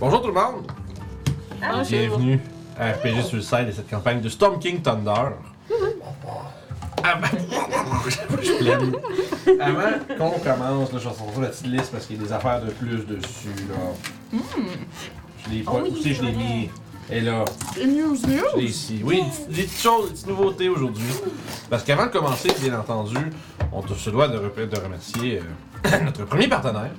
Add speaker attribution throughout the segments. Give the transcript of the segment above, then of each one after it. Speaker 1: Bonjour tout le monde! Ah, Bienvenue à RPG sur le site et cette campagne de Storm King Thunder. Avant... Je pleine. Avant qu'on commence, là, je vais sortir la petite liste parce qu'il y a des affaires de plus dessus. Là. Je l'ai pas.
Speaker 2: Oh oui,
Speaker 1: Où Hmm. c'est que je l'ai
Speaker 2: c'est vrai.
Speaker 1: mis? Et là.
Speaker 3: News, news.
Speaker 1: Je l'ai ici. Oui, des petites choses, des petites nouveautés aujourd'hui. Parce qu'avant de commencer, bien entendu, on te- se doit de, rep- de remercier euh, notre premier partenaire,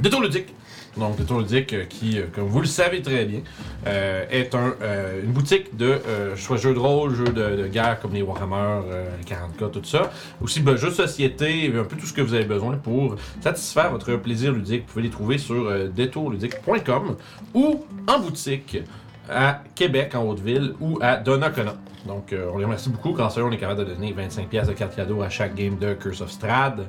Speaker 1: Détour Ludique. Donc, Détour Ludique, euh, qui, euh, comme vous le savez très bien, euh, est un, euh, une boutique de euh, soit jeux de rôle, jeux de, de guerre comme les Warhammer, euh, les 40K, tout ça. Aussi, ben, jeux de société, un peu tout ce que vous avez besoin pour satisfaire votre plaisir ludique. Vous pouvez les trouver sur euh, détourludique.com ou en boutique à Québec, en Haute-Ville, ou à Donnacona. Donc, euh, on les remercie beaucoup. Quand ça, on est capable de donner 25 pièces de carte cadeau à chaque game de Curse of Strad.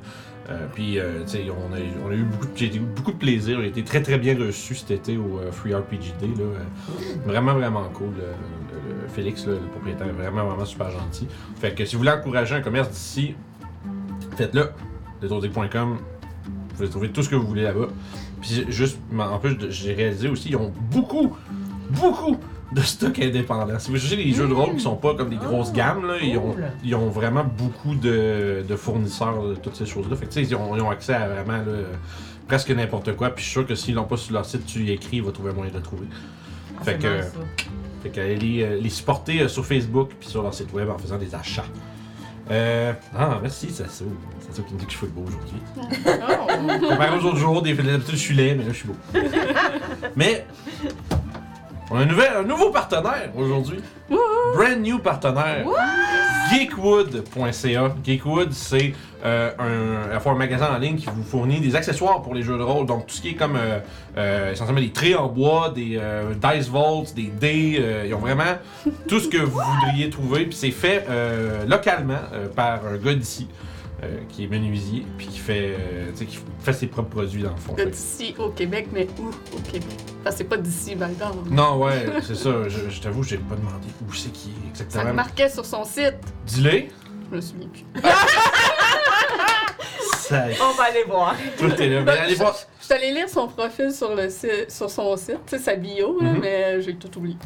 Speaker 1: Euh, puis, euh, tu sais, on a, on a eu beaucoup, de- j'ai eu beaucoup de plaisir. J'ai été très, très bien reçu cet été au euh, Free RPG Day. Là, Euh, vraiment, vraiment cool. Le, le- le Félix, là, le propriétaire, vraiment, vraiment super gentil. Fait que si vous voulez encourager un commerce d'ici, faites-le. Détourdic.com. Vous pouvez trouver tout ce que vous voulez là-bas. Puis, juste, en plus, j'ai réalisé aussi, ils ont beaucoup, beaucoup de stock indépendant. Si vous cherchez des jeux de rôle qui sont pas comme des grosses gammes, là, ils, ont,
Speaker 2: cool.
Speaker 1: ils ont vraiment beaucoup de, de fournisseurs de toutes ces choses-là. Fait que, tu sais, ils ont, ils ont accès à vraiment là, presque n'importe quoi. Puis je suis sûr que s'ils l'ont pas sur leur site, tu y écris, il va trouver un moyen de le trouver.
Speaker 2: Ah, C'est
Speaker 1: Fait que-
Speaker 2: nice, ça.
Speaker 1: Fait qu'allez les, euh, les supporter euh, sur Facebook puis sur leur site web en faisant des achats. Euh, ah, merci Sasso. Sasso qui me dit que je suis beau aujourd'hui.
Speaker 3: Oh.
Speaker 1: Comparé aux autres jours, des- d'habitude je suis laid, mais là je suis beau. mais on a un, nouvel, un nouveau partenaire aujourd'hui. Brand new partenaire. Geekwood.ca. Geekwood, c'est euh, un, à la fois un magasin en ligne qui vous fournit des accessoires pour les jeux de rôle. Donc tout ce qui est comme euh, euh, essentiellement des traits en bois, des euh, dice vaults, des dés. euh, ils ont vraiment tout ce que vous voudriez trouver. Puis c'est fait euh, localement euh, par un gars d'ici. euh, qui est menuisier, puis qui fait, euh, tu sais, qui fait ses propres produits dans le fond. Fait que-
Speaker 3: D'ici au Québec, mais où au Québec? Parce que c'est pas d'ici, ben, Val-d'Or.
Speaker 1: Non, ouais, c'est ça. Je, je t'avoue, j'ai pas demandé où c'est qui est
Speaker 3: Ça le
Speaker 1: exactement.
Speaker 3: marquait sur son site.
Speaker 1: Dis-le.
Speaker 3: Je me souviens plus.
Speaker 1: Ça,
Speaker 2: On va aller voir.
Speaker 1: tout est là. Mais allez voir.
Speaker 3: Je suis allée lire son profil sur, le site, sur son site, tu sais, sa bio, là,
Speaker 1: Mhm.
Speaker 3: mais j'ai tout oublié.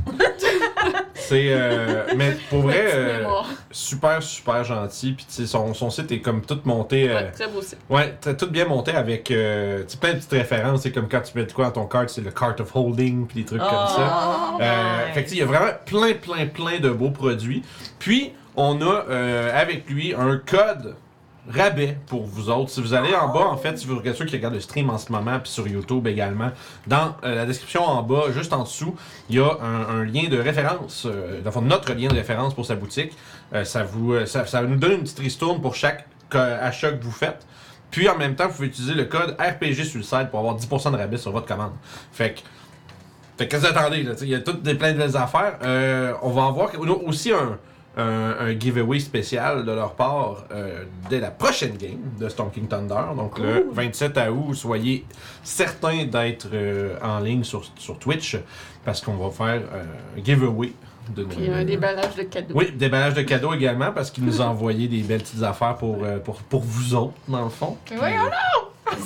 Speaker 1: C'est, euh, mais pour vrai,
Speaker 3: Petite
Speaker 1: euh,
Speaker 3: mémoire.
Speaker 1: super, super gentil. Puis tu sais, son, son site est comme tout monté. euh,
Speaker 3: Ouais, très beau site.
Speaker 1: Ouais, t'as tout bien monté avec euh, tu sais, plein de petites références. C'est comme quand tu mets de quoi dans ton cart, c'est le cart of holding, puis des trucs comme
Speaker 3: Ah.
Speaker 1: ça.
Speaker 2: Oh,
Speaker 1: Euh,
Speaker 2: nice.
Speaker 1: Fait que, tu sais, il y a vraiment plein, plein, plein de beaux produits. Puis, on a euh, avec lui un code rabais pour vous autres. Si vous allez en bas, en fait, si vous regardez ceux qui regardent le stream en ce moment, puis sur YouTube également, dans euh, la description en bas, juste en dessous, il y a un, un lien de référence, euh, dans le fond, notre lien de référence pour sa boutique. Euh, ça, vous, euh, ça, ça nous donne une petite ristourne pour chaque co- achat que vous faites. Puis en même temps, vous pouvez utiliser le code RPG sur le site pour avoir 10% de rabais sur votre commande. Fait que fait que qu'est-ce que vous attendez, là? tu sais, Il y a toutes des plein de belles affaires. Euh, on va avoir on a aussi un, un, un giveaway spécial de leur part euh, dès la prochaine game de Storm King Thunder. Donc le 27 août, soyez certains d'être euh, en ligne sur, sur Twitch parce qu'on va faire euh, un giveaway de
Speaker 3: Puis un déballage de cadeaux.
Speaker 1: euh, oui, déballage de cadeaux également parce qu'ils nous ont envoyé des belles petites affaires pour, euh, pour, pour vous autres, dans le fond.
Speaker 3: Mais voyons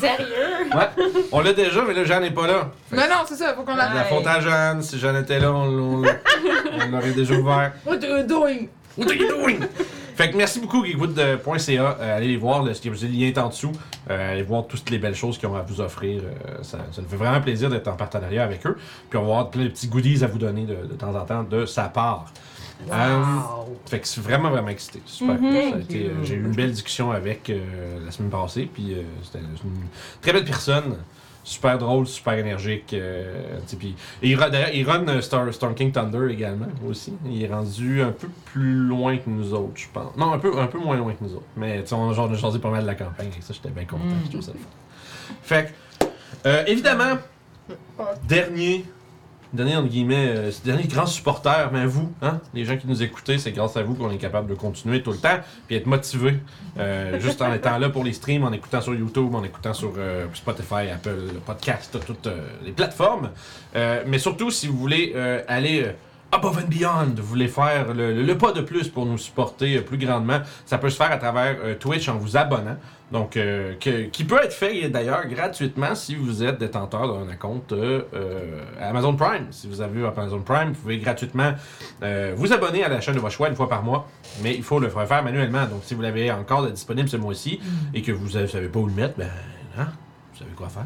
Speaker 2: Sérieux?
Speaker 1: Ouais, on l'a déjà, mais là, Jeanne n'est pas là. Fait que
Speaker 3: Non, non, c'est ça, faut qu'on
Speaker 1: c'est de la
Speaker 2: Ouais.
Speaker 1: faute à Jeanne. Si Jeanne était là, on, on- on l'aurait déjà ouvert.
Speaker 3: Oh,
Speaker 2: What are you doing?
Speaker 1: What are you doing? Fait que merci beaucoup, geekwood.ca. Euh, allez les voir, le, le lien est en dessous. Euh, allez voir toutes les belles choses qu'ils ont à vous offrir. Euh, ça, ça nous fait vraiment plaisir d'être en partenariat avec eux. Puis on va avoir plein de petits goodies à vous donner de, de temps en temps de sa part. Euh, fait que je suis vraiment, vraiment excité. Super. cool. Ça a
Speaker 2: Mhm. Thank
Speaker 1: été, euh,
Speaker 2: you.
Speaker 1: J'ai eu une belle discussion avec euh, la semaine passée. Puis euh, c'était une très belle personne. Super drôle, super énergique. euh, tu sais, puis- et il, ru- d'ailleurs, il run euh, Star, Storm King Thunder également aussi. Il est rendu un peu plus loin que nous autres, je pense. Non, un peu, un peu moins loin que nous autres. Mais tu sais, on, genre, on a changé pas mal de la campagne et ça, j'étais bien content.
Speaker 2: Mm.
Speaker 1: Je trouve ça le fun. Fait que, euh, évidemment, dernier Dernier, entre guillemets, euh, ce dernier grand supporter, mais vous, hein, les gens qui nous écoutez, c'est grâce à vous qu'on est capable de continuer tout le temps, puis être motivé, euh, juste en étant là pour les streams, en écoutant sur YouTube, en écoutant sur euh, Spotify, Apple, Podcast, toutes euh, les plateformes. Euh, mais surtout, si vous voulez euh, aller euh, Above and Beyond voulez faire le, le- le pas de plus pour nous supporter euh, plus grandement, ça peut se faire à travers euh, Twitch en vous abonnant. Donc, euh, que- qui peut être fait d'ailleurs gratuitement si vous êtes détenteur d'un compte euh, euh, Amazon Prime. Si vous avez Amazon Prime, vous pouvez gratuitement euh, vous abonner à la chaîne de votre choix une fois par mois, mais il faut le faire faire manuellement. Donc, si vous l'avez encore disponible ce mois-ci et que vous ne savez pas où le mettre, ben, hein, vous savez quoi faire.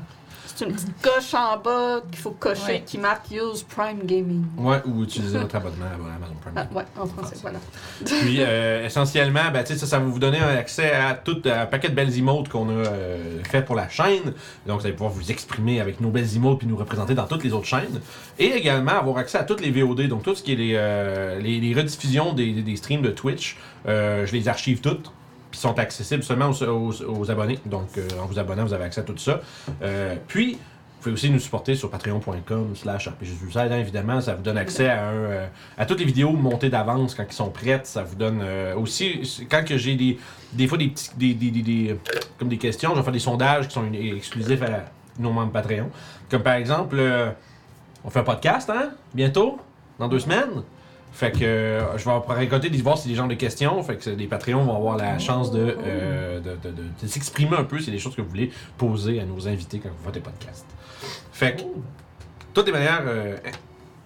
Speaker 3: C'est une petite coche en bas qu'il faut cocher
Speaker 2: Ouais.
Speaker 3: qui marque Use Prime Gaming.
Speaker 1: Ouais, ou utiliser votre abonnement à Amazon Prime.
Speaker 3: Ah, ouais, en français, voilà.
Speaker 1: Puis euh, essentiellement, ben, tu sais, ça, ça va vous donner un accès à tout à un paquet de belles emotes qu'on a euh, fait pour la chaîne. Donc, vous allez pouvoir vous exprimer avec nos belles emotes puis nous représenter dans toutes les autres chaînes. Et également avoir accès à toutes les VOD, donc tout ce qui est les, euh, les, les rediffusions des, des- des streams de Twitch. Euh, je les archive toutes. Puis sont accessibles seulement aux, aux- aux abonnés. Donc, euh, en vous abonnant, vous avez accès à tout ça. Euh, puis, vous pouvez aussi nous supporter sur patreon.com slash rpgsuicide, hein, évidemment. Ça vous donne accès à, un, euh, à toutes les vidéos montées d'avance quand ils sont prêtes. Ça vous donne euh, aussi, c'est- quand que j'ai des, des fois des petits, des, des, des- des- comme des questions, je vais faire des sondages qui sont une- exclusifs à nos membres Patreon. Comme par exemple, euh, on fait un podcast, hein, bientôt, dans deux semaines. Fait que euh, je vais en récolter, de voir si des gens ont des questions. Fait que c'est- les Patreons vont avoir la chance de, euh, de, de- de- de s'exprimer un peu. C'est des choses que vous voulez poser à nos invités quand vous faites des podcasts. Fait que, toutes les manières. euh,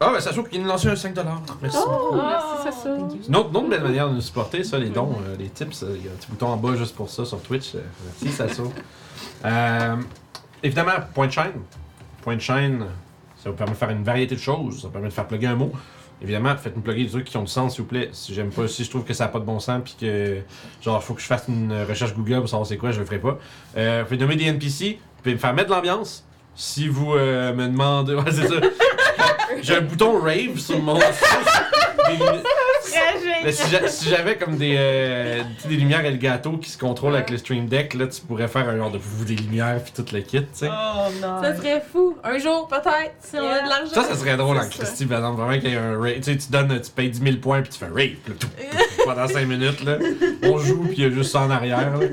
Speaker 1: Ah, ben, ça se trouve qu'il nous lançait un 5$. Merci.
Speaker 3: Oh,
Speaker 2: Ah,
Speaker 3: merci, ça.
Speaker 2: thank you.
Speaker 1: Une autre, une autre belle manière de nous supporter, ça, les dons, euh, les tips. euh, Il y a un petit bouton en bas juste pour ça sur Twitch. euh, merci, Sasso. Euh, évidemment, point de chaîne. Point de chaîne, ça vous permet de faire une variété de choses. Ça vous permet de faire plugger un mot. Évidemment, faites-nous plugger des trucs qui ont du sens, s'il vous plaît. Si j'aime pas, si je trouve que ça n'a pas de bon sens, puis que, genre, faut que je fasse une recherche Google pour savoir c'est quoi, je le ferai pas. Euh, vous pouvez nommer des NPC, vous pouvez me faire mettre de l'ambiance. Si vous euh, me demandez. Ouais, c'est ça. J'ai un bouton rave sur mon. Des- mais si j'a- si j'avais comme des, euh, tu sais, des lumières et le gâteau qui se contrôlent avec le stream deck, là, tu pourrais faire un genre de vous des lumières puis tout le kit, tu sais.
Speaker 2: Oh non.
Speaker 4: Ça serait fou. Un jour, peut-être, si on a de l'argent.
Speaker 1: Ça, ça serait drôle en
Speaker 3: C'est ça.
Speaker 1: Christy, par exemple, vraiment qu'il y ait un rave. Tu sais, tu donnes, tu payes 10 000 points puis tu fais rave, là, tout, pendant 5 minutes, là. On joue puis il y a juste ça en arrière, là.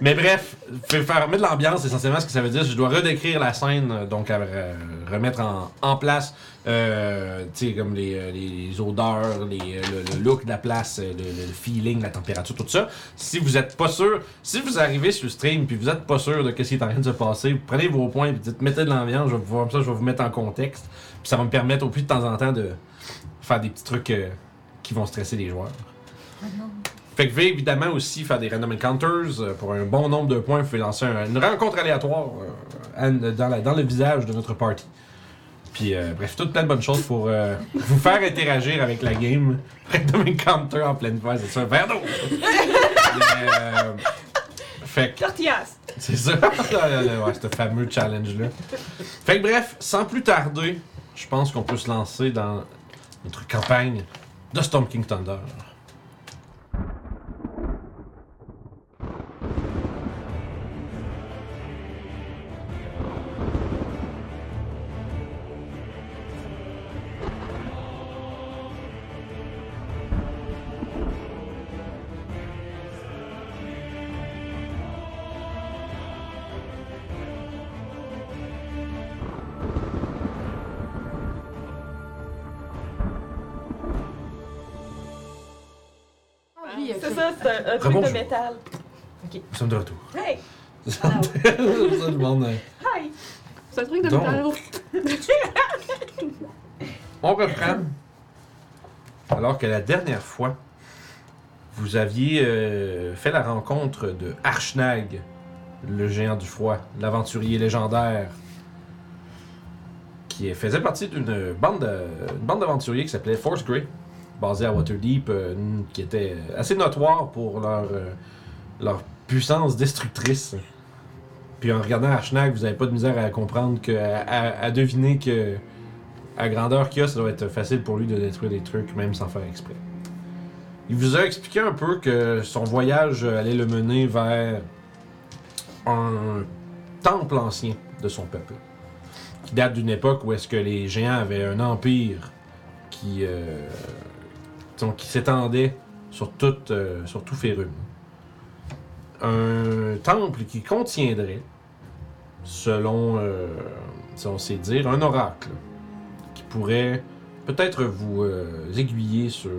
Speaker 1: Mais bref, fait faire mettre de l'ambiance, essentiellement, ce que ça veut dire, je dois redécrire la scène, euh, donc à re- remettre en, en place, euh, tu sais, comme les, euh, les odeurs, les, euh, le, le look de la place, euh, le, le feeling, la température, tout ça. Si vous êtes pas sûr, si vous arrivez sur le stream puis vous êtes pas sûr de ce qui est en train de se passer, vous prenez vos points puis dites mettez de l'ambiance, je vais vous, comme ça, je vais vous mettre en contexte, puis ça va me permettre au plus de temps en temps de faire des petits trucs euh, qui vont stresser les joueurs. Fait que vous pouvez évidemment aussi faire des random encounters euh, pour un bon nombre de points. Vous pouvez lancer un- une rencontre aléatoire euh, à- dans, la- dans le visage de notre party. Puis euh, bref, toutes plein de bonnes choses pour euh, vous faire interagir avec la game. Random encounter en pleine phase, c'est ça, un verre d'eau! Mais, euh, fait que
Speaker 4: Tortillas.
Speaker 1: c'est ça, Ouais, ouais, ce fameux challenge-là. Fait que bref, sans plus tarder, je pense qu'on peut se lancer dans notre campagne de Storm King Thunder.
Speaker 3: Oui, ok.
Speaker 4: C'est ça, c'est un, un truc
Speaker 1: Rebonjour.
Speaker 4: de métal.
Speaker 1: Nous sommes de retour.
Speaker 4: Hey!
Speaker 1: Ça, le monde, euh,
Speaker 4: Hi!
Speaker 3: C'est un truc de
Speaker 1: Donc.
Speaker 3: métal.
Speaker 1: On reprend. Alors que la dernière fois, vous aviez euh, fait la rencontre de Archnag, le géant du froid, l'aventurier légendaire, qui faisait partie d'une bande de- une bande d'aventuriers qui s'appelait Force Grey, basée à Waterdeep, euh, qui était assez notoire pour leur, euh, leur puissance destructrice. Puis en regardant Archnag, vous n'avez pas de misère à comprendre, que, à, à- à deviner que à grandeur qu'il a, ça doit être facile pour lui de détruire des trucs, même sans faire exprès. Il vous a expliqué un peu que son voyage allait le mener vers un temple ancien de son peuple, qui date d'une époque où est-ce que les géants avaient un empire qui, euh, disons, qui s'étendait sur toute, euh, sur tout Férum. Un temple qui contiendrait, selon, euh, selon ses dires, un oracle qui pourrait peut-être vous euh, aiguiller sur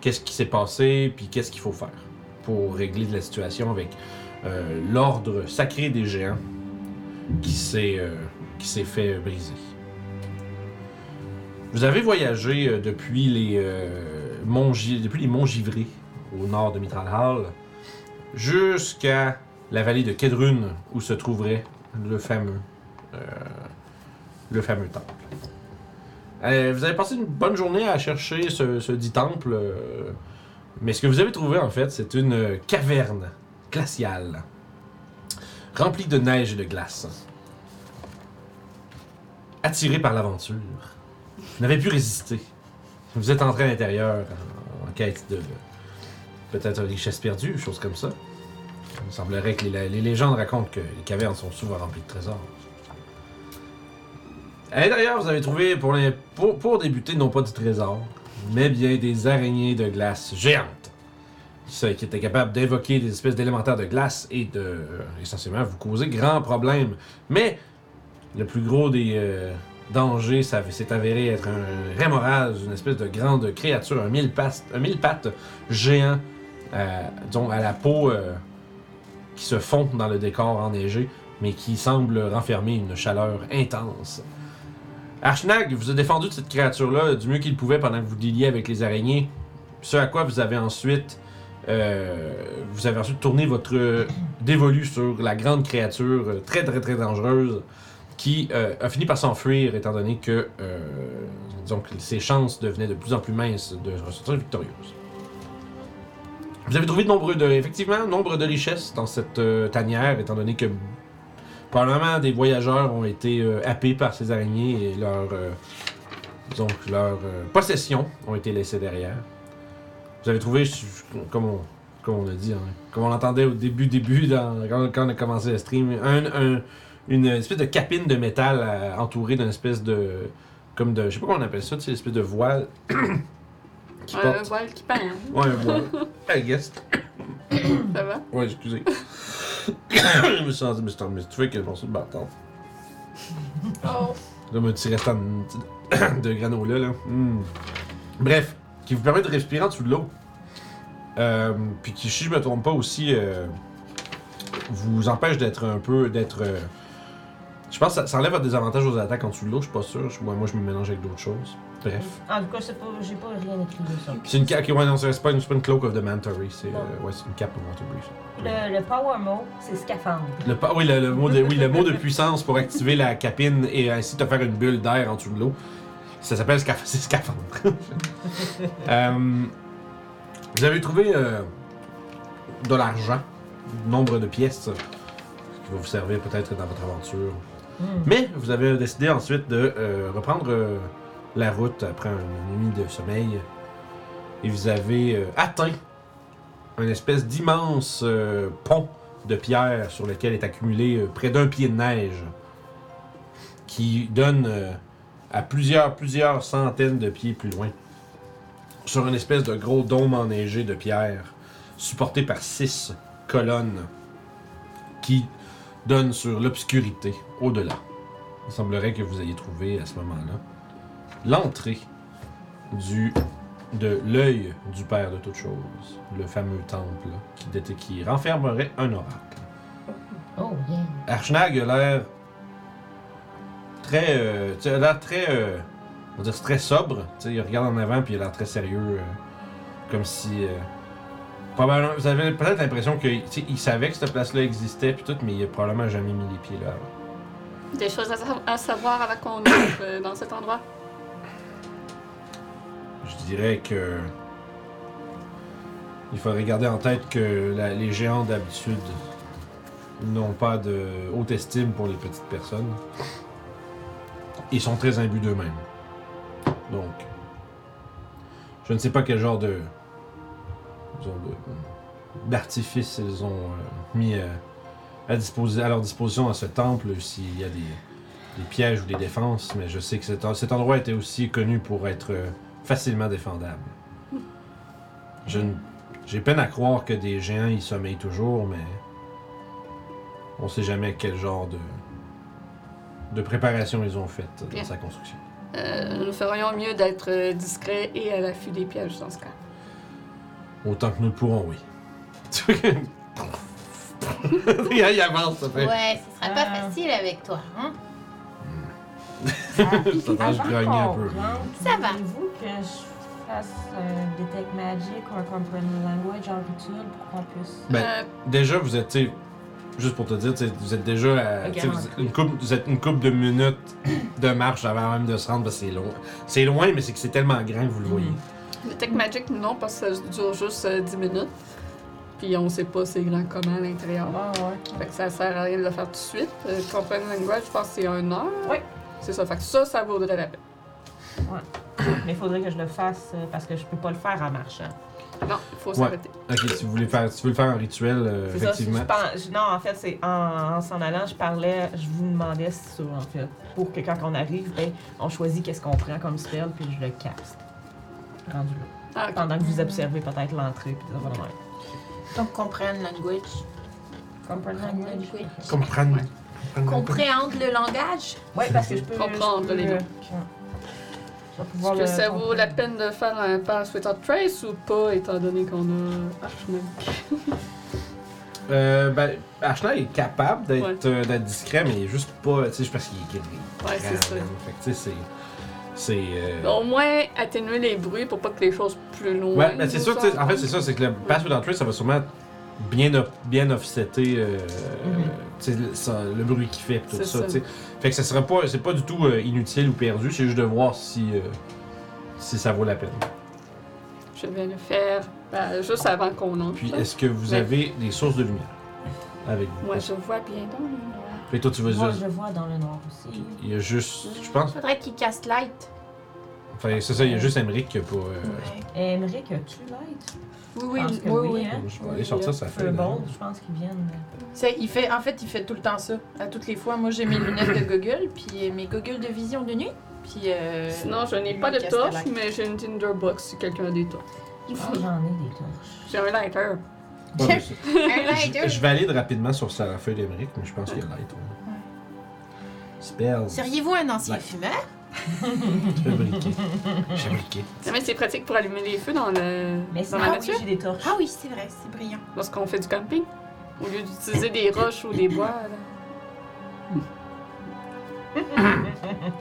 Speaker 1: qu'est-ce qui s'est passé, puis qu'est-ce qu'il faut faire pour régler la situation avec euh, l'ordre sacré des géants qui s'est euh, qui s'est fait briser. Vous avez voyagé euh, depuis les euh, monts Gi- depuis les monts Givrés au nord de Mitralhal jusqu'à la vallée de Kedrun où se trouverait le fameux euh, le fameux temple. Euh, vous avez passé une bonne journée à chercher ce, ce dit temple, euh, mais ce que vous avez trouvé en fait, c'est une euh, caverne glaciale remplie de neige et de glace. Attiré par l'aventure, vous n'avez pu résister. Vous êtes entré à l'intérieur en, en quête de peut-être richesse perdue, chose comme ça. Il me semblerait que les, les légendes racontent que les cavernes sont souvent remplies de trésors. À l'intérieur, Eh, vous avez trouvé, pour, les- pour, pour débuter, non pas du trésor, mais bien des araignées de glace géantes. Ça, qui étaient capables d'évoquer des espèces d'élémentaires de glace et de, euh, essentiellement, vous causer grands problèmes. Mais le plus gros des euh, dangers, ça s'est avéré être un rémorage, une espèce de grande créature, un mille, pattes- un mille pattes géant, euh, dont à la peau euh, qui se fond dans le décor enneigé, mais qui semble renfermer une chaleur intense. Archnag vous a défendu de cette créature-là du mieux qu'il pouvait pendant que vous dealiez avec les araignées. Ce à quoi vous avez ensuite. euh, vous avez ensuite tourné votre euh, dévolu sur la grande créature euh, très très très dangereuse qui euh, a fini par s'enfuir étant donné que euh, disons que ses chances devenaient de plus en plus minces de ressortir victorieuse. Vous avez trouvé de nombreux de, effectivement nombre de richesses dans cette euh, tanière étant donné que Probablement des voyageurs ont été euh, happés par ces araignées et leurs euh, disons que leurs euh, possessions ont été laissées derrière. Vous avez trouvé, je- je- comme on, comme on a dit, hein, comme on l'entendait au début, début, dans- quand, quand on a commencé le stream, un- un- une espèce de capine de métal euh, entourée d'une espèce de. Comme de. Je sais pas comment on appelle ça, tu sais, l'espèce de voile qui
Speaker 3: Un
Speaker 1: porte.
Speaker 3: voile qui pend.
Speaker 1: Ouais, un voile. I guess.
Speaker 3: Ça va?
Speaker 1: Ouais, excusez. je me suis rendu, mais tu fais quel morceau de bâton?
Speaker 3: Oh.
Speaker 1: Là, un petit restant de, de granola, là. Mm. Bref, qui vous permet de respirer en dessous de l'eau. Euh, puis qui, si je me trompe pas aussi, euh, vous empêche d'être un peu. d'être. euh, je pense que ça, ça enlève votre désavantage aux attaques en dessous de l'eau, je suis pas sûr. Je- moi, moi, je me mélange avec d'autres choses. Bref.
Speaker 5: En tout cas, c'est pas- j'ai pas rien écrit de ça.
Speaker 1: C'est une cape. ouais, non, c'est pas, une- c'est pas une cloak of the Mantory. C'est euh, ouais, c'est une cape of Mantory.
Speaker 5: Le, le power mot, c'est scaphandre.
Speaker 1: Le, pa- oui, le, le mot de, oui, le mot de puissance pour activer la capine et ainsi te faire une bulle d'air en dessous de l'eau. Ça s'appelle scaf- c'est scaphandre. Euh, vous avez trouvé euh, de l'argent, nombre de pièces euh, qui va vous servir peut-être dans votre aventure.
Speaker 5: Hmm.
Speaker 1: Mais vous avez décidé ensuite de euh, reprendre euh, la route après une nuit de sommeil. Et vous avez euh, atteint une espèce d'immense euh, pont de pierre sur lequel est accumulé euh, près d'un pied de neige qui donne euh, à plusieurs, plusieurs centaines de pieds plus loin sur une espèce de gros dôme enneigé de pierre supporté par six colonnes qui donnent sur l'obscurité au-delà. Il semblerait que vous ayez trouvé à ce moment-là l'entrée du de l'œil du Père de toutes choses, le fameux temple qui, dét- qui renfermerait un oracle.
Speaker 5: Oh, yeah.
Speaker 1: Archnag a l'air très, euh, tu sais, a l'air très, euh, on va dire très sobre. Tu sais, il regarde en avant puis il a l'air très sérieux, euh, comme si. euh, probablement, vous avez peut-être l'impression que, tu sais, il savait que cette place-là existait puis tout, mais il a probablement jamais mis les pieds là. avant.
Speaker 3: Des choses à, sa- à savoir avant qu'on entre euh, dans cet endroit.
Speaker 1: Je dirais que. Il faudrait garder en tête que la- les géants d'habitude n'ont pas de haute estime pour les petites personnes. Ils sont très imbus d'eux-mêmes. Donc. Je ne sais pas quel genre de. disons, de- d'artifice ils ont euh, mis à, à disposi- à leur disposition à ce temple, s'il y a des, des pièges ou des défenses, mais je sais que cet, en- cet endroit était aussi connu pour être. euh, facilement défendable. Je ne- J'ai peine à croire que des géants y sommeillent toujours, mais on sait jamais quel genre de, de préparation ils ont faite dans
Speaker 3: Bien.
Speaker 1: sa construction.
Speaker 3: Euh, nous ferions mieux d'être euh, discrets et à l'affût des pièges dans ce cas.
Speaker 1: Autant que nous le pourrons, oui. il avance, ça fait.
Speaker 6: Ouais, ce sera pas
Speaker 5: Ah.
Speaker 6: facile avec toi, hein?
Speaker 1: je t'entends, je grogne un peu.
Speaker 6: Ça va.
Speaker 5: Vous que je fasse un Detect Magic ou un Comprehend Language en rituel pour qu'on puisse.
Speaker 1: Ben,
Speaker 3: Euh,
Speaker 1: Déjà, vous êtes, tu sais, juste pour te dire, tu sais, vous êtes déjà à,
Speaker 5: Ok,
Speaker 1: tu sais, vous,
Speaker 5: on
Speaker 1: êtes une couple, vous êtes une couple de minutes de marche avant même de se rendre, parce que c'est loin. C'est loin, mais c'est que c'est tellement grand que vous le
Speaker 5: Mhm.
Speaker 1: voyez.
Speaker 3: le Tech Magic, non, parce que ça dure juste euh, 10 minutes. Puis on sait pas c'est grand comment à l'intérieur.
Speaker 5: Ah ouais.
Speaker 3: Fait que ça sert à rien de le faire tout de suite. Euh, comprendre le langage, je pense que c'est un heure.
Speaker 5: Oui.
Speaker 3: C'est ça. Fait que ça, ça vaudrait la peine.
Speaker 5: Mais il faudrait que je le fasse euh, parce que je peux pas le faire en marchant.
Speaker 3: Non, il faut
Speaker 1: Ouais.
Speaker 3: s'arrêter.
Speaker 1: Ok, si vous voulez faire, si tu veux le faire en rituel, euh,
Speaker 5: C'est ça,
Speaker 1: effectivement.
Speaker 5: je pense- je- non, en fait, c'est en en s'en allant, je parlais, je vous demandais ça, en fait. Pour que quand on arrive, ben, on choisit qu'est-ce qu'on prend comme spell, puis je le casse. Rendu là.
Speaker 3: Ah, ok.
Speaker 5: Pendant que vous observez peut-être l'entrée, puis tout ça.
Speaker 6: Donc, comprendre language.
Speaker 5: Comprehend
Speaker 1: Comprendre.
Speaker 6: Compréhendre le langage.
Speaker 5: Oui, parce que je peux.
Speaker 3: Comprendre
Speaker 5: je peux,
Speaker 3: les mots.
Speaker 5: euh, je vais pouvoir
Speaker 3: Est-ce que
Speaker 5: le
Speaker 3: ça vaut la
Speaker 5: comprendre.
Speaker 3: peine de faire un pass without trace ou pas, étant donné qu'on a Archimède?
Speaker 1: Euh, ben, Archna est capable d'être
Speaker 3: Ouais.
Speaker 1: euh, d'être discret, mais il est juste pas, tu sais, je pense qu'il est grand.
Speaker 3: Ouais, c'est ça.
Speaker 1: man. Fait que, tu sais, c'est. C'est. euh,
Speaker 3: Au moins, atténuer les bruits pour pas que les choses plus loin.
Speaker 1: Ouais, mais c'est
Speaker 3: nous
Speaker 1: sûr, tu sais, en fait, c'est
Speaker 3: entendent.
Speaker 1: ça, c'est que le pass without trace, ça va sûrement bien, off- bien offsetter euh, tu sais, le- ça- le bruit qu'il fait, pis tout
Speaker 3: Mhm. C'est
Speaker 1: ça,
Speaker 3: ça.
Speaker 1: tu sais. Fait que ça sera pas, c'est pas du tout euh, inutile ou perdu, c'est juste de voir si, euh, si ça vaut la peine.
Speaker 3: Je vais le faire ben, juste avant qu'on entre.
Speaker 1: Puis, est-ce que vous
Speaker 3: Ouais.
Speaker 1: avez des sources de lumière avec vous?
Speaker 3: Moi, je vois bien dans le noir.
Speaker 1: Puis toi, tu vas
Speaker 5: Moi,
Speaker 1: dire,
Speaker 5: je vois dans le noir aussi.
Speaker 1: il y a juste, je pense,
Speaker 6: Faudrait qu'il casse light.
Speaker 1: enfin, c'est ça, il y a juste Emmerich qui a pas... euh,
Speaker 5: Aimerais que tu l'aides.
Speaker 6: Oui,
Speaker 5: Je
Speaker 6: oui,
Speaker 5: pense que
Speaker 6: oui, oui.
Speaker 5: hein.
Speaker 1: Je vais aller sortir sa feuille. hein.
Speaker 5: Feu
Speaker 1: d'ailleurs.
Speaker 5: bon, je pense qu'ils viennent.
Speaker 6: C'est- il fait, en fait, il fait tout le temps ça. À toutes les fois, moi j'ai mes lunettes de goggle, puis euh, mes goggles de vision de nuit, puis. Euh,
Speaker 3: Sinon, je n'ai pas de
Speaker 6: Lucas
Speaker 3: torche,
Speaker 6: Cadillac.
Speaker 3: mais j'ai une Tinder box si quelqu'un a des torches.
Speaker 6: Il
Speaker 5: Ah,
Speaker 6: faut.
Speaker 5: J'en ai des torches.
Speaker 3: J'ai un lighter.
Speaker 1: Pas de souci.
Speaker 6: Un
Speaker 1: je,
Speaker 6: lighter.
Speaker 1: je valide rapidement sur sa feuille d'Emmerich, mais je pense qu'il y a light. Ouais. Spells.
Speaker 6: Seriez-vous un ancien
Speaker 1: Light.
Speaker 6: fumeur?
Speaker 1: Fabriqué. Fabriqué.
Speaker 3: Non, mais c'est pratique pour allumer les feux dans, le...
Speaker 5: Mais
Speaker 3: dans
Speaker 5: sinon,
Speaker 3: la
Speaker 5: ah,
Speaker 3: nature,
Speaker 5: oui, j'ai des torches.
Speaker 6: Ah oui, c'est vrai, c'est brillant.
Speaker 3: lorsqu'on fait du camping. Au lieu d'utiliser des roches ou des bois. là.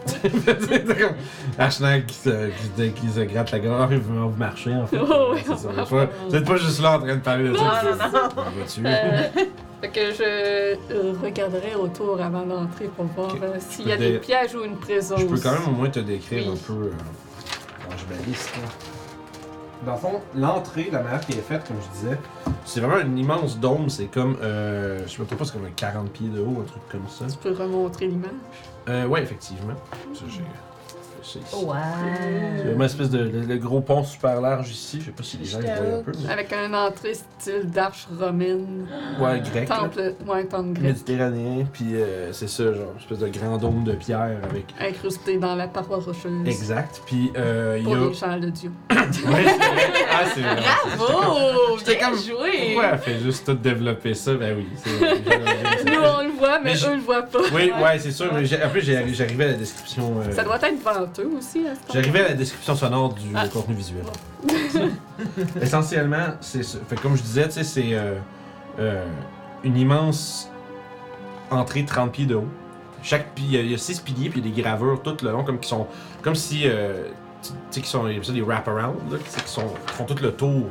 Speaker 1: c'est comme Ashna qui se, qui, se- qui se gratte la gorge. Ah, Vous, vous marchez en fait.
Speaker 3: Oh, oui,
Speaker 1: C'est ça.
Speaker 3: on
Speaker 1: Vous êtes pas- vous êtes pas juste là en train de parler de ça.
Speaker 5: Non, non, non.
Speaker 1: On va-tu?
Speaker 3: Euh, fait que je euh, regarderai autour avant d'entrer pour voir
Speaker 1: Ok.
Speaker 3: euh, s'il y a
Speaker 1: Je peux
Speaker 3: des
Speaker 1: dé-
Speaker 3: pièges ou une présence.
Speaker 1: Je peux quand même au moins te décrire
Speaker 3: Oui.
Speaker 1: un peu. euh, comment je valide ça. Dans le fond, l'entrée, la manière qui est faite, comme je disais, c'est vraiment un immense dôme. C'est comme, euh, je me trompe pas, c'est comme un 40 pieds de haut, un truc comme ça.
Speaker 3: Tu peux remontrer l'image.
Speaker 1: Euh, ouais, effectivement. Ça, j'ai. euh, C'est ici.
Speaker 3: Oh,
Speaker 1: C'est
Speaker 5: Oh, Ouais.
Speaker 1: vraiment une espèce de le, le gros pont super large ici. Je sais pas si les gens le voient un peu. mais-
Speaker 3: Avec un entrée style d'arche romaine.
Speaker 1: Ouais, grec. là.
Speaker 3: Temple, ouais, temple grec.
Speaker 1: Méditerranéen, puis euh, c'est ça, genre, une espèce de grand dôme de pierre avec.
Speaker 3: Incrusté dans la paroi rocheuse.
Speaker 1: Exact. Puis euh, il
Speaker 3: Pour
Speaker 1: y a.
Speaker 3: les chants de Dieu.
Speaker 1: Ouais, c'est vrai. ah, c'est vrai.
Speaker 3: Oh!
Speaker 1: J'étais comme-
Speaker 3: joué!
Speaker 1: Pourquoi elle fait juste tout développer ça? Ben oui, c'est vrai.
Speaker 3: Nous, on le voit, mais,
Speaker 1: Mais je- Euh,
Speaker 3: eux le voient pas.
Speaker 1: Oui, ouais, c'est sûr. Mais j'ai- en plus, j'ai- j'arrivais à la description. euh,
Speaker 3: Ça doit être venteux aussi, à ce temps-là.
Speaker 1: J'arrivais à la description sonore du
Speaker 3: Ah.
Speaker 1: contenu visuel. Essentiellement, c'est ça. Fait que comme je disais, tu sais, c'est euh, euh, une immense entrée 30 pieds de haut. Chaque pi- il y a- il y a 6 piliers puis il y a des gravures tout le long comme qui sont comme si euh, tu tu sais qui sont ils appellent ça des wrap around là, qui, c'est qu'ils sont qui font tout le tour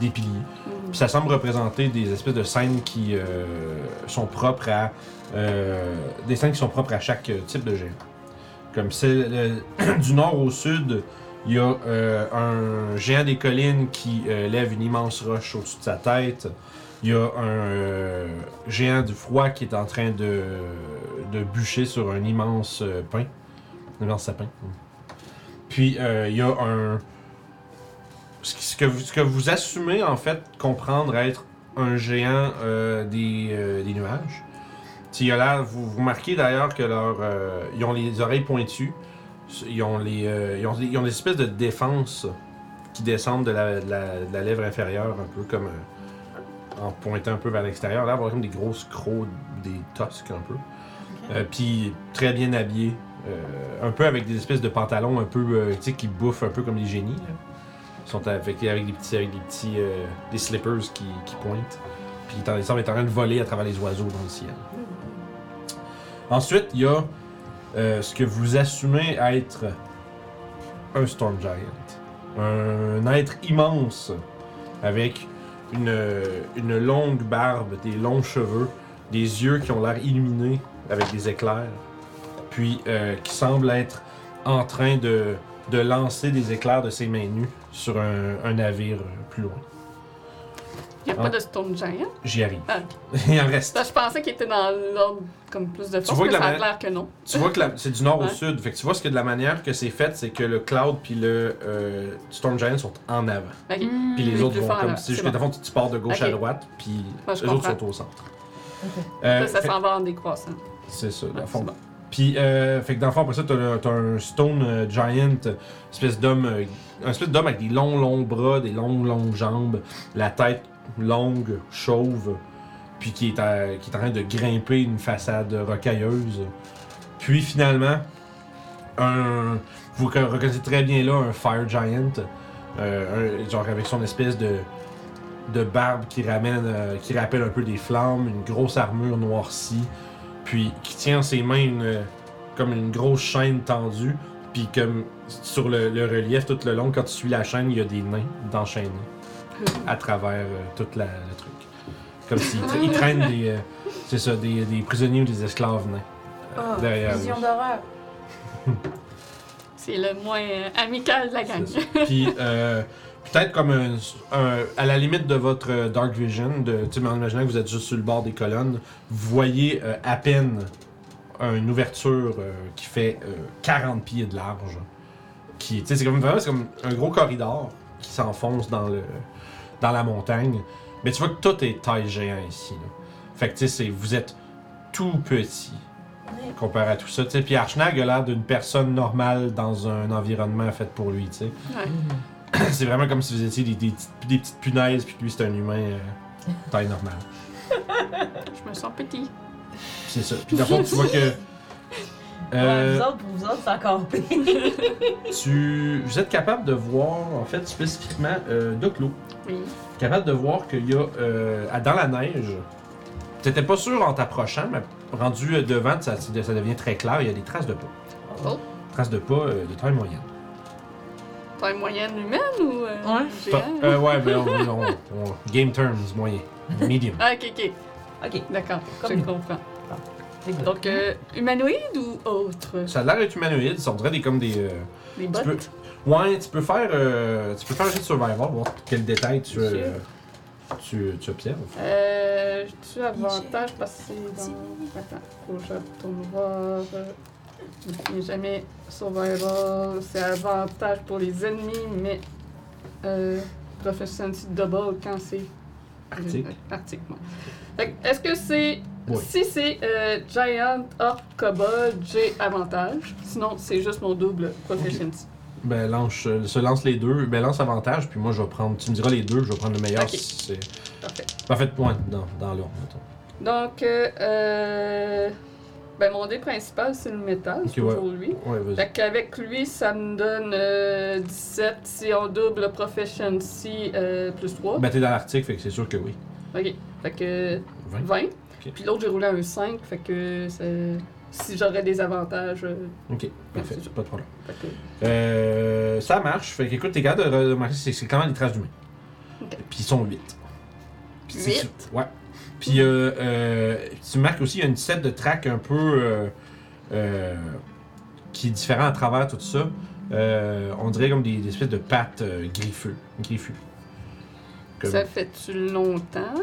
Speaker 1: des piliers.
Speaker 3: Mm.
Speaker 1: Puis ça semble représenter des espèces de scènes qui euh, sont propres à. euh, des scènes qui sont propres à chaque euh, type de géant. Comme celle euh, du nord au sud, il y a euh, un géant des collines qui euh, lève une immense roche au-dessus de sa tête. Il y a un euh, géant du froid qui est en train de, de bûcher sur un immense euh, pin. Un immense sapin. Puis euh, il y a un ce, qui- ce que vous, ce que vous assumez en fait comprendre être un géant euh, des, euh, des nuages. Tu sais, il a l'air- vous, vous remarquez d'ailleurs que leur, euh, ils ont les oreilles pointues, s- ils ont, les, euh, ils ont, des- ils ont des espèces de défenses qui descendent de la, de la- de la lèvre inférieure, un peu comme euh, en pointant un peu vers l'extérieur. Là, avoir comme des grosses crocs, des tosques un peu. Euh, Puis très bien habillés, euh, un peu avec des espèces de pantalons un peu, euh, tu sais, qui bouffent un peu comme les génies. là. Ils sont avec, avec des petits, avec des petits, euh, des slippers qui, qui pointent. Puis il est en- il semble être en train de voler à travers les oiseaux dans le ciel. Ensuite, il y a euh, ce que vous assumez être un Storm Giant. Un être immense avec une, une longue barbe, des longs cheveux, des yeux qui ont l'air illuminés avec des éclairs, puis euh, qui semble être en train de, de lancer des éclairs de ses mains nues sur un, un navire euh, plus loin.
Speaker 3: Il n'y a
Speaker 1: Ah.
Speaker 3: pas de Stone Giant.
Speaker 1: J'y arrive.
Speaker 3: Ah.
Speaker 1: Il en reste.
Speaker 3: Ça, je pensais qu'il était dans l'ordre comme plus de force,
Speaker 1: vois
Speaker 3: mais
Speaker 1: que
Speaker 3: ça
Speaker 1: la
Speaker 3: a
Speaker 1: manette-
Speaker 3: l'air que non.
Speaker 1: Tu vois que la- c'est du nord au
Speaker 3: Ouais.
Speaker 1: sud. Fait que tu vois ce que de la manière que c'est fait, c'est que le Cloud puis le euh, Storm Giant sont en avant.
Speaker 3: Ok.
Speaker 1: Puis
Speaker 3: Mm,
Speaker 1: les autres
Speaker 3: deux
Speaker 1: vont
Speaker 3: fois en
Speaker 1: comme
Speaker 3: avant,
Speaker 1: si
Speaker 3: c'est
Speaker 1: jusqu'à
Speaker 3: bon.
Speaker 1: fond, tu, tu pars de gauche à
Speaker 3: Ok.
Speaker 1: droite, puis
Speaker 3: Ouais, je
Speaker 1: les autres sont
Speaker 3: comprends.
Speaker 1: au centre.
Speaker 5: Ok.
Speaker 1: Euh,
Speaker 3: Ça, ça
Speaker 1: fait-
Speaker 3: s'en va en décroissant.
Speaker 1: C'est ça, dans
Speaker 3: Ouais,
Speaker 1: le fond.
Speaker 3: c'est bon.
Speaker 1: Puis, euh, fait que dans le fond, après ça, t'as, le- t'as un stone euh, giant, euh, espèce d'homme, euh, un espèce d'homme avec des longs, longs bras, des longues, longues jambes, la tête longue, chauve, puis qui est, à- qui est en train de grimper une façade rocailleuse. Puis finalement, un, vous rec- reconnaissez très bien là un fire giant, euh, un- genre avec son espèce de de barbe qui ramène, euh, qui rappelle un peu des flammes, une grosse armure noircie, puis qui tient en ses mains une, euh, comme une grosse chaîne tendue, puis comme sur le, le relief tout le long, quand tu suis la chaîne, il y a des nains d'enchaîner à travers euh, toute la le truc. Comme s'ils tra- ils traînent des, euh, c'est ça, des, des prisonniers ou des esclaves nains euh,
Speaker 6: Oh,
Speaker 1: derrière. eux.
Speaker 6: vision d'horreur.
Speaker 3: C'est le moins euh, amical de la gang.
Speaker 1: C'est ça. Puis euh, peut-être comme un, un- à la limite de votre euh, dark vision, de, tu sais, mais en imaginant que vous êtes juste sur le bord des colonnes, vous voyez euh, à peine une ouverture euh, qui fait euh, 40 pieds de large. Qui, tu sais, c'est comme vraiment c'est comme un gros corridor qui s'enfonce dans le dans la montagne. Mais tu vois que tout est taille géant ici. là. Fait que tu sais, c'est- vous êtes tout petit comparé à tout ça. tu sais. Puis Archnag a l'air d'une personne normale dans un environnement fait pour lui. tu sais. C'est vraiment comme si vous étiez des, des petites- des petites punaises, puis que lui, c'est un humain euh, taille normale.
Speaker 3: Je me sens petit.
Speaker 1: C'est ça. Puis dans le fond, tu vois que.
Speaker 5: Ouais,
Speaker 1: euh,
Speaker 5: vous autres, pour vous autres, c'est encore pire.
Speaker 1: tu, vous êtes capable de voir, en fait, spécifiquement, euh, Doclo.
Speaker 3: Oui.
Speaker 1: Capable de voir qu'il y a. euh, à- dans la neige, t'étais pas sûr en t'approchant, mais rendu euh, devant, ça, ça devient très clair, il y a des traces de pas.
Speaker 3: Oh.
Speaker 1: Traces de pas euh, de taille moyenne.
Speaker 3: T'as une moyenne humaine ou. euh,
Speaker 5: Ouais.
Speaker 3: géant?
Speaker 1: Euh, ouais, mais on, on- on- Game terms, moyen. Medium.
Speaker 3: Ah, ok, ok.
Speaker 5: Ok,
Speaker 3: D'accord, je
Speaker 5: Comme-
Speaker 3: comprends.
Speaker 5: c'est good.
Speaker 3: Donc, euh, humanoïde ou autre
Speaker 1: Ça a l'air d'être humanoïde, ça on dirait des, comme des. euh,
Speaker 3: Les
Speaker 1: tu
Speaker 3: bottes
Speaker 1: peux, ouais, tu peux faire, euh, tu peux faire un jeu de survival, voir quel détail tu, euh, tu, tu observes.
Speaker 3: Euh. J'ai-tu avantage parce que c'est dans. Attends, faut que je retourne voir. Je n'ai jamais survival. C'est avantage pour les ennemis, mais. Euh. Proficiency double quand c'est.
Speaker 1: Arctique.
Speaker 3: Euh, Arctique, ouais. Fait que, Est-ce que c'est.
Speaker 1: Oui.
Speaker 3: Si c'est euh, Giant Orc Kobold, j'ai avantage. Sinon, c'est juste mon double proficiency.
Speaker 1: Ben lance, euh, se lance les deux, ben lance avantage, puis moi je vais prendre, tu me diras les deux, je vais prendre le meilleur
Speaker 3: Ok.
Speaker 1: si c'est. ben,
Speaker 3: Parfait.
Speaker 1: En fait, ouais, dans, dans l'ordre, mettons.
Speaker 3: Donc, euh, euh, ben mon dé principal, c'est le métal, c'est
Speaker 1: Ok, ouais.
Speaker 3: toujours lui.
Speaker 1: Ouais, vas-y.
Speaker 3: Fait qu'avec lui, ça me donne euh, 17 si on double proficiency euh, plus 3.
Speaker 1: Ben t'es dans l'article, fait que c'est sûr que oui.
Speaker 3: Ok, fait que
Speaker 1: 20.
Speaker 3: 20. Puis l'autre, j'ai roulé un 5, fait que ça- si j'aurais des avantages. euh,
Speaker 1: Ok, parfait,
Speaker 3: c'est sûr.
Speaker 1: pas de problème.
Speaker 3: fait que-
Speaker 1: Euh, ça marche, fait que écoute, t'es capable de remarquer, c'est c'est clairement des traces d'humains.
Speaker 3: Ok.
Speaker 1: Puis ils sont 8.
Speaker 3: Huit?
Speaker 1: Ouais. Puis euh, euh, tu marques aussi, il y a une set de tracks un peu euh, euh, qui est différent à travers tout ça. Euh, on dirait comme des, des espèces de pattes euh, griffeues. griffues. Comme-
Speaker 3: Ça fait-tu longtemps?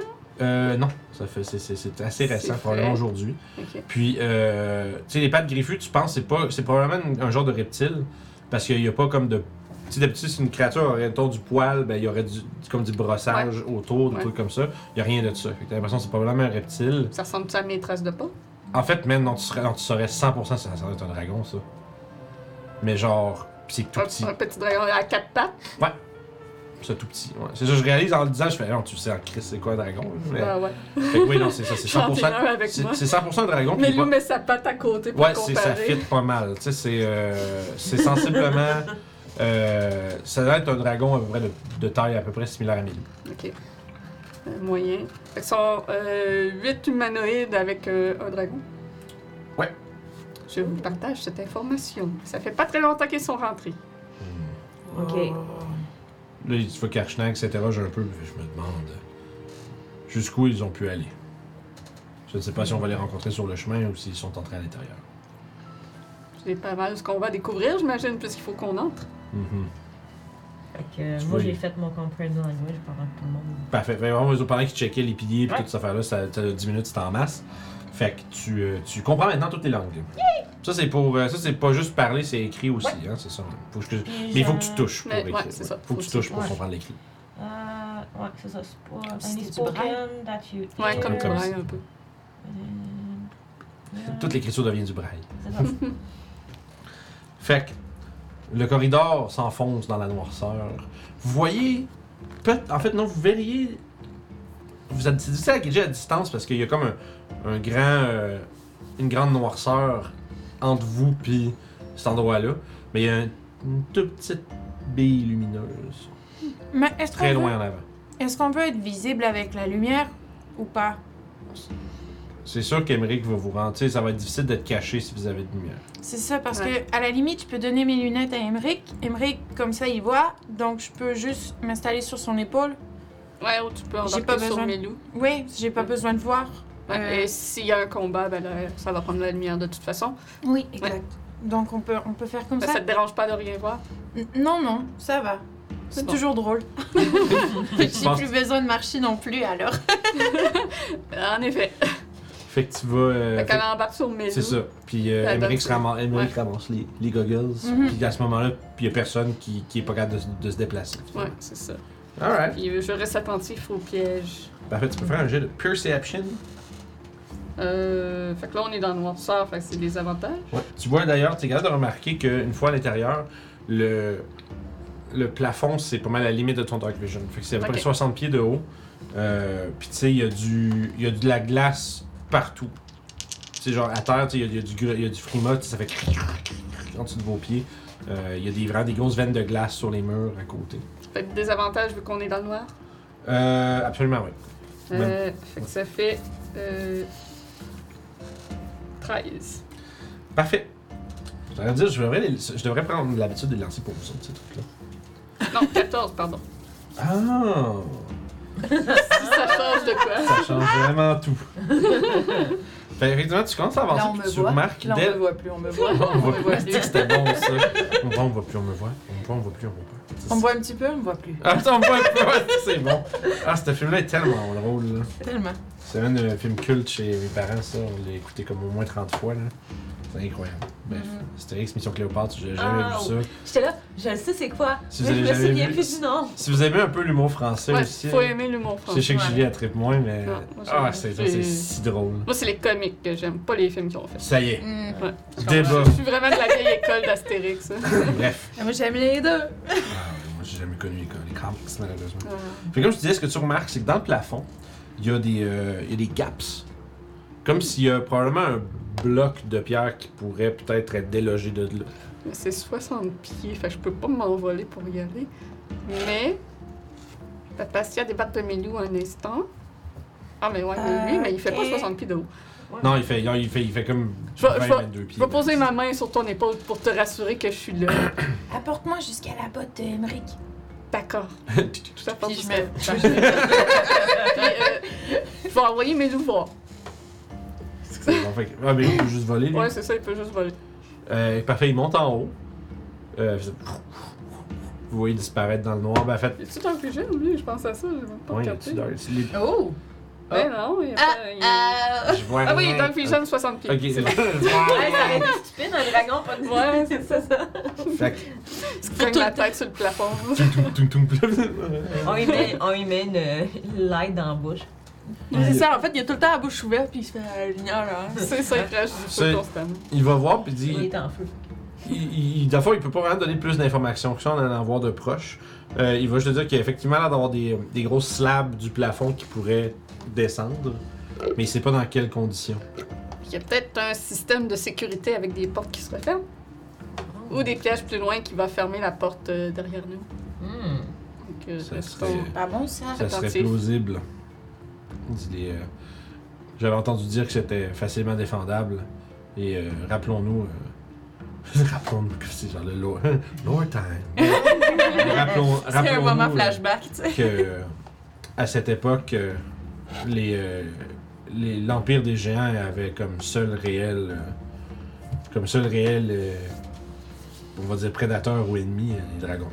Speaker 1: euh, non, ça fait, c'est, c'est- c'est assez
Speaker 3: C'est
Speaker 1: récent,
Speaker 3: frais.
Speaker 1: probablement aujourd'hui.
Speaker 3: Ok.
Speaker 1: Puis, euh, tu sais, les pattes griffues, tu penses, c'est pas, c'est probablement une- un genre de reptile, parce qu'il n'y a pas comme de. Tu sais, d'habitude, si une créature aurait le ton du poil, ben, il y aurait du, du- comme du brossage autour, des
Speaker 3: Ouais.
Speaker 1: trucs comme ça. Il n'y a rien de ça. Fait que t'as l'impression que c'est probablement un reptile.
Speaker 3: Ça ressemble-tu à mes traces de pas?
Speaker 1: En fait, même, non, tu serais, non, tu saurais 100% ça, ça doit être un dragon, ça. Mais genre, pis c'est tout
Speaker 3: Un,
Speaker 1: petit.
Speaker 3: un petit dragon à quatre pattes?
Speaker 1: Ouais. C'est tout petit. Ouais. C'est ça, je réalise en le disant, je fais, non, tu sais, en Christ, c'est quoi un dragon? là? Mais-
Speaker 3: Ah ouais.
Speaker 1: Fait que oui, non, c'est ça, c'est
Speaker 3: J'en ai
Speaker 1: 100%.
Speaker 3: un avec moi.
Speaker 1: C'est c'est 100% un dragon.
Speaker 3: Mais
Speaker 1: puis
Speaker 3: lui
Speaker 1: pas-
Speaker 3: met sa patte à côté pour
Speaker 1: Ouais, c'est- ça fit
Speaker 3: comparer.
Speaker 1: pas mal. Tu sais, c'est euh, c'est sensiblement. euh, ça doit être un dragon à peu près de, de taille à peu près similaire à Milou.
Speaker 3: Ok. Euh, moyen. Fait que sont euh, 8 humanoïdes avec euh, un dragon.
Speaker 1: Ouais.
Speaker 3: Je vous partage cette information. Ça fait pas très longtemps qu'ils sont rentrés.
Speaker 5: Ok.
Speaker 1: Là, il faut qu'Archnag s'interroge un peu, mais je me demande jusqu'où ils ont pu aller. Je ne sais pas si on va les rencontrer sur le chemin ou s'ils sont entrés à l'intérieur.
Speaker 3: C'est pas mal ce qu'on va découvrir, j'imagine, puisqu'il faut qu'on entre.
Speaker 1: Mhm.
Speaker 5: Fait que, euh,
Speaker 1: Tu
Speaker 5: moi,
Speaker 1: vois,
Speaker 5: j'ai
Speaker 1: il-
Speaker 5: fait mon comprendre language pendant que tout le monde.
Speaker 1: Parfait. Fait vraiment, ils ont parlé qu'ils checkaient les piliers et
Speaker 5: Ouais.
Speaker 1: toute cette affaire-là. Ça, t'as 10 minutes, c'était en masse. Fait que tu, euh, tu comprends maintenant toutes les langues. Ça, c'est pour. euh, ça, c'est pas juste parler, c'est écrit aussi. Hein, c'est ça. Faut que je-
Speaker 5: Puis
Speaker 1: Mais il faut
Speaker 5: je-
Speaker 1: que tu touches pour
Speaker 3: Mais,
Speaker 1: écrire.
Speaker 3: ouais, c'est ça.
Speaker 1: Faut que tu touches pour
Speaker 5: Ouais.
Speaker 1: comprendre l'écrit.
Speaker 5: Euh, ouais, c'est ça. C'est pas.
Speaker 6: si
Speaker 5: any
Speaker 6: c'était du
Speaker 5: spoken
Speaker 6: braille.
Speaker 5: that you
Speaker 3: Ouais,
Speaker 5: hear.
Speaker 3: comme
Speaker 1: Comme
Speaker 3: toi,
Speaker 1: ça.
Speaker 3: un peu.
Speaker 5: Euh,
Speaker 1: Toute l'écriture devient du braille.
Speaker 5: c'est ça.
Speaker 1: Fait que le corridor s'enfonce dans la noirceur. Vous voyez, peut- en fait, non, vous verriez. Vous êtes c'est difficile à gager à distance parce qu'il y a comme un, un grand, euh, une grande noirceur entre vous puis cet endroit-là. Mais il y a un- une toute petite bille lumineuse
Speaker 6: Mais est-ce
Speaker 1: très
Speaker 6: qu'on peut,
Speaker 1: loin en avant.
Speaker 6: est-ce qu'on peut être visible avec la lumière ou pas?
Speaker 1: C'est sûr qu'Emeric va vous rendre. tu sais, ça va être difficile d'être caché si vous avez de lumière.
Speaker 6: C'est ça, parce
Speaker 3: Ouais.
Speaker 6: que à la limite, je peux donner mes lunettes à Emric. Emric, comme ça, il voit. Donc, je peux juste m'installer sur son épaule.
Speaker 3: Ouais, ou tu peux
Speaker 6: J'ai
Speaker 3: embarquer
Speaker 6: pas
Speaker 3: sur
Speaker 6: besoin.
Speaker 3: mes loups.
Speaker 6: Oui, j'ai pas besoin de voir.
Speaker 3: Ouais,
Speaker 6: Euh,
Speaker 3: Et s'il y a un combat, ben là, ça va prendre la lumière de toute façon.
Speaker 6: Oui,
Speaker 3: exact.
Speaker 6: Donc, on peut, on peut faire comme
Speaker 3: Ça,
Speaker 6: ça.
Speaker 3: Bah, ça te dérange pas de rien voir?
Speaker 6: N- Non, non, ça va. C'est
Speaker 3: Bon.
Speaker 6: toujours drôle. J'ai
Speaker 1: penses-
Speaker 6: plus besoin de marcher non plus, alors.
Speaker 3: En effet.
Speaker 1: Fait que tu vas. euh,
Speaker 3: Fait
Speaker 1: fait-
Speaker 3: qu'elle embarque sur mes loups.
Speaker 1: C'est ça. Puis euh,
Speaker 3: Ça
Speaker 1: Emmerich
Speaker 3: donne-
Speaker 1: ramasse, Emmerich ramasse les, les goggles.
Speaker 6: Mhm.
Speaker 1: Puis à ce moment-là, il y a personne qui, qui est pas capable de, se- de se déplacer.
Speaker 3: Ouais, c'est ça.
Speaker 1: Alright.
Speaker 3: Puis euh, je reste attentif aux pièges.
Speaker 1: Parfait, tu peux faire un jet de Perception.
Speaker 3: Euh, fait que là, on est dans le noirceur, fait que c'est des avantages.
Speaker 1: Ouais. Tu vois d'ailleurs, tu es capable de remarquer qu'une fois à l'intérieur, le, le plafond, c'est pas mal la limite de ton Dark Vision. Fait que c'est à peu près
Speaker 3: Ok.
Speaker 1: 60 pieds de haut. Euh, puis tu sais, il y, a du- il y a de la glace partout. Tu sais, genre à terre, tu sais, il y, a- il y a du gr- il y a du frima, tu sais, ça fait cric, cric, cric en dessous de vos pieds. Euh, Il y a des, vraiment des grosses veines de glace sur les murs à côté.
Speaker 3: Fait que des avantages vu qu'on est dans le noir.
Speaker 1: Euh, absolument, oui.
Speaker 3: Euh, fait que ça fait euh, 13.
Speaker 1: Parfait. J'allais dire, je devrais, les- je devrais prendre l'habitude de les lancer pour vous autres, ces trucs-là.
Speaker 3: Non, 14, pardon.
Speaker 1: Ah!
Speaker 3: Si ça change de quoi?
Speaker 1: Ça change vraiment tout. fait, effectivement, tu commences à avancer,
Speaker 6: Là, on
Speaker 1: puis
Speaker 6: me
Speaker 1: tu
Speaker 6: voit.
Speaker 1: remarques
Speaker 6: Là, on
Speaker 1: dès-
Speaker 6: me voit plus, on me voit.
Speaker 1: On me voit
Speaker 6: me
Speaker 1: plus.
Speaker 6: voit
Speaker 1: C'était que c'était bon, ça. On me voit, on me voit plus, on me voit. On me voit, on me voit plus, on me voit pas.
Speaker 6: On me voit un petit peu, on me voit plus.
Speaker 1: Ah, putain, on me voit plus, ouais, c'est bon. Ah, ce film-là est tellement drôle, là.
Speaker 6: Tellement.
Speaker 1: C'est un euh, film culte chez mes parents, ça. On l'a écouté comme au moins 30 fois, là. C'est incroyable. Bref,
Speaker 6: Mm-hmm.
Speaker 1: c'était X Mission Cléopâtre, j'ai jamais
Speaker 5: Ah,
Speaker 1: vu ça.
Speaker 6: oh.
Speaker 5: J'étais là, je le sais c'est quoi,
Speaker 1: Si vous
Speaker 5: mais je
Speaker 1: avez
Speaker 5: me
Speaker 1: jamais
Speaker 5: souviens
Speaker 1: vu-
Speaker 5: plus du nom.
Speaker 1: Si vous aimez un peu l'humour français
Speaker 3: Ouais,
Speaker 1: aussi.
Speaker 3: faut
Speaker 1: hein,
Speaker 3: aimer l'humour
Speaker 1: Je
Speaker 3: français.
Speaker 1: sais que Julie elle tripe moins, mais.
Speaker 3: Non, moi, j'aime
Speaker 1: ah,
Speaker 3: bien.
Speaker 1: c'est c'est
Speaker 3: J'ai-
Speaker 1: si drôle.
Speaker 3: Moi, c'est les comiques que j'aime, pas les films qu'ils ont fait.
Speaker 1: Ça y est,
Speaker 6: Mm.
Speaker 1: débat.
Speaker 3: Je suis vraiment de la vieille école d'Astérix. hein.
Speaker 1: Bref.
Speaker 6: Ah, Moi, j'aime les deux.
Speaker 1: Ah, Moi, j'ai jamais connu les, co- les comics, malheureusement. Fait que comme je te disais, ce que tu remarques, c'est que dans le plafond, il y, a des, euh, il y a des gaps. Comme s'il y a probablement un bloc de pierre qui pourrait peut-être être délogé de là.
Speaker 3: Mais C'est 60 pieds, fait que je peux pas m'envoler pour y aller. Mais. Papacia débarque de mes loups un instant. Ah, mais ouais, mais lui, mais il fait pas
Speaker 6: Ok.
Speaker 3: 60 pieds de haut.
Speaker 1: Non, il fait, non, il fait, il fait comme
Speaker 3: Je vais- je vais-
Speaker 1: 20-22 pieds.
Speaker 3: Je vais poser ma main sur ton épaule pour te rassurer que je suis là.
Speaker 6: Apporte-moi jusqu'à la botte de Emric.
Speaker 3: D'accord.
Speaker 1: Ah,
Speaker 3: Tout à fait.
Speaker 6: Puis je me-
Speaker 3: Puis, euh, je vais envoyer mes loups voir.
Speaker 1: C'est bon, fait que- ah, mais il peut juste voler, lui.
Speaker 3: Ouais, c'est ça, il peut juste voler.
Speaker 1: Euh, parfait, il monte en haut. Euh, vous voyez disparaître dans le noir. Ben, en fait,
Speaker 3: Est-tu dans le pigeon, lui? Je pense à ça, je vais même pas
Speaker 1: ouais, il y a-tu
Speaker 3: capté. Ah
Speaker 1: d'ailleurs- c'est les-
Speaker 6: Oh!
Speaker 3: Mais non, il y a pas... il-
Speaker 1: Je vois
Speaker 3: Ah oui,
Speaker 1: rien.
Speaker 3: dans le pigeon, 60 pieds.
Speaker 1: Ok,
Speaker 3: C'est bon.
Speaker 5: Ouais, ça aurait été stupide, un dragon, pas de
Speaker 3: Ouais, c'est ça.
Speaker 1: Fait que-
Speaker 3: Tu cognes la tête sur le plafond.
Speaker 1: Toum, toum, toum.
Speaker 5: On y met, on y met une euh, light dans la bouche.
Speaker 6: Mais C'est ça, en fait, il euh, a tout le temps la bouche ouverte, puis il se fait la lumière, là.
Speaker 3: C'est ça, il crache du
Speaker 1: C'est-
Speaker 3: feu constamment.
Speaker 1: Il va voir puis il
Speaker 5: Il
Speaker 1: dit
Speaker 5: est en feu.
Speaker 1: il, il, dans le fond, il peut pas vraiment donner plus d'informations que ça en allant voir de proche. Euh, il va juste te dire qu'il y a effectivement l'air d'avoir des, des grosses slabs du plafond qui pourraient descendre, mais il sait pas dans quelles conditions.
Speaker 3: Il y a peut-être un système de sécurité avec des portes qui se referment. Ou des pièges plus loin qui va fermer la porte euh, derrière nous.
Speaker 5: Hmm.
Speaker 3: Donc, euh,
Speaker 1: Ça
Speaker 3: restons-
Speaker 1: serait-
Speaker 6: Pas Ah bon ça.
Speaker 1: Ça serait
Speaker 3: Attentif.
Speaker 1: plausible. Il est, euh, J'avais entendu dire que c'était facilement défendable. Et euh, rappelons-nous. euh, rappelons-nous que c'est genre le lore, lore time. Rappelons-
Speaker 6: C'est un
Speaker 1: rappelons-nous,
Speaker 6: moment
Speaker 1: euh,
Speaker 6: flashback, tu sais.
Speaker 1: que euh, à cette époque, euh, les, euh, les- l'empire des géants avait comme seul réel, euh, comme seul réel, euh, on va dire prédateur ou ennemi, euh, les dragons.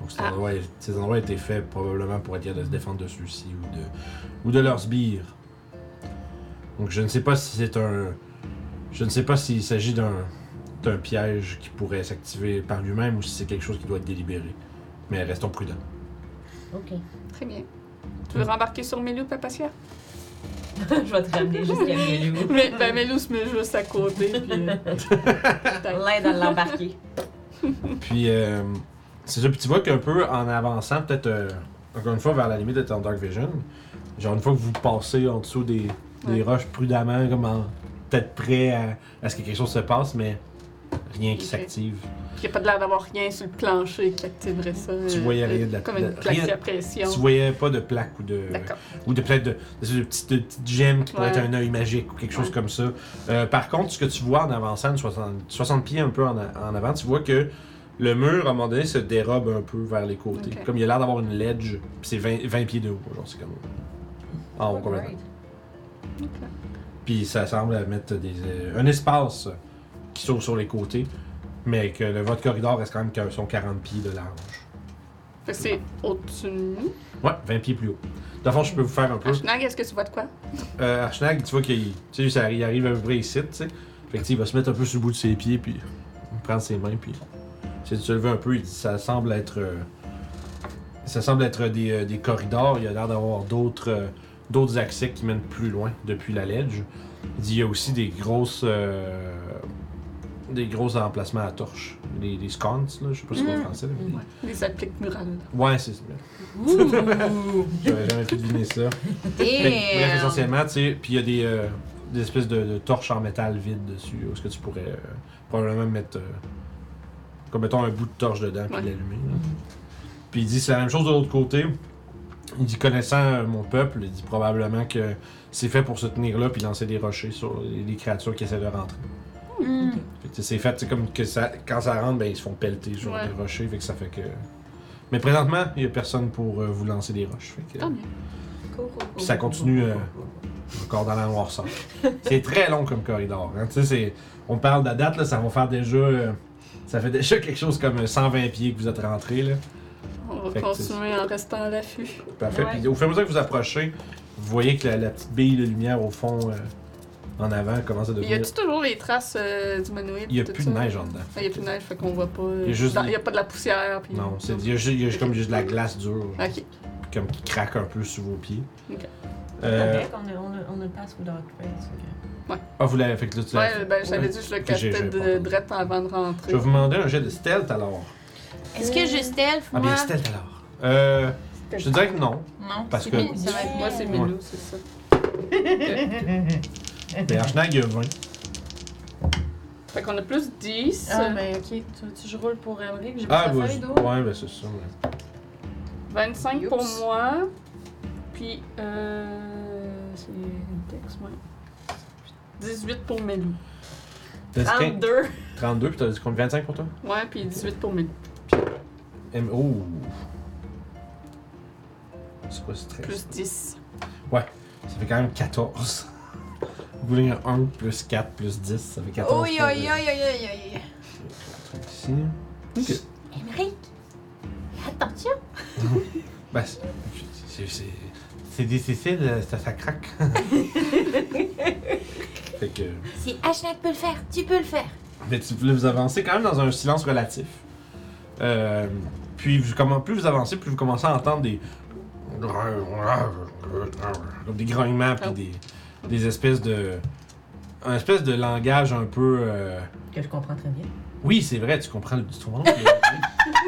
Speaker 1: Donc cet
Speaker 3: Ah.
Speaker 1: endroit- ces endroits étaient faits probablement pour être capable de se défendre de ceux-ci ou de, ou de leurs sbires. Donc je ne sais pas si c'est un, je ne sais pas s'il s'agit d'un d'un piège qui pourrait s'activer par lui-même ou si c'est quelque chose qui doit être délibéré. Mais restons prudents.
Speaker 5: Ok.
Speaker 3: Très bien. Tu veux rembarquer sur Mélou, Papacia?
Speaker 5: je vais te ramener jusqu'à Mélou.
Speaker 3: Mais, ben, Mélou se met juste à côté. Puis, euh,
Speaker 5: L'aide à l'embarquer.
Speaker 1: Puis, euh, c'est ça. Puis tu vois qu'un peu en avançant, peut-être euh, encore une fois vers la limite de ton Dark Vision, genre une fois que vous passez en dessous des, des
Speaker 3: Ouais.
Speaker 1: roches prudemment, comme en- peut-être prêt à, à ce que quelque chose se passe, mais rien qui
Speaker 3: Ok.
Speaker 1: s'active.
Speaker 3: Il n'y a pas de l'air d'avoir rien sur le plancher qui activerait ça.
Speaker 1: Tu
Speaker 3: euh,
Speaker 1: voyais rien de la-
Speaker 3: Comme une
Speaker 1: de-
Speaker 3: plaque
Speaker 1: rien-
Speaker 3: à pression.
Speaker 1: Tu voyais pas de plaque ou de.
Speaker 3: D'accord.
Speaker 1: Ou de peut-être de, de, de petites, de petites gemmes qui pourraient
Speaker 3: Ouais.
Speaker 1: être un œil magique ou quelque chose
Speaker 3: Ouais.
Speaker 1: comme ça. Euh, par contre, ce que tu vois en avançant de 60, 60 pieds un peu en, a- en avant, tu vois que le mur, à un moment donné, se dérobe un peu vers les côtés.
Speaker 3: Ok.
Speaker 1: Comme il a l'air d'avoir une ledge, puis c'est 20, 20 pieds de haut. Genre, c'est comme. En haut, complètement. Puis ça semble mettre des, euh, un espace qui s'ouvre sur les côtés, mais que le, votre corridor reste quand même qu'un son 40 pieds de large.
Speaker 3: Fait que c'est au-dessus de nous.
Speaker 1: Ouais, 20 pieds plus haut. Dans le fond, je peux vous faire un peu.
Speaker 3: Archnag, est-ce que tu vois de quoi?
Speaker 1: Euh, Archnag, tu vois qu'il tu sais, ça- il arrive à vrai ici, tu sais. Fait que, tu sais, il va se mettre un peu sur le bout de ses pieds, puis il prend ses mains, puis si tu le veux un peu, il dit, ça semble être. euh, ça semble être des, euh, des corridors. Il a l'air d'avoir d'autres euh, d'autres accès qui mènent plus loin depuis la ledge. Il dit, il y a aussi des grosses. euh, des gros emplacements à torches. Des, des sconces, là, je sais pas si c'est en
Speaker 6: Mm.
Speaker 1: français. là, mais-
Speaker 3: Les appliques murales.
Speaker 1: Ouais, c'est ça. J'aurais jamais pu deviner ça. Mais, bref,
Speaker 3: Euh,
Speaker 6: Damn!
Speaker 1: essentiellement, tu sais, puis il y a des, euh, des espèces de, de torches en métal vide dessus, où est-ce que tu pourrais euh, probablement mettre, euh, comme mettons, un bout de torche dedans, puis
Speaker 3: Ouais.
Speaker 1: l'allumer. là. Puis il dit, c'est la même chose de l'autre côté. Il dit, connaissant euh, mon peuple, il dit probablement que c'est fait pour se tenir là, puis lancer des rochers sur les, les créatures qui essaient de rentrer.
Speaker 6: Hmm.
Speaker 1: Fait que, tu sais, c'est fait, tu sais, comme que ça, quand ça rentre, ben, ils se font pelleter sur
Speaker 3: Ouais.
Speaker 1: des rochers, fait que ça fait que... Mais présentement, il y a personne pour euh, vous lancer des roches. fait que-
Speaker 3: Tant mieux.
Speaker 1: puis ça continue euh, encore dans la noirceur. c'est très long comme corridor. hein. Tu sais, c'est- on parle de la date, là, ça va faire déjà. euh, ça fait déjà quelque chose comme 120 pieds que vous êtes rentré. Là.
Speaker 3: On
Speaker 1: Fait
Speaker 3: va
Speaker 1: que
Speaker 3: continuer en restant à l'affût.
Speaker 1: Parfait.
Speaker 5: Ouais.
Speaker 1: Puis au fur et à mesure que vous approchez, vous voyez que la, la petite bille de lumière au fond, euh, en avant, commence à
Speaker 3: Y
Speaker 1: devenir.
Speaker 3: a-tu toujours les traces euh, du manoïde?
Speaker 1: Il n'y a
Speaker 3: tout
Speaker 1: plus
Speaker 3: ça? Ah,
Speaker 1: de neige en dedans.
Speaker 3: Il a plus de neige, fait qu'on voit pas.
Speaker 1: Il y a juste
Speaker 3: dans-
Speaker 1: des-
Speaker 3: y a pas de la poussière. Puis...
Speaker 1: Non, c'est- il y a, ju- il y a comme juste de la glace dure, genre,
Speaker 3: Ok.
Speaker 1: comme qui craque un peu sous vos pieds.
Speaker 3: Ok.
Speaker 1: Euh,
Speaker 5: Avec, on a- on a- on a le passe without trace. ok.
Speaker 1: ah, vous l'avez fait que là, tu l'as
Speaker 3: Ouais, ben j'avais dit, je le
Speaker 1: J'ai- j'ai
Speaker 3: captais
Speaker 1: pas
Speaker 3: de
Speaker 1: entendu.
Speaker 3: drette avant de rentrer.
Speaker 1: Je vais vous demander un jet de stealth alors.
Speaker 6: Est-ce que je stealth,
Speaker 1: Ah, bien,
Speaker 6: moi?
Speaker 1: stealth alors. Euh, je te dirais que non.
Speaker 6: Non,
Speaker 1: Parce
Speaker 6: c'est
Speaker 1: que-
Speaker 6: lui, ça va être
Speaker 3: Moi, c'est
Speaker 1: Ouais.
Speaker 3: Mélou, c'est ça.
Speaker 1: Mais Archnag, il y a 20.
Speaker 3: Fait qu'on a plus 10.
Speaker 6: Ah, ben ok. Tu veux que je roule pour Emery? J'ai
Speaker 1: Ah,
Speaker 6: pas
Speaker 1: bah,
Speaker 6: fait
Speaker 1: je-
Speaker 6: d'eau.
Speaker 1: ouais, ben c'est ça. ouais.
Speaker 3: 25 pour
Speaker 6: Oups.
Speaker 3: moi. Puis, euh. C'est une texte, ouais. 18 pour Mélou.
Speaker 1: T'as dit quin-
Speaker 3: 32.
Speaker 1: 32, puis t'as dit combien 25 pour toi
Speaker 3: Ouais, puis 18 pour Mélou.
Speaker 1: M. Oh C'est quoi ce stress
Speaker 3: Plus 10.
Speaker 1: Ça fait quand même 14. Vous voulez un 1 plus 4 plus 10, ça fait 14.
Speaker 6: Oi, oi,
Speaker 1: pour, euh,
Speaker 6: oi, oi, oi, oi.
Speaker 1: Ici. Ok.
Speaker 6: Emery, attention.
Speaker 1: Ben, c'est- c'est- c'est- c'est difficile, euh, ça, ça craque. fait que.
Speaker 6: Si Ashnak E peut le faire, tu peux le faire.
Speaker 1: Mais tu- là, vous avancez quand même dans un silence relatif. Euh, puis vous, comment, plus vous avancez, plus vous commencez à entendre des. comme des grognements, puis
Speaker 6: Oh.
Speaker 1: des, des espèces de. Un espèce de langage un peu. euh,
Speaker 5: Que je comprends très bien.
Speaker 1: Oui, c'est vrai, tu comprends le petit trou.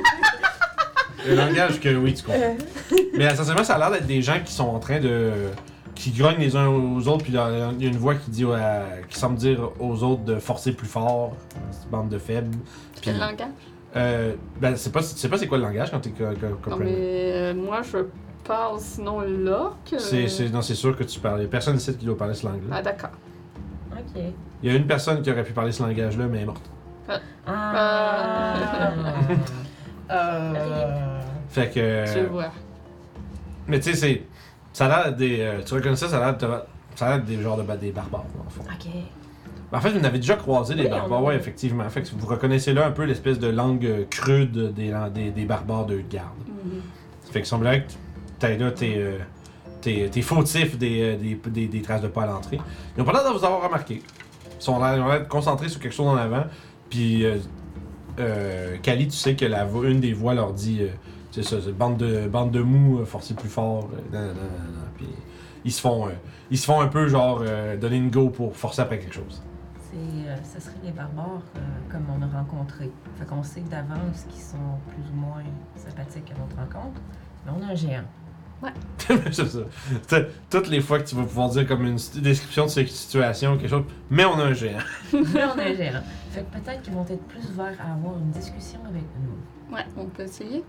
Speaker 1: Le langage que oui, tu comprends. Mais essentiellement, ça a l'air d'être des gens qui sont en train de. qui grognent les uns aux autres, puis il y a il y a une voix qui dit à- qui semble dire aux autres de forcer plus fort, cette bande de faibles. Puis,
Speaker 3: Quel langage?
Speaker 1: euh, ben, c'est pas, c'est pas c'est quoi le langage quand t'es co- co-
Speaker 3: Non,
Speaker 1: comprendre.
Speaker 3: mais euh, moi, je parle sinon l'orque. euh,
Speaker 1: C'est, c'est- non, c'est sûr que tu parles. Il y a personne ici qui doit parler ce langage-là.
Speaker 3: Ah, d'accord.
Speaker 5: Ok.
Speaker 1: Il y a une personne qui aurait pu parler ce langage-là, mais elle est morte.
Speaker 5: Ah. Euh,
Speaker 1: Fait que.
Speaker 3: Tu vois.
Speaker 1: Mais tu sais, c'est. Ça a l'air d'être des. euh, tu reconnais ça, ça a l'air de- Ça a l'air des genres de ba- des barbares, en fond.
Speaker 5: Ok.
Speaker 1: En fait, vous en avez déjà croisé des
Speaker 5: Oui,
Speaker 1: barbares,
Speaker 5: on a-
Speaker 1: ouais, effectivement. Fait que vous reconnaissez là un peu l'espèce de langue euh, crude des, lan- des, des barbares de garde.
Speaker 6: Mhm.
Speaker 1: Fait qu'il semblerait que t'es là, t'es. euh, t'es t'es fautif des, euh, des, des, des traces de pas à l'entrée. Ils ont pas l'air de vous avoir remarqué. Ils sont l'air ils ont l'air concentrés sur quelque chose en avant. Puis, euh, euh, Kali, tu sais que la voix- une des voix leur dit euh, c'est ça, c'est bande de, bande de mous, euh, forcez plus fort. euh, nan, nan, nan, nan, nan. Puis, ils se font, euh, ils se font un peu genre euh, donner une go pour forcer après quelque chose.
Speaker 7: C'est, euh, ça serait les barbares euh, comme on a rencontré. Fait qu'on sait d'avance qu'ils sont plus ou moins sympathiques à notre rencontre. Mais on a un géant.
Speaker 1: C'est ça. T'as- Toutes les fois que tu vas pouvoir dire comme une sti- description de cette situation, quelque chose, mais on a un géant.
Speaker 7: Mais on a un géant. Fait que peut-être qu'ils vont être plus ouverts à avoir une discussion avec nous.
Speaker 3: Ouais, on peut essayer.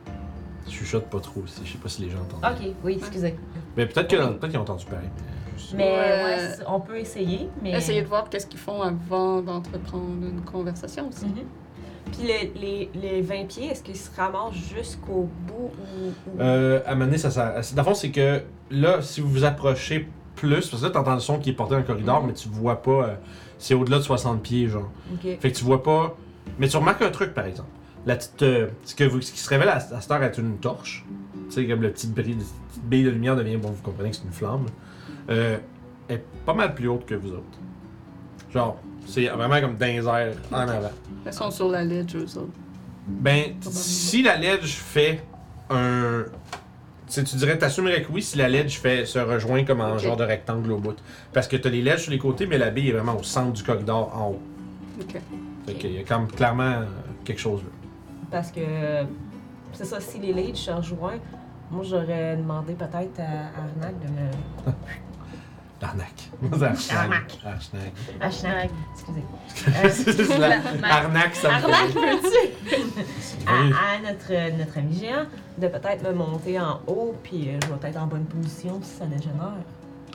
Speaker 1: Je chuchote pas trop aussi, je sais pas si les gens entendent.
Speaker 7: Ok, oui, excusez.
Speaker 1: Mais peut-être que- peut-être qu'ils ont entendu parler. mais je sais
Speaker 7: Mais
Speaker 3: Ouais.
Speaker 7: ouais, c- on peut essayer, mais.
Speaker 3: Essayer de voir qu'est-ce qu'ils font avant d'entreprendre une conversation aussi.
Speaker 5: Mhm. Puis les, les, les 20 pieds, est-ce qu'ils se ramassent jusqu'au bout ou. ou-
Speaker 1: Euh, à un moment donné, ça, ça, dans le fond, c'est que là, si vous vous approchez plus, parce que là, t'entends le son qui est porté dans le corridor, mais tu vois pas. euh, c'est au-delà de 60 pieds, genre.
Speaker 5: Ok.
Speaker 1: Fait que tu vois pas. Mais tu remarques un truc, par exemple. La petite, euh, ce, que vous- ce qui se révèle à, à cette heure être une torche. Tu sais, comme le petit bri- la petite bille de lumière devient. Bon, vous comprenez que c'est une flamme. Euh, elle est pas mal plus haute que vous autres. Genre, c'est vraiment comme dans les airs, en avant.
Speaker 6: Mhm.
Speaker 3: Elles sont sur la ledge, eux autres.
Speaker 1: Ben, si la ledge fait un. Tu sais, tu dirais, t'assumerais que oui si la ledge fait, se rejoint comme un
Speaker 3: Ok.
Speaker 1: genre de rectangle au bout. Parce que t'as les ledges sur les côtés, mais la bille est vraiment au centre du corridor en haut.
Speaker 3: Ok.
Speaker 1: Fait qu'il y a comme clairement euh, quelque chose là.
Speaker 5: Parce que. euh, C'est ça, si les leads se rejoignent, moi j'aurais demandé peut-être à Arnac de me.
Speaker 1: L'arnaque. L'arnaque.
Speaker 5: Arnac, excusez. Euh,
Speaker 1: L'arnaque, ça me fait
Speaker 5: Arnac,
Speaker 1: rire.
Speaker 5: peux-tu?
Speaker 1: C'est
Speaker 5: À,
Speaker 1: vrai.
Speaker 5: à notre, notre ami géant, de peut-être me monter en haut, puis euh, je vais peut-être en bonne position si ça dégénère.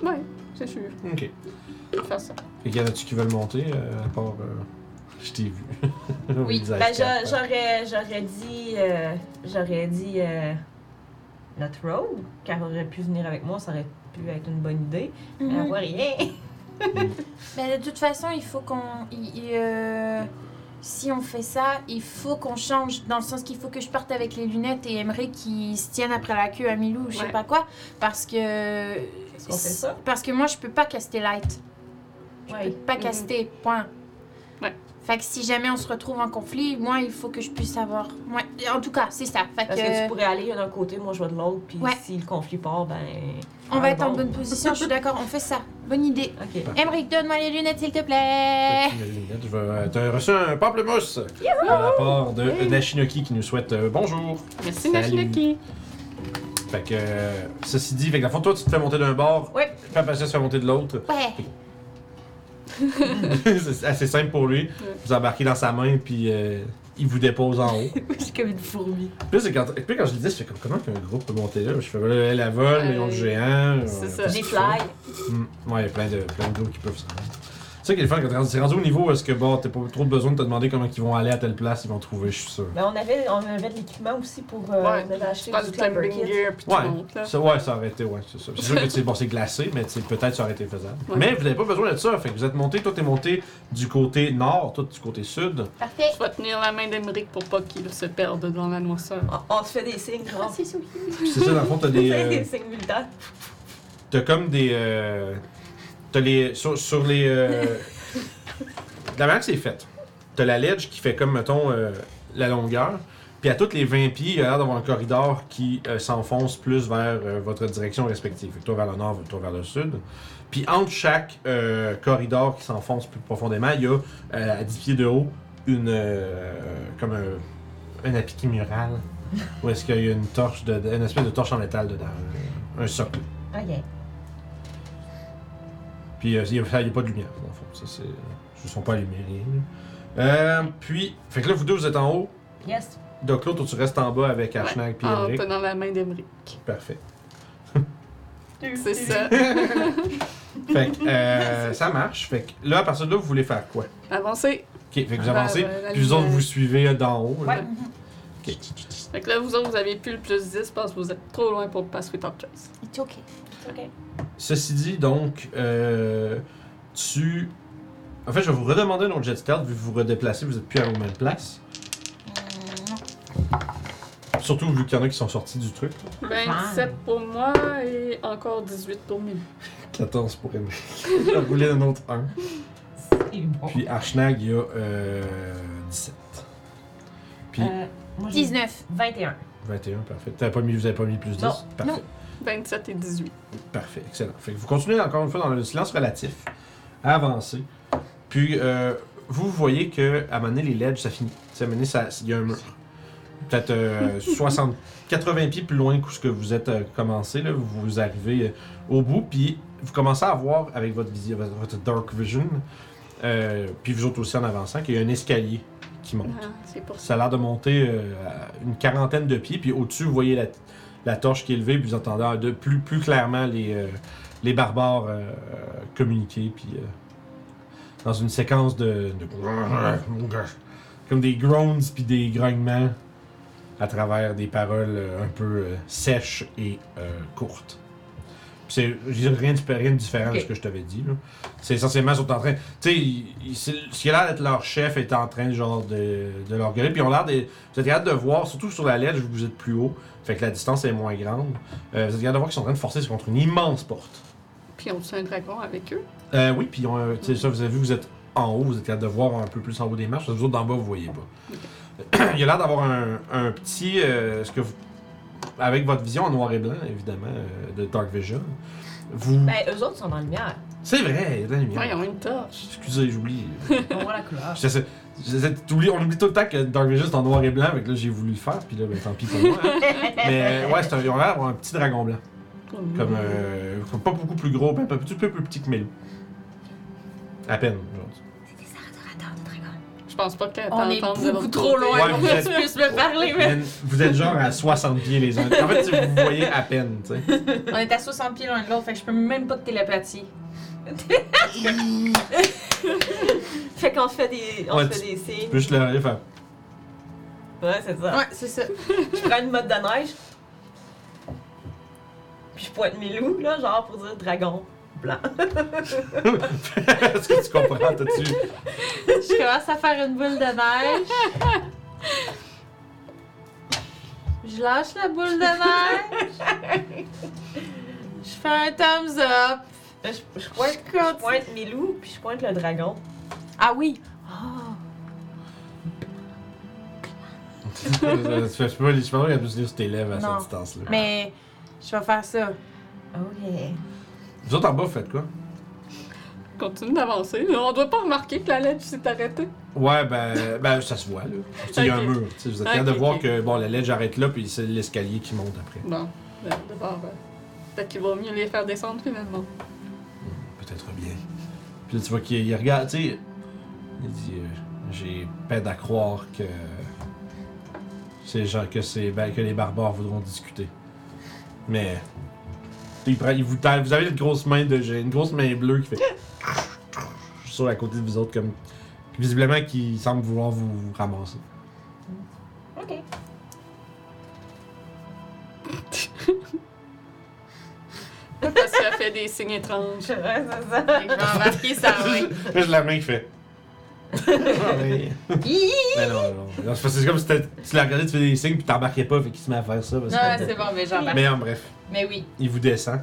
Speaker 3: Ouais, c'est sûr.
Speaker 1: Ok.
Speaker 3: On peut faire ça.
Speaker 1: Fait qu'il y en a-tu qui veulent monter euh, à part. euh, Je t'ai vu.
Speaker 5: Oui,
Speaker 1: Vous êtes
Speaker 5: ben j'a-
Speaker 1: quatre, hein.
Speaker 5: j'aurais, j'aurais dit, euh, j'aurais dit euh, notre road, car aurait pu venir avec moi, ça aurait pu être une bonne idée. Mais
Speaker 6: Mhm.
Speaker 5: elle voit rien.
Speaker 6: Mais Ah, Ben, de toute façon, il faut qu'on. il- il, euh, Si on fait ça, il faut qu'on change, dans le sens qu'il faut que je parte avec les lunettes et aimerait qu'ils se tiennent après la queue à Milou ou je sais
Speaker 3: Ouais.
Speaker 6: pas quoi, parce que. Est-ce
Speaker 5: qu'on fait ça?
Speaker 6: Parce que moi, je peux pas caster light. Je
Speaker 5: Ouais.
Speaker 6: peux pas
Speaker 3: Mhm.
Speaker 6: caster, point.
Speaker 3: Ouais.
Speaker 6: Fait que si jamais on se retrouve en conflit, moi, il faut que je puisse savoir. Ouais. En tout cas, c'est ça. Fait
Speaker 5: Parce que tu pourrais aller d'un côté, moi je vais de l'autre, puis
Speaker 6: Ouais.
Speaker 5: si le conflit part, ben.
Speaker 6: on va
Speaker 5: ah,
Speaker 6: être en
Speaker 5: bon.
Speaker 6: bonne position, je suis d'accord, on fait ça. Bonne idée.
Speaker 5: Ok.
Speaker 6: Emmerich, donne-moi les lunettes, s'il te
Speaker 3: Eh.
Speaker 6: plaît.
Speaker 1: Petite lunette, je vais- euh, T'as reçu un pamplemousse de la part de Nashinoki qui nous souhaite euh, bonjour.
Speaker 3: Merci,
Speaker 1: Salut.
Speaker 3: Nashinoki.
Speaker 1: Fait que, euh, ceci dit, fait que la fois, toi, tu te fais monter d'un bord,
Speaker 5: Ouais.
Speaker 1: Papa Jess se fait monter de l'autre.
Speaker 6: Ouais.
Speaker 1: c'est assez simple pour lui. Vous embarquez dans sa main, puis euh, il vous dépose en haut.
Speaker 7: C'est comme une fourmi.
Speaker 1: puis, c'est quand, puis quand je le dis, je fais comme comment qu'un groupe peut monter là Je fais là, elle, elle vole, mais ils ont le géant.
Speaker 3: Euh, C'est
Speaker 1: euh,
Speaker 3: ça.
Speaker 1: qu'est-ce
Speaker 5: Des
Speaker 1: qu'ils font?
Speaker 5: fly.
Speaker 1: Hum, Ouais, il y a plein de, plein de groupes qui peuvent s'en rendre. C'est ça qui est le fun quand t'es rendu- t'es rendu au niveau, où est-ce que bon, t'as pas trop besoin de te demander comment ils vont aller à telle place, ils vont trouver, je suis sûr.
Speaker 5: Ben, on avait, on avait de l'équipement aussi pour. euh,
Speaker 3: Ouais,
Speaker 5: on avait acheté
Speaker 3: Tu prends
Speaker 5: du
Speaker 3: du
Speaker 5: clapper kit.
Speaker 3: climbing gear puis tu
Speaker 1: Ouais,
Speaker 3: montes, là.
Speaker 1: ça, ouais, ça aurait été, ouais, c'est ça. C'est sûr que c'est bon, c'est glacé, mais c'est peut-être ça aurait été faisable.
Speaker 3: Ouais.
Speaker 1: Mais vous n'avez pas besoin de ça, fait que vous êtes monté, toi t'es monté du côté nord, toi du côté sud.
Speaker 6: Parfait.
Speaker 3: Je vais tenir la main d'Emeric pour pas qu'il se perde dans la noirceur.
Speaker 5: On, on se fait des signes, genre.
Speaker 6: Ah, C'est souris.
Speaker 1: Puis c'est ça, dans le fond, t'as des. euh,
Speaker 5: des signes militaires.
Speaker 1: t'as comme des. euh, t'as les. Sur, sur les. euh, de la manière que c'est fait, t'as la ledge qui fait comme, mettons, euh, la longueur. Puis à toutes les 20 pieds, il y a l'air d'avoir un corridor qui euh, s'enfonce plus vers euh, votre direction respective. Fait que toi vers le nord, toi vers le sud. Puis entre chaque euh, corridor qui s'enfonce plus profondément, il y a euh, à 10 pieds de haut une. euh, comme un, un appliqué mural. Où est-ce qu'il y a une torche, de, une espèce de torche en métal dedans. Un, un socle.
Speaker 5: Ok.
Speaker 1: Puis euh, il n'y a, ça, il y a pas de lumière, dans le fond. Ça, c'est. Ils ne sont pas allumés, rien. là. Euh, puis. Fait que là, vous deux, vous êtes en haut.
Speaker 5: Yes.
Speaker 1: Donc l'autre, tu restes en bas avec Archnag puis
Speaker 3: En
Speaker 1: Elric.
Speaker 3: tenant la main d'Emeric.
Speaker 1: Parfait.
Speaker 3: C'est ça.
Speaker 1: Fait que euh, ça marche. Fait que là, à partir de là, vous voulez faire quoi?
Speaker 3: Avancez.
Speaker 1: Ok, fait que vous
Speaker 3: Vers,
Speaker 1: avancez,
Speaker 3: euh, la
Speaker 1: puis vous autres,
Speaker 3: lumière.
Speaker 1: vous suivez euh, d'en haut. là.
Speaker 5: Ouais.
Speaker 1: Ok.
Speaker 3: Fait que là, vous autres, vous avez plus le plus 10 parce que vous êtes trop loin pour passer Sweet Top Chase.
Speaker 6: It's okay.
Speaker 1: Ceci dit, donc, euh, tu. En fait, je vais vous redemander un autre jet stealth, vu que vous vous redéplacez, vous êtes plus à la même place.
Speaker 3: Euh,
Speaker 6: Mm, non.
Speaker 1: Surtout vu qu'il y en a qui sont sortis du truc.
Speaker 3: 27 pour moi et encore 18 pour Milou.
Speaker 1: 14 pour aimer. Je vais rouler un autre 1.
Speaker 5: C'est bon.
Speaker 1: Puis Archnag, il y a euh, 17. Puis
Speaker 5: Euh, moi, j'ai
Speaker 6: 19.
Speaker 5: 21.
Speaker 1: 21, parfait. T'avais pas mis, vous avez pas mis plus 10?
Speaker 5: Non.
Speaker 1: Parfait.
Speaker 3: 27 et 18.
Speaker 1: Parfait, excellent. Fait que vous continuez encore une fois dans le silence relatif, à avancer. Puis euh, vous voyez que à un moment donné, les ledges, ça finit. Tu sais, à un moment donné, ça- il y a un mur. Peut-être euh, 60, 80 pieds plus loin que ce que vous êtes euh, commencé. Là, vous vous arrivez euh, au bout, puis vous commencez à voir avec votre, vision, votre- votre dark vision, euh, puis vous autres aussi en avançant, qu'il y a un escalier qui monte.
Speaker 3: Ah, c'est pour ça.
Speaker 1: Ça a l'air de monter euh, à une quarantaine de pieds, puis au-dessus, vous voyez la, la torche qui est levée, puis vous entendez euh, de plus, plus clairement les, euh, les barbares euh, euh, communiquer, puis euh, dans une séquence de, de- comme des groans, puis des grognements à travers des paroles euh, un peu euh, sèches et euh, courtes. Puis C'est je dirais rien, de- rien de différent de ce que je t'avais dit. là. C'est essentiellement, ils sont en train. Tu sais, ils- ils- c'est- ce qui a l'air d'être leur chef est en train genre de, de leur gueuler. Puis ils ont l'air des. Vous êtes capable de voir, surtout sur la lettre, vu que vous êtes plus haut, fait que la distance est moins grande. Euh, vous êtes capable de voir qu'ils sont en train de forcer contre une immense porte.
Speaker 3: Puis on tue un dragon avec eux.
Speaker 1: Euh, oui, puis ils ont un- tu sais, ça, vous avez vu, vous êtes en haut, vous êtes capable de voir un peu plus en haut des marches, parce que vous autres d'en bas, vous voyez pas. Il a l'air d'avoir un, un petit. euh, ce que vous- avec votre vision en noir et blanc, évidemment, euh, de Dark Vision, vous.
Speaker 5: Ben, eux autres sont dans la lumière.
Speaker 1: C'est vrai, il y a de la lumière.
Speaker 3: Ouais, ils ont une torche.
Speaker 1: Excusez, j'oublie.
Speaker 5: On voit la couleur.
Speaker 1: J'essaie- j'essaie de t'oublier- on oublie tout le temps que Dark Vision c'est en noir et blanc, fait que là j'ai voulu le faire, puis là ben, tant pis pour moi. hein. Mais ouais, c'est un, ils ont l'air d'avoir un petit dragon blanc. Comme, euh, comme pas beaucoup plus gros, mais un petit peu plus petit que Mélou. À peine, genre.
Speaker 3: Je pense pas qu'elle
Speaker 6: On est
Speaker 3: t'entende de
Speaker 6: beaucoup
Speaker 3: l'autre
Speaker 6: trop
Speaker 3: côté.
Speaker 6: loin
Speaker 1: Ouais,
Speaker 6: pour
Speaker 1: vous
Speaker 6: que
Speaker 1: êtes-
Speaker 6: tu puisses me parler. mais-
Speaker 1: Mais Vous êtes genre à 60 pieds les uns. En fait, vous vous voyez à peine, tu sais.
Speaker 6: On est à 60 pieds l'un de l'autre, fait que je peux même pas te télépathie.
Speaker 5: Fait qu'on fait des, on
Speaker 1: Ouais,
Speaker 5: se
Speaker 1: tu-
Speaker 5: fait des
Speaker 1: Puis
Speaker 5: signes.
Speaker 1: Je le regarde, faire.
Speaker 5: Ouais, c'est ça.
Speaker 6: Ouais, c'est ça.
Speaker 5: Je prends une mode de neige. Puis je pointe mes loups, là, genre pour dire dragon blanc.
Speaker 1: Est-ce que tu comprends? T'as-tu.
Speaker 4: Je commence à faire une boule de neige. Je lâche la boule de neige. Je fais un thumbs up.
Speaker 5: Là, Je, je pointe, je pointe mes loups, puis je pointe le dragon.
Speaker 6: Ah oui!
Speaker 1: Je sais pas, je pense qu'il y a plus lire sur tes lèvres à
Speaker 6: Non.
Speaker 1: cette distance-là.
Speaker 6: Mais je vais faire ça.
Speaker 5: Ok.
Speaker 1: Vous autres en bas, vous faites quoi?
Speaker 3: Continue d'avancer. On doit pas remarquer que la lettre s'est arrêtée.
Speaker 1: Ouais, ben, ben ça se voit, là. Tu sais, Il y a un
Speaker 3: Ok.
Speaker 1: mur. tu sais, Vous êtes
Speaker 3: Ok,
Speaker 1: capable de voir
Speaker 3: ok.
Speaker 1: que bon, la ledge arrête là, puis c'est l'escalier qui monte après.
Speaker 3: Bon, ben, d'abord, euh, peut-être qu'il vaut mieux les faire descendre finalement.
Speaker 1: Peut-être bien. Puis là, tu vois qu'il il regarde, tu sais. Il dit euh, J'ai peine à croire que. Ces gens, que, ces, ben, que les barbares voudront discuter. Mais. Il prend- il vous, tend- vous avez une grosse main de j'ai une grosse main bleue qui fait sur la côté de vous autres comme visiblement qui semble vouloir vous, vous ramasser.
Speaker 5: Ok.
Speaker 3: Parce qu'elle fait des signes étranges.
Speaker 5: Ouais, c'est ça.
Speaker 6: Fait que je vais embarquer ça, oui.
Speaker 1: Là, j'ai la main qui fait. Ouais. Mais Ah, Ben non, non. non, c'est parce que c'est comme si t'as- tu la regardais, tu fais des signes, puis t'embarquais pas, fait qu'il se met à faire ça. parce
Speaker 6: Non,
Speaker 1: que-
Speaker 6: c'est bon, mais j'embarque.
Speaker 1: Mais en bref,
Speaker 6: Mais oui.
Speaker 1: il vous descend.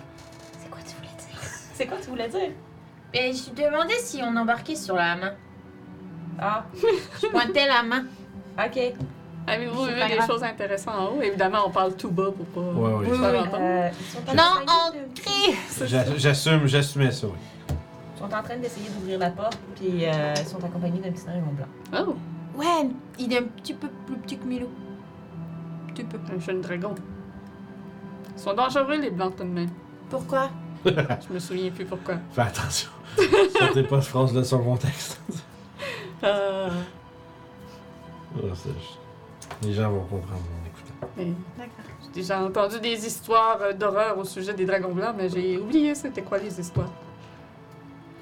Speaker 6: C'est quoi tu voulais dire?
Speaker 5: C'est quoi que tu voulais dire?
Speaker 6: Mais Ben, je me demandais si on embarquait sur la main.
Speaker 5: Ah,
Speaker 6: Je pointais la main.
Speaker 5: ok.
Speaker 3: Avez-vous
Speaker 6: C'est
Speaker 3: vu
Speaker 6: pas
Speaker 3: des
Speaker 6: grave.
Speaker 3: choses intéressantes en haut? Évidemment, on parle tout bas pour pas.
Speaker 1: Ouais, ouais.
Speaker 3: pour se faire
Speaker 6: Oui, oui.
Speaker 3: entendre.
Speaker 5: Euh, ils sont en
Speaker 6: Non,
Speaker 5: train de-
Speaker 6: on crie!
Speaker 1: J'a- J'assume, j'assumais ça, oui.
Speaker 5: Ils sont en train d'essayer d'ouvrir la porte, puis euh, ils sont accompagnés d'un petit dragon blanc.
Speaker 3: Oh!
Speaker 6: Ouais, il est un petit peu plus petit que Milo. Un petit peu.
Speaker 3: Un jeune dragon. Ils sont dangereux, les blancs tout de même.
Speaker 6: Pourquoi
Speaker 1: Ah.
Speaker 3: Je me souviens plus pourquoi.
Speaker 1: Fais attention. Sortez pas de phrase de son contexte.
Speaker 3: Euh,
Speaker 1: Ah, c'est juste- Les gens vont comprendre en écoutant.
Speaker 3: mais
Speaker 6: D'accord.
Speaker 3: j'ai déjà entendu des histoires euh, d'horreur au sujet des dragons blancs, mais j'ai oublié c'était quoi les histoires.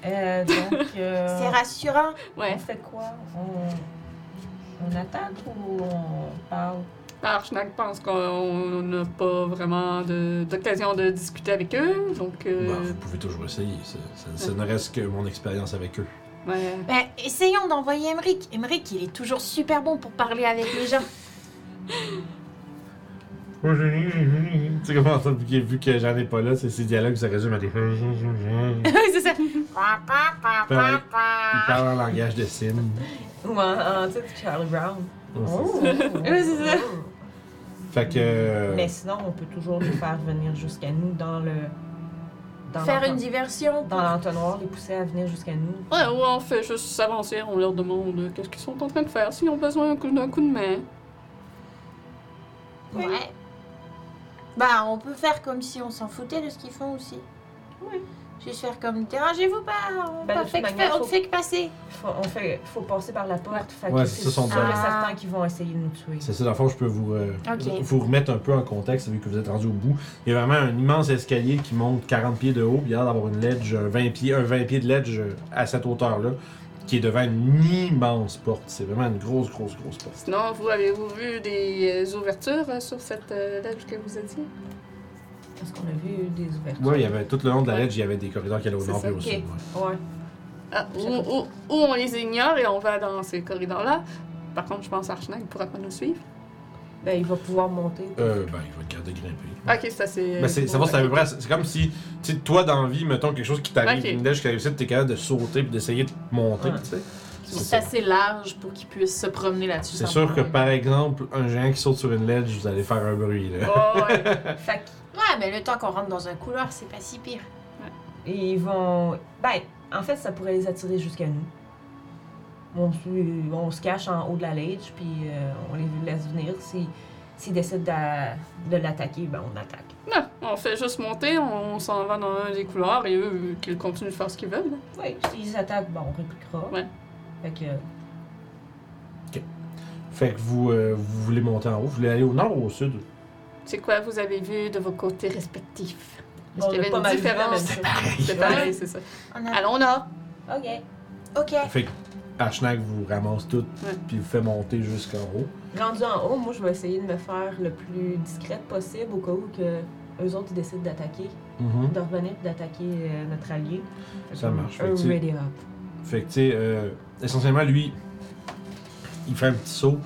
Speaker 5: Euh, donc, euh,
Speaker 6: C'est rassurant.
Speaker 3: Ouais.
Speaker 5: on fait quoi? On, on attaque ou on parle?
Speaker 3: Alors, Schnack pense qu'on n'a pas vraiment de- d'occasion de, discuter avec eux, donc...
Speaker 1: Bah,
Speaker 3: euh,
Speaker 1: vous pouvez toujours essayer. Ça, ça- ça ne reste que mon expérience avec eux.
Speaker 3: ouais.
Speaker 6: Ben, essayons d'envoyer Emmerich. Emmerich, il est toujours super bon pour parler avec les gens.
Speaker 1: tu sais comment ça, vu que- vu que j'en ai pas là, c'est ces dialogues, ça résume à des. Ils
Speaker 6: c'est ça.
Speaker 1: Pareil. parlent en langage de signes.
Speaker 5: Ou en, en titre Charlie Brown.
Speaker 1: Ouais, c'est
Speaker 5: Oh.
Speaker 4: Oui, c'est ça.
Speaker 1: ça. Fait que. euh,
Speaker 5: Mais sinon, on peut toujours les faire venir jusqu'à nous dans le. Dans
Speaker 6: Faire
Speaker 5: l'enton-
Speaker 6: une diversion.
Speaker 5: Dans l'entonnoir, les pousser à venir jusqu'à nous.
Speaker 3: Ouais, ou on fait juste s'avancer, on leur demande euh, qu'est-ce qu'ils sont en train de faire, s'ils ont besoin d'un coup, d'un coup de main.
Speaker 6: Ouais. Bah, on peut faire comme si on s'en foutait de ce qu'ils font aussi.
Speaker 5: Oui.
Speaker 6: Juste faire comme dérangez-vous pas, on,
Speaker 5: Ben, de
Speaker 6: pas
Speaker 5: toute
Speaker 6: fait, que
Speaker 5: manière,
Speaker 6: faire- on
Speaker 5: faut-
Speaker 6: fait que passer.
Speaker 5: Faut, on fait, faut passer par la porte. Fait
Speaker 1: Ouais,
Speaker 5: que
Speaker 1: c'est
Speaker 5: c'est
Speaker 1: ça son
Speaker 5: sûr
Speaker 1: problème.
Speaker 5: et certain qu'ils vont essayer de nous tuer.
Speaker 1: C'est ça, dans le fond, je peux vous, euh,
Speaker 6: Ok.
Speaker 1: vous remettre un peu en contexte, vu que vous êtes rendu au bout. Il y a vraiment un immense escalier qui monte 40 pieds de haut, puis il y a l'air d'avoir une ledge, un 20 pieds, un 20 pieds de ledge euh, à cette hauteur-là, qui est devant une immense porte. C'est vraiment une grosse, grosse, grosse porte.
Speaker 3: Sinon, vous avez-vous vu des euh, ouvertures euh, sur cette euh, ledge que vous étiez?
Speaker 5: Est-ce qu'on a vu des ouvertures?
Speaker 1: Ouais, il y avait tout le long de la ledge, il y avait des corridors qui allaient au
Speaker 3: C'est
Speaker 1: nord
Speaker 3: ça,
Speaker 1: et au
Speaker 5: ok.
Speaker 1: sud. ouais.
Speaker 5: Ouais.
Speaker 3: Ah, ou, ou- ou on les ignore et on va dans ces corridors-là. Par contre, je pense qu'Archnac ne pourra pas nous suivre.
Speaker 5: Ben, il va pouvoir monter.
Speaker 1: Euh, ben, il va te garder grimper.
Speaker 3: Ok, ça c'est.
Speaker 1: Ben, c'est, ça va, c'est à peu près- C'est comme si, tu sais, toi, dans la vie, mettons quelque chose qui t'arrive,
Speaker 3: Ok.
Speaker 1: une ledge qui arrive ici, t'es capable de sauter puis d'essayer de monter,
Speaker 5: Ouais.
Speaker 1: tu sais.
Speaker 4: C'est assez large pour qu'ils puissent se promener là-dessus.
Speaker 1: C'est
Speaker 4: sans
Speaker 1: sûr que
Speaker 4: problème.
Speaker 1: par exemple, un géant qui saute sur une ledge, vous allez faire un bruit là.
Speaker 3: Oh, ouais.
Speaker 1: Euh,
Speaker 5: Fait
Speaker 6: Ouais, mais le temps qu'on rentre dans un couloir, c'est pas si pire.
Speaker 5: qu'ils vont. Ben, en fait, ça pourrait les attirer jusqu'à nous. On, se- on se cache en haut de la ledge, puis euh, on les laisse venir. Si- S'ils décident d'a- de l'attaquer, ben, on attaque.
Speaker 3: Non, on fait juste monter, on s'en va dans un des couloirs et eux, qu'ils continuent de faire ce qu'ils veulent. là.
Speaker 5: Oui, s'ils attaquent, ben, on répliquera.
Speaker 3: Ouais.
Speaker 5: Fait que.
Speaker 1: Fait que vous, euh, vous voulez monter en haut, vous voulez aller au nord ou au sud
Speaker 3: C'est quoi vous avez vu de vos côtés respectifs? Est-ce
Speaker 5: on
Speaker 3: qu'il y
Speaker 5: a
Speaker 3: avait
Speaker 5: pas
Speaker 3: une
Speaker 5: mal vu la
Speaker 3: différence?
Speaker 5: même chose.
Speaker 3: C'est pareil, c'est ça.
Speaker 6: On
Speaker 4: Ah.
Speaker 6: a...
Speaker 3: Allons là!
Speaker 5: Ok.
Speaker 6: Ok.
Speaker 1: Fait que Ashnak vous ramasse tout,
Speaker 3: Ouais.
Speaker 1: puis vous fait monter jusqu'en haut.
Speaker 5: Rendu en haut, moi, je vais essayer de me faire le plus discrète possible au cas où que eux autres ils décident d'attaquer, de revenir et d'attaquer euh, notre allié. Fait
Speaker 1: Ça
Speaker 5: qu'on-
Speaker 1: marche,
Speaker 5: Un
Speaker 1: fait que tu-
Speaker 5: ready up.
Speaker 1: Fait que tu sais, euh, essentiellement lui, il fait un petit saut,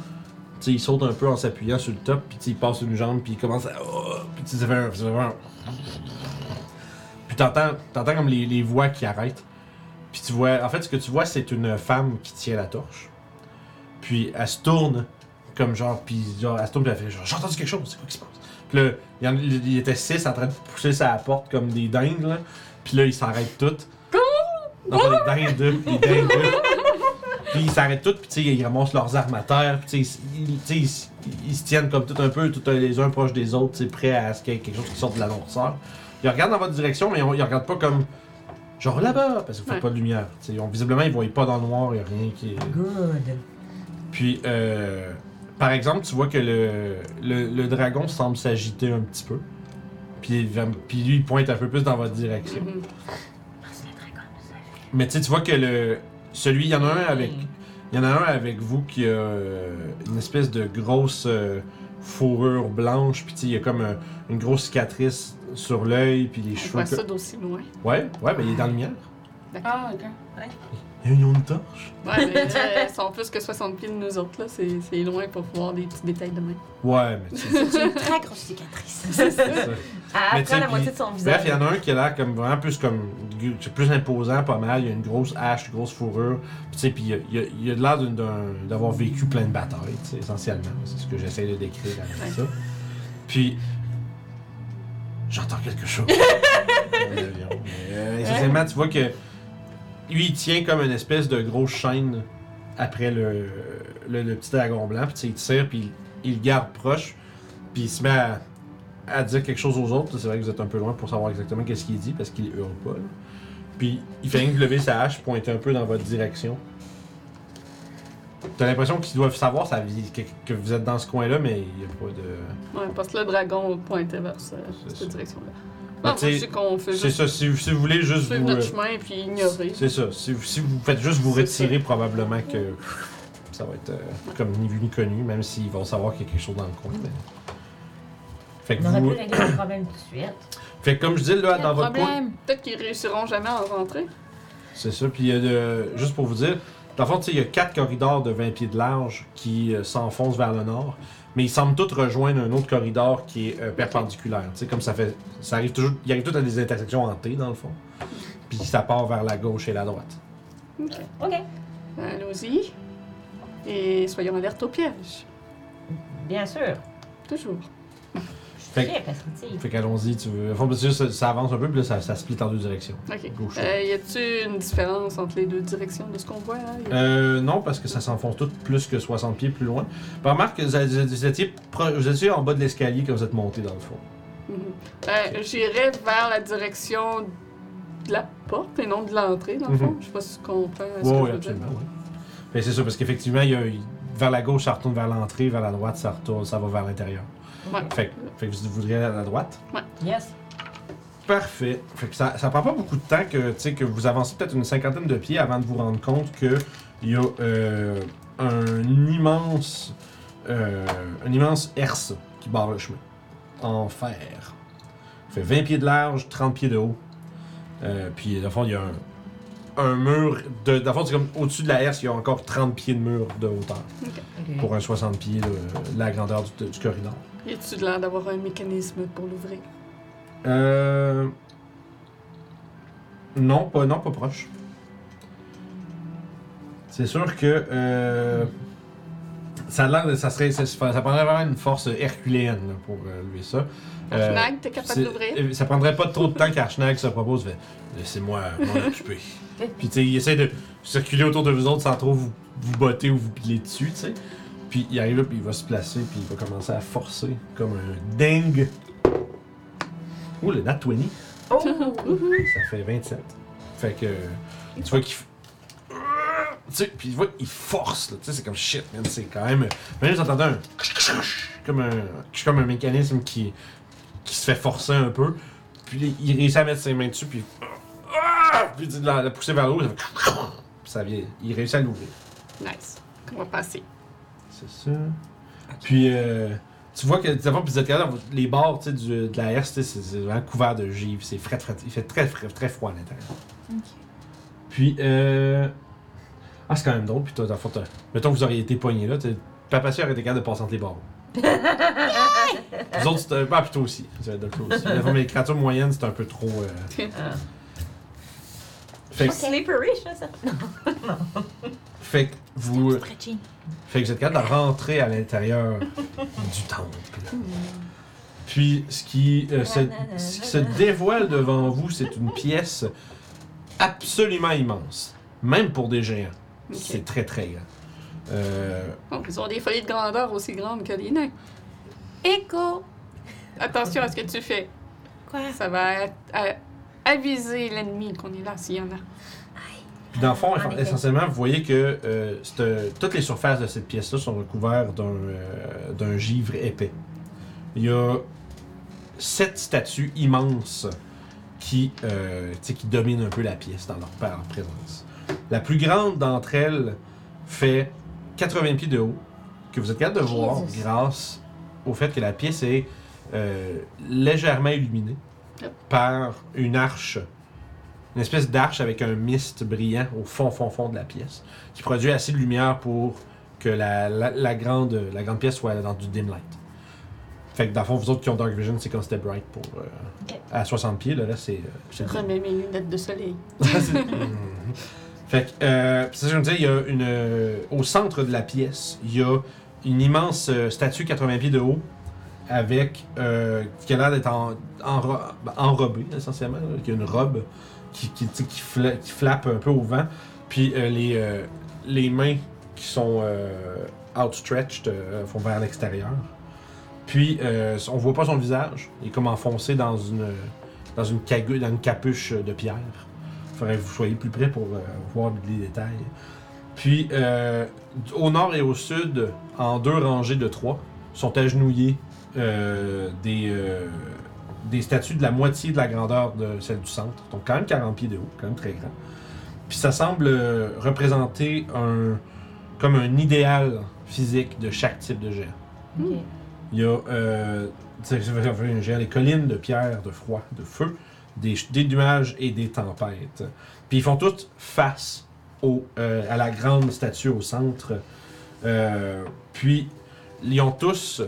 Speaker 1: tu sais, il saute un peu en s'appuyant sur le top, puis tu sais, il passe une jambe, puis il commence à. oh, puis tu sais, ça fait un. ça fait un- Puis t'entends, t'entends comme les, les voix qui arrêtent. Puis tu vois, en fait, ce que tu vois, c'est une femme qui tient la torche. Puis elle se tourne, comme genre, puis genre, elle se tourne, puis elle fait genre, j'ai entendu quelque chose, c'est quoi qui se passe? Puis là, il y en- il y était six en train de pousser sa porte comme des dingues, là. Puis là, ils s'arrêtent toutes. Non, pas des dingues, deux, des dingues, deux. Puis ils s'arrêtent toutes, puis tu sais, ils ramassent leurs armes à terre, puis tu sais, ils- ils- tu sais, ils, s- ils se tiennent comme tout un peu, tout un- les uns proches des autres, tu sais, prêts à ce qu'il y ait quelque chose qui sorte de la noirceur. Ils regardent dans votre direction, mais on- ils regardent pas comme genre là-bas, parce qu'il faut
Speaker 3: Ouais.
Speaker 1: pas de lumière. tu sais. On- visiblement, ils voient pas dans le noir, il y a rien qui est.
Speaker 5: Good.
Speaker 1: Puis, euh, par exemple, tu vois que le, le, le dragon semble s'agiter un petit peu. Puis, il va- puis lui, il pointe un peu plus dans votre direction.
Speaker 3: Mhm.
Speaker 1: Mais tu sais, tu vois que le celui, il y en a un avec, il y en a un avec vous qui a euh, une espèce de grosse euh, fourrure blanche, puis tu sais, il y a comme euh, une grosse cicatrice sur l'œil, puis les
Speaker 3: On
Speaker 1: cheveux.
Speaker 3: voit
Speaker 1: que-
Speaker 3: ça d'aussi loin.
Speaker 1: Ouais, ouais, ben il est dans la lumière.
Speaker 7: Ah, ok.
Speaker 1: Il y a une onde torche.
Speaker 3: Ouais, mais là, ils sont plus que 60 pieds de nous autres, là. C'est c'est loin pour voir des petits détails de main.
Speaker 1: Ouais, mais tu sais,
Speaker 6: C'est une très grosse cicatrice.
Speaker 1: ça.
Speaker 5: Elle
Speaker 1: tu sais,
Speaker 5: prend Ah, la moitié
Speaker 1: puis-
Speaker 5: de son visage.
Speaker 1: Bref, il y en a un qui a l'air comme vraiment plus comme c'est plus imposant, pas mal. Il y a une grosse hache, une grosse fourrure. Puis tu sais, puis il y a- il y a, il y a de l'air d'une- d'un- d'avoir vécu plein de batailles, tu sais, essentiellement. C'est ce que j'essaie de décrire avec ça. Puis j'entends quelque chose. Dans l'avion. Mais, euh, essentiellement, tu vois que lui, il tient comme une espèce de grosse chaîne après le, le, le petit dragon blanc, puis tu sais, il tire, puis il, il le garde proche, puis il se met à, à dire quelque chose aux autres. C'est vrai que vous êtes un peu loin pour savoir exactement qu'est-ce qu'il dit, parce qu'il hurle pas. là. Puis il fait rien que lever sa hache, pointer un peu dans votre direction. T'as l'impression qu'ils doivent savoir sa vie, que, que vous êtes dans ce coin-là, mais il n'y a pas de.
Speaker 3: Ouais, parce que le dragon pointait vers ce-
Speaker 1: C'est ça.
Speaker 3: euh, cette direction-là.
Speaker 1: Ben,
Speaker 3: Ah, moi,
Speaker 1: tu sais,
Speaker 3: je sais qu'on fait
Speaker 1: C'est
Speaker 3: juste
Speaker 1: ça, si, vous- si vous voulez juste
Speaker 3: suivre
Speaker 1: vous. euh,
Speaker 3: notre chemin et puis ignorer.
Speaker 1: C'est ça. Si vous, si vous faites juste vous
Speaker 3: C'est
Speaker 1: retirer, probablement que ça va être euh, comme ni vu ni connu, même s'ils vont savoir qu'il y a quelque chose dans le coin. mais- Fait que
Speaker 5: On aurait
Speaker 1: vous.
Speaker 5: pu régler le problème tout de suite.
Speaker 1: Fait que comme je dis là,
Speaker 6: Quel
Speaker 1: dans votre coin.
Speaker 6: problème?
Speaker 3: Peut-être qu'ils réussiront jamais à en rentrer.
Speaker 1: C'est ça. Puis il y a de- juste pour vous dire, dans le fond, tu sais, il y a quatre corridors de 20 pieds de large qui euh, s'enfoncent vers le nord, mais ils semblent tous rejoindre un autre corridor qui est euh, perpendiculaire. Tu sais, comme ça fait, ça arrive toujours, il arrive tout à des intersections hantées dans le fond. Puis ça part vers la gauche et la droite.
Speaker 5: OK.
Speaker 3: Allons-y. Et soyons alerte aux pièges.
Speaker 5: Bien sûr.
Speaker 3: Toujours.
Speaker 5: Je
Speaker 1: Fait,
Speaker 5: suis parce que, tu sais,
Speaker 1: fait qu'allons-y, tu veux. Enfin, parce que ça, ça avance un peu, puis là, ça, ça split en deux directions.
Speaker 3: Ok.
Speaker 1: Gauche.
Speaker 3: Euh, y a-t-il une différence entre les deux directions de ce qu'on voit là?
Speaker 1: Euh, non, parce que ça s'enfonce tout plus que 60 pieds plus loin. Puis remarque que vous, avez- vous étiez, pro- vous étiez en bas de l'escalier quand vous êtes monté dans le fond.
Speaker 3: Mhm. Euh, J'irai vers la direction de la porte et non de l'entrée, dans le fond. Je sais pas si tu comprends ce
Speaker 1: Oui,
Speaker 3: que
Speaker 1: oui,
Speaker 3: je veux dire.
Speaker 1: Mm-hmm. absolument. oui. Mais c'est ça, parce qu'effectivement, il y a- il- vers la gauche, ça retourne vers l'entrée, vers la droite, ça retourne, ça va vers l'intérieur.
Speaker 3: Ouais.
Speaker 1: Fait, que- fait que vous voudriez aller à la droite.
Speaker 5: yes.
Speaker 1: Parfait. Fait que ça, ça prend pas beaucoup de temps que, tu sais, que vous avancez peut-être une cinquantaine de pieds avant de vous rendre compte que il y a euh, un immense, euh, un immense herse qui barre le chemin en fer. Fait 20 pieds de large, 30 pieds de haut. Euh, puis dans le fond, il y a un, un mur de, dans le fond, c'est comme au-dessus de la herse, il y a encore 30 pieds de mur de hauteur
Speaker 7: Ok.
Speaker 1: pour un 60 pieds de la grandeur du, du corridor.
Speaker 3: Y a-tu l'air d'avoir un mécanisme pour l'ouvrir?
Speaker 1: Euh... Non, pas, non, pas proche. C'est sûr que euh, ça a l'air de- ça serait ça, ça prendrait vraiment une force herculéenne là, pour euh, lever ça. Euh,
Speaker 3: Archnag, t'es capable
Speaker 1: c'est-
Speaker 3: d'ouvrir?
Speaker 1: euh, Ça prendrait pas trop de temps qu'Archnag se propose. fait, Laissez-moi euh, m'en occuper. Puis tu sais, il essaie de circuler autour de vous autres sans trop vous, vous botter ou vous piler dessus, tu sais. Puis il arrive là, puis il va se placer, puis il va commencer à forcer comme un dingue. Ouh, le nat 20.
Speaker 5: Oh!
Speaker 1: Ça fait 27. Fait que. Tu vois qu'il. f- Tu sais, puis tu vois qu'il force, là. Tu sais, c'est comme shit, man. C'est quand même. Même vous entendez un. Comme un. Comme un mécanisme qui. Qui se fait forcer un peu. Puis il réussit à mettre ses mains dessus, puis. Puis de la, la pousser vers le haut, ça fait. Puis ça vient. Il réussit à l'ouvrir.
Speaker 3: Nice. On va passer.
Speaker 1: C'est ça. Puis, euh, tu vois que d'abord, puis vous êtes capable, les bords tu sais, du- de la herse, tu sais, c'est c'est vraiment couvert de givre. C'est frais, frais, il fait très, frais- très froid à l'intérieur.
Speaker 6: Ok.
Speaker 1: Puis, euh... ah, c'est quand même drôle. Puis, toi, dans le fond, t'as- mettons que vous auriez été poigné là, t'as- Papa Sœur était capable de passer entre les bords. Vous autres, c'était. Ah, puis toi aussi. Ça va être de toi aussi. Mais, les créatures moyennes, c'est un peu trop. euh,
Speaker 5: Ah.
Speaker 1: Fait, que-
Speaker 5: Slippery, je sais ça.
Speaker 1: fait que vous. euh,
Speaker 6: Stop stretching.
Speaker 1: Fait que vous êtes capable de rentrer à l'intérieur du temple. Puis, ce qui, euh, se, ce qui se dévoile devant vous, c'est une pièce absolument immense. Même pour des géants.
Speaker 3: Ok.
Speaker 1: C'est très, très grand. Euh,
Speaker 3: Oh, ils ont des folies de grandeur aussi grandes que les nains.
Speaker 6: Écho.
Speaker 3: Attention à ce que tu fais.
Speaker 6: Quoi?
Speaker 3: Ça va a- a- aviser l'ennemi qu'on est là, s'il y en a.
Speaker 1: Puis dans le fond,
Speaker 5: En effet.
Speaker 1: essentiellement, vous voyez que euh, c'est, euh, toutes les surfaces de cette pièce-là sont recouvertes d'un, euh, d'un givre épais. Il y a sept statues immenses qui, euh, tu sais, qui dominent un peu la pièce dans leur, par leur présence. La plus grande d'entre elles fait 80 pieds de haut, que vous êtes capable de voir
Speaker 5: Jesus.
Speaker 1: grâce au fait que la pièce est euh, légèrement illuminée
Speaker 3: Yep.
Speaker 1: par une arche une espèce d'arche avec un mist brillant au fond, fond, fond de la pièce, qui produit assez de lumière pour que la, la- la grande, la grande pièce soit dans du dim light. Fait que dans le fond, vous autres qui ont Dark Vision, c'est comme c'était bright pour. euh,
Speaker 5: Ok.
Speaker 1: À 60 pieds, là, là c'est. euh,
Speaker 3: Je remets mes lunettes de soleil.
Speaker 1: c'est- fait que, euh, pis ça, je me disais, il y a une. euh, au centre de la pièce, il y a une immense euh, statue 80 pieds de haut, avec. euh, qui a l'air d'être en, enro- ben, enrobée, essentiellement, là, qui a une robe qui, qui, tu sais, qui fla- qui flappe un peu au vent, puis euh, les, euh, les mains qui sont euh, outstretched, euh, font vers l'extérieur. Puis, euh, on voit pas son visage. Il est comme enfoncé dans une, dans une, cague, dans une capuche de pierre. Faudrait que vous soyez plus près pour euh, voir les détails. Puis, euh, au nord et au sud, en deux rangées de trois, sont agenouillés euh, des, euh, des statues de la moitié de la grandeur de celle du centre. Donc, quand même 40 pieds de haut, quand même très grand. Puis, ça semble euh, représenter un, comme un idéal physique de chaque type de géant.
Speaker 5: Ok.
Speaker 1: Il y a euh, tu sais, je vais revenir, j'ai les collines de pierre, de froid, de feu, des, ch- des nuages et des tempêtes. Puis ils font toutes face au, euh, à la grande statue au centre. Euh, puis ils ont tous,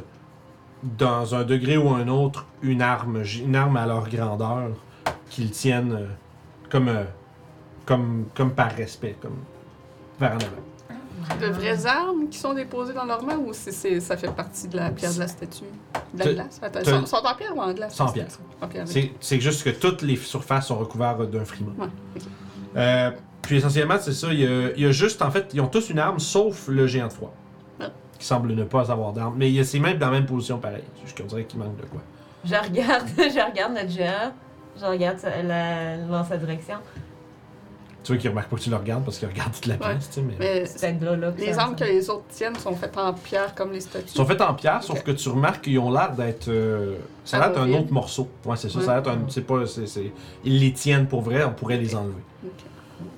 Speaker 1: dans un degré ou un autre, une arme, gi- une arme à leur grandeur qu'ils tiennent euh, comme, euh, comme, comme par respect, comme vers en avant.
Speaker 3: De vraies armes qui sont déposées dans leur main ou c'est, c'est- ça fait partie de la pierre de la statue? De la
Speaker 1: Te-
Speaker 3: glace? Attends,
Speaker 1: te-
Speaker 3: sont, sont en pierre ou en glace?
Speaker 1: Sont en
Speaker 3: la
Speaker 1: pierre.
Speaker 3: statue? En pierre, Ah oui.
Speaker 1: C'est c'est juste que toutes les surfaces sont recouvertes d'un frima.
Speaker 3: Ouais.
Speaker 1: Euh, puis essentiellement, c'est ça. Il y, a, il y a juste, en fait, ils ont tous une arme, sauf le géant de froid.
Speaker 3: Ah.
Speaker 1: Qui semble ne pas avoir d'arme. Mais il c'est même dans la même position pareil. Jusqu'à dirait qu'il manque de quoi.
Speaker 5: Je regarde, je regarde notre géant. Je regarde sa- la- dans sa direction.
Speaker 1: Tu vois qu'il remarque pas que tu le regardes parce qu'il regarde toute la
Speaker 3: Ouais.
Speaker 1: pièce, tu sais, mais...
Speaker 3: Mais
Speaker 5: C'est peut-être là, là que
Speaker 3: les
Speaker 5: ça-
Speaker 3: armes que les autres tiennent sont faites en pierre comme les statues.
Speaker 1: Ils sont faits en pierre, sauf
Speaker 3: Ok.
Speaker 1: que tu remarques qu'ils ont l'air d'être. euh, ça a l'air d'un
Speaker 3: Amovibles.
Speaker 1: autre morceau. Ouais, c'est ça.
Speaker 3: Ouais.
Speaker 1: Ça a l'air d'un. C'est pas. c'est- c'est- Ils les tiennent pour vrai, on pourrait les enlever.
Speaker 3: Ok.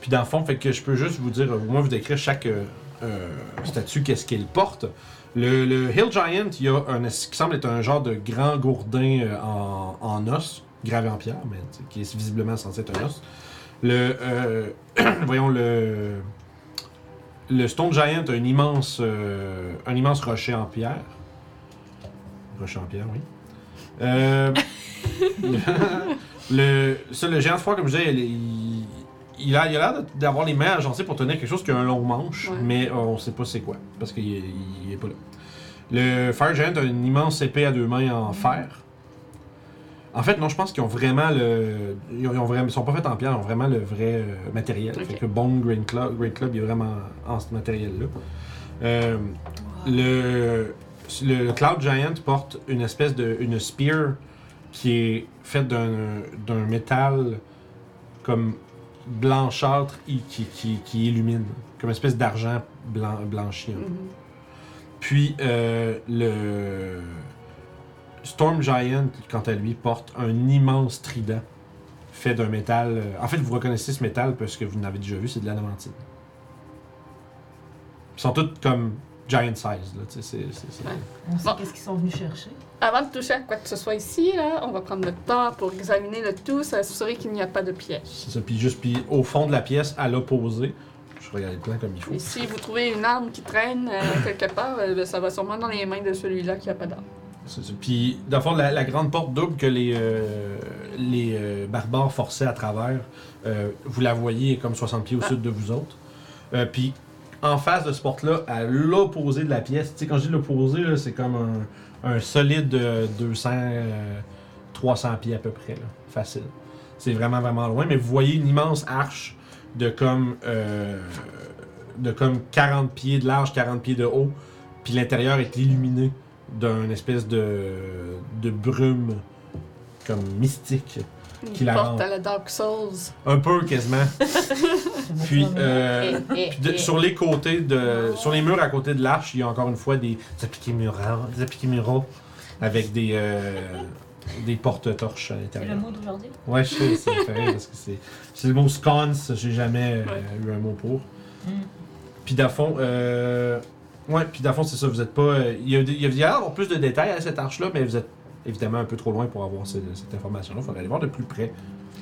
Speaker 1: Puis dans le fond, fait que je peux juste vous dire, au moins vous décrire chaque euh, euh, statue, qu'est-ce qu'il porte. Le, le Hill Giant, il y a un, ce qui semble être un genre de grand gourdin euh, en, en os, gravé en pierre, mais tu sais, qui est visiblement censé être un os. Le. euh, voyons, le. Le Stone Giant a un immense, euh, un immense rocher en pierre. Rocher en pierre, oui. Euh, le, ça, le géant de froid, comme je disais, il, il- il a il a l'air de- d'avoir les mains agencées pour tenir quelque chose qui a un long manche,
Speaker 3: Ouais.
Speaker 1: mais on sait pas c'est quoi, parce qu'il est- il est pas là. Le Fire Giant a une immense épée à deux mains en fer. En fait, non, je pense qu'ils ont vraiment le. Ils, ont, ils ont vraiment, ils sont pas faits en pierre, ils ont vraiment le vrai euh, matériel.
Speaker 3: Ok.
Speaker 1: Fait que Bone Green Club, Great Club, il est vraiment en ce matériel-là. Euh, le, le, le Cloud Giant porte une espèce de. une spear qui est faite d'un d'un métal comme blanchâtre et qui, qui, qui illumine, comme une espèce d'argent blanc, blanchi. un peu.
Speaker 3: Mhm.
Speaker 1: Puis euh, le Storm Giant, quant à lui, porte un immense trident fait d'un métal. euh, En fait, vous reconnaissez ce métal parce que vous l'avez déjà vu, c'est de l'adamantine. Ils sont tous comme giant size, là, tu sais, c'est- c'est- c'est-
Speaker 3: Ouais.
Speaker 7: On sait
Speaker 3: Bon.
Speaker 7: qu'est-ce qu'ils sont venus chercher.
Speaker 3: Avant de toucher à quoi que ce soit ici, là, on va prendre notre temps pour examiner le tout, s'assurer qu'il n'y a pas de piège.
Speaker 1: c'est ça. Puis juste puis au fond de la pièce, à l'opposé, je regarde le plan comme il faut.
Speaker 3: Et si vous trouvez une arme qui traîne euh, quelque part, euh, ben, ça va sûrement dans les mains de celui-là qui n'a pas d'arme.
Speaker 1: C'est ça. Puis, dans le fond, la, la grande porte double que les, euh, les euh, barbares forçaient à travers, euh, vous la voyez comme 60 pieds au sud de vous autres. Euh, puis, en face de ce porte-là, à l'opposé de la pièce, tu sais, quand je dis l'opposé, là, c'est comme un, un solide euh, 200, euh, 300 pieds à peu près, là. facile. C'est vraiment, vraiment loin, mais vous voyez une immense arche de comme, euh, de comme 40 pieds de large, 40 pieds de haut, puis l'intérieur est illuminé d'une espèce de, de brume comme mystique.
Speaker 3: Une
Speaker 1: Qui la
Speaker 3: porte
Speaker 1: rend-
Speaker 3: à la Dark Souls.
Speaker 1: Un peu quasiment. puis, euh,
Speaker 2: Eh,
Speaker 1: puis de-
Speaker 2: eh,
Speaker 1: sur les côtés de. Sur les murs à côté de l'arche, il y a encore une fois des appliqués muraux, des appliqués muraux avec des. euh, des porte-torches à
Speaker 5: C'est le
Speaker 1: l'intérieur.
Speaker 5: mot d'aujourd'hui.
Speaker 1: Ouais, je sais, c'est pareil parce que c'est. C'est le mot sconce, j'ai jamais euh, eu un mot pour. Puis d'à fond, euh, ouais, puis d'à fond, c'est ça, vous êtes pas. euh, Il y a, des- il y a- il y a l'air d'avoir plus de détails à cette arche-là, mais vous êtes évidemment un peu trop loin pour avoir ce- cette information-là. Faudrait aller voir de plus près.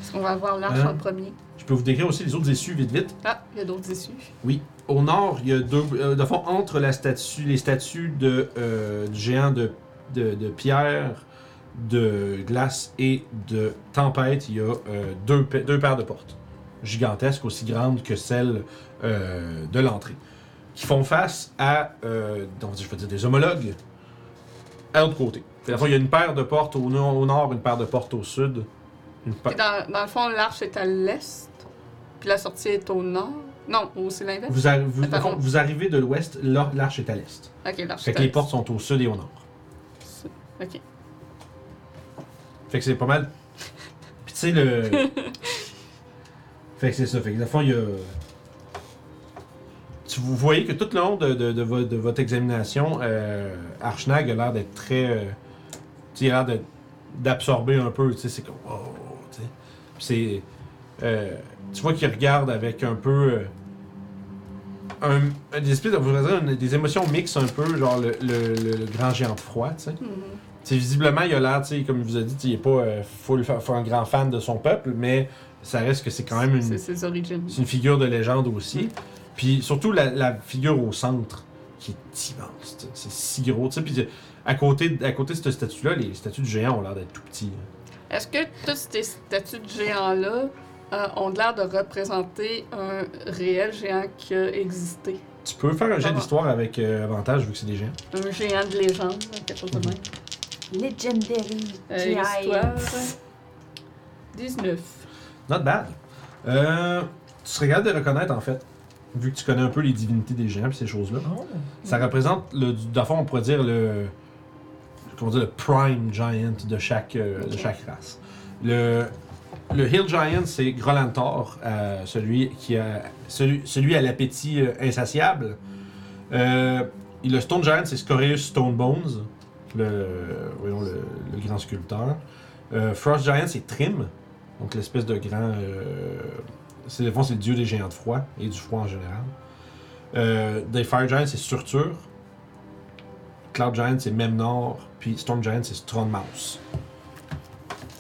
Speaker 3: Est-ce qu'on va voir l'arche
Speaker 1: Hein?
Speaker 3: en premier?
Speaker 1: Je peux vous décrire aussi les autres issues vite vite.
Speaker 3: Ah, il y a d'autres issues.
Speaker 1: Oui. Au nord, il y a deux. euh, de fond, entre la statue, les statues de euh, du géant de, de, de pierre, de glace et de tempête, il y a euh, deux, pa- deux paires de portes gigantesques, aussi grandes que celles euh, de l'entrée, qui font face à, euh, donc, je veux dire, des homologues à l'autre côté. Fait, dans le fond, Il y a une paire de portes au, no- au nord, une paire de portes au sud. Une pa-
Speaker 3: Puis dans, dans le fond, l'arche est à l'est, puis la sortie est au nord. Non, ou c'est l'inverse?
Speaker 1: Vous, arri- vous-
Speaker 3: Attends.
Speaker 1: vous arrivez de l'ouest, l'or- l'arche est à l'est.
Speaker 3: Ok, là,
Speaker 1: Fait que les portes sont au sud et au nord.
Speaker 3: Ok.
Speaker 1: Fait que c'est pas mal. Puis tu sais, le. fait que c'est ça. Fait que, dans le fond, il y a. Tu, vous voyez que tout le long de, de- de vo- de votre examination, euh, Archnag a l'air d'être très. euh, tu sais, il a l'air d'être- d'absorber un peu. Tu sais, c'est comme. Wow! Tu sais. Puis c'est. euh, tu vois qu'il regarde avec un peu. euh, un, des espèces, on pourrait dire, une- des émotions mixtes un peu, genre le, le- le- le grand géant de froid, tu sais.
Speaker 3: Mhm.
Speaker 1: T'sais, visiblement, il a l'air, tu sais, comme je vous ai dit, t'sais, il est pas euh, full fa- un grand fan de son peuple, mais ça reste que c'est quand même une,
Speaker 3: C'est ses origines.
Speaker 1: c'est une figure de légende aussi. Puis surtout la, la figure au centre, qui est immense, t'sais, c'est si gros. t'sais. Puis euh, à côté, à côté de cette statue-là, les statues de géants ont l'air d'être tout petits. hein.
Speaker 3: Est-ce que toutes ces statues de géants-là euh, ont l'air de représenter un réel géant qui a existé?
Speaker 1: Tu peux faire un jet
Speaker 3: Ça va.
Speaker 1: d'histoire avec euh, avantage vu que c'est des géants.
Speaker 3: Un géant de légende, quelque chose de même.
Speaker 6: Legendary.
Speaker 3: Euh,
Speaker 6: GI.
Speaker 3: histoire. 19.
Speaker 1: Not bad. Euh, tu serais capable de reconnaître en fait, vu que tu connais un peu les divinités des géants et ces choses-là.
Speaker 5: Oh.
Speaker 1: Ça représente, le, du- dans le fond, on pourrait dire le, comment dire, le prime giant de chaque, euh, de chaque race. Le, le hill giant, c'est Grolantor, euh, celui, qui a, celui, celui à l'appétit euh, insatiable. Euh, et le stone giant, c'est Scoreus Stonebones, le, voyons, le, le grand sculpteur. Euh, Frost giant, c'est Trim, donc l'espèce de grand... euh, c'est, dans le fond, c'est le dieu des géants de froid et du froid en général. Euh, des Fire Giants, c'est Surtur. Cloud Giant, c'est Memnor. Puis Storm Giant, c'est Strongmouse.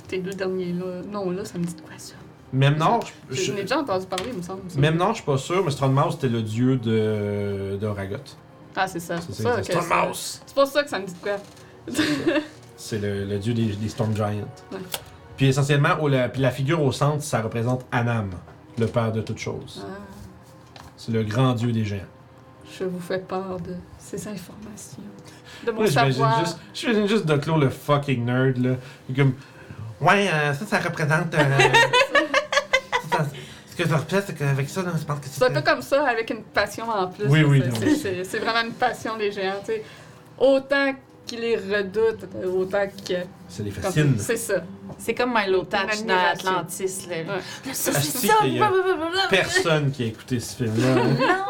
Speaker 3: Tes deux derniers là. Non, là, ça me dit quoi ça?
Speaker 1: Memnor, je,
Speaker 3: Je n'ai
Speaker 1: je,
Speaker 3: déjà entendu parler, il me semble. ça.
Speaker 1: Memnor, je suis pas sûr, mais Strongmouse, c'était le dieu de, de Ragot.
Speaker 3: Ah, c'est ça.
Speaker 1: Ça,
Speaker 3: C'est
Speaker 1: c'est-
Speaker 3: ça
Speaker 1: c'est
Speaker 3: que-
Speaker 1: Strongmouse!
Speaker 3: C'est pour ça que ça me dit de quoi.
Speaker 1: C'est le, le dieu des, des Storm Giants.
Speaker 3: Ouais.
Speaker 1: Puis essentiellement, au- la, puis la figure au centre, ça représente Anam, le père de toutes choses.
Speaker 3: Ah.
Speaker 1: C'est le grand dieu des géants.
Speaker 3: Je vous fais part de ces informations. De mon
Speaker 1: Moi, j'imagine
Speaker 3: savoir.
Speaker 1: juste, j'imagine juste Doclo, le fucking nerd, là. Il est comme, ouais, euh, ça, ça représente. euh, ça, ça- ce que je leur plaît, c'est qu'avec ça, là, je pense que
Speaker 3: C'est un peu comme ça, avec une passion en plus.
Speaker 1: Oui,
Speaker 3: là,
Speaker 1: oui,
Speaker 3: c'est-
Speaker 1: non,
Speaker 3: c'est-
Speaker 1: oui.
Speaker 3: C'est c'est vraiment une passion, les géants. tu sais. Autant qu'ils les redoutent, autant que.
Speaker 1: C'est des
Speaker 3: comme-
Speaker 1: fascines.
Speaker 3: C'est ça.
Speaker 4: C'est comme Milo
Speaker 3: Une
Speaker 4: Touch
Speaker 3: admiration.
Speaker 4: dans Atlantis. Là.
Speaker 3: Ouais.
Speaker 4: Là, ça,
Speaker 1: Asti,
Speaker 4: c'est ça.
Speaker 1: qu'il y a
Speaker 4: blablabla.
Speaker 1: Personne qui a écouté ce film-là.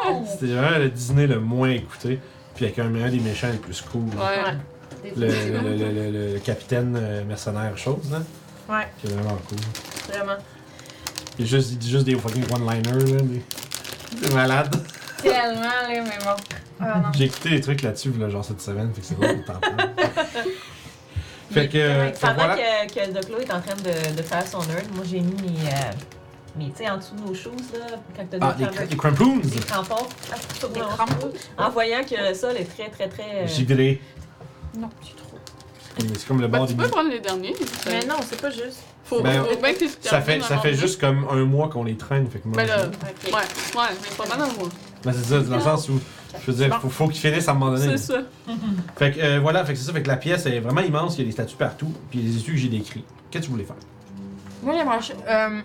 Speaker 1: hein. C'était vraiment le Disney le moins écouté. Puis avec un, un des méchants les plus cool.
Speaker 3: Ouais.
Speaker 4: Ouais.
Speaker 1: Le, le- le- le- le- le capitaine euh, mercenaire chose, là.
Speaker 4: Ouais.
Speaker 1: C'est vraiment cool.
Speaker 4: Vraiment.
Speaker 1: Il, est juste, il dit juste des fucking one-liners, là. mais- C'est malade.
Speaker 4: Tellement, là, mais bon. Ah non.
Speaker 1: J'ai écouté des trucs là-dessus, là, genre cette semaine, fait que c'est drôle de t'en parler. Fait que, euh, fait que
Speaker 5: Pendant
Speaker 1: voilà.
Speaker 5: que, que Doclo est en train de, de faire son nerd, moi j'ai mis mes. euh, mes tu sais, en dessous de nos choses, là, quand t'as
Speaker 1: Ah,
Speaker 5: des
Speaker 1: les,
Speaker 5: fameux-
Speaker 1: cr- les crampoons!
Speaker 5: des crampons. Ah, c'est pas
Speaker 4: Des
Speaker 5: vraiment-
Speaker 4: crampons.
Speaker 5: En voyant que le sol est très, très, très. euh,
Speaker 1: Givré.
Speaker 6: Non, c'est trop.
Speaker 1: C'est comme le
Speaker 3: Ben,
Speaker 1: bord
Speaker 3: tu
Speaker 1: des
Speaker 3: peux prendre les derniers.
Speaker 4: Mais non, c'est pas juste.
Speaker 3: Faut,
Speaker 1: Ben,
Speaker 3: faut bien que tu
Speaker 1: Ça fait,
Speaker 3: termines
Speaker 1: ça
Speaker 3: avant
Speaker 1: fait
Speaker 3: de-
Speaker 1: juste comme un mois qu'on les traîne, fait que moi.
Speaker 3: Ben là,
Speaker 1: je-
Speaker 3: ouais, ouais, mais pas mal dans le mois.
Speaker 1: Ben, c'est ça, dans le sens où, je veux dire, faut, faut qu'ils finissent à un moment donné.
Speaker 3: C'est ça.
Speaker 1: Fait que euh, voilà, fait que c'est ça, fait que la pièce est vraiment immense, il y a des statues partout, puis il y a des études que j'ai décrites. Qu'est-ce que tu voulais faire?
Speaker 6: Moi, j'aimerais. Euh,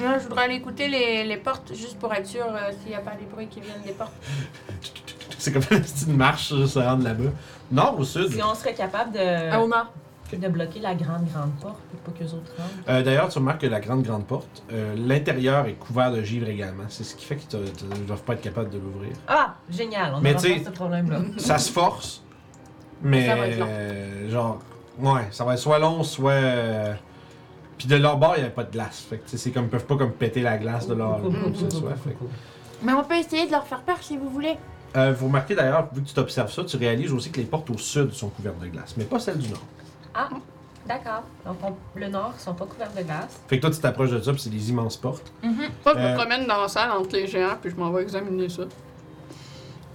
Speaker 6: moi, je voudrais aller écouter les, les portes juste pour être sûr
Speaker 4: euh,
Speaker 6: s'il n'y a pas des bruits qui viennent des portes.
Speaker 1: C'est comme une petite marche, euh, se rendre là-bas. Nord ou sud?
Speaker 5: Si on serait capable
Speaker 4: Euh,
Speaker 5: de,
Speaker 6: Ah, au nord.
Speaker 5: de bloquer la grande, grande porte pour pas qu'eux autres rentrent.
Speaker 1: Euh, D'ailleurs, tu remarques que la grande, grande porte, euh, l'intérieur est couvert de givre également. C'est ce qui fait qu'ils ne doivent pas être capables de l'ouvrir.
Speaker 5: Ah, génial, on
Speaker 1: Mais
Speaker 5: aura pas
Speaker 1: tu sais-
Speaker 5: ce problème-là.
Speaker 1: Ça se force, mais
Speaker 6: Ça va être long.
Speaker 1: euh, genre, ouais, ça va être soit long, soit. euh, Puis de leur bord, il n'y avait pas de glace. Fait que tu sais, c'est comme, ils peuvent pas comme péter la glace de leur.
Speaker 5: Cool, cool,
Speaker 1: ou que ce
Speaker 5: cool, cool,
Speaker 1: soit,
Speaker 5: cool,
Speaker 1: fait que-
Speaker 5: cool.
Speaker 6: Mais on peut essayer de leur faire peur si vous voulez.
Speaker 1: Euh, vous remarquez d'ailleurs, vu que tu t'observes ça, tu réalises aussi que les portes au sud sont couvertes de glace, mais pas celles du nord.
Speaker 5: Ah, D'accord. Donc, on- le nord, ils sont pas couverts de glace.
Speaker 1: Fait que toi, tu t'approches de ça, puis c'est des immenses portes.
Speaker 4: Mm-hmm.
Speaker 3: Moi, je
Speaker 1: Euh.
Speaker 3: me promène dans la salle entre les géants, puis je m'en vais examiner ça.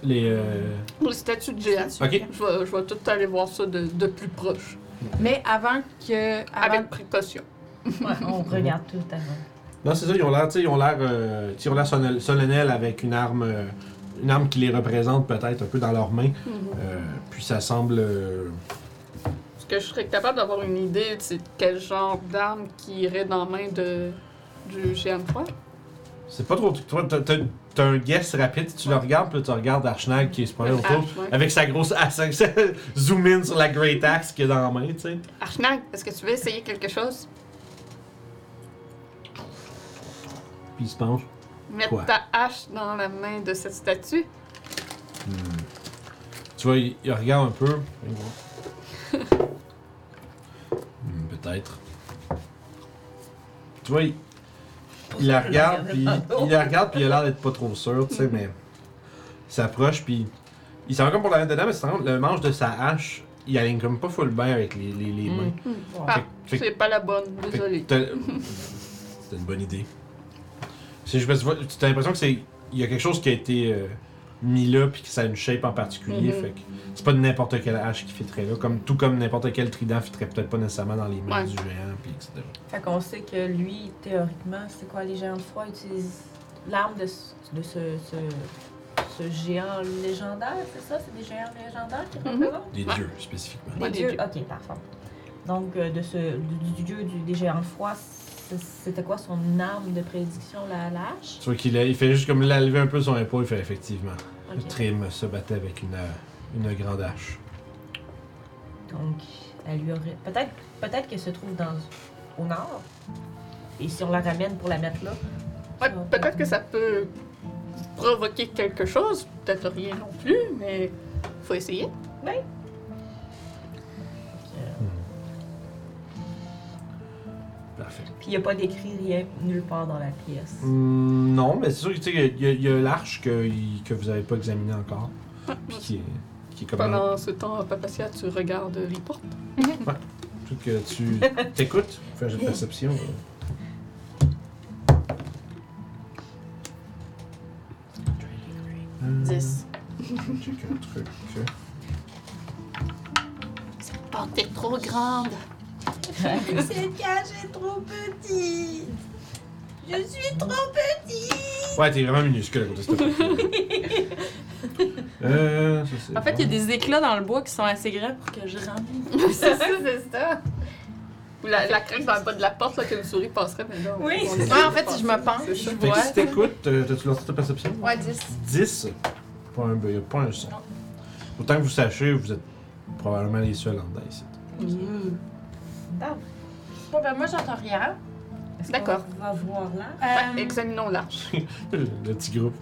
Speaker 1: Les. euh,
Speaker 3: Les statues de géants.
Speaker 1: Ok.
Speaker 3: Je vais, je vais tout aller voir ça de, de plus proche.
Speaker 6: Mais avant que.
Speaker 4: Ah,
Speaker 6: Avant...
Speaker 3: Avec précaution.
Speaker 5: Ouais, on regarde tout avant.
Speaker 1: Non, c'est ça, ils ont l'air, tu sais, ils ont l'air, euh, tu sais, ils ont l'air sonol- solennels avec une arme, euh, une arme qui les représente peut-être un peu dans leurs mains.
Speaker 4: Mhm.
Speaker 1: Euh, puis ça semble. euh,
Speaker 3: Est-ce que je serais capable d'avoir une idée de c'est quel genre d'arme qui irait dans la main de, du géant de froid?
Speaker 1: C'est pas trop. Toi, t'as- t'as t'as un guess rapide, tu le regardes, puis tu regardes Archnag qui se promène autour,
Speaker 3: Arch, ouais.
Speaker 1: avec sa grosse axe, zoom in sur la Great Axe qu'il a dans la main, tu sais.
Speaker 3: Archnag, est-ce que tu veux essayer quelque chose?
Speaker 1: Puis il se penche.
Speaker 3: Mettre
Speaker 1: Quoi?
Speaker 3: ta hache dans la main de cette statue?
Speaker 1: Tu vois, il, il regarde un peu. Il voit. Hmm, Peut-être. Tu vois, il, il la regarde, puis il la regarde, puis il a l'air d'être pas trop sûr, tu sais, mais il s'approche, puis il s'en va comme pour la mettre dedans, mais c'est vraiment le manche de sa hache, il aligne comme pas full bien avec les, les, les mains.
Speaker 3: Ah,
Speaker 1: Fait- fait-
Speaker 3: c'est pas la bonne,
Speaker 1: Fait que
Speaker 3: désolé.
Speaker 1: t'as- C'était une bonne idée. C'est juste parce que tu vois- t'as l'impression que c'est. Il y a quelque chose qui a été euh, mis là puis que ça a une shape en particulier.
Speaker 3: Mhm.
Speaker 1: Fait que c'est pas n'importe quelle hache qui fitterait là. Comme, tout comme n'importe quel trident fitterait peut-être pas nécessairement dans les mains
Speaker 3: Ouais.
Speaker 1: du géant puis etc.
Speaker 5: Fait qu'on sait que lui, théoriquement, c'est quoi les géants de froid utilisent l'arme de, ce- de ce, ce- ce géant légendaire, c'est ça? C'est des géants légendaires qui
Speaker 3: Mhm.
Speaker 5: représentent?
Speaker 1: Des dieux spécifiquement.
Speaker 5: Des
Speaker 3: Des
Speaker 5: dieux.
Speaker 3: dieux.
Speaker 5: Ok, parfait. Donc, euh, de ce, du, du dieu du, des géants de froid, c'est- c'était quoi son arme de prédiction, la la hache?
Speaker 1: Tu vois qu'il a- il fait juste comme lever un peu son épaule, il fait effectivement. Le
Speaker 5: Ok.
Speaker 1: Trim se battait avec une, euh, une grande hache.
Speaker 5: Donc, elle lui aurait. Peut-être peut-être qu'elle se trouve dans... au nord. Et si on la ramène pour la mettre là,
Speaker 3: Ouais, peut-être que ça peut provoquer quelque chose, peut-être rien non plus, mais faut essayer.
Speaker 5: euh,
Speaker 1: Parfait.
Speaker 5: puis il n'y a pas d'écrit rien nulle part dans la pièce.
Speaker 1: Hum, non, mais c'est sûr qu'il y a, il y a l'arche que, il- que vous avez pas examinée encore. Puis qui est, qui est comme dans-
Speaker 3: Pendant ce temps, Papacia, tu regardes les portes.
Speaker 1: Tout que tu t'écoutes. Fais un jeu de perception. Hum,
Speaker 6: 10.
Speaker 1: check un truc. hein.
Speaker 3: Cette
Speaker 4: Oh,
Speaker 3: porte est trop grande.
Speaker 6: Cette cage est trop petite. Je suis trop petite.
Speaker 1: Ouais, t'es vraiment minuscule à côté de cette porte. Euh, ça, c'est
Speaker 4: En fait, il y a
Speaker 1: bon.
Speaker 4: des éclats dans le bois qui sont assez grands pour que je rentre.
Speaker 3: c'est ça, c'est ça. Ou la, la craque dans le bas de la porte, là, qu'une souris passerait, mais là, on-
Speaker 4: Oui.
Speaker 3: on est
Speaker 4: Ah, en fait, si je me
Speaker 3: passé,
Speaker 4: penche,
Speaker 3: c'est
Speaker 4: je
Speaker 3: ça.
Speaker 1: Fait que
Speaker 4: vois.
Speaker 1: si t'écoutes, euh, t'as-tu lancé ta perception?
Speaker 6: Ouais, 10.
Speaker 1: 10. Pas un, y a pas un son. Autant que vous sachiez, vous êtes probablement les seuls en dedans ici.
Speaker 6: Bon, ben moi, j'entends rien.
Speaker 5: Est-ce qu'on
Speaker 3: D'accord.
Speaker 5: va voir là.
Speaker 6: Euh,
Speaker 3: Examinons l'arche.
Speaker 1: Le petit groupe.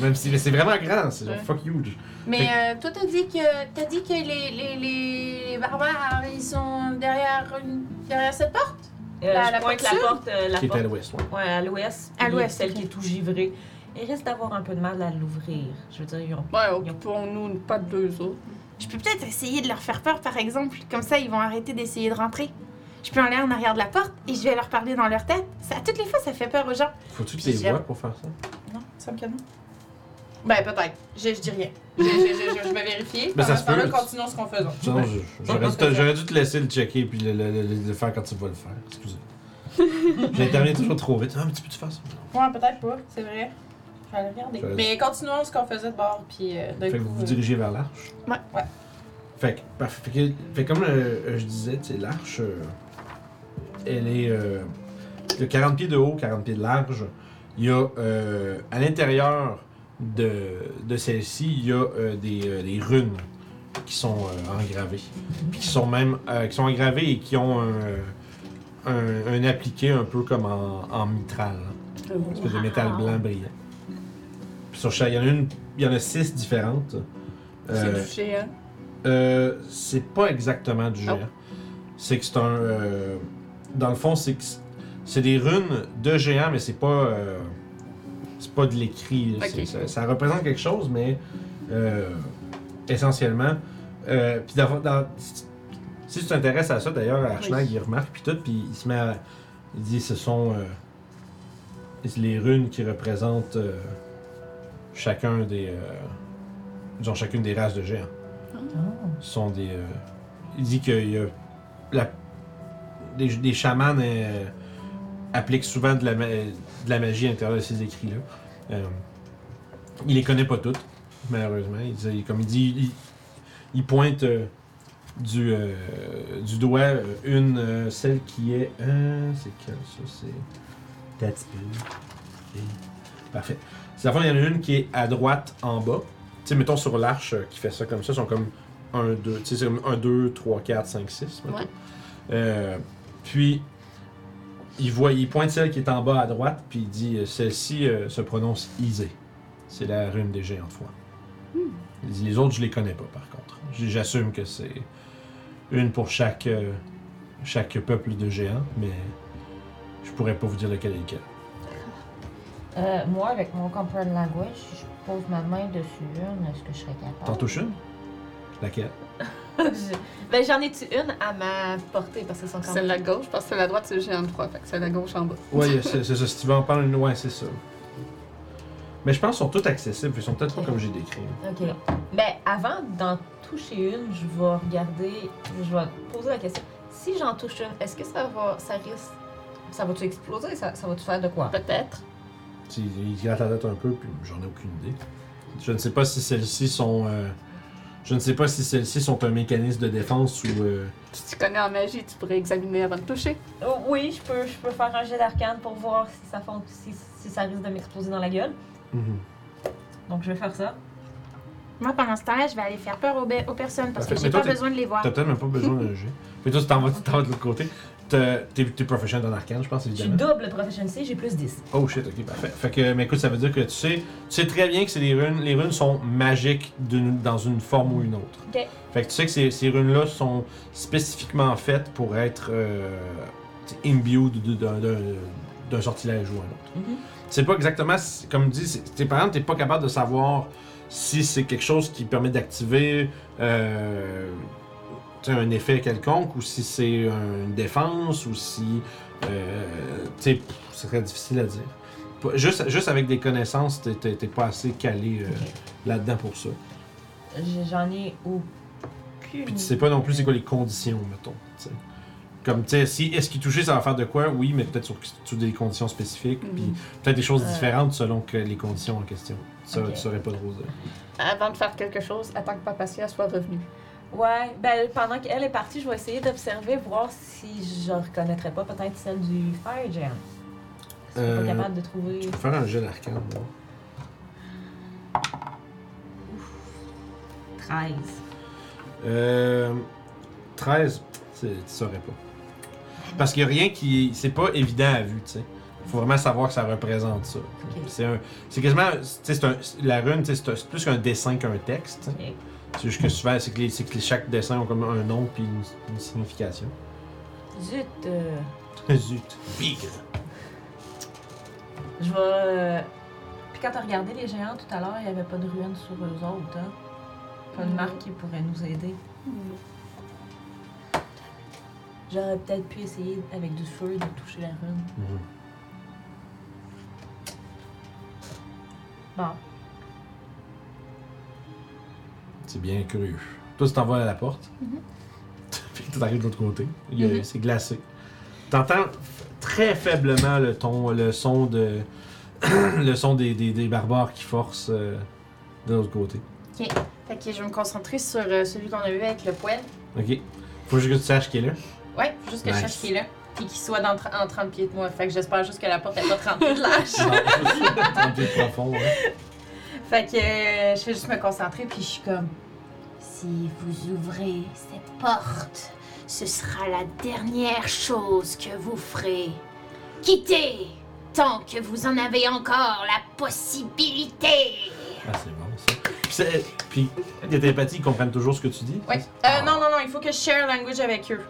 Speaker 1: Même si mais c'est vraiment grand, c'est genre
Speaker 3: Ouais.
Speaker 1: fuck huge.
Speaker 6: mais euh, toi, t'as dit que, t'as dit que les, les, les, les barbares, ils sont derrière, une- derrière cette porte?
Speaker 5: Euh,
Speaker 6: Bah, La-
Speaker 5: je
Speaker 6: la
Speaker 5: pointe
Speaker 6: porte
Speaker 5: la
Speaker 6: sud?
Speaker 5: porte, euh, la
Speaker 1: qui est à
Speaker 5: porte.
Speaker 1: l'ouest, ouais.
Speaker 5: Ouais, à l'ouest.
Speaker 6: À
Speaker 5: puis
Speaker 6: l'ouest,
Speaker 5: Celle
Speaker 6: ok.
Speaker 5: qui est tout givrée. Il risque d'avoir un peu de mal à l'ouvrir. Je veux dire, ils ont.
Speaker 3: Ouais, occupons-nous pas de deux autres.
Speaker 6: Je peux peut-être essayer de leur faire peur, par exemple. Comme ça, ils vont arrêter d'essayer de rentrer. Je peux aller en arrière de la porte et je vais leur parler dans leur tête. Ça, à toutes les fois, ça fait peur aux gens.
Speaker 1: Faut-tu que tu les
Speaker 6: J'aime.
Speaker 1: vois pour faire ça?
Speaker 6: Non, ça me calme. Ben, peut-être. Je, je dis rien. Je, je, je, je- je vais vérifier.
Speaker 1: Ben, ça se
Speaker 6: Pendant ce
Speaker 1: peut.
Speaker 6: temps-là, continuons ce qu'on faisait.
Speaker 1: Sinon, Ben, je- j'aurais dû, te- j'aurais dû te laisser le checker puis le, le- le- le- le faire quand tu vas le faire. Excusez. J'interviens toujours trop vite. Ah, mais tu peux-tu faire ça? Non.
Speaker 8: Ouais, peut-être pas, c'est vrai. Je vais aller regarder.
Speaker 1: Fais-
Speaker 8: Mais continuons ce qu'on faisait de bord, puis euh, d'un
Speaker 1: Fait que
Speaker 8: coup.
Speaker 1: vous vous
Speaker 8: euh,
Speaker 1: dirigez vers l'arche.
Speaker 6: Ouais.
Speaker 8: Ouais.
Speaker 1: Fait que, parfait. Fait que- fait que comme euh, je disais, tu sais, l'arche, euh, elle est euh, de 40 pieds de haut, 40 pieds de large. Il y a euh, à l'intérieur de, de celle-ci, il y a euh, des, euh, des runes qui sont euh, engravées. Puis qui sont même euh, qui sont engravées et qui ont un, un- un appliqué un peu comme en, en mitral. hein.
Speaker 3: Euh,
Speaker 1: Une espèce de métal blanc brillant. Puis sur chaque, il y en a une, il y en a six différentes.
Speaker 3: C'est
Speaker 1: Euh,
Speaker 3: du géant.
Speaker 1: euh, c'est pas exactement du géant.
Speaker 3: Oh.
Speaker 1: C'est que c'est un. euh, dans le fond, c'est que c'est- c'est des runes de géant, mais c'est pas. euh, c'est pas de l'écrit. là.
Speaker 3: Ok.
Speaker 1: C'est- Ça, ça représente quelque chose, mais euh, essentiellement. euh, puis dans- dans- si- si tu t'intéresses à ça, d'ailleurs, Archnag, il remarque, puis tout, puis il se met à. Il dit ce sont. euh, les runes qui représentent euh, chacun des. euh, disons, chacune des races de géants sont des. euh, il dit que il y a la- des, des chamans euh, appliquent souvent de la, ma- de la magie à l'intérieur de ces écrits-là. Euh, il les connaît pas toutes, malheureusement. Il dit- comme il dit, il, il pointe euh, du, euh, du doigt euh, une, euh, celle qui est. euh, c'est quelle ça C'est. T'as petit peu. Ok. Parfait. C'est la fois, il y en a une qui est à droite en bas. Tu sais, mettons sur l'arche euh, qui fait ça comme ça, ils sont comme 1, 2, tu sais, c'est comme 1, 2, 3, 4, 5, 6. mettons.
Speaker 3: Ouais.
Speaker 1: Euh, puis, il, voit, il pointe celle qui est en bas à droite, puis il dit euh, celle-ci euh, se prononce Isée. C'est la rune des géants de foi. Il dit, les autres, je les connais pas, par contre. J- J'assume que c'est une pour chaque, euh, chaque peuple de géants, mais je pourrais pas vous dire lequel est lequel.
Speaker 9: Euh, moi, avec mon comprendre language, si je pose ma main dessus une, est-ce que je serais capable?
Speaker 1: T'en touches une Laquelle
Speaker 4: Je- Ben, j'en ai-tu une à ma portée parce que c'est encore.
Speaker 3: Celle de la gauche, parce que celle de la droite, c'est le géant de froid. Fait que celle de la gauche en bas.
Speaker 1: Ouais, c'est c'est ça. Si tu veux en parler une, ouais, c'est ça. Mais je pense qu'ils sont tous accessibles, ils sont peut-être pas
Speaker 5: Ok.
Speaker 1: comme j'ai décrit.
Speaker 5: Ok. Mais avant d'en toucher une, je vais regarder. Je vais poser la question. Si j'en touche une, est-ce que ça va. Ça risque. Ça va-tu exploser? Ça, ça va-tu faire de quoi?
Speaker 3: Peut-être.
Speaker 1: Tu- Ils grattent la tête un peu, puis j'en ai aucune idée. Je ne sais pas si celles-ci sont. euh, Je ne sais pas si celles-ci sont un mécanisme de défense ou. euh,
Speaker 3: Si tu connais en magie, tu pourrais examiner avant de toucher.
Speaker 5: Oh, oui, je peux, je peux faire un jet d'arcane pour voir si ça, fon- si, si ça risque de m'exploser dans la gueule. Donc je vais faire ça.
Speaker 6: Moi, pendant ce temps-là, je vais aller faire peur aux, be- aux personnes parce
Speaker 1: Parfait. Mais
Speaker 6: que j'ai
Speaker 1: toi,
Speaker 6: pas
Speaker 1: t'es-
Speaker 6: besoin de les voir.
Speaker 1: T'as peut-être même pas besoin d'un jet. Puis toi, tu t'en vas, tu t'en vas de l'autre côté. T'as- T'es t'es professionnel dans l'arcane, je pense,
Speaker 5: Je suis
Speaker 1: évidemment.
Speaker 5: double proficiency, j'ai plus 10.
Speaker 1: Oh shit, ok, parfait. Fait que, mais écoute, ça veut dire que tu sais, tu sais très bien que c'est des runes. Les runes sont magiques d'une- dans une forme ou une autre.
Speaker 5: Ok.
Speaker 1: Fait que tu sais que ces, ces runes-là sont spécifiquement faites pour être euh, tu sais, imbued de- d'un- d'un d'un sortilège ou un autre.
Speaker 5: Mhm.
Speaker 1: C'est pas exactement, si- comme dit, c'est- t'es- par exemple, t'es pas capable de savoir si c'est quelque chose qui permet d'activer euh, tu sais, un effet quelconque ou si c'est une défense ou si. euh, tu sais, pff, ce serait difficile à dire. Pas- Juste, juste avec des connaissances, t'es- t'es t'es pas assez calé euh, là-dedans pour ça.
Speaker 5: J'ai- J'en ai aucune.
Speaker 1: Puis tu sais pas non plus c'est quoi les conditions, mettons. tu sais. Comme, tu sais, si est-ce qu'il touchait, ça va faire de quoi? Oui, mais peut-être sur, sous des conditions spécifiques,
Speaker 3: Mhm.
Speaker 1: puis peut-être des choses
Speaker 5: Euh.
Speaker 1: différentes selon que les conditions en question. Ça,
Speaker 5: Ok.
Speaker 1: tu saurais pas trop dire.
Speaker 3: Avant de faire quelque chose, attends que Papacia soit revenue.
Speaker 5: Ouais, ben pendant qu'elle est partie, je vais essayer d'observer, voir si je reconnaîtrais pas peut-être celle du Fire Jam. Si je
Speaker 1: Euh,
Speaker 5: suis pas capable de trouver.
Speaker 1: Tu peux faire un jeu d'arcane, là.
Speaker 5: 13.
Speaker 1: Euh, 13, c'est- tu saurais pas. Parce qu'il y a rien qui. C'est pas évident à vue, tu sais. Faut vraiment savoir que ça représente ça. C'est un. C'est quasiment. tu sais, c'est un- la rune, tu sais, c'est un- c'est plus qu'un dessin qu'un texte.
Speaker 5: Ok.
Speaker 1: C'est juste que souvent, c'est que, les, c'est que les- chaque dessin ont comme un nom puis une, une signification.
Speaker 5: Zut! euh,
Speaker 1: Zut. Bigre.
Speaker 5: je vais. euh, Puis quand t'as regardé les géants tout à l'heure, il n'y avait pas de ruines sur eux autres, hein? Pas de marque qui pourrait nous aider. J'aurais peut-être pu essayer avec du feu de toucher la rune.
Speaker 1: Euh,
Speaker 5: Bon.
Speaker 1: C'est bien curieux. Toi, tu t'en vas à la porte. Puis tu arrives de l'autre côté. Il y
Speaker 8: Mm-hmm.
Speaker 1: a- C'est glacé. T'entends très faiblement le ton, le son de. le son des, des- des barbares qui forcent euh, de l'autre côté.
Speaker 6: Fait que je vais me concentrer sur euh, celui qu'on a eu avec le poêle.
Speaker 1: Ok. Faut juste que tu saches qu'il est là.
Speaker 8: Ouais, faut juste que
Speaker 1: Nice.
Speaker 8: je cherche qui est là. Puis qu'il soit dans, tra- en 30 pieds de moi. Fait que j'espère juste que la porte est pas 30 pieds de large.
Speaker 1: Un peu profond, hein. ouais.
Speaker 8: Fait que euh, je vais juste me concentrer, puis je suis comme.
Speaker 9: Si vous ouvrez cette
Speaker 6: Porte, ce sera la dernière chose que vous ferez. Quittez tant que vous en avez encore la possibilité.
Speaker 1: Ah, c'est bon, ça. Puis, c'est- puis les télépathies, ils comprennent toujours ce que tu dis. Ah,
Speaker 8: Ouais. Euh, non, non, non, il faut que je share language avec eux.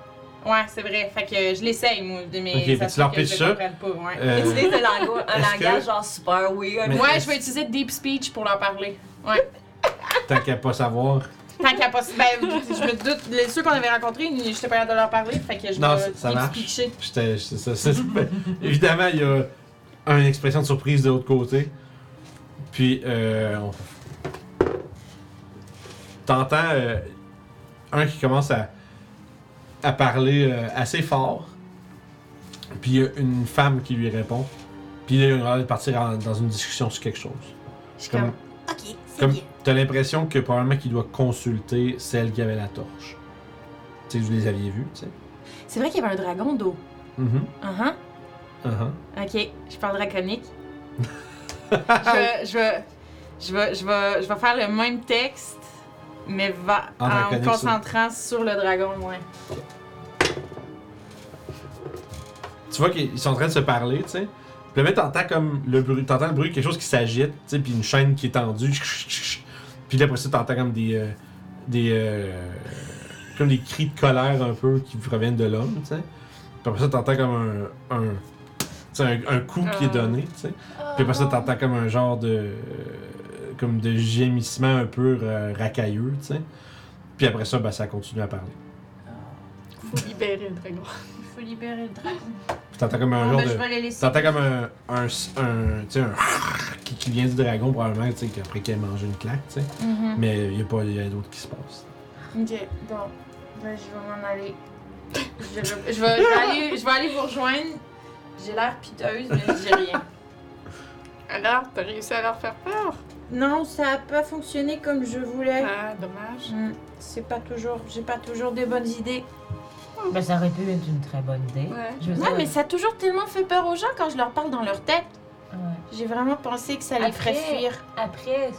Speaker 8: Ouais, c'est vrai. Fait que je l'essaye, moi, de mes.
Speaker 1: Ok, puis tu leur pitches ça.
Speaker 8: comprennent pas, ouais.
Speaker 1: Euh,
Speaker 5: Utiliser un, lango- un
Speaker 1: est-ce que-
Speaker 5: langage genre super weird.
Speaker 1: Mais-
Speaker 8: Ouais, je vais utiliser Deep Speech pour leur parler. Ouais.
Speaker 1: tant qu'à pas savoir.
Speaker 8: Tant qu'à pas. Ben, je me doute. Les ceux qu'on avait rencontrés, j'étais pas capable de leur parler. Fait que je
Speaker 1: Non,
Speaker 8: vais
Speaker 1: ça- ça
Speaker 8: Deep
Speaker 1: marche.
Speaker 8: Speecher.
Speaker 1: J'étais- j'étais- ça- ça- ça- ben, évidemment, il y a une expression de surprise de l'autre côté. Puis, euh, on- t'entends euh, un qui commence à, à parler euh, assez fort. Puis il y a une femme qui lui répond. Puis là, il a l'air de partir en- dans une discussion sur quelque chose.
Speaker 6: Je suis
Speaker 1: Comme-
Speaker 6: comme, ok, c'est
Speaker 1: Comme
Speaker 6: bien.
Speaker 1: t'as l'impression que probablement qu'il doit consulter celle qui avait la torche. Tu sais, vous les aviez vus, tu sais.
Speaker 6: C'est vrai qu'il y avait un dragon d'eau.
Speaker 1: Mhm.
Speaker 6: Uh-huh.
Speaker 1: Uh-huh.
Speaker 8: Ok, je parle draconique. je, je, vais- je, vais, je, vais, je vais faire le même texte, mais va,
Speaker 1: En
Speaker 8: en me
Speaker 1: draconique,
Speaker 8: concentrant sur le dragon, ouais.
Speaker 1: Tu vois qu'ils ils sont en train de se parler, tu sais. Puis là, t'entends comme le bruit, t'entends le bruit de quelque chose qui s'agite, tu sais, puis une chaîne qui est tendue. Puis là, après ça, t'entends comme des. euh, des. euh, comme des cris de colère un peu qui proviennent de l'homme, tu sais. Puis après ça, t'entends comme un. un tu sais, un, un coup qui est
Speaker 6: Ah.
Speaker 1: donné, tu sais. Puis après ça, t'entends comme un genre de. euh, comme de gémissement un peu euh, racailleux, tu sais. Puis après ça, ben, ça continue à parler.
Speaker 3: Faut libérer le dragon.
Speaker 6: Il faut libérer le dragon.
Speaker 1: Puis t'entends comme un
Speaker 6: Bon,
Speaker 1: genre
Speaker 6: ben,
Speaker 1: de.
Speaker 6: je vais les laisser.
Speaker 1: T'entends comme un. un, un tu sais, un. Qui, qui vient du dragon, probablement, tu sais, qu'après qu'il ait mangé une claque, tu sais.
Speaker 8: Mm-hmm.
Speaker 6: Mhm.
Speaker 1: Mais il y a pas rien d'autre qui se passe.
Speaker 6: Ok, bon. Ben, je vais m'en aller.
Speaker 8: Je, je- je vais, je vais aller, je vais aller vous rejoindre. J'ai l'air piteuse, mais je dis rien.
Speaker 3: Alors, t'as réussi à leur faire peur?
Speaker 6: Non, ça a pas fonctionné comme je voulais.
Speaker 3: Ah, dommage.
Speaker 6: Hmm, C'est pas toujours. J'ai pas toujours des bonnes idées.
Speaker 9: Ben, ça aurait pu être une très bonne idée.
Speaker 3: Ouais.
Speaker 9: Je veux
Speaker 6: Non,
Speaker 9: dire-
Speaker 6: mais ça a toujours tellement fait peur aux gens quand je leur parle dans leur tête.
Speaker 9: Ouais.
Speaker 6: J'ai vraiment pensé que ça les
Speaker 5: Après-
Speaker 6: ferait fuir.
Speaker 5: Après,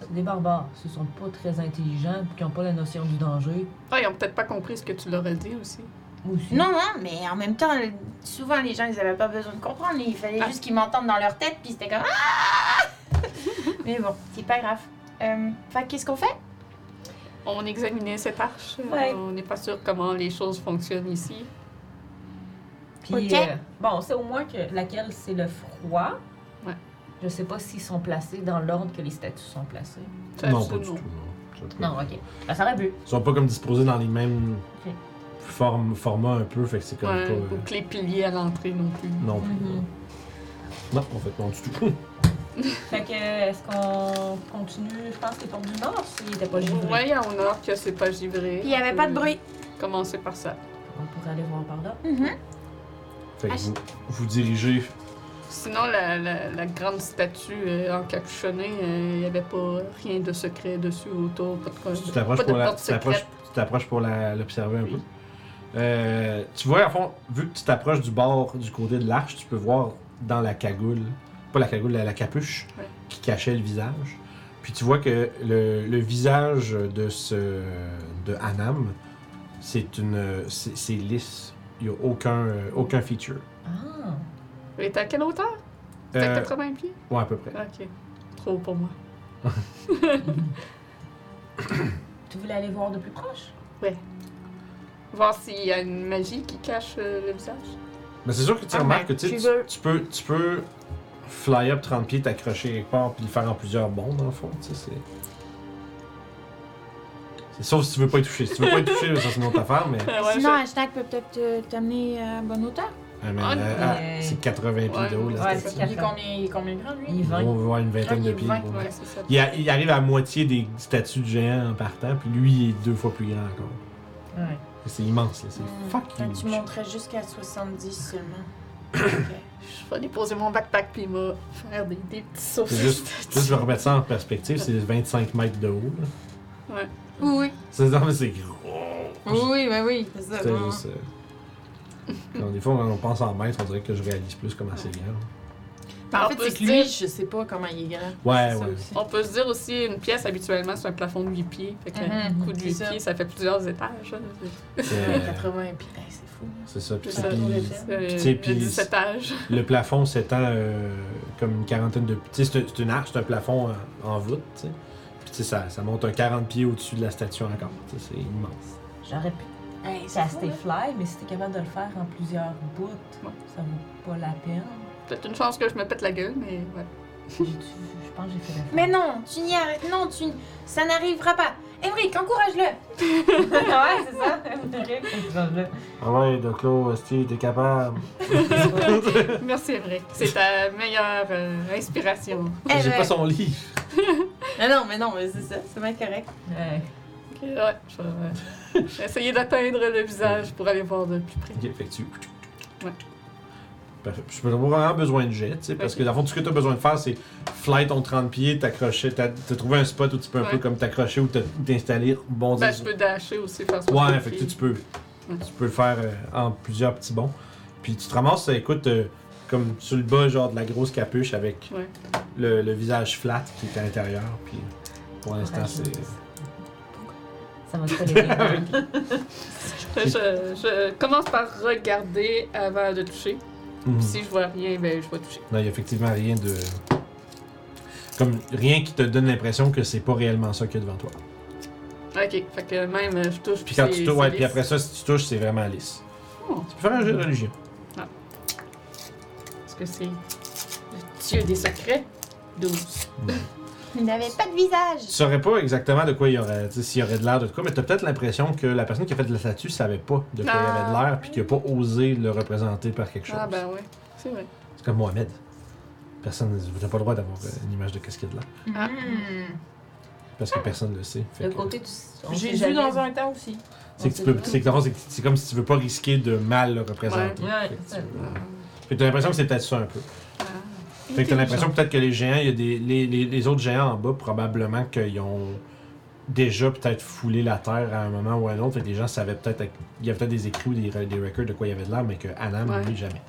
Speaker 5: c'est des barbares. Ce sont pas très intelligents puis qui ont pas la notion du danger.
Speaker 3: Ah, ils ont peut-être pas compris ce que tu leur as dit aussi.
Speaker 5: Aussi.
Speaker 6: Non, non, mais en même temps, le- souvent les gens, ils avaient pas besoin de comprendre. Il
Speaker 8: Ah.
Speaker 6: fallait juste qu'ils m'entendent dans leur tête, puis c'était comme. Ah mais bon, c'est pas grave. Euh, fait qu'est-ce qu'on fait?
Speaker 3: On examinait cette arche.
Speaker 5: Ouais.
Speaker 3: On n'est pas sûr comment les choses fonctionnent ici.
Speaker 5: Puis,
Speaker 6: Ok.
Speaker 5: euh, bon, c'est au moins que laquelle c'est le froid.
Speaker 3: Ouais.
Speaker 5: Je sais pas s'ils sont placés dans l'ordre que les statues sont placées.
Speaker 3: Ça,
Speaker 1: non, pas du
Speaker 3: absolument.
Speaker 1: tout, non. Ça peut-
Speaker 5: Non, ok. Ben, ça aurait pu.
Speaker 1: Ils sont pas comme disposés dans les mêmes
Speaker 5: Ok.
Speaker 1: formes, formats un peu, fait que c'est comme
Speaker 3: Ouais,
Speaker 1: pas.
Speaker 3: ou
Speaker 1: euh,
Speaker 3: que les piliers à l'entrée non plus.
Speaker 1: non plus. non.
Speaker 5: Mm-hmm.
Speaker 1: Non, en fait, non du tout.
Speaker 5: Fait que, euh, est-ce qu'on continue? Je pense que les portes du Nord, s'ils étaient pas givrés.
Speaker 3: Ouais, il y a honor que c'est pas Euh, givré.
Speaker 6: Puis il y avait pas
Speaker 3: Hmm.
Speaker 6: de bruit.
Speaker 3: Commencer par ça.
Speaker 5: On pourrait aller voir par là.
Speaker 6: Mhm.
Speaker 1: Fait que
Speaker 6: Ah,
Speaker 1: vous, vous dirigez.
Speaker 3: Sinon, la, la- la grande statue euh, encapuchonnée, euh, il n'y avait pas rien de secret dessus autour. Pas de, quoi-
Speaker 1: Tu t'approches
Speaker 3: pas de
Speaker 1: pour, la,
Speaker 3: porte
Speaker 1: tu t'approches-
Speaker 3: secrète.
Speaker 1: tu t'approches pour la- l'observer un peu. Euh, tu vois, à fond, vu que tu t'approches du bord du côté de l'arche, tu peux voir dans la cagoule, pas la cagoule, la, la capuche
Speaker 3: Ouais.
Speaker 1: qui cachait le visage. Puis tu vois que le, le visage de ce de Anam, c'est une c'est c'est lisse. Il n'y a aucun, euh, aucun feature.
Speaker 5: Ah!
Speaker 3: Elle était à quelle hauteur? C'était à
Speaker 1: Euh,
Speaker 3: 80 pieds?
Speaker 1: ouais, à peu près.
Speaker 3: Ok. Trop pour moi.
Speaker 5: Tu voulais aller voir de plus proche?
Speaker 3: Voir s'il y a une magie qui cache euh, le visage.
Speaker 1: Mais c'est sûr que tu
Speaker 6: Ah,
Speaker 1: remarques que
Speaker 6: ben,
Speaker 1: tu, sais,
Speaker 6: tu
Speaker 1: tu-
Speaker 6: veux.
Speaker 1: tu peux, tu peux fly up 30 pieds, t'accrocher quelque part, puis le faire en plusieurs bonds, dans le fond. tu sais, C'est... c'est sauf si tu veux pas y toucher. Si tu veux pas y toucher, ça c'est une autre affaire, mais,
Speaker 3: Ah ouais,
Speaker 6: Sinon,
Speaker 3: je-
Speaker 6: Hashtag peut peut-être euh, t'amener à bonne hauteur.
Speaker 1: Ah, mais,
Speaker 3: Ah,
Speaker 1: euh, ah,
Speaker 5: mais-
Speaker 1: c'est 80 pieds de haut. Là,
Speaker 5: Ouais,
Speaker 1: cette
Speaker 5: c'est
Speaker 1: statue.
Speaker 8: Il est combien, il est combien grand, lui?
Speaker 5: Il
Speaker 1: On va voir une vingtaine de
Speaker 6: Ah, il
Speaker 1: pieds.
Speaker 6: vingt,
Speaker 1: ouais.
Speaker 3: ouais, c'est ça.
Speaker 1: Il, a- il arrive à moitié des statues de géants en partant, puis lui il est deux fois plus grand encore.
Speaker 5: Ouais.
Speaker 1: C'est immense, là. c'est
Speaker 6: Hmm,
Speaker 1: fucking
Speaker 6: Tu monterais jusqu'à 70 seulement.
Speaker 3: Je vais déposer mon backpack puis il va faire des, des petits sauts.
Speaker 1: C'est juste, juste, je vais remettre ça en perspective, c'est 25 mètres de haut. là.
Speaker 6: Oui,
Speaker 1: C'est, non, mais c'est gros.
Speaker 6: oui, oui, ben oui, c'est ça.
Speaker 1: C'était
Speaker 6: vraiment.
Speaker 1: juste. euh, quand des fois, quand on pense en mètres, on dirait que je réalise plus comment c'est grand.
Speaker 3: Ah,
Speaker 8: En fait,
Speaker 3: on peut
Speaker 8: c'est
Speaker 3: se
Speaker 8: que lui, je sais pas comment il est grand.
Speaker 1: Ouais,
Speaker 8: C'est ça
Speaker 1: ouais.
Speaker 8: aussi.
Speaker 3: On peut se dire aussi, une pièce habituellement c'est un plafond de 8 pieds. Fait qu'un
Speaker 6: Mhm,
Speaker 3: coup de
Speaker 8: c'est
Speaker 3: 8
Speaker 8: ça.
Speaker 3: pieds, ça fait plusieurs étages. hein.
Speaker 1: C'est- euh,
Speaker 8: 80 puis hey, c'est fou.
Speaker 1: C'est ça. Puis,
Speaker 3: C'est ça,
Speaker 1: puis
Speaker 3: on
Speaker 1: tu
Speaker 3: est
Speaker 1: sais,
Speaker 3: euh,
Speaker 1: puis-
Speaker 3: 10 étages.
Speaker 1: le plafond s'étend euh, comme une quarantaine de. Tu sais, c'est un- c'est une arche, c'est un plafond en, en voûte, tu sais. Puis, tu sais, ça, ça monte un 40 pieds au-dessus de la statue encore. tu sais, C'est immense.
Speaker 5: J'aurais pu
Speaker 8: Hey, c'est fou,
Speaker 5: caster
Speaker 8: hein?
Speaker 5: fly, mais si t'es capable de le faire en plusieurs bouts, ça vaut pas la peine.
Speaker 3: Peut-être une chance que je me pète la gueule, mais ouais.
Speaker 5: J'ai- tu- Je pense que j'ai fait la
Speaker 6: Mais non, tu n'y arri- Non, tu... ça n'arrivera pas. Émeric, encourage-le.
Speaker 5: ouais, c'est ça. Eric, étrange-le.
Speaker 1: Ah ouais, donc là, Steve, t'es capable.
Speaker 3: Merci, vrai. C'est ta meilleure euh, inspiration.
Speaker 6: Eh
Speaker 1: J'ai
Speaker 6: ben.
Speaker 1: pas son livre.
Speaker 8: Ah non, mais non, mais c'est ça, c'est bien correct.
Speaker 5: Ouais.
Speaker 3: Ok, ouais, je vais euh, essayer d'atteindre le visage pour aller voir de plus près.
Speaker 1: Ok, fait que tu.
Speaker 3: Ouais.
Speaker 1: Parfait. Puis, Je peux avoir vraiment besoin de jet, tu sais, parce que dans le fond, tout ce que tu as besoin de faire, c'est fly ton 30 pieds, t'accrocher, t'as t'as trouvé un spot où tu peux un
Speaker 3: Ouais.
Speaker 1: peu comme t'accrocher ou te- ou t'installer, rebondir.
Speaker 3: Ben, je peux dasher aussi, faire ça.
Speaker 1: Ouais, fait que tu, tu peux.
Speaker 3: Ouais.
Speaker 1: Tu peux le faire euh, en plusieurs petits bonds. Puis tu te ramasses, euh, écoute, euh, comme sur le bas, genre de la grosse capuche avec
Speaker 3: Ouais.
Speaker 1: le, le visage flat qui est à l'intérieur. Puis pour l'instant,
Speaker 5: Courageuse.
Speaker 1: c'est.
Speaker 5: Ça va te coller.
Speaker 1: Avec-
Speaker 3: Je, je commence par regarder avant de toucher.
Speaker 1: Mhm.
Speaker 3: Puis Si je vois rien, ben je vais toucher.
Speaker 1: Non, il n'y a effectivement rien de. Comme rien qui te donne l'impression que c'est pas réellement ça qu'il y a devant toi.
Speaker 3: Ok, fait que même euh, je touche.
Speaker 1: Puis quand tu
Speaker 3: c'est-
Speaker 1: touches, ouais,
Speaker 3: c'est
Speaker 1: puis après ça, si tu touches, c'est vraiment lisse.
Speaker 3: Oh.
Speaker 1: Tu peux faire un jeu de religion.
Speaker 3: Est-ce que c'est le dieu des secrets? 12.
Speaker 6: Il n'avait pas de visage.
Speaker 1: Tu saurais pas exactement de quoi il y aurait, tu sais, s'il y aurait de l'air de quoi, mais t'as peut-être l'impression que la personne qui a fait de la statue savait pas de quoi il y avait de
Speaker 3: Ah.
Speaker 1: l'air, puis qu'il a pas osé le représenter par quelque chose.
Speaker 3: Ah ben ouais, c'est vrai.
Speaker 1: C'est comme Mohamed. Personne, vous n'avez pas le droit d'avoir euh, une image de qu'est-ce qu'il y a de l'air,
Speaker 3: Ah.
Speaker 1: parce que personne ne le sait. Fait
Speaker 5: Le
Speaker 1: que-
Speaker 5: côté, tu. on
Speaker 4: J'ai
Speaker 5: sait
Speaker 4: vu
Speaker 5: jamais.
Speaker 4: dans un temps aussi.
Speaker 1: C'est que tu peux, c'est que dans le fond, c'est que c'est comme si tu veux pas risquer de mal le représenter.
Speaker 5: Ouais. Ouais,
Speaker 1: Fait que tu
Speaker 5: ça.
Speaker 1: veux- Fait que t'as l'impression que c'est peut-être ça un peu.
Speaker 3: Ah.
Speaker 1: Fait que t'as l'impression peut-être que les géants, il y a des, les, les- les autres géants en bas, probablement qu'ils ont déjà peut-être foulé la terre à un moment ou à un autre. Fait que les gens savaient peut-être, il y avait peut-être des écrits ou des, re- des records de quoi il y avait de l'air, mais que Anam,
Speaker 3: Ouais.
Speaker 1: lui, jamais.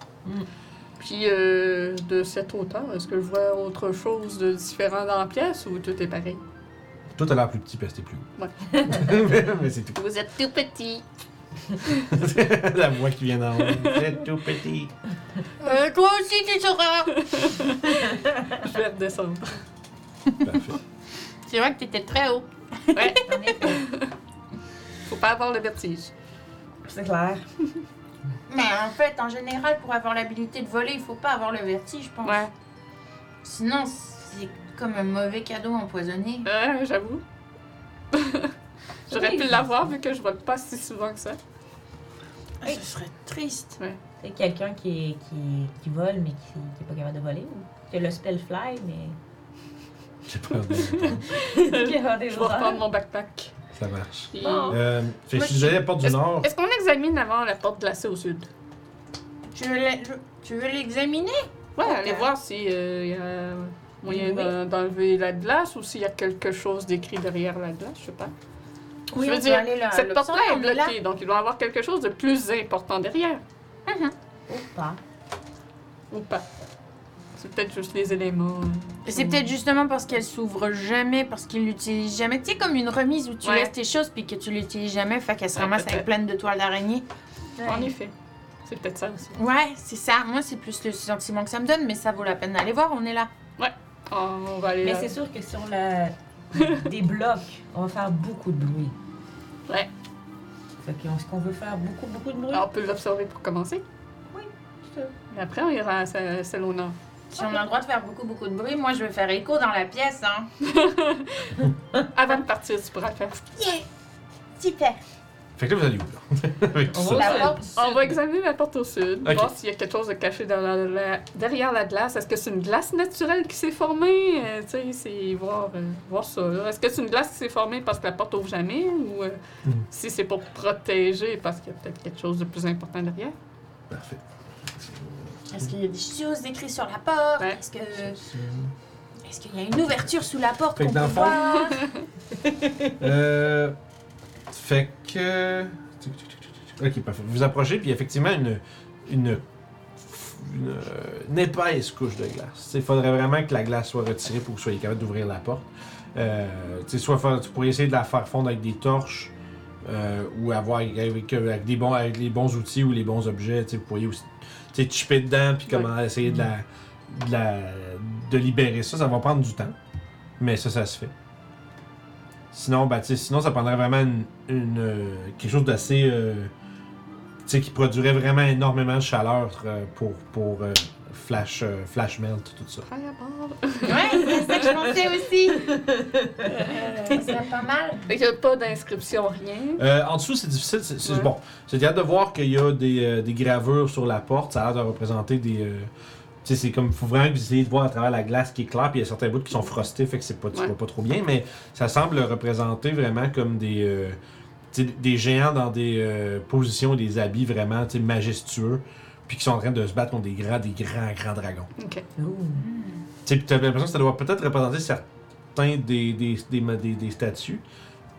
Speaker 3: Puis euh, de cette hauteur, est-ce que je vois autre chose de différent dans la pièce ou tout est pareil?
Speaker 1: Tout a l'air plus petit parce que t'es plus haut.
Speaker 3: Ouais.
Speaker 1: mais, mais c'est tout.
Speaker 6: Vous êtes tout petit.
Speaker 1: la voix qui vient d'en haut. C'est tout petit.
Speaker 6: Euh, toi aussi, tu seras.
Speaker 3: Je vais redescendre.
Speaker 1: Parfait.
Speaker 6: C'est vrai que t'étais très haut.
Speaker 3: Faut pas avoir le vertige.
Speaker 5: C'est clair.
Speaker 6: Mais en fait, en général, pour avoir l'habilité de voler, il faut pas avoir le vertige, je pense.
Speaker 3: Ouais.
Speaker 6: Sinon, c'est comme un mauvais cadeau empoisonné.
Speaker 3: Ouais, Euh, j'avoue. J'aurais pu l'avoir vu que je vole pas si souvent que ça.
Speaker 6: Ah, Ce serait triste.
Speaker 5: C'est quelqu'un qui, est- qui, qui vole, mais qui n'est pas capable de voler. Ou qui a le spell fly, mais.
Speaker 1: J'ai pas envie de répondre.
Speaker 5: qui a des
Speaker 3: Euh, Je vais Ah. reprendre mon backpack.
Speaker 1: Ça marche.
Speaker 3: Puis-
Speaker 1: Euh, fait que
Speaker 3: Moi,
Speaker 1: si j'allais à la porte du Nord,
Speaker 3: Est-ce qu'on examine avant la porte glacée au sud?
Speaker 6: Tu veux la- je- tu veux l'examiner?
Speaker 3: Ouais,
Speaker 6: Ok.
Speaker 3: aller voir s'il y a moyen
Speaker 5: Oui.
Speaker 3: d'en- d'enlever la glace ou s'il y a quelque chose d'écrit derrière la glace, je sais pas.
Speaker 6: Oui,
Speaker 3: je
Speaker 6: on
Speaker 3: veux
Speaker 6: peut
Speaker 3: dire,
Speaker 6: aller là-
Speaker 3: cette porte-là Ben, est
Speaker 6: l'observer, on est là.
Speaker 3: bloquée, donc il doit y avoir quelque chose de plus important derrière,
Speaker 5: Ou pas.
Speaker 3: ou pas. C'est peut-être juste les éléments. euh.
Speaker 6: C'est peut-être justement parce qu'elle s'ouvre jamais, parce qu'il l'utilise jamais. Tu sais, comme une remise où tu
Speaker 3: Ouais.
Speaker 6: laisses tes choses puis que tu l'utilises jamais, fait qu'elle se
Speaker 3: Ouais,
Speaker 6: ramasse
Speaker 3: peut-être.
Speaker 6: avec plein de toiles d'araignée.
Speaker 3: En effet. C'est peut-être ça aussi.
Speaker 6: Ouais, c'est ça. Moi, c'est plus le sentiment que ça me donne, mais ça vaut la peine d'aller voir, on est là.
Speaker 3: On va aller euh,
Speaker 5: Mais
Speaker 3: là.
Speaker 5: c'est sûr que si on la débloque, on va faire beaucoup de bruit.
Speaker 3: Ouais. Ah.
Speaker 5: Fait qu'on- est-ce qu'on veut faire beaucoup, beaucoup de bruit?
Speaker 3: Alors, on peut l'observer pour commencer.
Speaker 5: Oui,
Speaker 3: tout Et après, on ira à ce- celle au nord.
Speaker 6: Si on a le droit de faire beaucoup, beaucoup de bruit, moi, je vais faire écho dans la pièce, hein.
Speaker 3: Avant de partir, tu pourras le faire.
Speaker 6: Super.
Speaker 1: fait que là, vous allez où, là? Avec tout
Speaker 5: On
Speaker 1: ça.
Speaker 5: va
Speaker 6: La
Speaker 5: Ouais.
Speaker 6: porte du
Speaker 3: On
Speaker 6: sud.
Speaker 3: va examiner la porte au sud,
Speaker 1: Ok.
Speaker 3: voir s'il y a quelque chose de caché dans la- la- derrière la glace. Est-ce que c'est une glace naturelle qui s'est formée? Euh, tu sais, c'est voir, euh, voir ça. là. Est-ce que c'est une glace qui s'est formée parce que la porte ouvre jamais ou euh,
Speaker 1: Mm.
Speaker 3: si c'est pour protéger parce qu'il y a peut-être quelque chose de plus important derrière?
Speaker 1: Parfait.
Speaker 6: Est-ce qu'il y a des choses écrites sur la porte?
Speaker 3: Ouais.
Speaker 6: Est-ce que est-ce qu'il y a une ouverture sous la porte
Speaker 1: Fait que
Speaker 6: qu'on
Speaker 1: dans
Speaker 6: peut
Speaker 1: le fond-
Speaker 6: voir?
Speaker 1: Euh, fait que. Ok, parfait. Vous approchez, puis effectivement, une. une une, euh, une épaisse couche de glace. Il faudrait vraiment que la glace soit retirée pour que vous soyez capable d'ouvrir la porte. Euh, tu sais, soit faire- tu pourrais essayer de la faire fondre avec des torches euh, ou avoir avec, euh, avec des bons, avec les bons outils ou les bons objets. tu sais, Vous pourriez aussi tu sais, chipper dedans puis comment essayer de, la, de la- de libérer ça. Ça va prendre du temps, mais ça, ça se fait. Sinon, bah, sinon ça prendrait vraiment une, une, euh, quelque chose d'assez. euh, tu sais, qui produirait vraiment énormément de chaleur euh, pour, pour euh, flash, euh, flash melt, tout ça.
Speaker 6: Ouais, c'est ça que je pensais aussi. Euh, Ça serait pas mal.
Speaker 3: Il n'y a pas d'inscription, rien.
Speaker 1: Euh, en dessous, c'est difficile. C'est c'est-
Speaker 3: Mhm. Ouais.
Speaker 1: bon. C'est bien de voir qu'il y a des, euh, des gravures sur la porte. Ça a l'air de représenter des. euh, tu sais, c'est comme. faut vraiment que vous essayez de voir à travers la glace qui est claire. Puis il y a certains bouts qui sont frostés. Fait que c'est pas, tu
Speaker 3: Ouais.
Speaker 1: vois pas trop bien. Mais ça semble représenter vraiment comme des. euh, tu sais, des géants dans des euh, positions, des habits vraiment tu sais, majestueux. Puis qui sont en train de se battre contre des grands, des grands, grands dragons.
Speaker 3: OK.
Speaker 1: Tu sais, puis t'as l'impression que ça doit peut-être représenter certains des, des, des, des- des statues,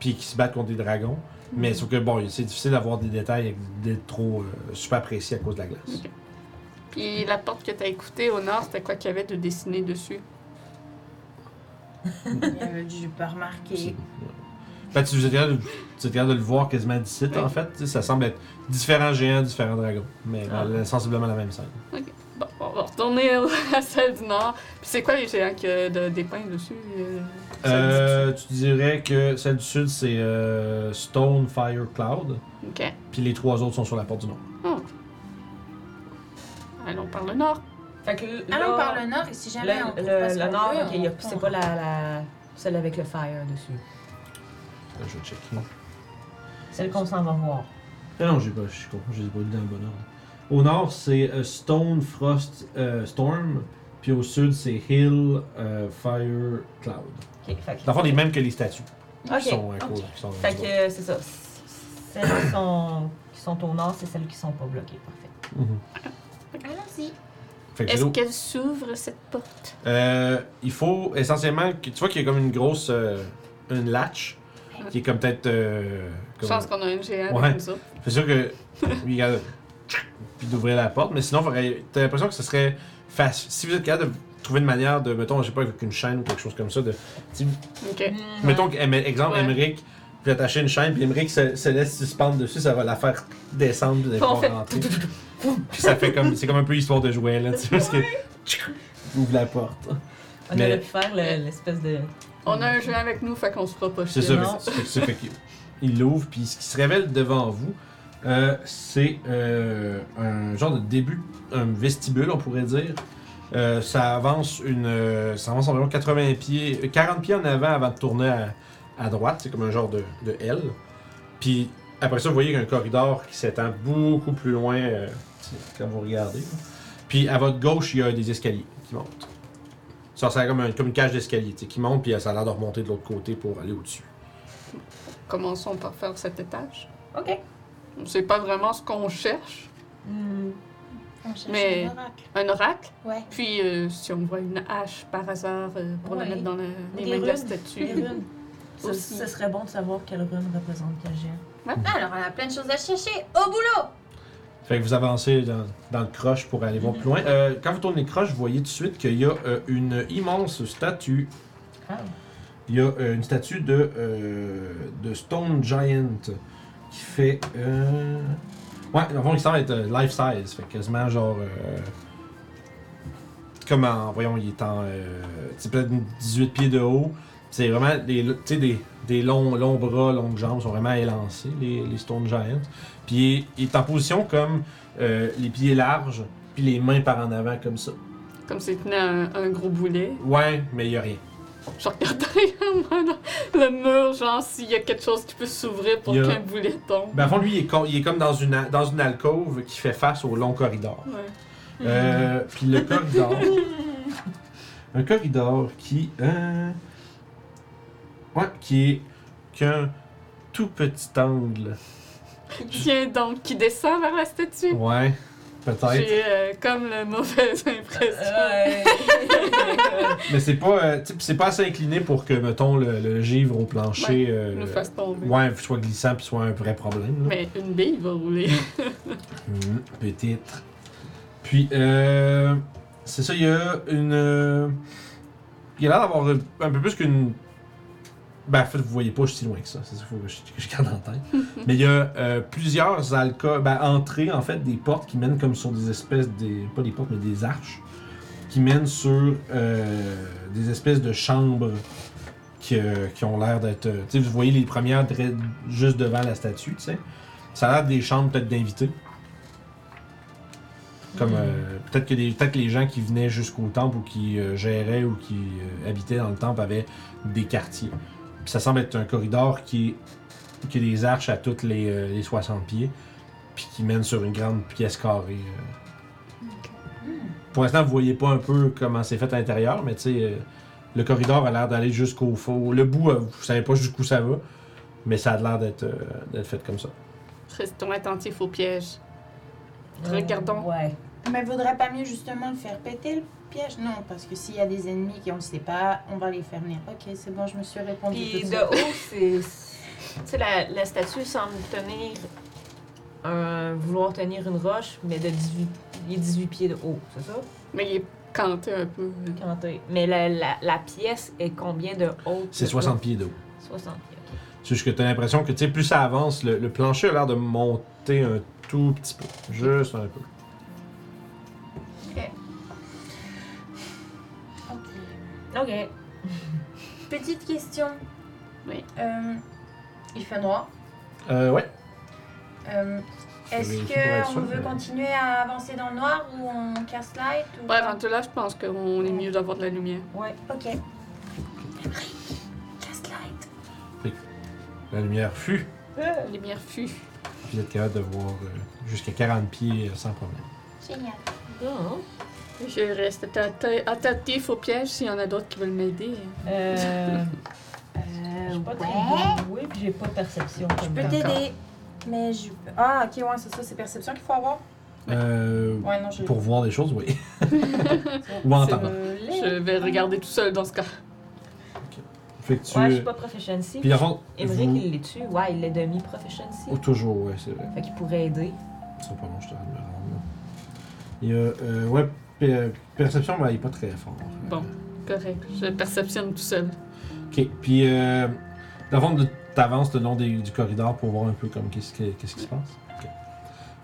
Speaker 1: puis qui se battent contre des dragons. Mais sauf que bon, c'est difficile d'avoir des détails avec- d'être trop euh, super précis à cause de la glace.
Speaker 3: Puis la porte que t'as écoutée au nord, c'était quoi qu'il y avait de dessiné dessus?
Speaker 6: Je pas remarqué.
Speaker 1: Fait que Ben, tu vous êtes capable de- vous êtes capable de le voir quasiment d'ici, en fait. Tu sais, Ça semble être différents géants, différents dragons. Mais dans- sensiblement la même scène.
Speaker 3: Bon, on va retourner à la salle du nord. Puis c'est quoi les géants que de, dépeints dessus? euh, ça dit-
Speaker 1: Euh, tu dirais que celle du sud, c'est euh, Stone, Fire, Cloud.
Speaker 3: Ok.
Speaker 1: Puis les trois autres sont sur la porte du nord.
Speaker 3: Allons par le nord.
Speaker 5: Fait que
Speaker 6: Allons
Speaker 5: là,
Speaker 6: par le nord et si jamais on
Speaker 5: le,
Speaker 6: trouve pas
Speaker 5: le,
Speaker 6: ce
Speaker 5: le
Speaker 6: qu'on
Speaker 5: nord,
Speaker 6: veut,
Speaker 5: ok, il y a-
Speaker 6: on
Speaker 5: c'est
Speaker 6: prend.
Speaker 5: pas la, la- celle avec le fire dessus.
Speaker 1: Là, je vais checker.
Speaker 5: Celle qu'on s'en va voir.
Speaker 1: Ah non, j'ai pas, je suis con, je les ai pas dit dans le bon ordre. Au nord, c'est euh, Stone, Frost, euh, Storm. Puis au sud, c'est Hill, euh, Fire, Cloud.
Speaker 5: Ok, fait que,
Speaker 1: Dans le fond, les mêmes que les statues.
Speaker 5: ok.
Speaker 1: Qui sont, euh, cool, qui sont-
Speaker 5: Fait que euh, c'est ça. C- Celles qui sont, qui sont au nord, c'est celles qui sont pas bloquées. Parfait.
Speaker 1: Mhm.
Speaker 6: Allons-y.
Speaker 1: Fait que c'est
Speaker 3: Est-ce
Speaker 1: tout.
Speaker 3: qu'elle s'ouvre cette porte?
Speaker 1: Euh, il faut essentiellement. que- Tu vois qu'il y a comme une grosse. euh, une latch. Qui est comme peut-être. euh,
Speaker 3: Je
Speaker 1: comme-
Speaker 3: pense qu'on a un géant
Speaker 1: Ouais.
Speaker 3: comme ça.
Speaker 1: C'est sûr que. oui, regarde. Puis d'ouvrir la porte. Mais sinon, faudrait- t'as l'impression que ce serait facile. Si vous êtes capable de trouver une manière de. Mettons, je sais pas, avec une chaîne ou quelque chose comme ça. De, si-
Speaker 3: Ok.
Speaker 5: Mm.
Speaker 1: Mettons, que, em- exemple,
Speaker 3: Mhm. Ouais.
Speaker 1: Emmerich. Puis attacher une chaîne, puis Emmerich se, se laisse suspendre dessus, ça va la faire descendre de
Speaker 3: On fait-
Speaker 1: rentrer. Puis ça fait comme. C'est comme un peu histoire de jouer, là. Tu sais, parce que. Ouvre la porte.
Speaker 5: On
Speaker 1: Mais-
Speaker 5: aurait pu faire le- l'espèce de.
Speaker 3: On a un géant avec nous, fait qu'on se fera pas
Speaker 1: C'est
Speaker 3: chier.
Speaker 1: ça, mais
Speaker 5: Non.
Speaker 1: c'est- c'est- fait qu'il- il l'ouvre, puis ce qui se révèle devant vous, euh, c'est euh, un genre de début, un vestibule, on pourrait dire. Euh, ça avance une, euh, ça avance environ 80 pieds, euh, 40 pieds en avant avant de tourner à, à droite. C'est comme un genre de, de L. Puis après ça, vous voyez qu'un corridor qui s'étend beaucoup plus loin euh, quand vous regardez. là. Puis à votre gauche, il y a des escaliers qui montent. Ça ressemble comme, un- comme une cage d'escalier tu sais, qui monte, puis ça a l'air de remonter de l'autre côté pour aller au-dessus.
Speaker 3: Commençons par faire cet étage.
Speaker 5: Ok.
Speaker 3: On sait pas vraiment ce qu'on cherche.
Speaker 5: Hmm.
Speaker 6: On cherche
Speaker 3: Mais-
Speaker 6: un oracle.
Speaker 3: Un oracle.
Speaker 6: Ouais.
Speaker 3: Puis euh, si on voit une hache par hasard euh, pour la
Speaker 5: Ouais.
Speaker 3: mettre dans la- les
Speaker 5: Des
Speaker 3: mains de la
Speaker 5: runes.
Speaker 3: statue.
Speaker 5: Les runes. Ce,
Speaker 3: Aussi.
Speaker 5: ce serait bon de savoir quelle rune représente quel géant.
Speaker 6: Ah, Alors, on a plein de choses à chercher. Au boulot!
Speaker 1: Fait que vous avancez dans, dans le croche pour aller voir plus loin. Euh, quand vous tournez le croche, vous voyez tout de suite qu'il y a euh, une immense statue.
Speaker 5: Ah.
Speaker 1: Il y a euh, une statue de, euh, de Stone Giant qui fait. euh, Ouais, dans le fond, il semble être euh, life size. Fait quasiment genre. euh, Comment, voyons, il est en. euh, C'est peut-être une 18 pieds de haut. C'est vraiment des, tu sais, des, des longs, longs bras, longues jambes, sont vraiment élancés, les, les Stone Giants. Puis il est- il est en position comme euh, les pieds larges, puis les mains par en avant comme ça.
Speaker 3: Comme s'il tenait un, un gros boulet.
Speaker 1: Ouais, mais il n'y a rien.
Speaker 3: Je regarde derrière moi dans le mur, genre s'il y a quelque chose qui peut s'ouvrir pour
Speaker 1: Il y a-
Speaker 3: qu'un boulet tombe.
Speaker 1: Ben, au fond, lui, il est, con- il est comme dans une, a- dans une alcôve qui fait face au long corridor.
Speaker 3: Ouais.
Speaker 1: Euh, puis le corridor. un corridor qui. euh, ouais, qui est. qui a un tout petit angle.
Speaker 3: Viens donc, qui descend vers la statue.
Speaker 1: Ouais, peut-être.
Speaker 3: J'ai euh, comme la mauvaise impression.
Speaker 5: Euh, Ouais.
Speaker 1: Mais c'est pas, euh, tu sais, c'est pas assez incliné pour que, mettons, le, le givre au plancher. euh,
Speaker 3: nous fasse tomber.
Speaker 1: Ouais, soit glissant puis soit un vrai problème. là.
Speaker 3: Mais une bille va rouler.
Speaker 1: Mhm, peut-être. Puis, euh, c'est ça, il y a une. euh, il a l'air d'avoir euh, un peu plus qu'une. Ben, en fait, vous voyez pas, je suis si loin que ça. C'est ça qu'il faut que je, que je garde en tête. Mais il y a euh, plusieurs alcôves, ben, entrées, en fait, des portes qui mènent comme sur des espèces. Des, pas des portes, mais des arches. Qui mènent sur euh, des espèces de chambres qui, euh, qui ont l'air d'être. euh, Tu sais, vous voyez les premières dra- juste devant la statue, tu sais. Ça a l'air des chambres peut-être d'invités. Comme euh, peut-être que, des- peut-être que les gens qui venaient jusqu'au temple ou qui euh, géraient ou qui euh, habitaient dans le temple avaient des quartiers. Puis ça semble être un corridor qui, est- qui a des arches à toutes les, euh, les 60 pieds, puis qui mène sur une grande pièce carrée. euh. Pour l'instant, vous voyez pas un peu comment c'est fait à l'intérieur, mais tu sais, euh, le corridor a l'air d'aller jusqu'au faux. Le bout, euh, vous savez pas jusqu'où ça va, mais ça a l'air d'être, euh, d'être fait comme ça.
Speaker 3: Restons attentifs aux pièges. Regardons.
Speaker 5: Euh, Ouais.
Speaker 6: Mais vaudrait pas mieux justement le faire péter le piège? Non, parce que s'il y a des ennemis qui on le sait pas, on va les faire venir. Ok, c'est bon, je me suis répondu.
Speaker 5: Puis
Speaker 6: tout
Speaker 5: de
Speaker 6: ça.
Speaker 5: haut, c'est. Tu sais, la, la statue semble tenir un vouloir tenir une roche, mais de 18, il est 18 pieds de haut, c'est ça?
Speaker 3: Mais il est canté un peu.
Speaker 5: Canté. Mais la, la- la pièce est combien de haut?
Speaker 1: C'est 60 pieds de haut.
Speaker 5: 60 pieds, ok.
Speaker 1: C'est juste que t'as l'impression que, tu sais, plus ça avance, le, le plancher a l'air de monter un tout petit peu. Juste un peu.
Speaker 5: Ok.
Speaker 6: Petite question.
Speaker 3: Oui.
Speaker 6: Euh, il fait noir.
Speaker 1: Euh, ouais.
Speaker 6: Euh,
Speaker 1: Je vais
Speaker 6: Est-ce
Speaker 1: vérifier pour être
Speaker 6: que
Speaker 1: sûr,
Speaker 6: on veut
Speaker 1: mais-
Speaker 6: continuer à avancer dans le noir ou on casse light ou...
Speaker 3: Bref, en tout cas, je pense qu'on est mieux d'avoir de la lumière.
Speaker 6: Ok. Casse light.
Speaker 1: La lumière fut.
Speaker 5: Euh,
Speaker 3: La lumière fut.
Speaker 1: Puis vous êtes capable de voir euh, jusqu'à 40 pieds euh, sans problème.
Speaker 6: Génial.
Speaker 3: Je reste atta- attentif au piège s'il y en a d'autres qui veulent m'aider.
Speaker 9: Euh. Je suis pas très bonne, oui, puis j'ai pas de perception.
Speaker 6: Je
Speaker 9: comme
Speaker 6: peux
Speaker 9: dans-
Speaker 6: t'aider. Mais je. Ah, ok, ouais, c'est ça, c'est perception qu'il faut avoir.
Speaker 1: Euh,
Speaker 6: Ouais, non, je.
Speaker 1: pour voir des choses, oui. Ou entendre.
Speaker 3: Je vais regarder tout seul dans ce cas.
Speaker 1: Fait que tu.
Speaker 5: Ouais, je suis pas proficiency.
Speaker 1: Puis en fond,
Speaker 5: Émeric,
Speaker 1: vous-
Speaker 5: il l'est-tu? Ouais, il est demi-proficiency.
Speaker 1: Oh, toujours, ouais, c'est vrai.
Speaker 5: Fait qu'il pourrait aider.
Speaker 1: Ce sera pas long, je te de me rendre. là. Il y a. euh, ouais, pe- euh, perception, mais il est pas très fort.
Speaker 3: Bon. Correct. Je perceptionne tout seul.
Speaker 1: Ok, puis. Euh, dans le fond, de- t'avances le long des- du corridor pour voir un peu comme qu'est-ce qui, qu'est-ce qui se passe. Ok.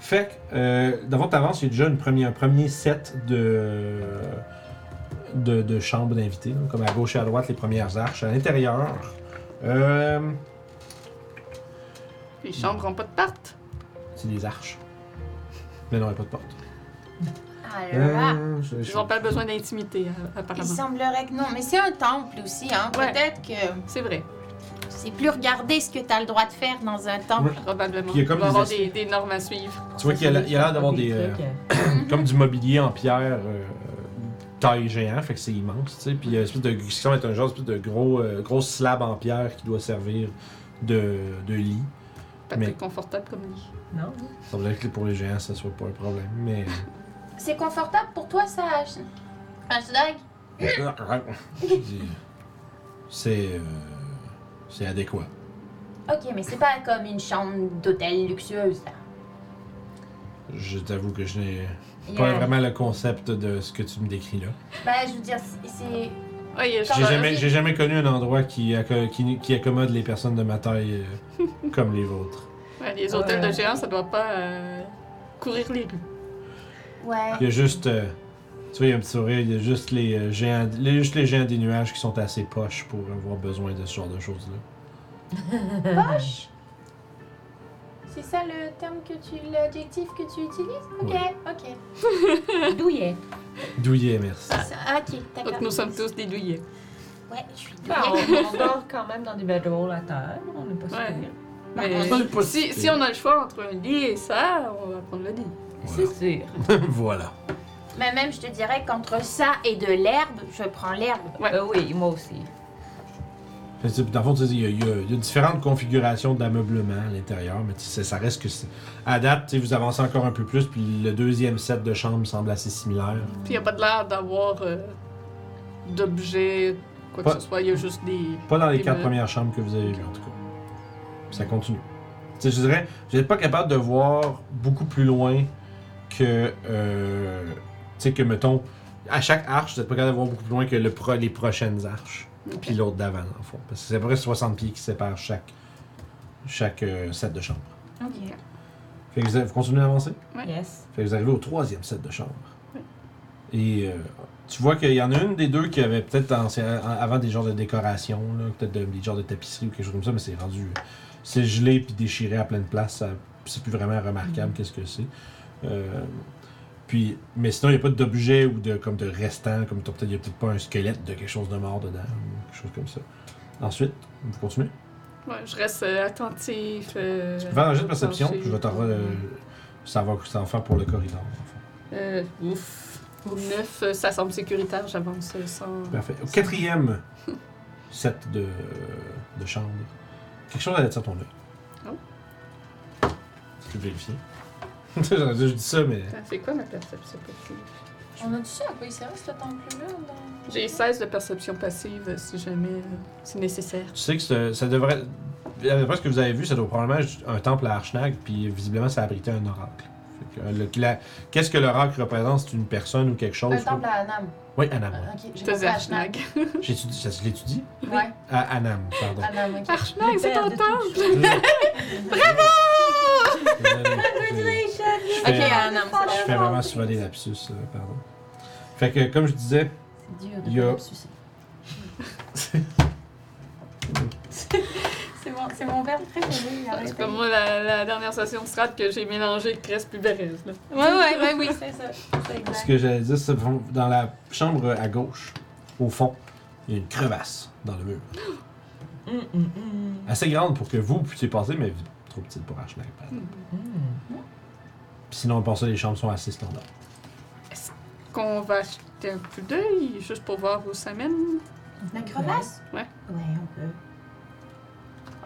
Speaker 1: Fait que, euh, dans le fond, t'avances, il y a déjà une première, un premier set de. de, de chambres d'invités, là, comme à gauche et à droite, les premières arches. À l'intérieur. Euh,
Speaker 3: Les chambres n'ont pas de porte.
Speaker 1: c'est des arches. Mais non, il n'y a pas de porte.
Speaker 6: Alors,
Speaker 1: Euh, je- je-
Speaker 3: Ils n'ont pas besoin d'intimité, euh,
Speaker 6: il
Speaker 3: apparemment.
Speaker 6: semblerait que non, mais c'est un temple aussi, hein.
Speaker 3: Ouais.
Speaker 6: Peut-être que
Speaker 3: C'est vrai,
Speaker 6: c'est plus regarder ce que t'as le droit de faire dans un temple.
Speaker 3: probablement.
Speaker 1: Puis il y a comme
Speaker 3: Il va y avoir
Speaker 1: des-
Speaker 3: des, des normes à suivre.
Speaker 1: Tu vois qu'il y a la- il y a l'air d'avoir des. euh,
Speaker 5: trucs, euh,
Speaker 6: Mhm.
Speaker 1: comme du mobilier en pierre euh, taille géant, fait que c'est immense, tu sais. Puis il y a une espèce de, ce qui semble être un genre espèce de gros, euh, grosse slab en pierre qui doit servir de, de lit.
Speaker 3: Pas
Speaker 1: Mais-
Speaker 3: très confortable comme lit.
Speaker 5: Non?
Speaker 1: Ça semble que pour les géants, ça soit pas un problème, mais.
Speaker 6: C'est confortable pour toi, ça, Ash-
Speaker 3: Ah,
Speaker 6: Ashdag?
Speaker 1: Je dis, euh, c'est. euh, c'est adéquat.
Speaker 6: Ok, mais c'est pas comme une chambre d'hôtel luxueuse, là.
Speaker 1: Je t'avoue que je n'ai
Speaker 6: Il y a-
Speaker 1: pas vraiment le concept de ce que tu me décris là.
Speaker 6: Ben, je veux dire, c'est- c'est.
Speaker 3: Ouais, il y a
Speaker 1: J'ai
Speaker 6: Ah,
Speaker 1: jamais,
Speaker 6: oui.
Speaker 1: j'ai jamais connu un endroit qui, acco- qui, qui accommode les personnes de ma taille euh, comme les vôtres.
Speaker 3: Ouais, les hôtels de géants, ça doit pas euh, courir les rues.
Speaker 6: Ouais.
Speaker 1: Il y a juste. euh, tu vois, il y a un petit sourire, il y a juste les, euh, géants, les, juste les géants des nuages qui sont assez poches pour avoir besoin de ce genre de choses-là.
Speaker 6: Poche C'est ça le terme que tu. l'adjectif que tu utilises Ok,
Speaker 1: Ouais.
Speaker 6: ok.
Speaker 9: Douillet.
Speaker 1: Douillet, merci.
Speaker 6: C'est ça. Ah, ok, d'accord.
Speaker 3: Donc nous sommes tous Ah. des douillets.
Speaker 6: Ouais, je suis
Speaker 5: Ben,
Speaker 6: douillette.
Speaker 5: on, on dort quand même dans des bedrolls à terre. On n'est pas
Speaker 3: Ouais.
Speaker 5: super.
Speaker 3: Mais si, si Bah, on a le choix entre un lit et ça, on va prendre le lit.
Speaker 1: Voilà.
Speaker 5: sûr.
Speaker 1: Voilà.
Speaker 6: Mais même, je te dirais qu'entre ça et de l'herbe, je prends l'herbe.
Speaker 5: Euh, oui, moi aussi.
Speaker 1: Fait que, tu sais, Dans le fond, tu sais, il y, a- il y a- il y a différentes configurations d'ameublement à l'intérieur, mais tu sais, ça reste que. c'est- À date, tu sais, vous avancez encore un peu plus, puis le deuxième set de chambres semble assez similaire.
Speaker 3: Puis il n'y a pas de l'air d'avoir euh, d'objets, quoi que
Speaker 1: Pas-
Speaker 3: ce soit. Il y a juste des.
Speaker 1: Pas dans les
Speaker 3: Et
Speaker 1: quatre
Speaker 3: le-
Speaker 1: premières chambres que vous avez vues, en tout cas. Ça continue. Tu sais, je dirais, vous n'êtes pas capable de voir beaucoup plus loin que. euh, tu sais, que mettons, à chaque arche, vous n'êtes pas capable de voir beaucoup plus loin que le pro- les prochaines arches. Puis l'autre d'avant, en fond. Parce que c'est à peu près 60 pieds qui séparent chaque, chaque euh, set de chambres.
Speaker 6: Ok.
Speaker 1: Fait que vous, vous continuez d'avancer.
Speaker 5: Yes.
Speaker 1: Fait que vous arrivez au troisième set de chambres. Et euh, tu vois qu'il y en a une des deux qui avait peut-être ancien- a- avant des genres de décorations, là, peut-être de- des genres de tapisseries ou quelque chose comme ça, mais c'est rendu. C'est gelé puis déchiré à pleine place. ça- C'est plus vraiment remarquable qu'est-ce que c'est. Euh, puis, mais sinon, il n'y a pas d'objet ou de, comme de restant, comme t'as peut-être- il n'y a peut-être pas un squelette de quelque chose de mort dedans, ou quelque chose comme ça. Ensuite, vous continuez.
Speaker 3: Ouais, je reste euh, attentif. euh,
Speaker 1: Tu peux faire un jet de perception,
Speaker 3: penser.
Speaker 1: puis Euh, je vais t'en re- euh, ça va ça va faire pour le corridor. en fait.
Speaker 3: Euh, ouf. Neuf, euh, ça semble sécuritaire, j'avance euh, sans.
Speaker 1: Parfait. Au quatrième set de, de chambre, quelque chose allait sur ton œil.
Speaker 3: Oh.
Speaker 9: Oh.
Speaker 1: Tu peux vérifier. J'aurais dû- je dis ça, mais.
Speaker 3: Ça fait quoi ma perception passive?
Speaker 6: On a dit ça à quoi il sert ce temple-là dans-
Speaker 3: J'ai 16 de perception passive euh, si jamais euh, c'est nécessaire.
Speaker 1: Tu sais que c'est- ça devrait. d'après ce que vous avez vu, ça doit probablement être un temple à Archnag, puis visiblement, ça abritait un oracle. Fait que, euh, le- la- Qu'est-ce que l'oracle représente C'est une personne ou quelque chose
Speaker 9: Un temple à Anam.
Speaker 1: Oui, Anam. ouais.
Speaker 9: Ah, Ok, j'ai
Speaker 3: T'as
Speaker 9: compris
Speaker 3: dit
Speaker 9: Ashnag.
Speaker 3: Archnag.
Speaker 1: J'étudie, ça se l'étudie
Speaker 9: Ouais,
Speaker 1: À Anam, pardon.
Speaker 9: Anam, ok.
Speaker 3: Archnag, c'est ton temple!
Speaker 1: Bravo Euh, Je
Speaker 8: Ok,
Speaker 1: fais-
Speaker 6: Ah,
Speaker 8: Anam, c'est
Speaker 1: je fais vraiment souvent des lapsus, euh, pardon. Fait que, comme je disais,
Speaker 7: C'est dur
Speaker 1: de Il y a- pas
Speaker 8: C'est mon, c'est mon verbe préféré.
Speaker 3: C'est comme moi, la, la dernière session de strat que j'ai mélangée Crest puis Bérez, là.
Speaker 8: Ouais, ouais, ouais, oui, c'est ça. C'est
Speaker 1: ce
Speaker 8: exact.
Speaker 1: que j'allais dire, c'est vraiment- dans la chambre à gauche, au fond, il y a une crevasse dans le mur.
Speaker 3: Mm.
Speaker 5: Hum, hum, hum.
Speaker 1: Assez grande pour que vous puissiez passer, mais trop petite pour Archnag. par exemple.
Speaker 3: Mm.
Speaker 1: Puis Sinon, pour ça, les chambres sont assez standards.
Speaker 3: Qu'on va acheter un coup d'œil, juste pour voir où ça mène.
Speaker 6: La crevasse?
Speaker 3: Ouais.
Speaker 6: Ouais, on peut.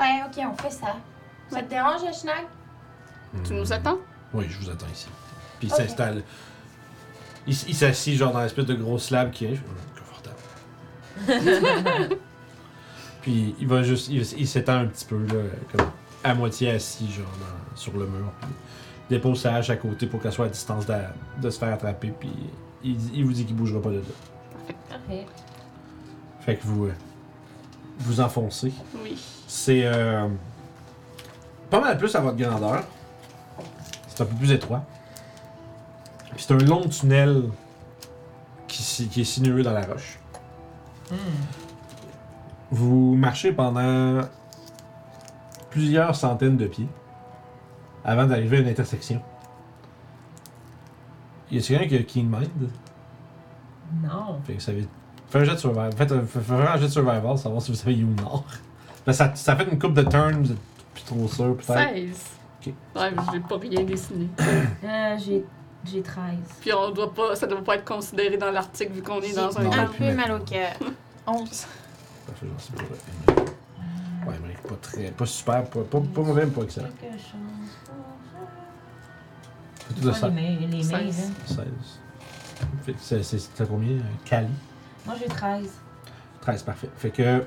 Speaker 6: Ouais, ok, on fait ça. Ça te dérange, Schnack?
Speaker 3: Tu
Speaker 1: Hmm.
Speaker 3: nous attends?
Speaker 1: Oui, je vous attends ici. Puis il
Speaker 6: Ok.
Speaker 1: s'installe. Il, s- il s'assit genre dans l'espèce de gros slab qui est je- hum, confortable. puis il va juste, il, s- il s'étend un petit peu là, comme à moitié assis genre dans- sur le mur. Puis il dépose sa hache à côté pour qu'elle soit à distance de, de se faire attraper. Puis il, dit- il vous dit qu'il bougera pas de là.
Speaker 9: Parfait.
Speaker 1: Fait que vous euh, vous enfoncez.
Speaker 3: Oui.
Speaker 1: C'est euh, pas mal plus à votre grandeur. C'est un peu plus étroit. Puis c'est un long tunnel qui, si- qui est sinueux dans la roche. Vous marchez pendant plusieurs centaines de pieds avant d'arriver à une intersection. Y a quelqu'un qui a Keen Mind?
Speaker 5: Non.
Speaker 1: Fait que ça va- Fais un jet de survival. Faites un, fais- fais vraiment un jet de survival, savoir si vous savez où nord. Ben, ça, ça fait une coupe de turns, vous êtes plus trop sûr, peut-être.
Speaker 3: 16.
Speaker 1: Ok.
Speaker 3: Ouais, mais j'ai pas rien dessiné.
Speaker 5: Euh, j'ai- J'ai 13.
Speaker 3: Puis on doit pas, ça doit pas être considéré dans l'article vu qu'on est dans un
Speaker 1: Non.
Speaker 6: un
Speaker 3: temple.
Speaker 1: puis
Speaker 6: peu mal
Speaker 1: maintenant.
Speaker 6: au cœur. 11.
Speaker 1: Parfait, j'en sais pas, ouais. Ouais, mais pas très. Pas super, pas, pas, pas mauvais, mais pas excellent.
Speaker 5: Quelque chose.
Speaker 1: Tout de
Speaker 5: Pas
Speaker 1: ça.
Speaker 5: les mails, les mails,
Speaker 3: Seize.
Speaker 5: hein.
Speaker 1: 16. Fait que c'est- c'est- C'était combien euh, Cali
Speaker 5: Moi, j'ai 13.
Speaker 1: 13, parfait. Fait que.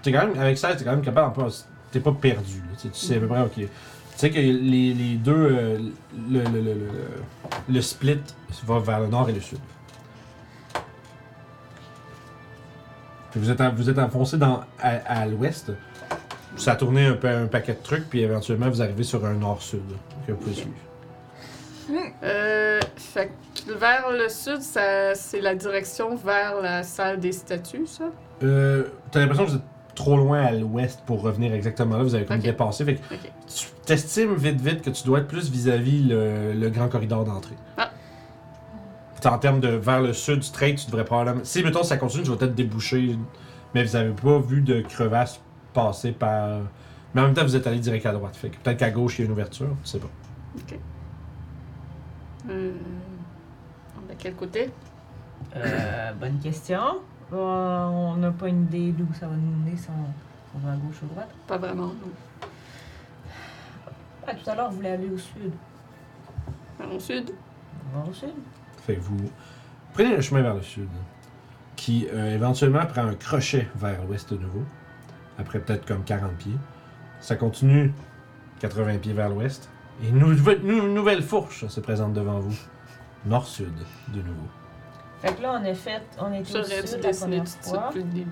Speaker 1: T'es quand même, avec 16, t'es quand même capable un peu. T'es pas perdu. là. Tu sais, tu sais à peu près, ok. Tu sais que les, les deux. euh, le, le, le, le, le split va vers le nord et le sud. Puis vous êtes, en- vous êtes enfoncé dans, à, à l'ouest. Ça tournait un, pa- un paquet de trucs, puis éventuellement vous arrivez sur un nord-sud que vous pouvez suivre.
Speaker 3: Euh, fait que vers le sud, ça, c'est la direction vers la salle des statues, ça?
Speaker 1: Euh, T'as l'impression que vous êtes trop loin à l'ouest pour revenir exactement là. Vous avez comme
Speaker 3: Ok.
Speaker 1: dépassé. Fait que
Speaker 3: Ok.
Speaker 1: tu t'estimes vite, vite que tu dois être plus vis-à-vis le, le grand corridor d'entrée.
Speaker 3: Ah.
Speaker 1: T'sais, En termes de vers le sud straight, tu devrais probablement. Si, mettons, ça continue, tu vas peut-être déboucher. Mais vous avez pas vu de crevasse passer par. Mais en même temps, vous êtes allé direct à droite. Fait que peut-être qu'à gauche, il y a une ouverture. Je sais pas.
Speaker 3: Euh, de quel côté?
Speaker 5: Euh, bonne question. Euh, on n'a pas une idée d'où ça va nous mener si on, on va à gauche ou à droite.
Speaker 3: Pas vraiment, non.
Speaker 5: Ah, tout à l'heure, on voulait aller au sud.
Speaker 3: Au sud?
Speaker 5: On va au sud.
Speaker 1: Fait que vous prenez le chemin vers le sud, qui euh, éventuellement prend un crochet vers l'ouest de nouveau, après peut-être comme 40 pieds. Ça continue 80 pieds vers l'ouest, et une nouvel- nou- une nouvelle fourche se présente devant vous, nord-sud de nouveau.
Speaker 5: Fait que là, on est fait, on est au
Speaker 3: J'aurais dû
Speaker 5: sud la
Speaker 3: dessiner tout
Speaker 5: première
Speaker 3: de suite
Speaker 5: fois.
Speaker 3: depuis le début.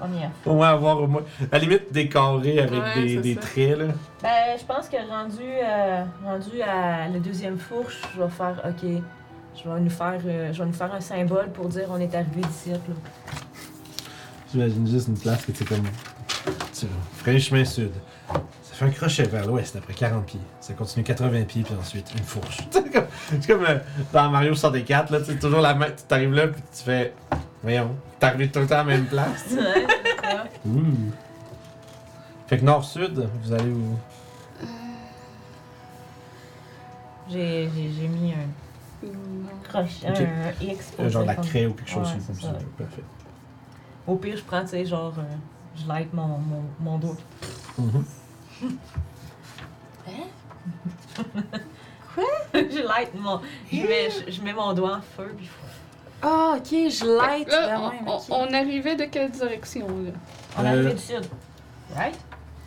Speaker 5: Première.
Speaker 1: Au moins avoir au moins, à la limite des carrés avec
Speaker 3: Ouais,
Speaker 1: des,
Speaker 3: c'est
Speaker 1: des
Speaker 3: ça.
Speaker 1: traits, là.
Speaker 5: Ben, je pense que rendu, euh, rendu à la deuxième fourche, je vais faire, ok, je vais nous faire, euh, je vais nous faire un symbole pour dire on est arrivé d'ici. là.
Speaker 1: J'imagine juste une place que c'est comme. Tu prends le chemin sud. Ça fait un crochet vers l'ouest après 40 pieds. Ça continue 80 pieds, puis ensuite une fourche. C'est comme, c'est comme, euh, dans Mario 64, là, tu sais, toujours la même. Tu t'arrives là, puis tu fais. Voyons, t'arrives tout le temps à la même place. tu sais. Ouh. Fait que nord-sud, vous allez où
Speaker 5: J'ai j'ai- j'ai mis un crochet,
Speaker 1: Ok.
Speaker 5: un, X pour
Speaker 1: Euh, Genre
Speaker 5: dire
Speaker 1: la
Speaker 5: qu'on-
Speaker 1: craie ou quelque chose
Speaker 5: Ouais,
Speaker 1: comme
Speaker 5: c'est
Speaker 1: ça.
Speaker 5: ça.
Speaker 1: Parfait.
Speaker 5: Au pire, je prends, tu sais, genre, euh, je light mon, mon, mon doigt.
Speaker 1: Mhm.
Speaker 5: Hein? je light mon. Je mets, je, je mets mon doigt en feu, puis
Speaker 8: Ah, ok, je light.
Speaker 3: Là,
Speaker 8: de
Speaker 3: on,
Speaker 8: même,
Speaker 3: on-
Speaker 8: ok.
Speaker 3: on arrivait de quelle direction, là?
Speaker 5: On arrive du sud. Right?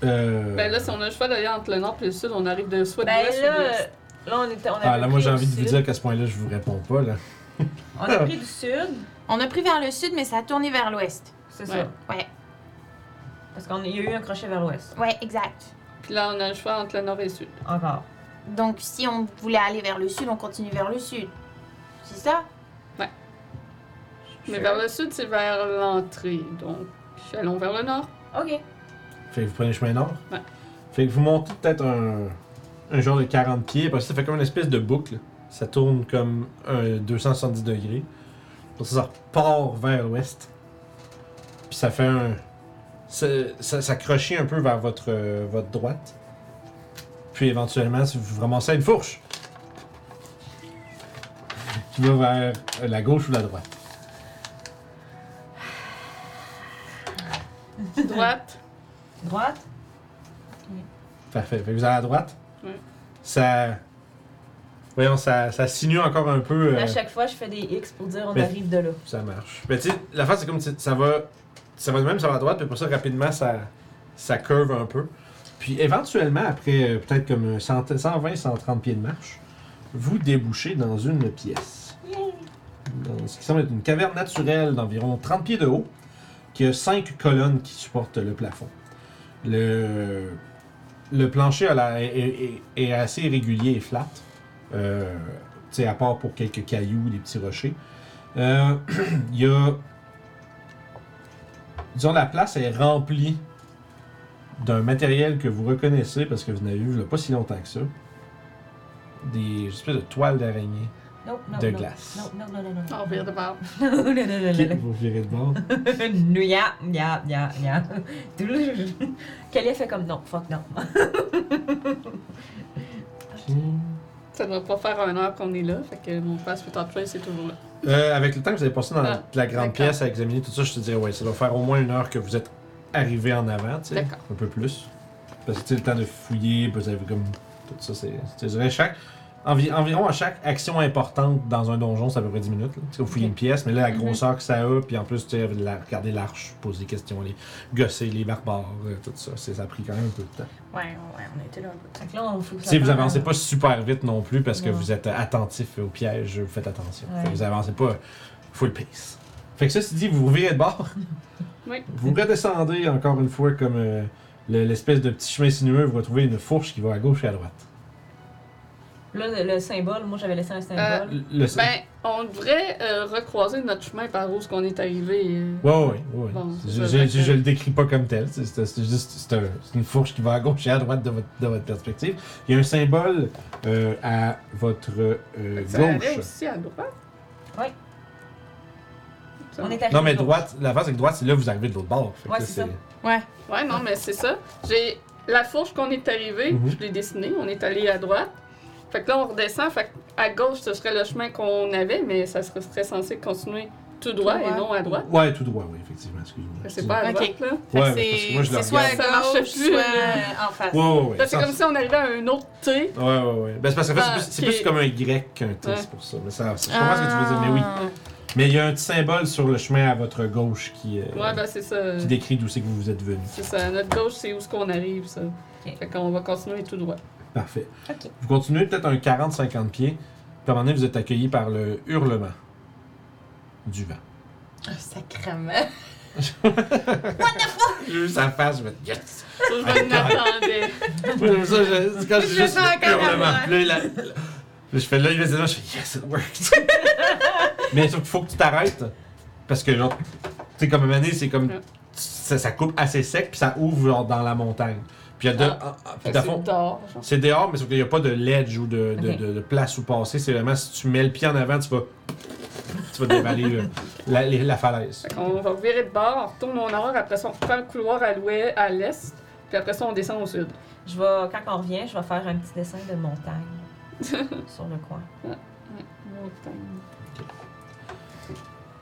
Speaker 1: Euh...
Speaker 3: Ben là, si on a le choix d'aller entre le nord et le sud, on arrive de soit de
Speaker 5: Ben
Speaker 3: l'ouest ou de
Speaker 5: là,
Speaker 3: l'est.
Speaker 5: là, on était. On
Speaker 1: Ah,
Speaker 5: avait
Speaker 1: là, moi,
Speaker 5: pris
Speaker 1: j'ai
Speaker 5: au
Speaker 1: envie de vous
Speaker 5: sud.
Speaker 1: dire qu'à ce point-là, je vous réponds pas, là.
Speaker 5: On a pris du sud,
Speaker 6: On a pris vers le sud, mais ça a tourné vers l'ouest.
Speaker 5: c'est
Speaker 3: Ouais.
Speaker 5: ça.
Speaker 6: Ouais.
Speaker 5: Parce qu'il y a eu un crochet vers l'ouest.
Speaker 6: Ouais, exact.
Speaker 3: Puis là, on a le choix entre le nord et le sud.
Speaker 5: Encore.
Speaker 6: Donc, si on voulait aller vers le sud, on continue vers le sud. C'est ça?
Speaker 3: Mais vers le sud, c'est vers l'entrée. Donc, allons vers le nord.
Speaker 5: Ok.
Speaker 1: Fait que vous prenez le chemin nord.
Speaker 3: Ouais.
Speaker 1: Fait que vous montez peut-être un, un genre de 40 pieds, parce que ça fait comme une espèce de boucle. Ça tourne comme un 270 degrés. Pour ça, ça repart vers l'ouest. Puis ça fait un. Ça, ça, ça crochit un peu vers votre, euh, votre droite. Puis éventuellement, si vous ramassez une fourche qui va vers euh, la gauche ou la droite.
Speaker 3: Droite.
Speaker 5: Droite.
Speaker 1: Parfait. Fait que vous allez à droite.
Speaker 3: Oui.
Speaker 1: Ça. Voyons, ça, ça sinue encore un peu. euh,
Speaker 5: À chaque fois, je fais des X pour dire on
Speaker 1: Mais-
Speaker 5: arrive de là.
Speaker 1: Ça marche. Mais tu sais, la face, c'est comme tu sais, ça va. Ça va de même, ça va à droite, puis pour ça, rapidement, ça, ça curve un peu. Puis éventuellement, après euh, peut-être comme 100 120, 130 pieds de marche, vous débouchez dans une pièce. Dans ce qui semble être une caverne naturelle d'environ 30 pieds de haut, qui a 5 colonnes qui supportent le plafond. Le, le plancher a la- est, est- est assez irrégulier et flat, euh, tu sais, à part pour quelques cailloux, des petits rochers. Euh, il y a. Disons, la place est remplie d'un matériel que vous reconnaissez parce que vous n'avez vu il y a pas si longtemps que ça. Des espèces de toiles d'araignée
Speaker 5: Non, non,
Speaker 1: de
Speaker 5: non.
Speaker 1: glace.
Speaker 5: Non, non, non, non, non.
Speaker 3: Ah, On revient de bord.
Speaker 5: Non, non, non, non,
Speaker 1: Qui
Speaker 5: non.
Speaker 1: vous virez de bord.
Speaker 5: Non, ya, ya, ya, ya. Kelly a fait comme non, fuck non.
Speaker 3: Ça doit pas faire un heure qu'on est là. Fait que mon passe peut après, c'est toujours là.
Speaker 1: Euh, avec le temps que vous avez passé dans la,
Speaker 3: Ah,
Speaker 1: la grande
Speaker 3: d'accord.
Speaker 1: pièce à examiner tout ça, je te dirais, ouais, ça doit faire au moins une heure que vous êtes arrivé en avant, tu sais.
Speaker 3: D'accord.
Speaker 1: Un peu plus. Parce que tu sais, le temps de fouiller, puis vous avez comme. Tout ça, c'est. Je te dirais, chaque. envi- environ à chaque action importante dans un donjon, ça à peu près 10 minutes. là. Tu sais, vous fouillez une pièce, mais là, la
Speaker 3: Mhm.
Speaker 1: grosseur que ça a, puis en plus, tu sais, la- regarder l'arche, poser des questions, les gosser, les barbares, euh, tout ça. c'est- Ça a pris quand même un peu de temps.
Speaker 8: Ouais, ouais, on était là un peu.
Speaker 5: Fait que là, on fout que
Speaker 1: Tu sais, vous
Speaker 5: parle.
Speaker 1: avancez pas super vite non plus parce que
Speaker 5: Non.
Speaker 1: vous êtes attentif au piège, vous faites attention. Fait que
Speaker 5: Ouais.
Speaker 1: vous avancez pas full pace. Fait que ça, c'est dit, vous virez de bord.
Speaker 3: Oui.
Speaker 1: Vous redescendez encore une fois comme euh, le- l'espèce de petit chemin sinueux, vous retrouvez une fourche qui va à gauche et à droite.
Speaker 5: Là, le, le symbole, moi j'avais laissé un symbole.
Speaker 1: Le- le-
Speaker 3: Ben, on devrait euh, recroiser notre chemin par où ce qu'on est arrivé. euh.
Speaker 1: Ouais, ouais, ouais, ouais.
Speaker 3: Bon, c'est
Speaker 1: je,
Speaker 3: ça,
Speaker 1: je-
Speaker 3: fait
Speaker 1: je-
Speaker 3: que-
Speaker 1: je le décris pas comme tel. C'est c'est- c'est juste c'est un- c'est une fourche qui va à gauche et à droite de votre, de votre perspective. Il y a un symbole euh, à votre euh,
Speaker 3: Ça allait
Speaker 1: gauche.
Speaker 3: aussi à droite.
Speaker 5: Oui.
Speaker 8: Euh,
Speaker 3: Ça-
Speaker 5: on est arrivé
Speaker 1: Non, mais
Speaker 5: là.
Speaker 1: droite, la face avec droite, c'est là que vous arrivez de l'autre bord. Fait que
Speaker 5: Ouais,
Speaker 1: là,
Speaker 5: c'est ça.
Speaker 3: Ouais, non, mais c'est ça. J'ai la fourche qu'on est arrivé,
Speaker 1: Mhm.
Speaker 3: je l'ai dessinée, on est allé à droite. Fait que là, on redescend, fait que à gauche, ce serait le chemin qu'on avait, mais ça serait, serait censé continuer tout droit et
Speaker 8: droit.
Speaker 3: non à droite.
Speaker 1: Ouais, tout droit, oui, effectivement, excuse-moi.
Speaker 3: C'est pas à
Speaker 8: Ok.
Speaker 3: droite, là.
Speaker 8: Fait que
Speaker 1: Ouais, mais parce que moi, je
Speaker 8: c'est
Speaker 1: le
Speaker 8: soit à
Speaker 1: regarde.
Speaker 3: Ça marche
Speaker 8: gauche,
Speaker 3: plus,
Speaker 8: soit
Speaker 3: là.
Speaker 8: Euh, en face.
Speaker 1: Ouais, ouais, ouais.
Speaker 3: Là, c'est
Speaker 1: Ça-
Speaker 3: comme si on arrivait à un autre T.
Speaker 1: Ouais, ouais, ouais. Ben, c'est parce que en fait, c'est
Speaker 3: Ah,
Speaker 1: plus- c'est
Speaker 3: ok.
Speaker 1: plus, comme un Y qu'un T,
Speaker 3: Ouais.
Speaker 1: c'est pour ça. Mais ça, je comprends ce que tu veux dire, mais oui.
Speaker 8: Ah.
Speaker 1: Mais il y a un petit symbole sur le chemin à votre gauche qui, euh,
Speaker 3: Ouais, ben c'est ça.
Speaker 1: qui décrit d'où c'est que vous vous êtes venu.
Speaker 3: C'est ça. À notre gauche, c'est où ce qu'on arrive, ça. Fait qu'on va continuer tout droit.
Speaker 1: Parfait. Vous continuez peut-être un 40-50 pieds, puis à un moment donné, vous êtes accueilli par le hurlement du vent.
Speaker 8: Un sacrement.
Speaker 1: J'ai vu sa face, je me dis yes!
Speaker 3: Ça, je me l'attendais.
Speaker 1: Moi, j'aime ça, je- c'est quand j'ai
Speaker 8: Je
Speaker 1: juste
Speaker 8: fais
Speaker 1: le
Speaker 8: encore
Speaker 1: hurlement.
Speaker 8: avant.
Speaker 1: Puis là, il a- là, je fais là, il fait ça, je fais yes, it worked. Mais sauf qu'il faut que tu t'arrêtes. Parce que, genre, tu sais, comme une année, c'est comme.
Speaker 3: Ouais.
Speaker 1: Ça, ça coupe assez sec, puis ça ouvre, genre, dans la montagne. Puis il y a de.
Speaker 3: Ah.
Speaker 1: ah, ah,
Speaker 3: Fait
Speaker 1: puis
Speaker 3: que
Speaker 1: d'à
Speaker 3: c'est
Speaker 1: fond,
Speaker 3: dehors, genre.
Speaker 1: c'est dehors, mais sauf qu'il n'y a pas de ledge ou de, de,
Speaker 5: Ok.
Speaker 1: de- de place où passer. C'est vraiment si tu mets le pied en avant, tu vas. Tu vas dévaler euh, la, les- la falaise.
Speaker 3: Fait qu'on va virer de bord, on retourne au nord, après ça on reprend le couloir à l'ouest, à l'est, puis après ça on descend au sud.
Speaker 5: Je vais, quand on revient, je vais faire un petit dessin de montagne sur le coin.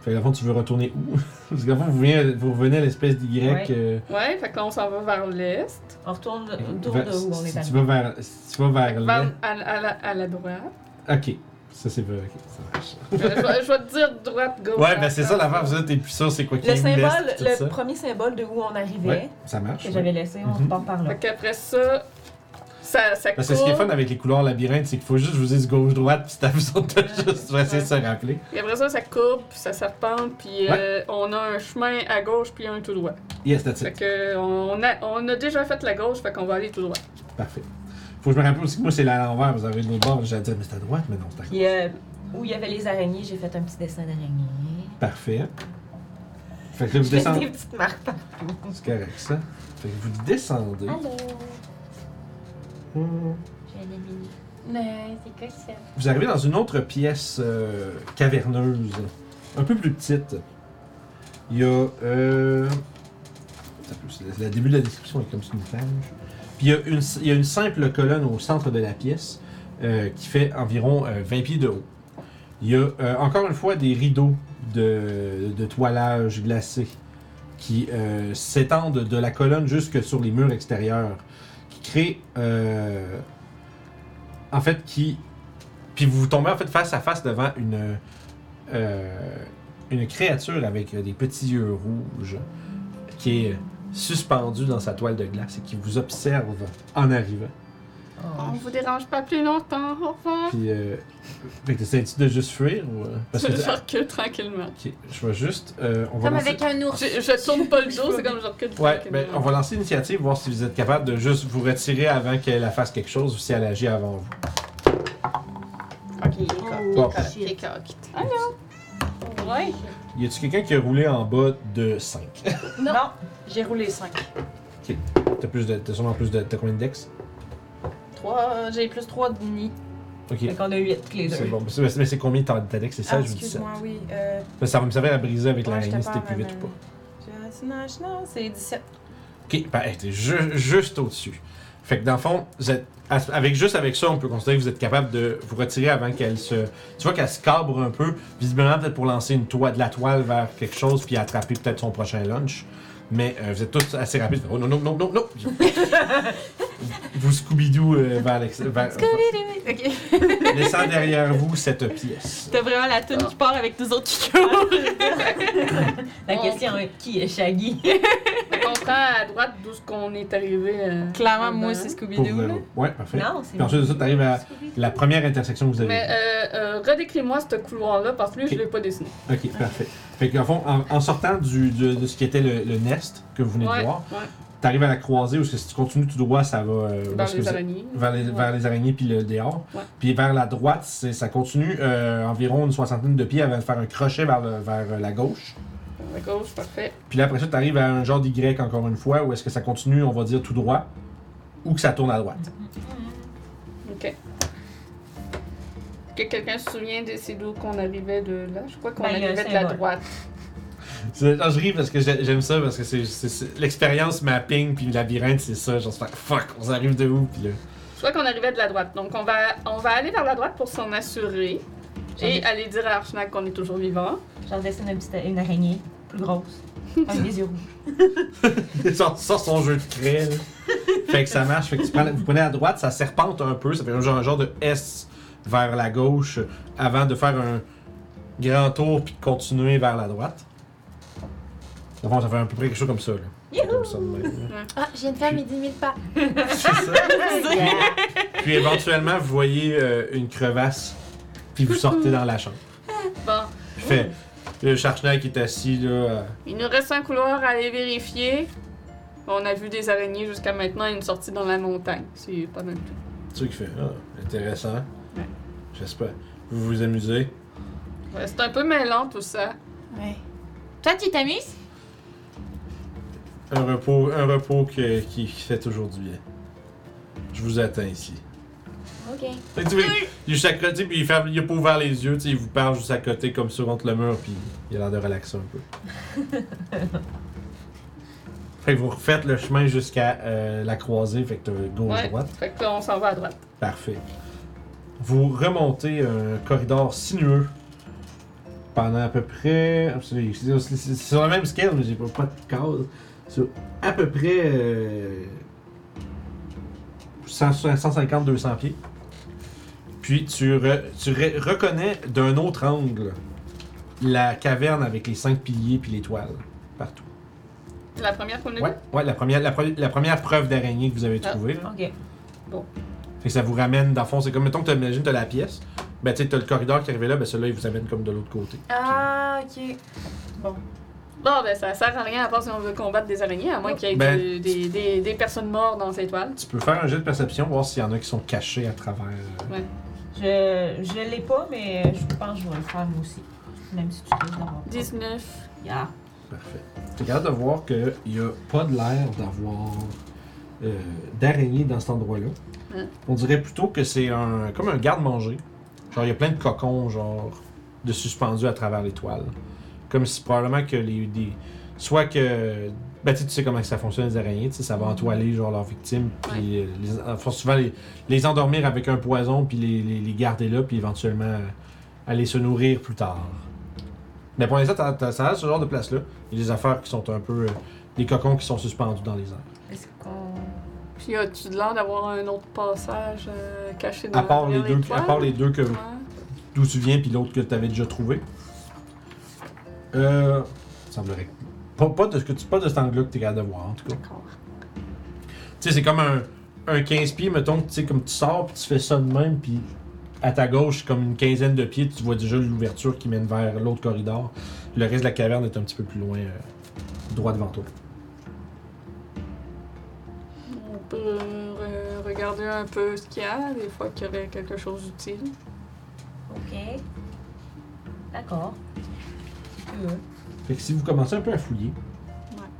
Speaker 1: Fait que, à fond, tu veux retourner où Parce qu'à fond, vous, venez- vous revenez à l'espèce d'Y.
Speaker 5: Ouais.
Speaker 1: euh,
Speaker 3: Ouais, fait que là on s'en va vers l'est,
Speaker 5: On retourne autour
Speaker 1: Vers-
Speaker 5: de où on
Speaker 1: si
Speaker 5: est
Speaker 1: tu
Speaker 5: arrivé.
Speaker 1: vas vers, si tu vas vers
Speaker 3: vers-
Speaker 1: l'est.
Speaker 3: à, à la, à la droite. Euh,
Speaker 1: Ok. Ça, c'est vrai. ok, ça marche.
Speaker 3: Je vais je vais te dire droite, gauche.
Speaker 1: Ouais, ben c'est ça l'affaire, vous êtes plus sûr, c'est quoi qui
Speaker 5: Le
Speaker 1: est l'est,
Speaker 5: symbole,
Speaker 1: puis tout
Speaker 5: le
Speaker 1: ça.
Speaker 5: premier symbole de où on arrivait,
Speaker 1: Ouais, ça marche.
Speaker 5: que
Speaker 1: ouais.
Speaker 5: j'avais laissé, on
Speaker 1: Mhm.
Speaker 5: repart par là.
Speaker 3: Fait qu'après ça, ça, ça
Speaker 1: Parce que Ben, ce qui est fun
Speaker 3: court.
Speaker 1: avec les couleurs labyrinthes, c'est qu'il faut juste que je vous dise gauche-droite, puis c'est amusant de juste vous essayer de se rappeler.
Speaker 3: Et après ça, ça coupe, puis ça serpente, puis euh, on a un chemin à gauche, puis un tout droit.
Speaker 1: Yes, that's
Speaker 3: Fait
Speaker 1: it.
Speaker 3: que on a, on a déjà fait la gauche, fait qu'on va aller tout droit.
Speaker 1: Parfait. Faut que je me rappelle aussi que moi, c'est à l'envers. Vous avez de l'autre bord. J'ai dit, mais c'est à droite, mais non, c'est à gauche.
Speaker 5: Puis euh, où il y avait les araignées, j'ai fait un petit dessin d'araignée.
Speaker 1: Parfait. Fait que là, vous
Speaker 5: J'ai fait
Speaker 1: descendez.
Speaker 5: des petites marques partout.
Speaker 1: C'est correct, ça. Fait que vous descendez.
Speaker 9: Allô?
Speaker 1: Hmm.
Speaker 9: J'ai un ami.
Speaker 6: Mais c'est quoi ça?
Speaker 1: Vous arrivez dans une autre pièce euh, caverneuse, un peu plus petite. Il y a. Euh... ça peut- c'est Le début de la description est comme sur une page. Puis il y, a une, il y a une simple colonne au centre de la pièce euh, qui fait environ euh, 20 pieds de haut. Il y a euh, encore une fois des rideaux de, de toilage glacé qui euh, s'étendent de la colonne jusque sur les murs extérieurs, qui créent. euh, en fait, qui puis vous tombez en fait face à face devant une, euh, une créature avec euh, des petits yeux rouges qui est suspendue dans sa toile de glace et qui vous observe en arrivant. Ah,
Speaker 3: On vous dérange pas plus longtemps, au revoir.
Speaker 1: Puis, euh, fait que t'essaies-tu de juste fuir ou. euh, Parce que.
Speaker 3: Je recule tranquillement.
Speaker 1: Ok, je vais juste. euh, on va
Speaker 6: Comme
Speaker 1: lancer-
Speaker 6: avec euh. un ours.
Speaker 3: Je, je tourne pas le dos, c'est comme je recule
Speaker 1: Ouais,
Speaker 3: tranquillement.
Speaker 1: ben, on va lancer l'initiative, voir si vous êtes capable de juste vous retirer avant qu'elle fasse quelque chose ou si elle agit avant vous.
Speaker 5: Ok,
Speaker 1: Bon.
Speaker 8: T'es coq.
Speaker 4: Ouais.
Speaker 1: Y a-tu quelqu'un qui a roulé en bas de 5
Speaker 4: Non.
Speaker 5: Non.
Speaker 4: J'ai roulé 5.
Speaker 1: T'as plus de. T'as sûrement plus de. T'as combien de dex
Speaker 4: 3, j'ai plus 3 de demi.
Speaker 1: Ok.
Speaker 5: Fait qu'on a 8 les deux.
Speaker 1: C'est bon. Mais c'est- Mais c'est combien t'as t'as dex C'est
Speaker 4: Ah,
Speaker 1: 16 ou 17
Speaker 4: excuse-moi, oui. Euh,
Speaker 1: Mais ça va me servir à briser avec
Speaker 4: Ouais,
Speaker 1: la
Speaker 4: je te
Speaker 1: l'araignée si t'es
Speaker 4: parle,
Speaker 1: plus vite ou
Speaker 6: euh,
Speaker 4: madame.
Speaker 1: pas.
Speaker 4: je- non, je- non, c'est 17.
Speaker 1: Ok, ben, hey, t'es ju- juste au-dessus. Fait que dans le fond, vous êtes, as- avec, juste avec ça, on peut considérer que vous êtes capable de vous retirer avant qu'elle se. Tu vois qu'elle se cabre un peu, visiblement peut-être pour lancer une toile, de la toile vers quelque chose puis attraper peut-être son prochain lunch. Mais euh, vous êtes tous assez rapides. Oh non, non, non, non, non! vous Scooby-Doo euh, vers l'ex- vers-
Speaker 8: Ok.
Speaker 1: laissant derrière vous cette pièce.
Speaker 8: T'as vraiment la toune qui part avec nous autres qui courent.
Speaker 5: La question est qui est Shaggy?
Speaker 3: Fait qu'on prend à droite d'où ce qu'on est arrivé. euh,
Speaker 6: Ah,
Speaker 8: Clairement, moi,
Speaker 3: dedans.
Speaker 8: c'est
Speaker 1: Pour,
Speaker 8: Scooby-Doo.
Speaker 1: euh,
Speaker 8: là.
Speaker 1: ouais, parfait.
Speaker 5: Non, c'est
Speaker 1: Puis ensuite de ça, t'arrives à la première intersection que vous avez.
Speaker 3: Mais euh, euh, redécris-moi ce couloir-là parce que lui, je l'ai pas dessiné.
Speaker 1: Ok, parfait. Fait qu'en fond, en, en sortant du, de, de ce qui était le, le nest que vous venez de
Speaker 3: Ouais,
Speaker 1: voir,
Speaker 3: ouais.
Speaker 1: t'arrives à la croisée où si tu continues tout droit, ça va euh, où est-ce Euh, que
Speaker 3: Vers
Speaker 1: vous
Speaker 3: les
Speaker 1: êtes-
Speaker 3: araignées.
Speaker 1: vers les, vers les araignées puis le dehors.
Speaker 3: Ouais.
Speaker 1: Puis vers la droite, c'est, ça continue euh, environ une soixantaine de pieds avant de faire un crochet vers, le- vers euh, la gauche.
Speaker 3: À gauche, parfait.
Speaker 1: Puis là, après ça, t'arrives à un genre d'Y encore une fois où est-ce que ça continue, on va dire tout droit, ou que ça tourne à droite.
Speaker 3: Ok. Est-ce Que quelqu'un se souvient de c'est d'où qu'on arrivait de là? Je crois qu'on
Speaker 5: Ben, il y a un
Speaker 3: arrivait de la
Speaker 5: symbole.
Speaker 3: droite.
Speaker 1: C'est- non, je ris parce que j'ai- j'aime ça parce que c'est, c'est- c'est- l'expérience mapping puis labyrinthe, c'est ça. Genre, c'est- fuck, on arrive de où? Puis là.
Speaker 3: Je crois qu'on arrivait de la droite. Donc on va, on va aller vers la droite pour s'en assurer. Et aller dire à Archnac qu'on est toujours vivant.
Speaker 5: J'en dessine une, petite, une araignée plus grosse. Un des yeux rouges.
Speaker 1: Il sort, sort son jeu de craie, là. Fait que ça marche. Fait que tu prends- vous prenez à droite, ça serpente un peu. Ça fait un genre, un genre de S vers la gauche euh, avant de faire un grand tour puis de continuer vers la droite. Dans le fond, ça fait à peu près quelque chose comme ça. Là. Comme ça de même, là.
Speaker 6: Ah, je viens de faire mes 10 000 pas.
Speaker 1: C'est ça. Puis éventuellement, vous voyez euh, une crevasse puis vous sortez dans la chambre.
Speaker 3: Bon,
Speaker 1: Puis fait le Sharknag qui est assis là. euh,
Speaker 3: il nous reste un couloir à aller vérifier. On a vu des araignées jusqu'à maintenant et une sortie dans la montagne. C'est pas mal tout.
Speaker 1: Tu sais qui fait ah, intéressant.
Speaker 3: Ouais.
Speaker 1: J'espère. Vous vous amusez.
Speaker 3: Ouais, c'est un peu mêlant tout ça.
Speaker 6: Ouais. Toi, tu t'amuses?
Speaker 1: Un repos, un repos que- qui, qui fait toujours du bien. Je vous attends ici.
Speaker 6: Ok.
Speaker 1: Fait que tu vois, il est juste à côté, puis il, ferme, il a pas ouvert les yeux, tu sais, il vous parle juste à côté, comme sur contre le mur, puis il a l'air de relaxer un peu. fait que vous refaites le chemin jusqu'à euh, la croisée, fait que t'as
Speaker 3: Ouais.
Speaker 1: gauche-droite.
Speaker 3: Fait que là, on s'en va à droite.
Speaker 1: Parfait. Vous remontez un corridor sinueux pendant à peu près. C'est c'est- c'est sur la même scale, mais j'ai pas, pas de case. Sur à peu près euh, 100 150-200 pieds. Puis tu, re- tu re- reconnais d'un autre angle la caverne avec les cinq piliers puis l'étoile partout.
Speaker 3: La première qu'on a
Speaker 1: Ouais,
Speaker 3: vue?
Speaker 1: ouais la, première, la, pre- la première preuve d'araignée que vous avez
Speaker 3: Mm-hmm. Ah.
Speaker 1: trouvée. là.
Speaker 5: Ok.
Speaker 1: Fait que ça vous ramène, dans le fond, c'est comme, mettons que tu imagines, t'as la pièce, ben tu sais, t'as le corridor qui arrivait là, ben celui-là, il vous amène comme de l'autre côté.
Speaker 6: Ah, ok.
Speaker 3: Bon, ben ça sert à rien à part si on veut combattre des araignées, à moins qu'il y ait
Speaker 1: Ben,
Speaker 3: du- des, des- des personnes mortes dans ces toiles.
Speaker 1: Tu peux faire un jet de perception, voir s'il y en a qui sont cachés à travers. euh,
Speaker 5: Je, je l'ai pas, mais je pense que je vais le faire moi aussi. Même si tu risques d'avoir.
Speaker 3: 19.
Speaker 5: Yeah.
Speaker 1: Parfait. Tu capable de voir qu'il n'y a pas de l'air d'avoir euh, d'araignée dans cet endroit-là.
Speaker 3: Hein?
Speaker 1: On dirait plutôt que c'est un comme un garde-manger. Genre, il y a plein de cocons, genre, de suspendus à travers les toiles. Comme si probablement que les. des- soit que. Ben, tu sais, tu sais comment que ça fonctionne, les araignées, tu sais, ça va entoiler, genre, leurs victimes, puis euh, les, en- faut souvent les, les endormir avec un poison, puis les, les- les garder là, puis éventuellement euh, aller se nourrir plus tard. Mais pour l'instant, t'as- t'as- ça a ce genre de place-là. Il y a des affaires qui sont un peu. euh, des cocons qui sont suspendus dans les airs.
Speaker 7: Est-ce qu'on.
Speaker 3: Puis as-tu l'air d'avoir un autre passage euh, caché dans
Speaker 1: À part les
Speaker 3: derrière
Speaker 1: deux, à
Speaker 3: toiles?
Speaker 1: part les deux que,
Speaker 3: Ouais.
Speaker 1: d'où tu viens, puis l'autre que tu avais déjà trouvé. Euh. il Semblerait. que- Pas, pas de ce que tu pas de cet angle-là que tu es capable de voir, en tout cas.
Speaker 3: D'accord.
Speaker 1: Tu sais, c'est comme un, un 15 pieds, mettons, que tu sais, comme tu sors, puis tu fais ça de même, puis à ta gauche, comme une quinzaine de pieds, tu vois déjà l'ouverture qui mène vers l'autre corridor. Le reste de la caverne est un petit peu plus loin, euh, droit devant toi.
Speaker 3: On peut re- regarder un peu ce qu'il y a, des fois qu'il y aurait quelque chose d'utile.
Speaker 5: Ok. D'accord.
Speaker 1: Fait que si vous commencez un peu à fouiller,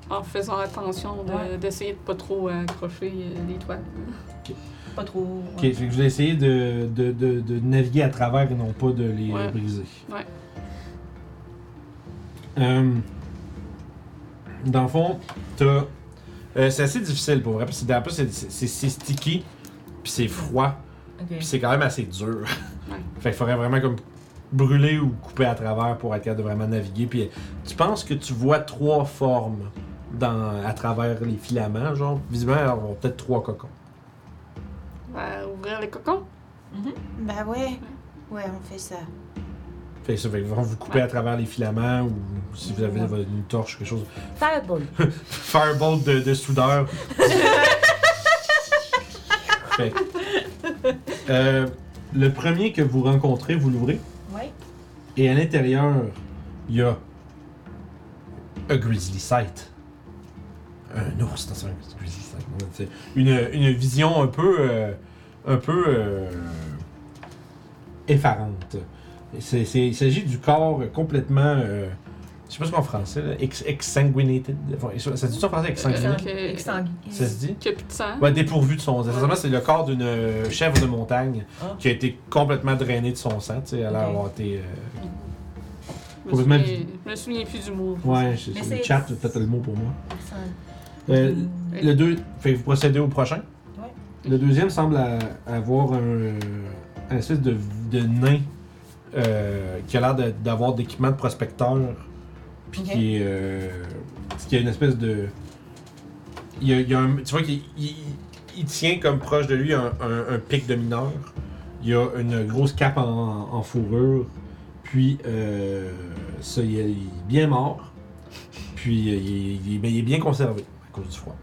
Speaker 3: En faisant attention de-
Speaker 5: Ouais.
Speaker 3: d'essayer de, pas trop accrocher euh, les toiles.
Speaker 5: Pas trop.
Speaker 1: Ok, fait que je vais essayer de, de, de, de naviguer à travers et non pas de les euh,
Speaker 3: Ouais.
Speaker 1: briser.
Speaker 3: Ouais.
Speaker 1: Euh, dans le fond, t'as. euh, c'est assez difficile pour vrai, parce que en plus, c'est- c'est c'est- c'est sticky, puis c'est froid,
Speaker 5: Ok.
Speaker 1: puis c'est quand même assez dur. Fait qu'il faudrait vraiment comme brûler ou couper à travers pour être capable de vraiment naviguer. Puis tu penses que tu vois trois formes dans, à travers les filaments, genre, visiblement, il y aura peut-être trois cocons.
Speaker 3: Ben, ouvrir les cocons.
Speaker 6: Bah ouais. Ouais, on fait ça.
Speaker 1: Fait que ça fait que vous coupez à travers les filaments ou si vous avez votre- une torche, quelque chose.
Speaker 9: Fireball.
Speaker 1: Firebolt de, de soudeur. fait que, euh, le premier que vous rencontrez, vous l'ouvrez.
Speaker 5: Ouais.
Speaker 1: Et à l'intérieur, il y a un grizzly sight. Un ours, non, c'est un grizzly sight. non, c'est Une, une vision un peu, euh, un peu euh, effarante. Et c'est- c'est- il s'agit du corps complètement, euh, je sais pas ce qu'en français, là, ex- exsanguinated. Enfin, ça se dit ça en français,
Speaker 3: Euh,
Speaker 1: exsanguinated?
Speaker 3: que-
Speaker 5: Exsangue.
Speaker 1: Ça se dit?
Speaker 3: Qu'il n'y a plus de sang.
Speaker 1: Ouais, dépourvu de son. Essentiellement, c'est le corps d'une euh, chèvre de montagne
Speaker 5: Ah.
Speaker 1: qui a été complètement drainée de son sang. Tu sais, elle a
Speaker 5: Ok.
Speaker 1: avoir été. euh,
Speaker 3: Je me
Speaker 1: complètement
Speaker 3: souviens- je me souviens plus du mot.
Speaker 1: Ouais, c'est-
Speaker 5: Mais
Speaker 1: c'est le
Speaker 5: c'est-
Speaker 1: chat, peut peut-être le mot pour moi.
Speaker 5: Personne.
Speaker 1: Euh,
Speaker 5: Mm.
Speaker 1: le deux, fait que vous procédez au prochain.
Speaker 5: Ouais.
Speaker 1: Le deuxième semble a- avoir un, euh, un espèce de, de nain euh, qui a l'air de- d'avoir d'équipement de prospecteur. Puis
Speaker 5: Ok.
Speaker 1: qui est. euh, qui a une espèce de. Il y a, il y a un- tu vois qu'il il- il tient comme proche de lui un, un- un pic de mineur. Il y a une grosse cape en, en fourrure. Puis, euh, ça, il est il est bien mort. Puis, euh, il, est- il est- mais il est bien conservé à cause du froid.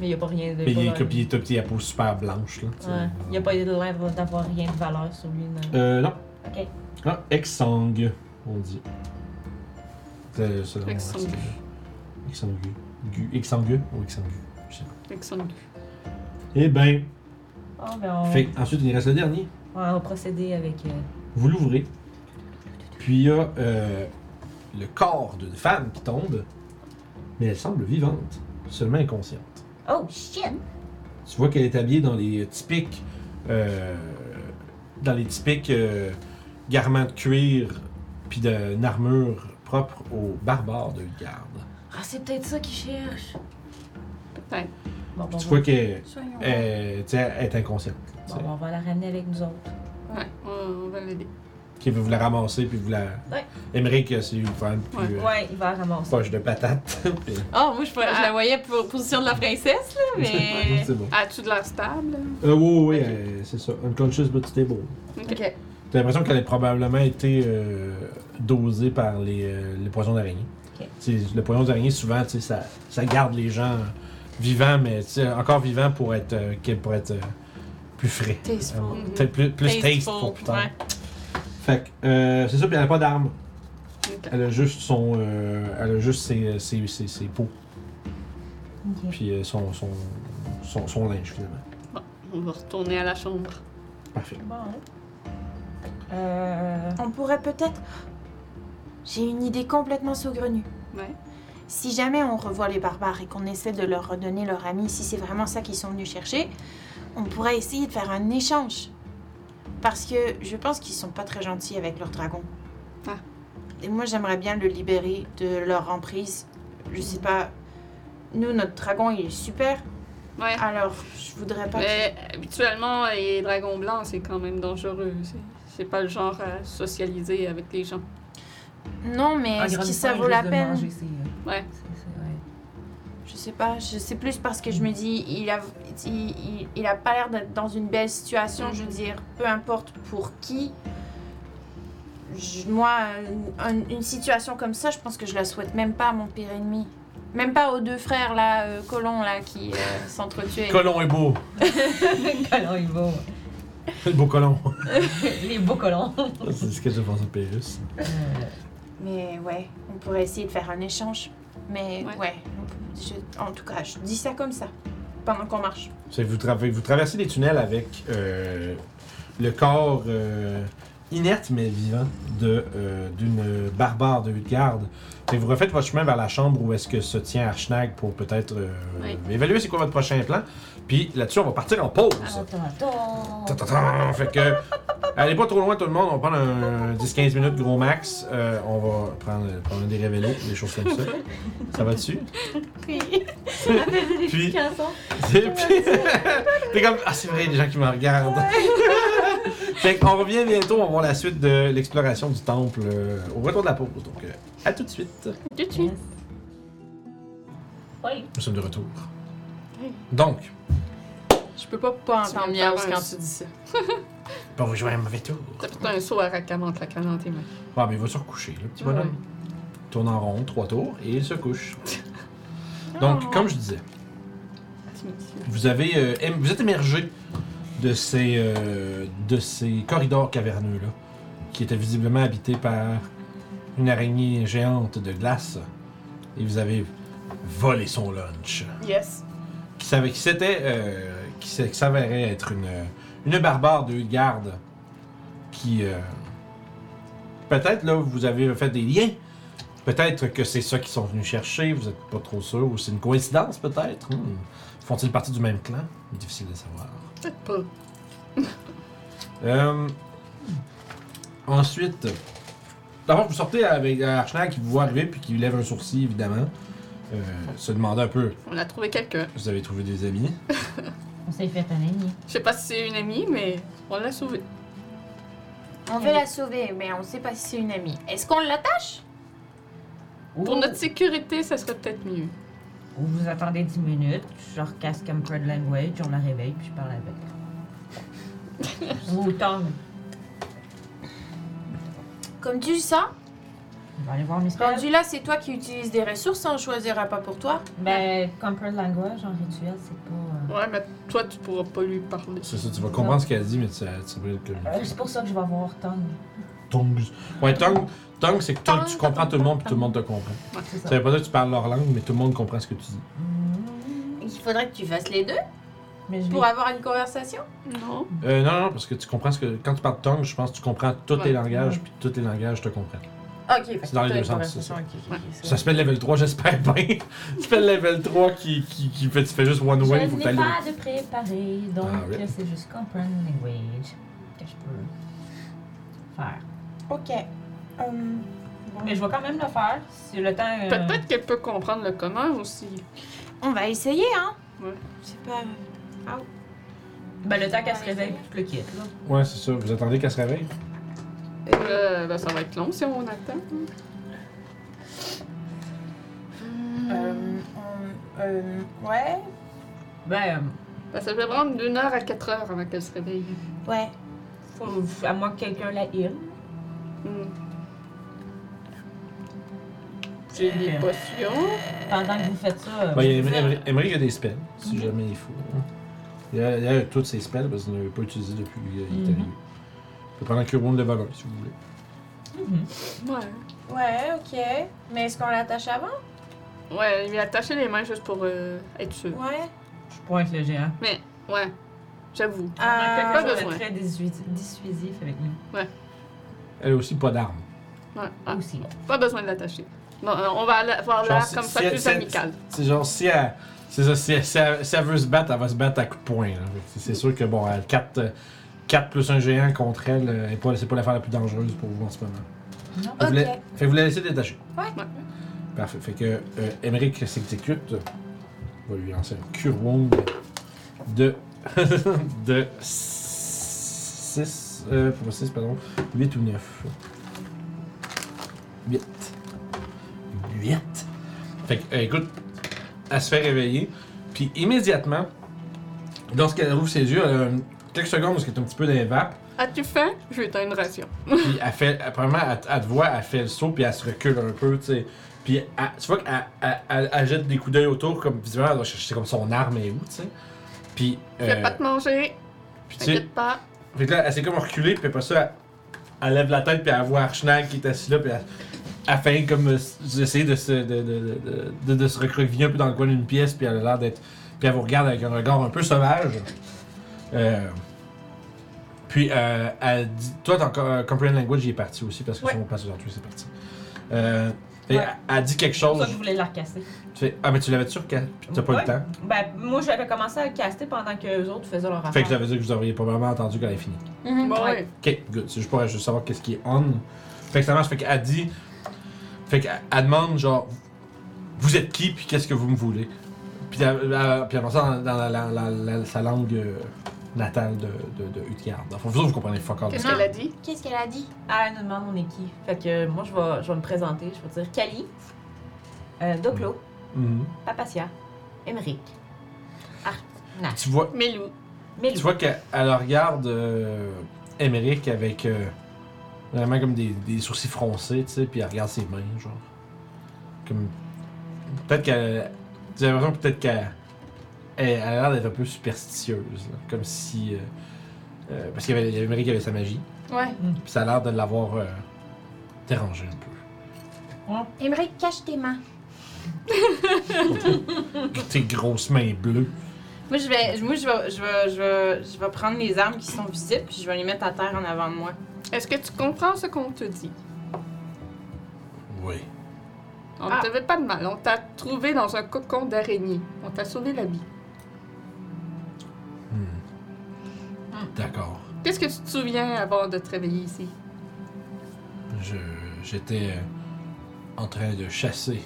Speaker 5: Mais y a pas rien de.
Speaker 1: Mais il est
Speaker 5: pas-
Speaker 1: comme- il est tout petit à peau super blanche. Là, tu sais.
Speaker 5: Ouais. Y a pas l'air d'avoir rien de valeur sur lui. non.
Speaker 1: Euh, non.
Speaker 5: Ok.
Speaker 1: Ah, ex-sang, on dit. C'est selon.
Speaker 3: Ex-sangue.
Speaker 1: Ex-sang. Gu- Ex-sangue ou ex-sangue.
Speaker 3: Excellent.
Speaker 1: Eh ben,
Speaker 5: Ah, ben on...
Speaker 1: fait, ensuite il reste le dernier.
Speaker 5: on va procéder avec. euh,
Speaker 1: Vous l'ouvrez. Puis il y a euh, le corps d'une femme qui tombe, mais elle semble vivante, seulement inconsciente.
Speaker 5: Oh shit!
Speaker 1: Tu vois qu'elle est habillée dans les typiques, euh, dans les typiques euh, garments de cuir, puis d'une armure propre aux barbares de garde.
Speaker 5: Ah, c'est peut-être ça qu'il cherche.
Speaker 3: Peut-être.
Speaker 5: Bon, bon,
Speaker 1: Tu
Speaker 5: bon.
Speaker 1: vois euh, qu'elle
Speaker 6: Soyons.
Speaker 1: elle, tu sais, elle est inconsciente. tu sais.
Speaker 5: Bon, bon, on va la ramener avec nous autres.
Speaker 3: Ouais, on, on va l'aider.
Speaker 1: Qui veut vous la ramasser puis vous la.
Speaker 5: Ouais.
Speaker 1: Émeric, euh, c'est une femme plus euh,
Speaker 5: Ouais, il va ramasser.
Speaker 1: poche de patate. Puis,
Speaker 8: Oh, moi, je, je la voyais pour position de la princesse, là,
Speaker 5: Euh.
Speaker 8: mais.
Speaker 1: c'est bon.
Speaker 3: As-tu de l'air stable?
Speaker 1: Euh, oui, oui, euh, c'est ça. Unconscious but stable.
Speaker 3: Ok.
Speaker 1: T'as l'impression qu'elle a probablement été euh, dosée par les, euh, les poisons d'araignée.
Speaker 5: Ok.
Speaker 1: Tu sais, Le poison d'araignée, souvent, tu sais, ça, ça garde les gens vivants, mais tu sais, encore vivants pour être, euh, que- pour être euh, plus frais.
Speaker 8: Tasteful.
Speaker 1: Euh, peut-être plus, plus taste pour plus tard. Fait que, euh, c'est ça, puis elle a pas d'arme.
Speaker 3: Ok.
Speaker 1: Elle a juste son. euh, elle a juste ses, ses, ses, ses peaux, puis euh, son, son, son, son linge, finalement.
Speaker 3: On va retourner à la chambre.
Speaker 1: Parfait.
Speaker 5: Bon. Euh.
Speaker 6: On pourrait peut-être. J'ai une idée complètement saugrenue.
Speaker 3: Ouais.
Speaker 6: Si jamais on revoit les barbares et qu'on essaie de leur redonner leur ami, si c'est vraiment ça qu'ils sont venus chercher, on pourrait essayer de faire un échange. Parce que je pense qu'ils sont pas très gentils avec leur dragon.
Speaker 3: Ah.
Speaker 6: Et moi, j'aimerais bien le libérer de leur emprise. Je sais pas. Nous, notre dragon, il est super.
Speaker 3: Ouais.
Speaker 6: Alors, je voudrais pas.
Speaker 3: Mais habituellement, les dragons blancs, c'est quand même dangereux. C'est- C'est pas le genre à socialiser avec les gens.
Speaker 6: Non, mais
Speaker 5: Ah,
Speaker 7: En
Speaker 6: est-ce que
Speaker 7: grandissant,
Speaker 6: ça
Speaker 7: il
Speaker 6: vaut la
Speaker 7: risque de
Speaker 6: peine
Speaker 7: manger, c'est, euh,
Speaker 3: Ouais.
Speaker 7: c'est- c'est- ouais.
Speaker 6: Je sais pas, je sais plus parce que je me dis, il a, il, il- il a pas l'air d'être dans une belle situation, je veux dire, peu importe pour qui. Je- moi, euh, un- une situation comme ça, je pense que je la souhaite même pas à mon pire ennemi. Même pas aux deux frères, là, euh, colons, là, qui euh, s'entretuaient.
Speaker 1: Colon est beau.
Speaker 5: Colon, il va.
Speaker 1: Le beau colon.
Speaker 5: Les beaux colons.
Speaker 1: c'est ce que je pense de Pérus.
Speaker 6: Mais ouais, on pourrait essayer de faire un échange. Mais
Speaker 3: Ouais.
Speaker 6: ouais, on peut- je- en tout cas, je dis ça comme ça, pendant qu'on marche.
Speaker 1: C'est vous, tra- vous traversez des tunnels avec euh, le corps euh, inerte mais vivant de, euh, d'une barbare de Utgarde. Et vous refaites votre chemin vers la chambre où est-ce que se tient Archnag pour peut-être euh,
Speaker 3: Oui.
Speaker 1: évaluer c'est quoi votre prochain plan. Puis là-dessus, on va partir en pause.
Speaker 5: Attends, attends.
Speaker 1: Ta- ta- ta. Fait que, allez pas trop loin tout le monde, on va prendre un 10-15 minutes gros max. Euh, on va prendre, prendre des révélos, des choses comme ça. Ça va dessus? Puis, et puis- T'es comme, ah c'est vrai, les gens qui me regardent. fait qu'on revient bientôt, on va voir la suite de l'exploration du temple euh, au retour de la pause. Donc, euh, à tout de suite.
Speaker 3: Tout de suite.
Speaker 1: Nous sommes de retour. Donc,
Speaker 8: Je peux pas pas
Speaker 3: Tu
Speaker 8: entendre
Speaker 3: viens de
Speaker 8: miaus
Speaker 3: faire
Speaker 8: quand
Speaker 3: un-
Speaker 8: tu dis ça.
Speaker 1: on va jouer un mauvais tour.
Speaker 3: T'as peut-être un saut à racamante, la calanté, mais.
Speaker 1: Ah, mais il va se recoucher, le petit bonhomme. Tourne en rond, trois tours, et il se couche.
Speaker 6: Ah.
Speaker 1: Donc, comme je disais, vous, avez, euh, ém- vous êtes émergé de ces, euh, de ces corridors caverneux-là, qui étaient visiblement habités par une araignée géante de glace, et vous avez volé son lunch
Speaker 3: Yes.
Speaker 1: qui savait qui c'était euh, qui s'est- qui s'avérait être une une barbare de garde qui euh, peut-être là vous avez fait des liens peut-être que c'est ça qu'ils sont venus chercher vous êtes pas trop sûr ou c'est une coïncidence peut-être Hmm. font-ils partie du même clan difficile de savoir
Speaker 3: Peut-être pas.
Speaker 1: euh, ensuite, d'abord vous sortez avec Archnag qui vous voit arriver puis qui lève un sourcil évidemment euh, se demande un peu
Speaker 3: On a trouvé quelqu'un.
Speaker 1: vous avez trouvé des amis
Speaker 9: On s'est fait un ennemi.
Speaker 3: Je sais pas si c'est une amie, mais on l'a sauvée.
Speaker 6: On veut la sauver, mais on sait pas si c'est une amie. Est-ce qu'on l'attache
Speaker 3: Pour
Speaker 5: Oh.
Speaker 3: notre sécurité, ça serait peut-être mieux.
Speaker 5: Ou vous attendez 10 minutes, je recasse comme Pride Language, on la réveille, puis je parle avec. Ou Tom,
Speaker 6: Comme tu le sens,
Speaker 5: on va aller voir mes spells.
Speaker 6: rendu là, c'est toi qui utilises des ressources, hein, on choisira pas pour toi.
Speaker 5: Ben, Comprehend Language en rituel, c'est pas.
Speaker 3: Ouais, mais toi, tu pourras pas lui parler.
Speaker 1: C'est ça, tu vas comprendre ce qu'elle dit, mais tu tu vas être
Speaker 5: euh, euh, c'est pour ça que je vais voir Tom.
Speaker 1: Tongue. Ouais, tongue, tongue c'est que toi, tu comprends tout le monde puis tout le monde te comprend.
Speaker 5: C'est ça.
Speaker 1: Ça veut pas dire que tu parles leur langue, mais tout le monde comprend ce que tu dis.
Speaker 5: Mm.
Speaker 6: Il faudrait que tu fasses les deux
Speaker 5: Mais je
Speaker 6: pour
Speaker 5: vais-
Speaker 6: avoir une conversation.
Speaker 3: Non.
Speaker 1: Euh, non, non, parce que tu comprends ce que. Quand tu parles tongue, je pense que tu comprends tous les
Speaker 3: Ouais.
Speaker 1: langages puis tous les langages te comprennent.
Speaker 6: Ok, fait que
Speaker 1: C'est dans les
Speaker 6: t'as
Speaker 1: deux
Speaker 6: une
Speaker 1: sens, c'est
Speaker 6: conversation,
Speaker 1: ça.
Speaker 6: ok, ok, ok,
Speaker 1: Ça s'appelle level 3, j'espère bien. Tu fais le level 3 qui, qui, qui fait, tu fais juste one way,
Speaker 5: je
Speaker 1: faut que
Speaker 5: n'ai
Speaker 1: t'ailles.
Speaker 5: pas de préparé, donc
Speaker 1: Ah, ouais.
Speaker 5: c'est juste Comprehend Language que je peux faire.
Speaker 6: Ok.
Speaker 8: euh,
Speaker 6: Hum,
Speaker 5: Mais je vais quand même le faire, si le temps... euh,
Speaker 3: Peut-être qu'elle peut comprendre le commun aussi.
Speaker 6: on va essayer, hein.
Speaker 3: Ouais.
Speaker 6: C'est pas.
Speaker 5: Ben, le temps qu'elle se réveille, puis je le quitte, là.
Speaker 1: Ouais, c'est ça. Vous attendez qu'elle se réveille?
Speaker 3: Euh, ben, ça va être long si on attend.
Speaker 6: Euh, on- euh, ouais.
Speaker 5: Ben,
Speaker 3: Ben, ça va prendre d'une heure à quatre heures avant qu'elle se réveille.
Speaker 6: Ouais.
Speaker 5: faut, à moins que quelqu'un la heal.
Speaker 3: Hmm. J'ai des potions.
Speaker 5: Pendant que vous faites ça.
Speaker 3: Ah,
Speaker 5: euh,
Speaker 1: Ben, il y a Emery- Emery- Emery, il y a des spells, si jamais il faut.
Speaker 3: Hum.
Speaker 1: Il y a, il y a toutes ces spells parce qu'il n'avait pas utilisé depuis qu'il est
Speaker 5: Mhm.
Speaker 1: arrivé. Puis pendant qu'il roule le ballon, si vous voulez.
Speaker 6: Ouais, ok. Mais est-ce qu'on l'attache avant?
Speaker 3: Ouais, il lui a attaché les mains juste pour euh, être sûr.
Speaker 6: Ouais.
Speaker 5: Je pointe le géant.
Speaker 3: Ouais, j'avoue.
Speaker 6: Euh,
Speaker 3: Pas
Speaker 5: Je
Speaker 3: besoin.
Speaker 5: suis très dissuasif dissuasif avec nous.
Speaker 1: Elle a aussi pas d'armes.
Speaker 3: Ouais, ah,
Speaker 5: Aussi.
Speaker 3: Pas besoin de l'attacher. Non, euh, on va aller voir
Speaker 1: Genre,
Speaker 3: l'air
Speaker 1: si-
Speaker 3: comme ça
Speaker 1: si-
Speaker 3: plus
Speaker 1: si-
Speaker 3: amical.
Speaker 1: C'est genre, si elle, c'est ça, si, elle, si elle- si elle veut se battre, elle va se battre à coups de poing. là. Fait que C'est sûr que, bon, 4, plus un géant contre elle, euh, elle est pas- c'est pas l'affaire la plus dangereuse pour vous en ce moment. Fait que vous
Speaker 6: Ok.
Speaker 1: la- Fait que vous la laissez détacher.
Speaker 6: Ouais.
Speaker 1: Parfait. Fait que euh, Emmerich s'exécute. On va lui lancer un cure wound de. de. 6. Euh, pas 6, pardon. 8 ou 9. 8. 8. Fait que, euh, écoute, elle se fait réveiller. Puis immédiatement, lorsqu'elle ouvre ses yeux, elle a une- quelques secondes parce qu'elle est un petit peu dans les vapes.
Speaker 3: As-tu faim? Je vais t'en une ration.
Speaker 1: Puis elle fait, elle- premièrement, elle, elle te voit, elle fait le saut, puis elle se recule un peu, tu sais. Puis elle- tu vois qu'elle elle, elle- elle jette des coups d'œil autour, comme visuellement, elle doit chercher comme son arme est où, tu sais. Puis,
Speaker 3: Je vais
Speaker 1: euh,
Speaker 3: pas te manger.
Speaker 1: puis tu sais,
Speaker 3: T'inquiète pas.
Speaker 1: fait que là, elle s'est comme reculée, puis après ça, elle, elle lève la tête, puis elle voit Archnag qui est assis là, puis elle, elle fait comme euh, essayer de se, de, de, de, de- de se recroqueviller un peu dans le coin d'une pièce, puis elle a l'air d'être. Puis elle vous regarde avec un regard un peu sauvage. Euh, puis euh, elle dit. Toi, ton co- euh, Comprehend Language, il est parti aussi, parce que
Speaker 5: Ouais.
Speaker 1: son passage en c'est parti. Euh, fait,
Speaker 5: Ouais.
Speaker 1: elle, elle dit quelque
Speaker 5: C'est pour ça
Speaker 1: chose.
Speaker 5: que je voulais la recasser.
Speaker 1: Tu fais, ah, mais tu l'avais sûr, puis t'as pas
Speaker 5: Ouais.
Speaker 1: le temps.
Speaker 5: Ben, moi, j'avais commencé à le caster pendant que les autres faisaient leur
Speaker 1: Fait que ça
Speaker 5: affaire.
Speaker 1: veut dire que vous auriez probablement entendu quand elle est finie.
Speaker 6: Mhm.
Speaker 3: Bon,
Speaker 5: ouais.
Speaker 3: ouais.
Speaker 1: Ok, good. C'est juste pour juste savoir qu'est-ce qui est on. Fait que ça marche. Fait qu'elle dit. Fait qu'elle elle demande genre. Vous êtes qui, puis qu'est-ce que vous me voulez? Puis elle elle- puis elle pense ça dans, dans la, la- la- la- sa langue euh, natale de, de, de Utgard. Enfin, vous autres, vous comprenez fuck all.
Speaker 3: Qu'est-ce
Speaker 1: parce que-
Speaker 3: qu'elle a dit?
Speaker 6: Qu'est-ce qu'elle a dit?
Speaker 5: Ah, elle nous demande on est qui. Fait que euh, moi, je vais, je vais me présenter. Je vais dire Kali, euh, Doclo,
Speaker 1: Mhm.
Speaker 5: Papacia, Emmerich,
Speaker 1: Tu vois,
Speaker 3: Mélou.
Speaker 5: Melou.
Speaker 1: Tu vois qu'elle elle regarde euh, Emmerich avec euh, vraiment comme des, des sourcils froncés, tu sais, puis elle regarde ses mains, genre. Comme. Peut-être qu'elle. J'ai l'impression que peut-être qu'elle. Elle, elle a l'air d'être un peu superstitieuse, là, comme si. euh, euh, parce qu'il y avait il y avait Emmerich qui avait sa magie,
Speaker 6: Ouais.
Speaker 1: puis ça a l'air de l'avoir euh, dérangée un peu.
Speaker 6: Aimerait cache tes mains.
Speaker 1: Tes grosses mains bleues.
Speaker 8: Moi, je vais, moi, je vais, je vais, je vais, je vais prendre les armes qui sont visibles puis je vais les mettre à terre en avant de moi.
Speaker 3: Est-ce que tu comprends ce qu'on te dit?
Speaker 1: Oui.
Speaker 3: On
Speaker 8: Ah.
Speaker 3: ne te veut pas de mal. On t'a trouvé dans un cocon d'araignée. On t'a sauvé la vie.
Speaker 1: Hmm. D'accord.
Speaker 3: Qu'est-ce que tu te souviens avant de te réveiller ici?
Speaker 1: Je, j'étais euh, en train de chasser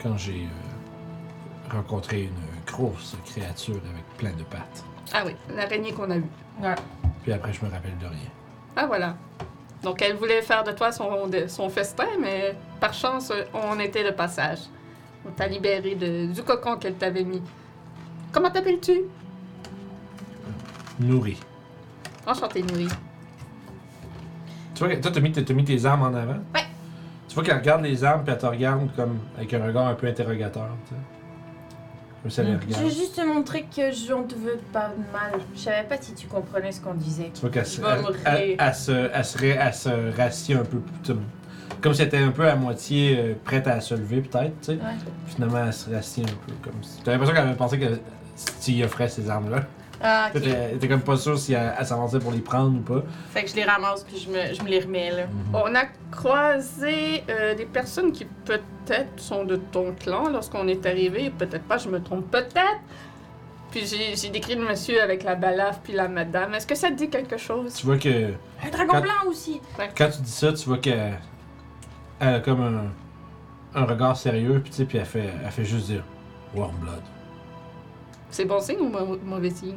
Speaker 1: quand j'ai euh, rencontré une grosse créature avec plein de pattes.
Speaker 3: Ah oui, l'araignée qu'on a vue.
Speaker 1: Puis après, je me rappelle de rien.
Speaker 3: Ah voilà. Donc elle voulait faire de toi son, de- son festin, mais par chance, euh, on était de passage. On t'a libéré de- du cocon qu'elle t'avait mis. Comment t'appelles-tu?
Speaker 1: Nourri.
Speaker 3: Enchantée, Nourri.
Speaker 1: Tu vois, que- toi, t'as mis, t'as mis tes armes en avant?
Speaker 6: Ouais.
Speaker 1: Tu vois qu'elle regarde les armes, puis elle te regarde comme avec un regard un peu interrogateur, tu sais. Comme si elle les
Speaker 6: Je
Speaker 1: regarde.
Speaker 6: veux juste te montrer que je- on te veut pas de mal. Je savais pas si tu comprenais ce qu'on disait.
Speaker 1: Tu vois qu'elle se,
Speaker 8: Je vais
Speaker 1: elle-
Speaker 8: mourir.
Speaker 1: elle- elle se, elle se, ré- elle se rassit un peu. plus- Comme si elle était un peu à moitié euh, prête à se lever, peut-être, tu sais.
Speaker 6: Ouais.
Speaker 1: Finalement, elle se rassit un peu. comme si... T'as l'impression qu'elle avait pensé que tu y offrais ces armes-là.
Speaker 6: Ah,
Speaker 1: T'étais Elle était comme pas sûre si elle, elle s'avançait pour les prendre ou pas.
Speaker 8: Fait que je les ramasse puis je me, je me les remets là.
Speaker 3: On a croisé euh, des personnes qui peut-être sont de ton clan lorsqu'on est arrivé. Peut-être pas, je me trompe peut-être. Puis j'ai j'ai décrit le monsieur avec la balafre puis la madame. Est-ce que ça te dit quelque chose?
Speaker 1: Tu vois que
Speaker 6: Un dragon
Speaker 1: Quand-
Speaker 6: blanc aussi.
Speaker 1: quand tu dis ça, tu vois qu'elle elle a comme un, un regard sérieux, puis tu sais, puis elle fait, elle fait juste dire Warmblood.
Speaker 3: C'est bon signe ou mau- mauvais signe?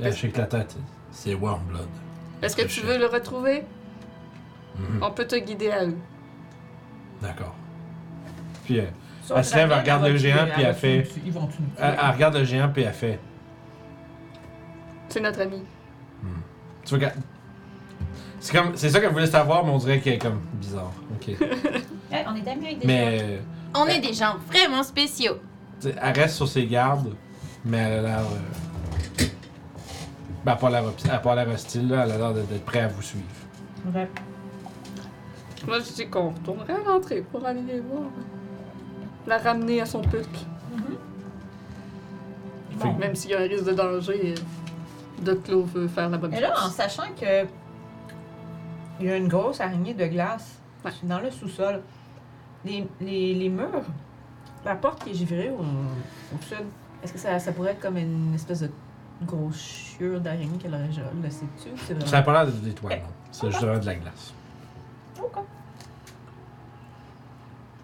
Speaker 1: Elle shake la tête. C'est Warmblood.
Speaker 3: Est-ce que
Speaker 1: Notre
Speaker 3: tu
Speaker 1: chef.
Speaker 3: veux le retrouver?
Speaker 1: Mhm.
Speaker 3: On peut te guider à eux.
Speaker 5: Oh.
Speaker 1: D'accord. Puis euh,
Speaker 5: Sur
Speaker 1: Elle se lève, elle
Speaker 5: Dragon,
Speaker 1: regarde
Speaker 5: va
Speaker 1: le
Speaker 5: tuer,
Speaker 1: géant, puis
Speaker 5: va
Speaker 1: elle
Speaker 5: tuer,
Speaker 1: fait-
Speaker 5: tu- Ils vont tuer.
Speaker 1: elle, elle regarde le géant, puis elle fait.
Speaker 3: C'est notre ami.
Speaker 1: Tu vois, qu'elle- c'est comme, c'est ça qu'elle voulait savoir, mais on dirait qu'elle est comme bizarre. Ok.
Speaker 5: Hey, on est amis avec des
Speaker 1: mais
Speaker 5: gens.
Speaker 1: euh,
Speaker 6: On est des gens vraiment spéciaux.
Speaker 1: tu sais, elle reste sur ses gardes, mais elle a l'air. euh, Ben, elle a pas l'air obs- elle a pas l'air hostile, là. Elle a l'air de- d'être prête à vous suivre.
Speaker 9: Ouais.
Speaker 3: Moi, je dis qu'on retournerait à l'entrée pour aller les voir. La ramener à son puc.
Speaker 1: Mm-hmm. Fait que-
Speaker 3: Même s'il y a un risque de danger, euh, Doc Clo veut faire la bonne
Speaker 5: Mais
Speaker 3: chose.
Speaker 5: là, en sachant que il y a une grosse araignée de glace
Speaker 3: Ouais.
Speaker 5: dans le sous-sol, les, les- les murs, la porte qui est givrée au, au sud, est-ce que ça, ça pourrait être comme une espèce de grosse chiure d'araignée qu'elle aurait gelée? Le sais-tu? ou
Speaker 1: Ça
Speaker 5: C'est
Speaker 1: a
Speaker 5: vraiment...
Speaker 1: pas l'air d'être des étoiles, non. C'est juste vraiment de la glace.
Speaker 5: Ok.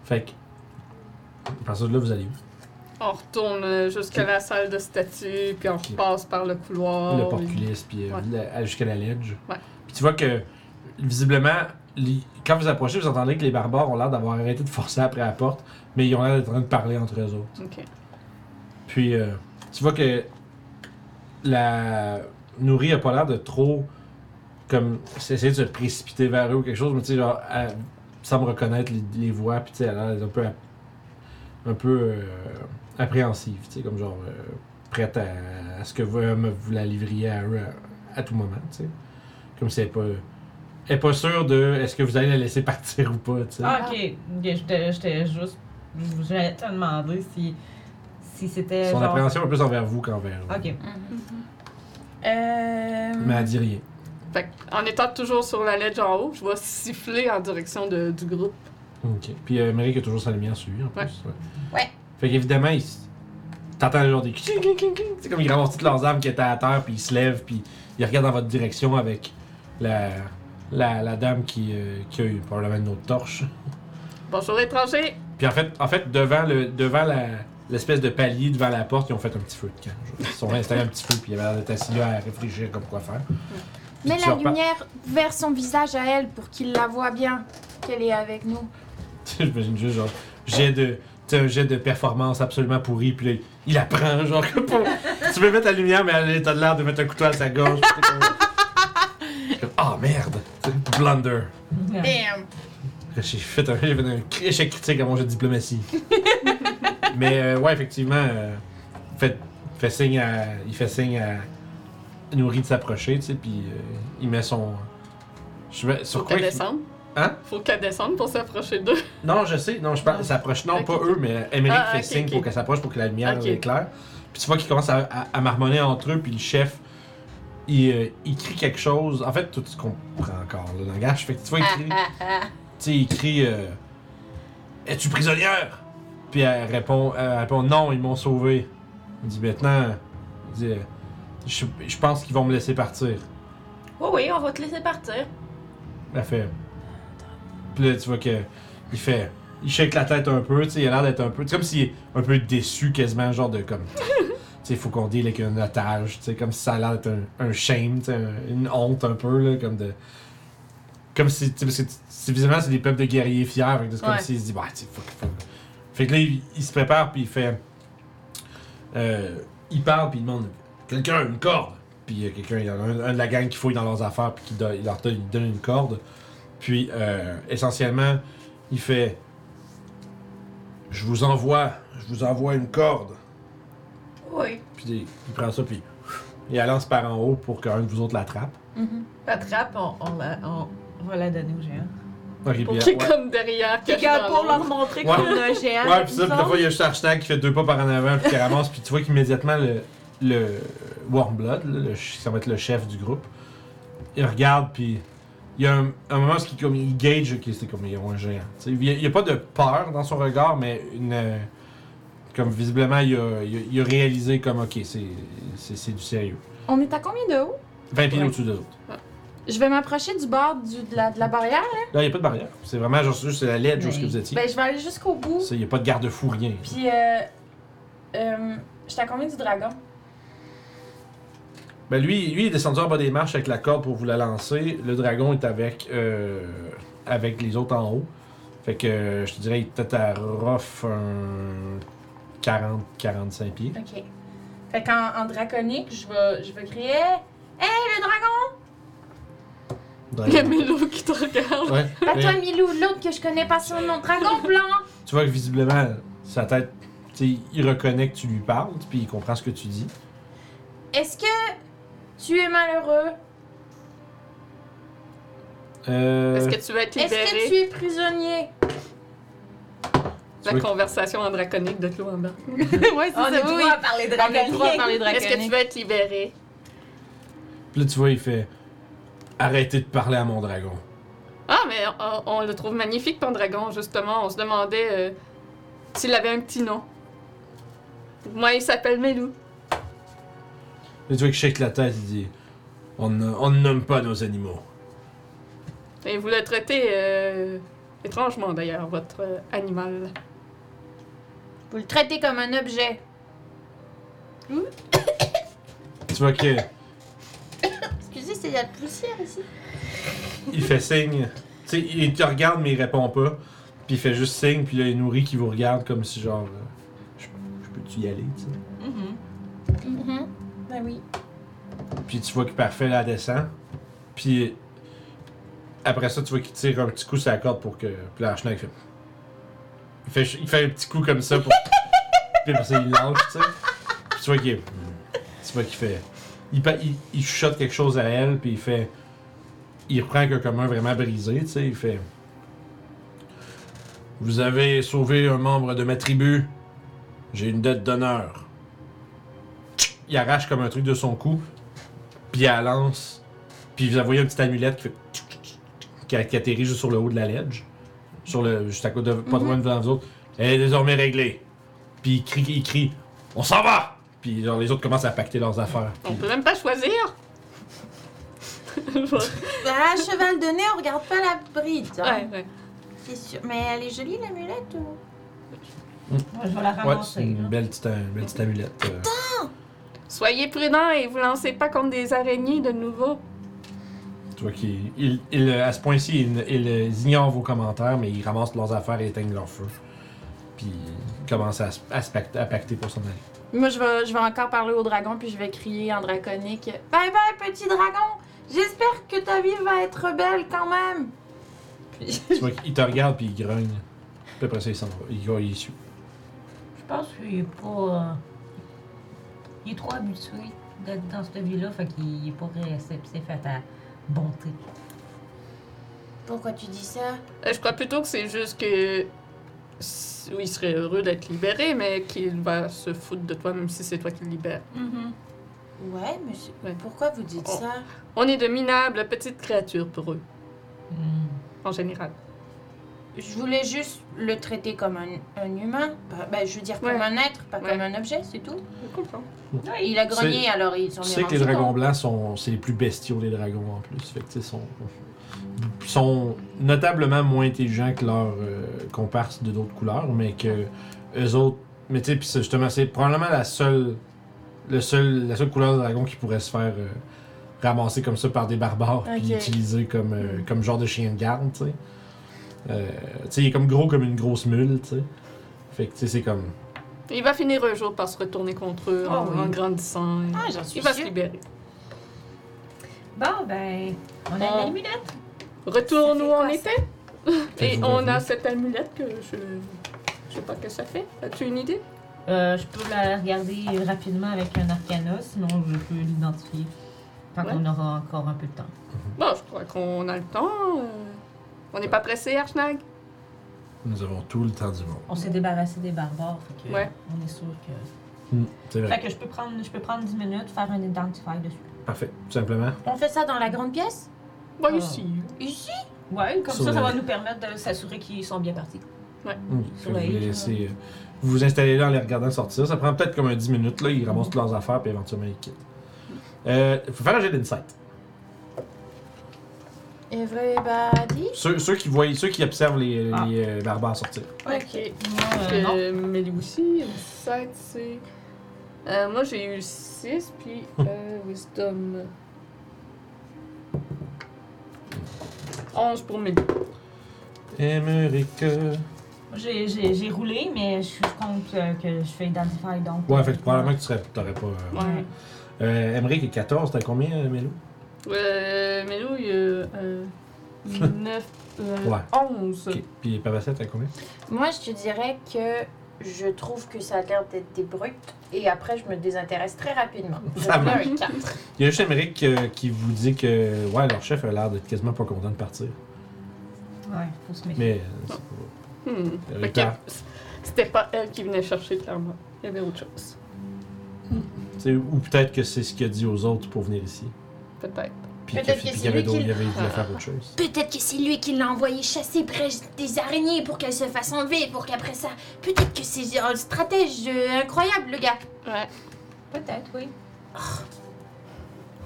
Speaker 1: Fait que. À partir de là, vous allez où
Speaker 3: On retourne euh, jusqu'à la salle de statue, puis on
Speaker 1: Ok.
Speaker 3: repasse par le couloir.
Speaker 1: Le porte-culisse, puis euh,
Speaker 3: Oh, Ouais.
Speaker 1: la- à- jusqu'à la ledge.
Speaker 3: Ouais.
Speaker 1: Puis tu vois que, visiblement, les- quand vous approchez, vous entendez que les barbares ont l'air d'avoir arrêté de forcer après la porte, mais ils ont l'air d'être en train de parler entre eux autres.
Speaker 3: Ok.
Speaker 1: Puis euh, tu vois que la nourrie a pas l'air de trop comme essayer de se précipiter vers eux ou quelque chose, mais tu sais, genre, elle semble reconnaître les, les voix, puis tu sais, elle a l'air d'être un peu, app- un peu euh, appréhensive, tu sais, comme genre euh, prête à, à ce que vous, me- vous la livriez à eux à, à tout moment, tu sais. Comme si elle n'est pas, elle est pas sûre de est-ce que vous allez la laisser partir ou pas, tu sais.
Speaker 5: Ah, ok. Ok, J'étais j'étais juste. J'allais te demander si, si c'était.
Speaker 1: Son
Speaker 5: genre-
Speaker 1: appréhension est plus envers vous qu'envers eux.
Speaker 5: Ok.
Speaker 6: Mhm. Euh...
Speaker 1: Mais elle dit rien.
Speaker 3: Fait que, en étant toujours sur la ledge en haut, je vais siffler en direction de- du groupe.
Speaker 1: Ok. Puis euh, Merrick a toujours sa lumière sur lui, en
Speaker 3: Ouais.
Speaker 1: plus. Ouais.
Speaker 6: Ouais.
Speaker 1: Fait qu'évidemment, il... s- t'entends genre des cling, cling, cling, cling. C'est comme ils ramassent toutes leurs armes qui étaient à terre, puis ils se lèvent, puis ils regardent dans votre direction avec la, la, la dame qui, euh, qui a eu probablement une autre torche.
Speaker 3: Bonjour étranger!
Speaker 1: Puis en fait, en fait devant, le, devant la, l'espèce de palier, devant la porte, ils ont fait un petit feu de camp. genre. Ils sont installés un petit feu, puis ils avaient l'air d'être assis là à réfléchir comme quoi faire. Puis
Speaker 6: Mets
Speaker 1: tu
Speaker 6: la
Speaker 1: repars-
Speaker 6: lumière vers son visage à elle pour qu'il la voie bien, qu'elle est avec nous.
Speaker 1: Tu sais, J'imagine juste genre jet de tu sais, un jet de performance absolument pourri puis là, il apprend genre que pour- tu veux mettre la lumière mais elle t'as l'air de mettre un couteau à sa gorge. puis t'es comme- comme, Ah merde, Tu sais, blunder.
Speaker 6: Damn!
Speaker 1: J'ai fait un, j'ai fait un cri- échec critique à mon jeu de diplomatie. mais euh, ouais effectivement euh, fait, fait signe à, il fait signe à Nourri de s'approcher tu sais puis euh, il met son je sais pas- sur
Speaker 3: Faut
Speaker 1: quoi
Speaker 3: qu'elle
Speaker 1: qu'il-
Speaker 3: descende.
Speaker 1: Hein?
Speaker 3: Faut qu'elle descende pour s'approcher d'eux.
Speaker 1: Non, je sais. Non, je parle. S'approche. Non,
Speaker 3: Ok.
Speaker 1: pas eux, mais Emmerich
Speaker 3: Ah,
Speaker 1: fait
Speaker 3: ok,
Speaker 1: signe
Speaker 3: ok.
Speaker 1: pour qu'elle s'approche pour que la lumière
Speaker 3: Ok.
Speaker 1: éclaire. Puis tu vois qu'ils commencent à, à- à marmonner entre eux, puis le chef, il, euh, il crie quelque chose. En fait, tout ce qu'on comprend encore le langage. Fait que tu vois, il crie.
Speaker 4: Ah,
Speaker 1: Tu sais, il crie. euh, Es-tu prisonnière Puis elle répond, elle répond Non, ils m'ont sauvé. Il dit Maintenant, il dit, euh, je, je pense qu'ils vont me laisser partir.
Speaker 4: Oui, oui, on va te laisser partir.
Speaker 1: Elle fait. Puis là, tu vois que. Il fait. Il shake la tête un peu, tu sais, il a l'air d'être un peu. C'est comme s'il est un peu déçu, quasiment, genre de comme. tu sais, faut qu'on deal avec un otage, tu sais, comme si ça a l'air d'être un, un shame, tu sais, un- une honte un peu, là, comme de. Comme si. tu sais, Parce que c'est- visiblement, c'est des peuples de guerriers fiers, fait que c'est comme
Speaker 6: Ouais.
Speaker 1: s'il se dit, bah, tu sais, fuck, fuck. Fait que là, il, il se prépare, puis il fait. euh, il parle, puis il demande Quelqu'un, une corde Puis il y a quelqu'un, il y en a un, un de la gang qui fouille dans leurs affaires, puis qui don- il leur donne, il donne une corde. Puis, euh, essentiellement, il fait Je vous envoie, je vous envoie une corde.
Speaker 4: Oui.
Speaker 1: Puis il, il prend ça, puis il la lance par en haut pour qu'un de vous autres l'attrape.
Speaker 5: Attrape, on, on, la- on va la donner au géant.
Speaker 1: Ok, puis
Speaker 3: Pour
Speaker 1: elle-
Speaker 3: qu'il est
Speaker 1: ouais.
Speaker 3: comme derrière. caché dans
Speaker 4: pour
Speaker 3: l'eau.
Speaker 4: leur montrer
Speaker 1: Ouais.
Speaker 4: qu'on a un géant.
Speaker 1: Ouais, puis ça, puis
Speaker 4: disons.
Speaker 1: des fois, il y a juste Hashtag qui fait deux pas par en avant, puis qui ramasse, puis tu vois qu'immédiatement, le, le Warmblood, là, le ch- ça va être le chef du groupe, il regarde, puis il y a un, un moment où il, comme, il gauge que c'est comme ils ont un géant. Tu sais, Il n'y a, pas de peur dans son regard, mais une. euh, Comme visiblement, il a, il a- il a réalisé comme, ok, c'est- c'est c'est du sérieux.
Speaker 6: On est à combien de haut?
Speaker 1: 20 pieds au-dessus de l'autre.
Speaker 6: Je vais m'approcher du bord du- de, la, de la barrière.
Speaker 1: Là, il n'y a pas de barrière. C'est vraiment genre, c'est juste la lettre, juste que vous étiez.
Speaker 6: Ben, je vais aller jusqu'au bout.
Speaker 1: Ça, Il n'y a pas de garde-fou, rien.
Speaker 6: Puis, euh, euh, j'étais à combien du dragon?
Speaker 1: Ben lui, lui, il est descendu en bas des marches avec la corde pour vous la lancer. Le dragon est avec, euh, avec les autres en haut. Fait que euh, je te dirais, il est peut-être à rough un 40-45 pieds.
Speaker 6: Ok. Fait qu'en en draconique, je vais, je vais crier Hey, le dragon
Speaker 1: Dragon.
Speaker 3: Il y a Milo qui te regarde.
Speaker 1: Ouais.
Speaker 6: Pas
Speaker 1: Mais
Speaker 6: toi, Milou, l'autre que je connais pas son nom, dragon blanc
Speaker 1: tu vois que visiblement, sa tête, tu sais, il reconnaît que tu lui parles, puis il comprend ce que tu dis.
Speaker 6: Est-ce que tu es malheureux
Speaker 1: Euh,
Speaker 3: Est-ce que tu vas être
Speaker 6: Est-ce que tu
Speaker 3: libéré?
Speaker 6: es prisonnier
Speaker 1: veux
Speaker 3: La
Speaker 1: que-
Speaker 3: conversation en draconique de Claude Lambert.
Speaker 8: ouais, c'est
Speaker 5: On a
Speaker 8: ça,
Speaker 5: le
Speaker 8: Ah, oui.
Speaker 5: droit à parler
Speaker 8: On a le droit
Speaker 5: draconique.
Speaker 8: à parler
Speaker 3: Est-ce que tu
Speaker 8: draconique.
Speaker 3: vas être libéré?
Speaker 1: Puis là, tu vois, il fait Arrêtez de parler à mon dragon.
Speaker 3: Ah, mais on, on le trouve magnifique, Pendragon, justement. On se demandait euh, s'il avait un petit nom. Moi, il s'appelle Melou.
Speaker 1: Là, tu vois qu'il shake la tête, il dit On ne, on ne nomme pas nos animaux.
Speaker 3: Et vous le traitez euh, étrangement, d'ailleurs, votre euh, animal.
Speaker 6: Vous le traitez comme un objet.
Speaker 1: Tu vois que.
Speaker 6: Excusez, c'est de la poussière ici.
Speaker 1: il fait signe. Tu sais, il te regarde, mais il répond pas. Puis il fait juste signe, puis là, il y a une nourrit qui vous regarde comme si genre. euh, Je je peux-tu y aller, tu sais.
Speaker 8: Mhm.
Speaker 6: Mhm.
Speaker 5: Ben oui.
Speaker 1: Puis tu vois que parfait, là, elle descend. Puis. Après ça, tu vois qu'il tire un petit coup sur la corde pour que. Puis là, Schneck fait. Il fait, il fait un petit coup comme ça pour. puis après ça, il lâche, tu sais. Puis tu vois qu'il. Tu vois qu'il fait. Il, pa- il, il chuchote quelque chose à elle, puis il fait. Il reprend que commun vraiment brisé, tu sais. Il fait. Vous avez sauvé un membre de ma tribu. J'ai une dette d'honneur. Tchic! Il arrache comme un truc de son cou, puis elle lance. Puis vous voyez une petite amulette qui fait tchic, tchic, tchic, qui, qui atterrit juste sur le haut de la ledge. Sur le, juste à côté de, pas loin devant vous autres. Elle est désormais réglée. Puis il crie, il crie On s'en va Puis genre, les autres commencent à pacter leurs affaires.
Speaker 3: On
Speaker 1: Puis-
Speaker 3: peut même pas choisir. ouais,
Speaker 6: Bah, à cheval de nez, on regarde pas la bride. hein.
Speaker 3: ouais.
Speaker 6: C'est sûr. Mais elle est jolie, l'amulette ou.
Speaker 5: Moi, je vais la
Speaker 1: ouais, c'est
Speaker 5: ramasser.
Speaker 1: une
Speaker 5: là.
Speaker 1: belle petite, une belle petite amulette. euh.
Speaker 3: Soyez prudents et vous lancez pas contre des araignées de nouveau.
Speaker 1: Tu vois qu'il. il- il- euh, à ce point-ci, ils il, ignorent vos commentaires, mais ils ramassent leurs affaires et éteignent leur feu. Puis ils commencent à, se- à, se pact- à pacter pour s'en aller.
Speaker 6: Moi, je vais, je vais encore parler au dragon, puis je vais crier en draconique. Bye bye, petit dragon! J'espère que ta vie va être belle quand même!
Speaker 1: tu vois qu'il te regarde puis il grogne. Puis après ça, il s'en va. Il, va- il suit.
Speaker 5: Je pense qu'il est pas. euh, Il est trop habitué d'être dans cette vie-là, fait qu'il est pas réceptif à ta bonté.
Speaker 6: Pourquoi tu dis ça?
Speaker 3: Euh, Je crois plutôt que c'est juste que. s- Oui, il serait heureux d'être libéré, mais qu'il va se foutre de toi, même si c'est toi qui le libère.
Speaker 8: Mhm.
Speaker 6: Ouais, mais je-
Speaker 3: Ouais.
Speaker 6: pourquoi vous dites
Speaker 3: Oh.
Speaker 6: ça?
Speaker 3: On est de minables petites créatures pour eux,
Speaker 5: Hmm.
Speaker 3: en général.
Speaker 6: Je voulais juste le traiter comme un, un humain. Bah, bah, je veux dire
Speaker 3: Ouais.
Speaker 6: comme un être, pas
Speaker 3: Ouais.
Speaker 6: comme un objet, c'est tout.
Speaker 3: Je comprends.
Speaker 6: Il a grogné,
Speaker 1: C'est-
Speaker 6: alors ils sont
Speaker 1: Tu sais que les dragons blancs sont. C'est les plus bestiaux des dragons en plus. Fait que tu sais, sont. sont notablement moins intelligents que leurs euh, comparses de d'autres couleurs, mais que eux autres. Mais tu sais, puis c'est justement, c'est probablement la seule. Le seul, la seule couleur de dragon qui pourrait se faire euh, ramasser comme ça par des barbares puis
Speaker 6: Ok.
Speaker 1: utiliser comme, euh, comme genre de chien de garde, tu sais. Euh, tu sais, il est comme gros comme une grosse mule, tu sais. Fait que tu sais, c'est comme.
Speaker 3: Il va finir un jour par se retourner contre eux en,
Speaker 5: Ah oui.
Speaker 3: en grandissant. et-
Speaker 6: Ah, j'en suis
Speaker 3: il va se
Speaker 6: sûre.
Speaker 3: libérer.
Speaker 5: Bon, ben, on a
Speaker 3: Bon.
Speaker 5: l'amulette.
Speaker 3: Retourne
Speaker 6: Ça
Speaker 3: où
Speaker 6: fait
Speaker 3: on
Speaker 6: quoi,
Speaker 3: était. Et
Speaker 1: Vous
Speaker 3: on
Speaker 1: revenez.
Speaker 3: a cette amulette que je. Je sais pas que ça fait. As-tu une idée?
Speaker 5: Euh, je peux la regarder rapidement avec un arcana, sinon je peux l'identifier quand
Speaker 3: Ouais.
Speaker 5: on aura encore un peu de temps.
Speaker 8: Mhm.
Speaker 3: Bon, je crois qu'on a le temps. euh, On n'est pas pressé, Archnag?
Speaker 1: Nous avons tout le temps du monde.
Speaker 5: On s'est débarrassé des barbares, fait que
Speaker 3: Ouais.
Speaker 5: on est sûr que.
Speaker 1: Hmm, c'est vrai.
Speaker 5: Fait que je peux prendre, je peux prendre 10 minutes, faire un identifier dessus.
Speaker 1: Parfait. Tout simplement.
Speaker 6: On fait ça dans la grande pièce?
Speaker 3: Bon,
Speaker 5: Ah.
Speaker 3: ici.
Speaker 6: Ici?
Speaker 5: Ouais, comme
Speaker 1: Sur
Speaker 5: ça, ça
Speaker 1: le-
Speaker 5: va nous permettre de s'assurer qu'ils sont bien partis.
Speaker 1: Oui, que
Speaker 5: Sur
Speaker 1: vous,
Speaker 5: la
Speaker 1: les
Speaker 5: île,
Speaker 1: laissez, euh, vous vous installez là en les regardant sortir. Ça prend peut-être comme un 10 minutes. Là, ils ramassent toutes leurs affaires puis éventuellement ils quittent. Euh, faut faire un jet d'insight.
Speaker 6: Everybody?
Speaker 1: Ceux, ceux qui voient, ceux qui observent les,
Speaker 5: Ah.
Speaker 1: les, euh, barbares sortir.
Speaker 3: Ok.
Speaker 5: Moi, euh, non.
Speaker 3: Euh, mais lui aussi, 17, c'est. Euh, moi, j'ai eu 6, puis euh, Wisdom. 11 pour mes
Speaker 1: Émeric.
Speaker 5: J'ai- J'ai j'ai roulé, mais je suis contre euh, que je fais identifier donc.
Speaker 1: Ouais, fait que probablement que tu serais, t'aurais pas. euh,
Speaker 3: Ouais.
Speaker 1: Euh, Emmerich est 14, t'as combien, euh, Melou
Speaker 3: Euh, mais nous, il y a euh, 9, euh,
Speaker 1: Ouais.
Speaker 3: 11.
Speaker 1: Ok. Puis Pavasset, t'as combien
Speaker 6: Moi, je te dirais que je trouve que ça a l'air d'être des brutes et après, je me désintéresse très rapidement. Je
Speaker 1: Ça
Speaker 6: mets
Speaker 1: marche.
Speaker 6: un quatre.
Speaker 1: Il y a juste Emmerich euh, qui vous dit que, ouais, leur chef a l'air d'être quasiment pas content de partir.
Speaker 5: Ouais, faut se méfier.
Speaker 1: Mais. euh, c'est pas-
Speaker 3: Hmm.
Speaker 1: Elle
Speaker 3: Fait
Speaker 1: est pas-
Speaker 3: que C'était pas elle qui venait chercher, clairement. Il y avait autre chose.
Speaker 1: tu sais, Ou peut-être que c'est ce qu'il a dit aux autres pour venir ici.
Speaker 3: Peut-être.
Speaker 1: Puis que-
Speaker 6: Peut-être que
Speaker 1: puis qu'il
Speaker 6: c'est
Speaker 1: y avait
Speaker 6: lui qui
Speaker 1: d'autres. Il y
Speaker 6: le-
Speaker 1: avait- il voulait faire autre chose.
Speaker 6: Peut-être que c'est lui qui l'a envoyé chasser près des araignées pour qu'elle se fasse enlever, pour qu'après ça. Peut-être que c'est un stratège euh, incroyable, le gars.
Speaker 5: Peut-être, oui.
Speaker 1: Who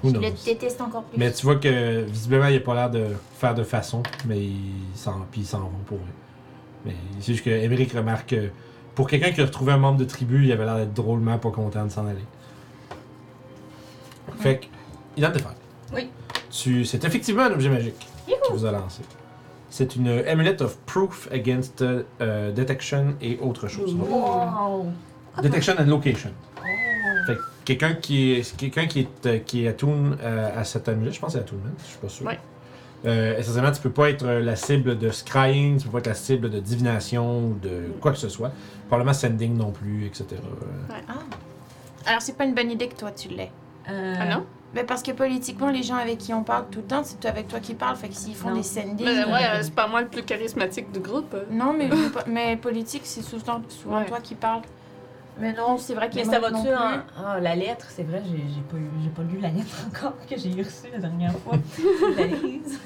Speaker 6: Je le
Speaker 1: knows?
Speaker 6: déteste encore plus.
Speaker 1: Mais tu vois que visiblement, il a pas l'air de faire de façon, mais il s'en, puis il s'en va pour vrai. Mais c'est juste que Émeric remarque que pour quelqu'un qui a retrouvé un membre de tribu, il avait l'air d'être drôlement pas content de s'en aller. Fait que, il en défaire.
Speaker 5: Oui.
Speaker 1: Tu, c'est effectivement un objet magique qui vous a lancé. C'est une euh, amulet of proof against euh, detection et autre chose.
Speaker 5: Wow!
Speaker 1: Ah, Detection and location.
Speaker 3: Oh.
Speaker 1: Fait que quelqu'un qui est quelqu'un qui est euh, qui est attune euh, à cette amulet, je pense que c'est attune, je suis pas sûr.
Speaker 3: Ouais.
Speaker 1: Euh, essentiellement, tu peux pas être euh, la cible de scrying, tu peux pas être la cible de divination ou de quoi que ce soit. Probablement sending non plus, etc. Euh,
Speaker 6: Alors, c'est pas une bonne idée que toi tu l'aies.
Speaker 5: Euh,
Speaker 3: Ah non?
Speaker 6: Mais Bah, parce que politiquement, les gens avec qui on parle tout le temps, c'est toi avec toi qui parle, fait que s'ils font
Speaker 5: Non.
Speaker 6: des sendings.
Speaker 3: Mais ouais, euh, c'est pas moi le plus charismatique du groupe. euh.
Speaker 6: Non, mais, je veux pas- mais politique, c'est souvent, souvent
Speaker 3: Ouais.
Speaker 6: toi qui parles. Mais non, c'est vrai qu'il
Speaker 5: Mais
Speaker 6: y en
Speaker 5: ça
Speaker 6: a non
Speaker 5: va-tu
Speaker 6: plus.
Speaker 5: en... Ah, la lettre, c'est vrai, j'ai j'ai pas, eu- j'ai pas lu la lettre encore que j'ai reçue la dernière fois. la lise.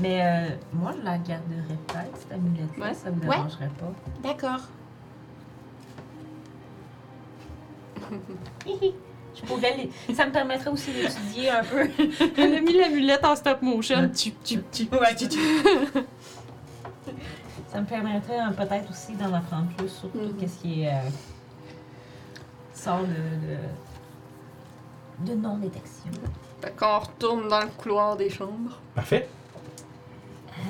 Speaker 5: Mais euh, moi, je la garderais peut-être, cette amulette-là.
Speaker 3: Ouais.
Speaker 5: Ça me
Speaker 6: Ouais.
Speaker 5: dérangerait pas.
Speaker 6: D'accord.
Speaker 5: Je pourrais les- Ça me permettrait aussi d'étudier un peu.
Speaker 4: Elle a mis l'amulette en stop motion. Tu, tu, tu.
Speaker 5: Ouais, tu- ça me permettrait euh, peut-être aussi d'en apprendre plus sur tout
Speaker 9: Mm-hmm.
Speaker 3: Mhm.
Speaker 5: qu'est-ce qui est, euh, sort de, de, de non-détection.
Speaker 3: Fait qu'on retourne dans le couloir des chambres.
Speaker 1: Parfait.
Speaker 3: Euh.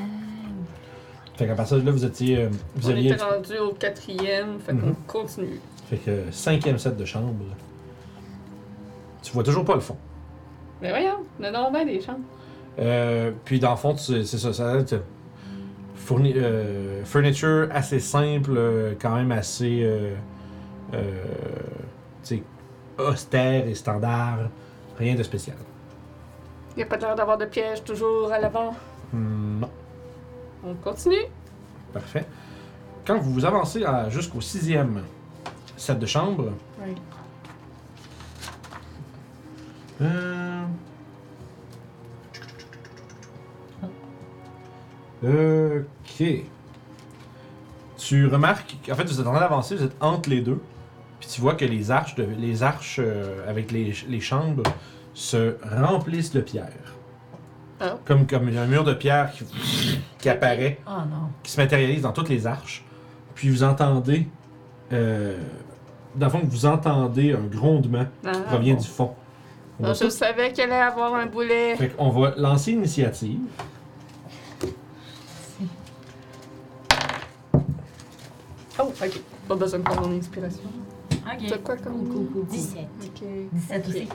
Speaker 1: Fait qu'à partir de là, vous étiez euh, vous
Speaker 3: on
Speaker 1: aviez
Speaker 3: était rendu au quatrième, fait qu'on
Speaker 1: Mhm.
Speaker 3: continue.
Speaker 1: fait que cinquième set de chambre. Tu vois toujours pas le fond.
Speaker 3: Mais voyons, on a dans bien des chambres.
Speaker 1: Euh, puis dans le fond, tu- c'est ça, ça a l'air fourni- euh, furniture assez simple, euh, quand même assez euh, euh, tu sais, austère et standard, rien de spécial.
Speaker 3: Il y a pas l'air d'avoir de piège toujours à l'avant.
Speaker 1: Hmm, Non,
Speaker 3: On continue.
Speaker 1: parfait. Quand vous vous avancez à- jusqu'au sixième set de chambre,
Speaker 3: Oui.
Speaker 1: Euh... Euh, Ok. Tu remarques, qu'- en fait, vous êtes en train d'avancer, vous êtes entre les deux, puis tu vois que les arches, de- les arches euh, avec les, ch- les chambres se remplissent de pierre.
Speaker 3: Ah.
Speaker 1: Comme, comme un mur de pierre qui, qui apparaît,
Speaker 9: Ah,
Speaker 5: Oh non.
Speaker 1: qui se matérialise dans toutes les arches. Puis vous entendez, euh, dans le fond, vous entendez un grondement
Speaker 3: Ah,
Speaker 1: qui provient du fond. On va
Speaker 3: je savais qu'elle allait avoir un boulet.
Speaker 1: fait qu'on va lancer l'initiative.
Speaker 3: Oh, ok. Pas besoin de prendre mon inspiration. T'as quoi comme
Speaker 5: Coucou.
Speaker 6: 17.
Speaker 3: Ok.
Speaker 5: 17 aussi.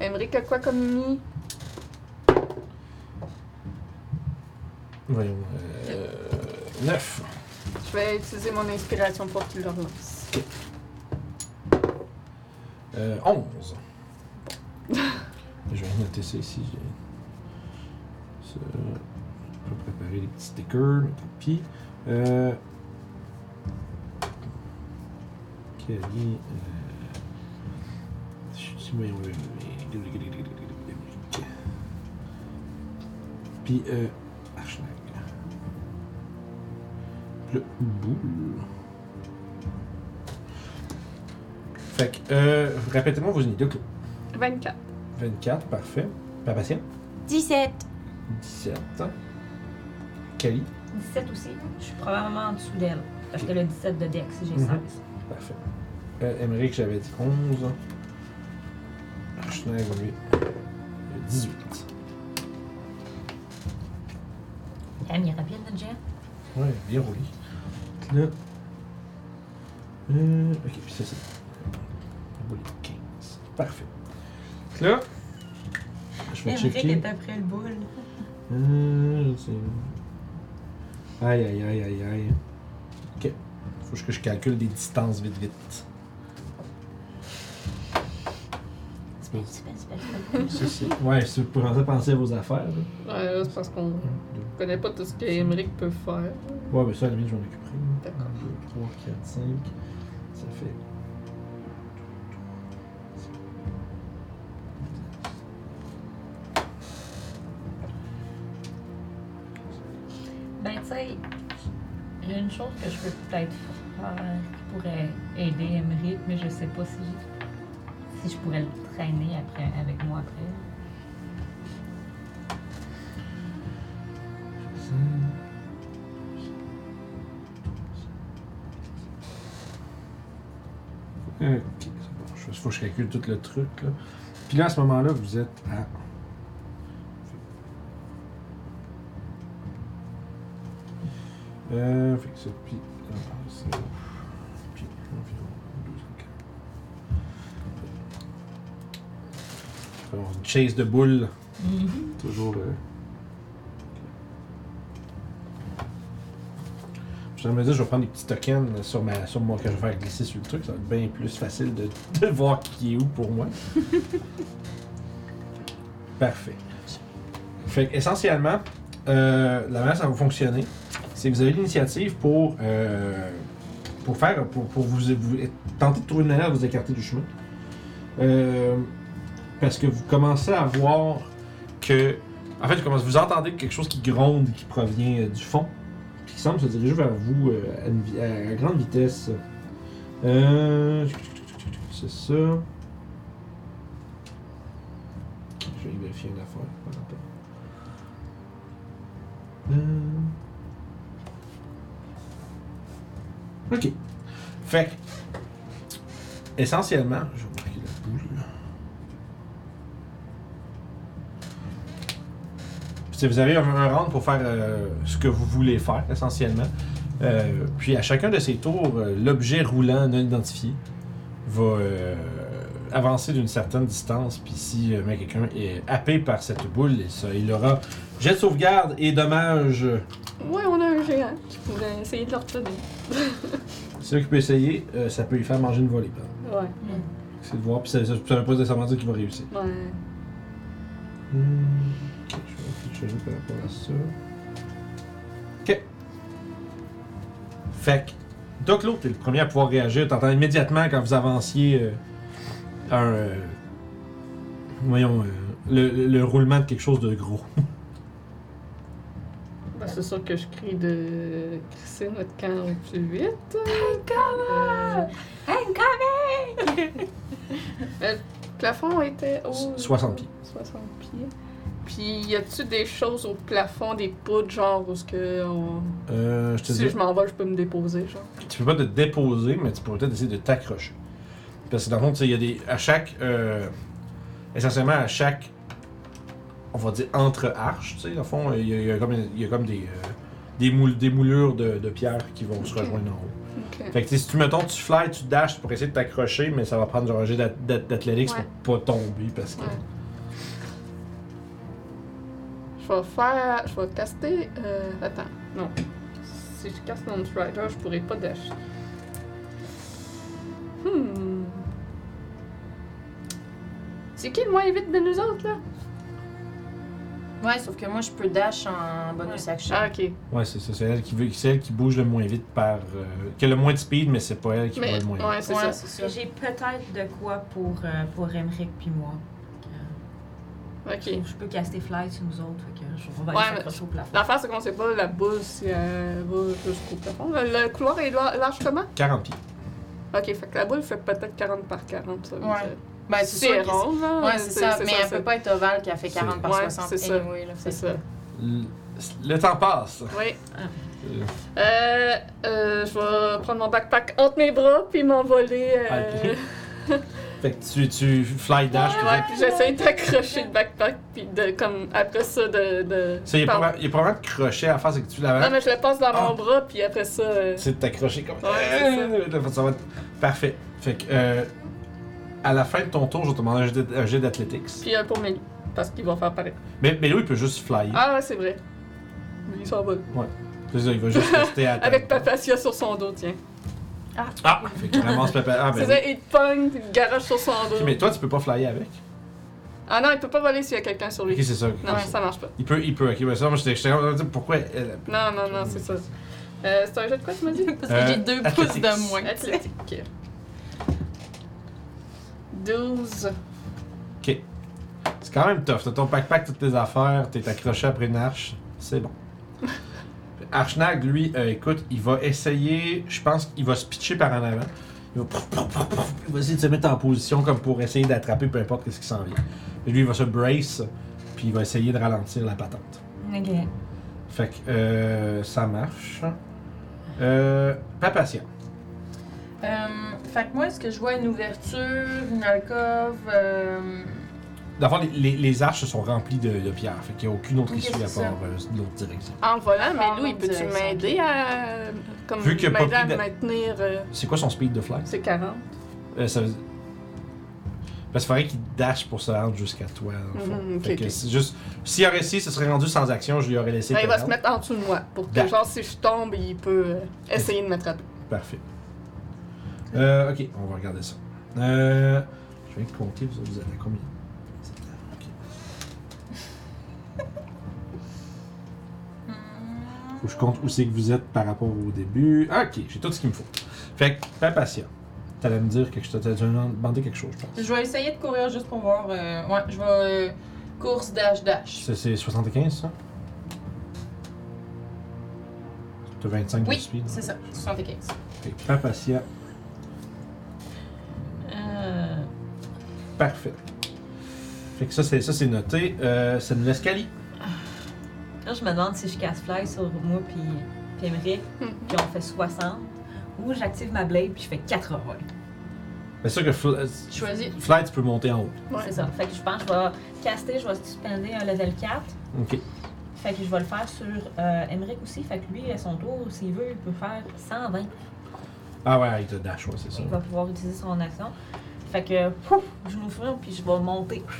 Speaker 3: Aymeric a quoi comme mi?
Speaker 1: Voyons. Euh, 9.
Speaker 3: Je vais utiliser mon inspiration pour qu'il le relance.
Speaker 1: 11. Euh, Je vais noter ça ici. j'ai- Ça. Je vais préparer les petits stickers, mais tant pis. Euh... Kelly. euh, je sais pas, voyons, euh, Puis, euh. Archnag. Le boule. Fait que, euh, répétez-moi vos unités, Claude.
Speaker 3: 24.
Speaker 1: 24, parfait. Papatien,
Speaker 6: 17.
Speaker 1: 17. Kali,
Speaker 5: 17 aussi. Je suis probablement en dessous d'elle. Parce que le 17 de Dex, j'ai
Speaker 1: Mhm.
Speaker 5: 16.
Speaker 1: parfait. Euh, Emmerich, j'avais dit 11. Schneeg, lui. Il a 18.
Speaker 9: Damn, il revient notre jet.
Speaker 1: Ouais, bien roulé. Là. Euh, ok, puis c'est ça. Roulé 15. Parfait. Fait que Là. Je vais checker.
Speaker 7: après le boule.
Speaker 1: Euh, je sais. Aïe, aïe, aïe, aïe, aïe. Ok. Faut que je calcule des distances vite, vite.
Speaker 9: Spell, spell, spell.
Speaker 1: Ceci. Ouais, si vous pensez penser à vos affaires. Là.
Speaker 3: Ouais, là, c'est parce qu'on connaît pas tout ce que Emmerich peut faire.
Speaker 1: Ouais, mais ça, à la limite, je vais m'en occuperai.
Speaker 3: D'accord.
Speaker 1: 2, 3, 4, 5. Ça fait.
Speaker 9: Ben, tu sais, il y a une chose que je peux peut-être faire qui pourrait aider Emery, mais je sais pas si, si je pourrais le traîner après, avec moi après.
Speaker 1: Ok, c'est bon. Je- Faut que je calcule tout le truc. Là. Puis là, à ce moment-là, vous êtes à. Euh, fait que ça, puis. là, c'est- Puis, environ 12, ok. Fait, on chase de boule. Toujours. Euh... Je me dire, je vais prendre des petits tokens sur, ma, sur moi que je vais faire glisser sur le truc. Ça va être bien plus facile de, de voir qui est où pour moi. Parfait. Fait que, essentiellement, euh, la manière dont ça va fonctionner, c'est que vous avez l'initiative pour, euh, pour faire, pour, pour vous, vous- tenter de trouver une manière de vous écarter du chemin. Euh, parce que vous commencez à voir que, en fait, vous commencez- vous entendez quelque chose qui gronde, qui provient euh, du fond puis qui semble se diriger vers vous euh, à, une vi- à- à grande vitesse. Euh, C'est ça. Je vais vérifier une affaire. par rapport. Euh. Ok. Fait que, essentiellement, je vais marquer la boule. Puis, tu sais, vous avez un, un round pour faire euh, ce que vous voulez faire, essentiellement. Euh, puis à chacun de ces tours, euh, l'objet roulant non identifié va euh, avancer d'une certaine distance. Puis si euh, mais quelqu'un est happé par cette boule, il, se- il aura jet de sauvegarde et dommage.
Speaker 3: Ouais, on a un géant qui pourrait essayer de leur tenir.
Speaker 1: Celui qui peut essayer, euh, ça peut lui faire manger une volée. par exemple.
Speaker 3: Ouais,
Speaker 1: C'est de voir. Puis ça, ça- ça veut pas nécessairement dire qu'il va réussir.
Speaker 3: ouais.
Speaker 1: Hmm, ok, je vais afficher par rapport à ça. Ok. Fait que, Doc Lo, t'es le premier à pouvoir réagir. T'entends immédiatement quand vous avanciez euh, un. euh, voyons, euh, le, le- le roulement de quelque chose de gros.
Speaker 3: Ben, c'est sûr que je crie de crisser notre Euh, camp au plus vite. Le plafond était haut.
Speaker 1: 60 pieds.
Speaker 3: 60 pieds. Puis y a-tu des choses au plafond, des poutres, genre, où ce que. on-
Speaker 1: Euh, je te
Speaker 3: Si
Speaker 1: dis,
Speaker 3: je m'en vais, je peux me déposer, genre.
Speaker 1: tu peux pas te déposer, mais tu pourrais peut-être essayer de t'accrocher. Parce que dans le fond, tu sais, il y a des. À chaque. euh, essentiellement, à chaque. On va dire entre-arches, tu sais, dans le fond, il y, a- il y a comme, il y a comme des. euh, des, moul- des moulures de, de pierre qui vont se rejoindre en haut.
Speaker 3: Ok.
Speaker 1: Fait que tu sais, si tu, mettons, tu fly, tu dashes pour essayer de t'accrocher, mais ça va prendre genre un jet d'ath- d'ath- d'athlétics
Speaker 3: Ouais.
Speaker 1: pour pas tomber parce que.
Speaker 3: Ouais. Je vais faire. Je vais caster. euh, Attends, non. Si je casse mon rider, je pourrais pas dash. Hmm. C'est qui le moins vite de nous autres, là?
Speaker 6: Ouais, sauf que moi, je peux dash en bonus action.
Speaker 3: Ah, ok.
Speaker 1: Ouais, c'est ça. C'est elle qui veut, c'est elle qui bouge le moins vite par. euh, qui a le moins de speed, mais c'est pas elle qui va
Speaker 3: Mais,
Speaker 1: le moins vite.
Speaker 3: ouais, c'est
Speaker 6: Ouais,
Speaker 3: ça.
Speaker 6: c'est ça.
Speaker 5: J'ai peut-être de quoi pour, euh, pour Emmerich puis moi.
Speaker 3: Ok.
Speaker 5: Je peux caster Fly sur nous autres, fait que je- on va
Speaker 3: Ouais,
Speaker 5: aller
Speaker 3: mais-
Speaker 5: s'accrocher au plafond.
Speaker 3: L'affaire, c'est qu'on sait pas la boule si elle va jusqu'au plafond. Le, le couloir est lar- large comment?
Speaker 1: 40 pieds.
Speaker 3: Ok, fait que la boule fait peut-être 40 par 40, ça veut
Speaker 6: Ouais.
Speaker 3: dire.
Speaker 6: Ben, c'est
Speaker 3: C'est
Speaker 6: sûr que
Speaker 3: rond, là.
Speaker 6: c'est- Ouais, c'est ça, mais elle
Speaker 3: c'est-
Speaker 6: peut pas être ovale qui a fait 40 par
Speaker 3: Ouais,
Speaker 6: 60
Speaker 3: c'est ça.
Speaker 6: anyway, là,
Speaker 3: C'est
Speaker 6: fait
Speaker 3: ça.
Speaker 1: Le, le temps passe.
Speaker 3: Oui.
Speaker 1: Euh,
Speaker 3: Euh, euh, je vais prendre mon backpack entre mes bras puis m'envoler. euh,
Speaker 1: Ah, Fait que tu, tu fly dash. puis
Speaker 3: Ouais, puis j'essaie d'accrocher le backpack, puis de, comme, après ça, de. de
Speaker 1: C'est- Il y a
Speaker 3: par-
Speaker 1: probablement- il y a probablement de crochet à faire, c'est que tu l'avais.
Speaker 3: Non, mais je le passe dans mon
Speaker 1: Ah.
Speaker 3: bras, puis après ça. euh,
Speaker 1: C'est de t'accrocher comme
Speaker 3: Ouais, c'est ça.
Speaker 1: Euh, là, ça va être parfait. Fait que, euh, à la fin de ton tour, je vais te demander un jet d'ath- un jet d'athlétics.
Speaker 3: Puis un pour Mélie, parce qu'ils vont faire pareil.
Speaker 1: Mais, mais lui, il peut juste flyer.
Speaker 3: Ah, ouais, c'est vrai. Lui, il s'en va.
Speaker 1: C'est ça, il va juste rester à terre.
Speaker 3: Avec Papacia sur son dos, tiens.
Speaker 1: Ah! Fait qu'il ramasse le pa- Ah,
Speaker 3: c'est
Speaker 1: ben.
Speaker 3: ça, il te pogne, il te garage sur son
Speaker 1: oui.
Speaker 3: dos.
Speaker 1: Ok, mais toi, tu peux pas flyer avec.
Speaker 3: Ah non, il peut pas voler s'il y a quelqu'un sur
Speaker 1: Ok,
Speaker 3: lui.
Speaker 1: c'est ça.
Speaker 3: Non, ça marche pas.
Speaker 1: Il peut, il peut. Ok, ben ça, moi, j'étais j'étais en train de dire pourquoi. elle-
Speaker 3: Non, non, non, c'est ça. Euh, c'est un jeu de quoi, tu m'as dit?
Speaker 8: Parce que
Speaker 1: Euh,
Speaker 8: j'ai deux pouces
Speaker 1: athlétique.
Speaker 8: de moins.
Speaker 3: Athlétique. 12.
Speaker 1: C'est quand même tough. T'as ton pack-pack, toutes tes affaires, t'es accroché après une arche. C'est bon. Archnag, lui, euh, écoute, il va essayer. Je pense qu'il va se pitcher par en avant. Il va, pouf, pouf, pouf, pouf. Il va essayer de se mettre en position comme pour essayer d'attraper peu importe ce qui s'en vient. Et lui, il va se brace, puis il va essayer de ralentir la patente.
Speaker 7: Ok.
Speaker 1: Fait que euh, ça marche. Euh, pas patient.
Speaker 6: Euh, fait que moi, est-ce que je vois une ouverture, une alcôve? euh,
Speaker 1: D'abord, les, les- les arches sont remplies de, de pierres. Fait qu'il n'y a aucune autre
Speaker 6: Ok,
Speaker 1: issue à
Speaker 6: c'est ça.
Speaker 1: part euh, l'autre direction.
Speaker 3: Ah, En volant,
Speaker 6: Par
Speaker 3: mais lui,
Speaker 7: Ah,
Speaker 6: l'autre
Speaker 3: peux-tu
Speaker 6: direction.
Speaker 3: m'aider à. Comme
Speaker 1: Vu qu'il a pas
Speaker 3: m'aider à
Speaker 1: pris de-
Speaker 3: maintenir. euh,
Speaker 1: C'est quoi son speed de flight?
Speaker 3: C'est 40.
Speaker 1: Euh, ça veut- Parce qu'il faudrait qu'il dash pour se rendre jusqu'à toi. dans le fond.
Speaker 3: Mhm, ok,
Speaker 1: Fait que
Speaker 3: ok.
Speaker 1: c'est juste. S'il aurait essayé, ce serait rendu sans action, je lui aurais laissé.
Speaker 3: Ouais, Ben, il va se
Speaker 1: perdre.
Speaker 3: mettre en dessous de moi pour que,
Speaker 1: Da-
Speaker 3: genre, si je tombe, il peut euh, essayer de m'attraper.
Speaker 1: Parfait. Euh, ok, on va regarder ça. Euh, je vais compter, vous autres, vous avez combien C'est- ok. Faut que je compte où c'est que vous êtes par rapport au début. Ah, ok, j'ai tout ce qu'il me faut. Fait que, pas patient. T'allais me dire que je t'avais demandé quelque chose, je pense.
Speaker 6: Je vais essayer de courir juste pour voir. euh, ouais, je vais. euh, course, dash, dash.
Speaker 1: C'est- C'est 75, ça? T'as 25 de
Speaker 6: Oui,
Speaker 1: speed. hein?
Speaker 6: c'est ça, 75.
Speaker 1: Fait que Papatia,
Speaker 9: Euh,
Speaker 1: parfait. Fait que ça, c'est ça, c'est noté. Euh, ça nous laisse Cali.
Speaker 7: Là, je me demande si je casse fly sur moi puis puis Emmerich,
Speaker 3: Hmm.
Speaker 7: puis on fait 60, ou j'active ma blade puis je fais 80.
Speaker 1: C'est sûr que Fl-
Speaker 6: Choisis.
Speaker 1: Flight, tu peux monter en haut.
Speaker 3: Ouais.
Speaker 7: C'est ça. Fait que je pense que je vais caster, je vais suspender un level 4.
Speaker 1: Ok.
Speaker 7: Fait que je vais le faire sur euh, Emmerich aussi. Fait que lui, à son tour, s'il veut, il peut faire 120.
Speaker 1: Ah ouais, il te dash, ouais, c'est ça.
Speaker 7: Il va pouvoir utiliser son action. Fait que, pouf, je m'ouvre puis je vais monter. Tu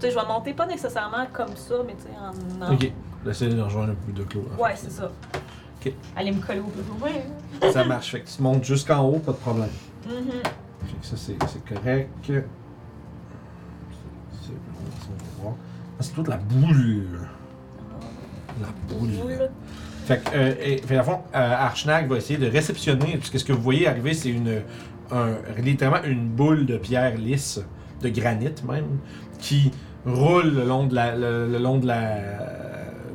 Speaker 7: sais, je vais monter pas nécessairement comme ça, mais tu sais, en. en-
Speaker 1: Ok. Laissez de rejoindre un peu de clos. là.
Speaker 7: Ouais, c'est ça.
Speaker 1: Ok.
Speaker 7: Allez me coller au plus Ouais.
Speaker 1: Ça marche. Fait que tu montes jusqu'en haut, pas de problème.
Speaker 7: Mhm.
Speaker 1: Fait que ça, c'est c'est correct. C'est- C'est on va voir. Ah, c'est toute la boule. La boule. Fait que, euh, et, fait, à fond, euh, Archnag va essayer de réceptionner, puisque ce que vous voyez arriver, c'est une, un- littéralement une boule de pierre lisse, de granit même, qui roule le long de la, le, le long de la,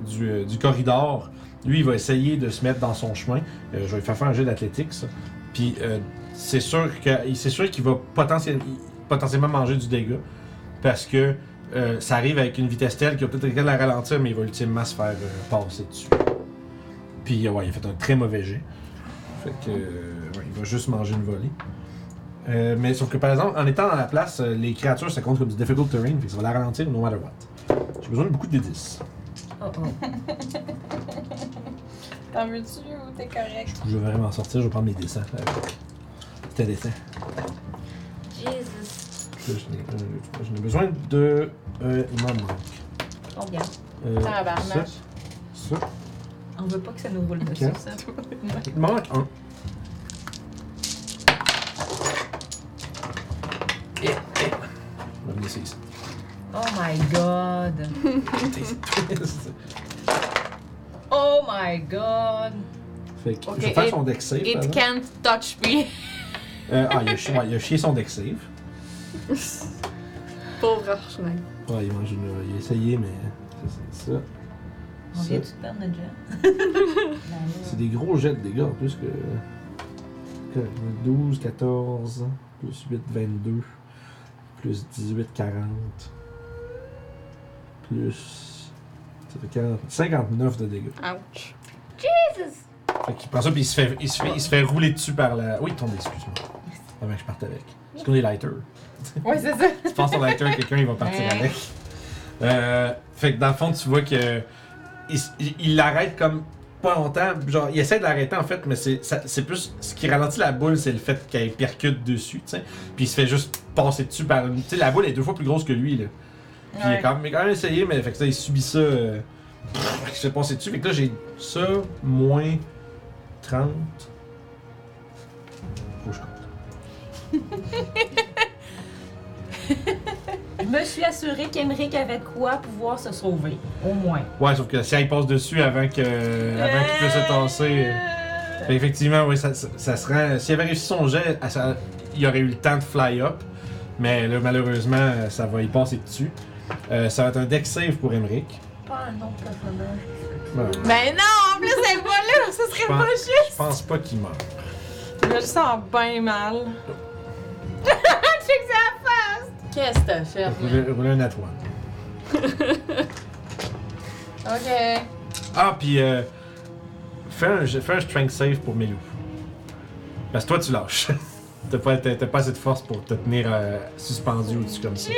Speaker 1: du, euh, du corridor. Lui, il va essayer de se mettre dans son chemin. Euh, je vais lui faire faire un jeu d'athlétique, ça. Puis, euh, c'est sûr que- c'est sûr qu'il va potentiel- potentiellement manger du dégât, parce que euh, ça arrive avec une vitesse telle qu'il va peut-être essayer de la ralentir, mais il va ultimement se faire euh, passer dessus. Puis euh, ouais, il a fait un très mauvais jet. Fait que euh, ouais, il va juste manger une volée. Euh, mais sauf que par exemple, en étant dans la place, euh, les créatures ça compte comme du difficult terrain, fait que ça va la ralentir no matter what. J'ai besoin de beaucoup de D10.
Speaker 7: Oh oh.
Speaker 6: T'en veux-tu ou t'es correct?
Speaker 1: Je vais vraiment sortir, je vais prendre mes dessins. C'était dessin.
Speaker 6: Jesus.
Speaker 1: Je n'ai- euh, je n'ai besoin de. Euh, il m'en manque.
Speaker 7: Combien?
Speaker 1: Euh, ça,
Speaker 6: Tabarnak.
Speaker 1: ça.
Speaker 7: On veut pas que ça nous roule dessus,
Speaker 1: Ok.
Speaker 7: ça.
Speaker 1: Il te manque un. Eh, eh. On va me laisser ici.
Speaker 7: Oh my god.
Speaker 1: T'es triste.
Speaker 7: Oh my god.
Speaker 1: Fait que
Speaker 8: Ok,
Speaker 1: je vais faire
Speaker 8: et-
Speaker 1: son deck save. par
Speaker 8: It
Speaker 1: exemple.
Speaker 8: can't touch me.
Speaker 1: Euh, ah, il a, chi- ouais, il a chié son deck save.
Speaker 3: Pauvre Archnag.
Speaker 1: Ouais, il mange une. euh, Il a essayé, mais. C'est ça.
Speaker 7: On
Speaker 1: ça.
Speaker 7: vient de
Speaker 1: Ça,
Speaker 7: perdre notre jet.
Speaker 1: C'est des gros jets de dégâts en plus que. que 12, 14, plus 8, 22, plus 18, 40, plus. Ça fait 40 59 de dégâts.
Speaker 3: Ouch.
Speaker 1: Fait qu'il prend ça, puis il se fait, il se fait, il se fait rouler dessus par la. Oui, il tombe, excuse-moi. Avant que je parte avec. Est-ce qu'on est lighter?
Speaker 2: Ouais, c'est ça.
Speaker 1: tu passes ton acteur à quelqu'un, il va partir
Speaker 9: Ouais.
Speaker 1: avec. Euh, fait que dans le fond, tu vois que. Il, s- il- il l'arrête comme pas longtemps. Genre, il essaie de l'arrêter en fait, mais c'est ça- c'est plus. Ce qui ralentit la boule, c'est le fait qu'elle percute dessus, tu sais. Puis il se fait juste passer dessus par. une- Tu sais, la boule est deux fois plus grosse que lui, là. Puis il, est
Speaker 8: Ouais.
Speaker 1: quand même, il est quand même essayé, mais fait que ça, il subit ça. euh, pff, il se fait passer dessus. Fait que là, j'ai ça, moins 30. Faut que je compte.
Speaker 5: Je me suis assurée qu'Emeric avait quoi pouvoir se sauver, au moins.
Speaker 1: Ouais, sauf que si elle passe dessus avant que avant qu'il puisse se tasser. euh, fait Effectivement, oui, ça, ça, ça se rend. S'il avait réussi son jet, elle- ça- il aurait eu le temps de fly up. Mais là, malheureusement, euh, ça va y passer dessus. Euh, ça va être un deck save pour Emmerich.
Speaker 7: Pas un autre personnage.
Speaker 1: Ben,
Speaker 8: Mais non, en plus, elle est pas là, ça
Speaker 1: je
Speaker 8: serait
Speaker 1: pense,
Speaker 8: pas
Speaker 1: je pense pas qu'il meurt.
Speaker 8: Je me sens bien mal.
Speaker 4: Qu'est-ce que t'as
Speaker 6: Ah.
Speaker 4: fait?
Speaker 1: Roulez roulez un at one.
Speaker 4: Ok.
Speaker 1: Ah, puis euh, fais, un, jet- fais un strength save pour Milou. Parce que toi, tu lâches. t'as pas, t'as- t'as pas assez de force pour te tenir euh, suspendu au-dessus comme ça.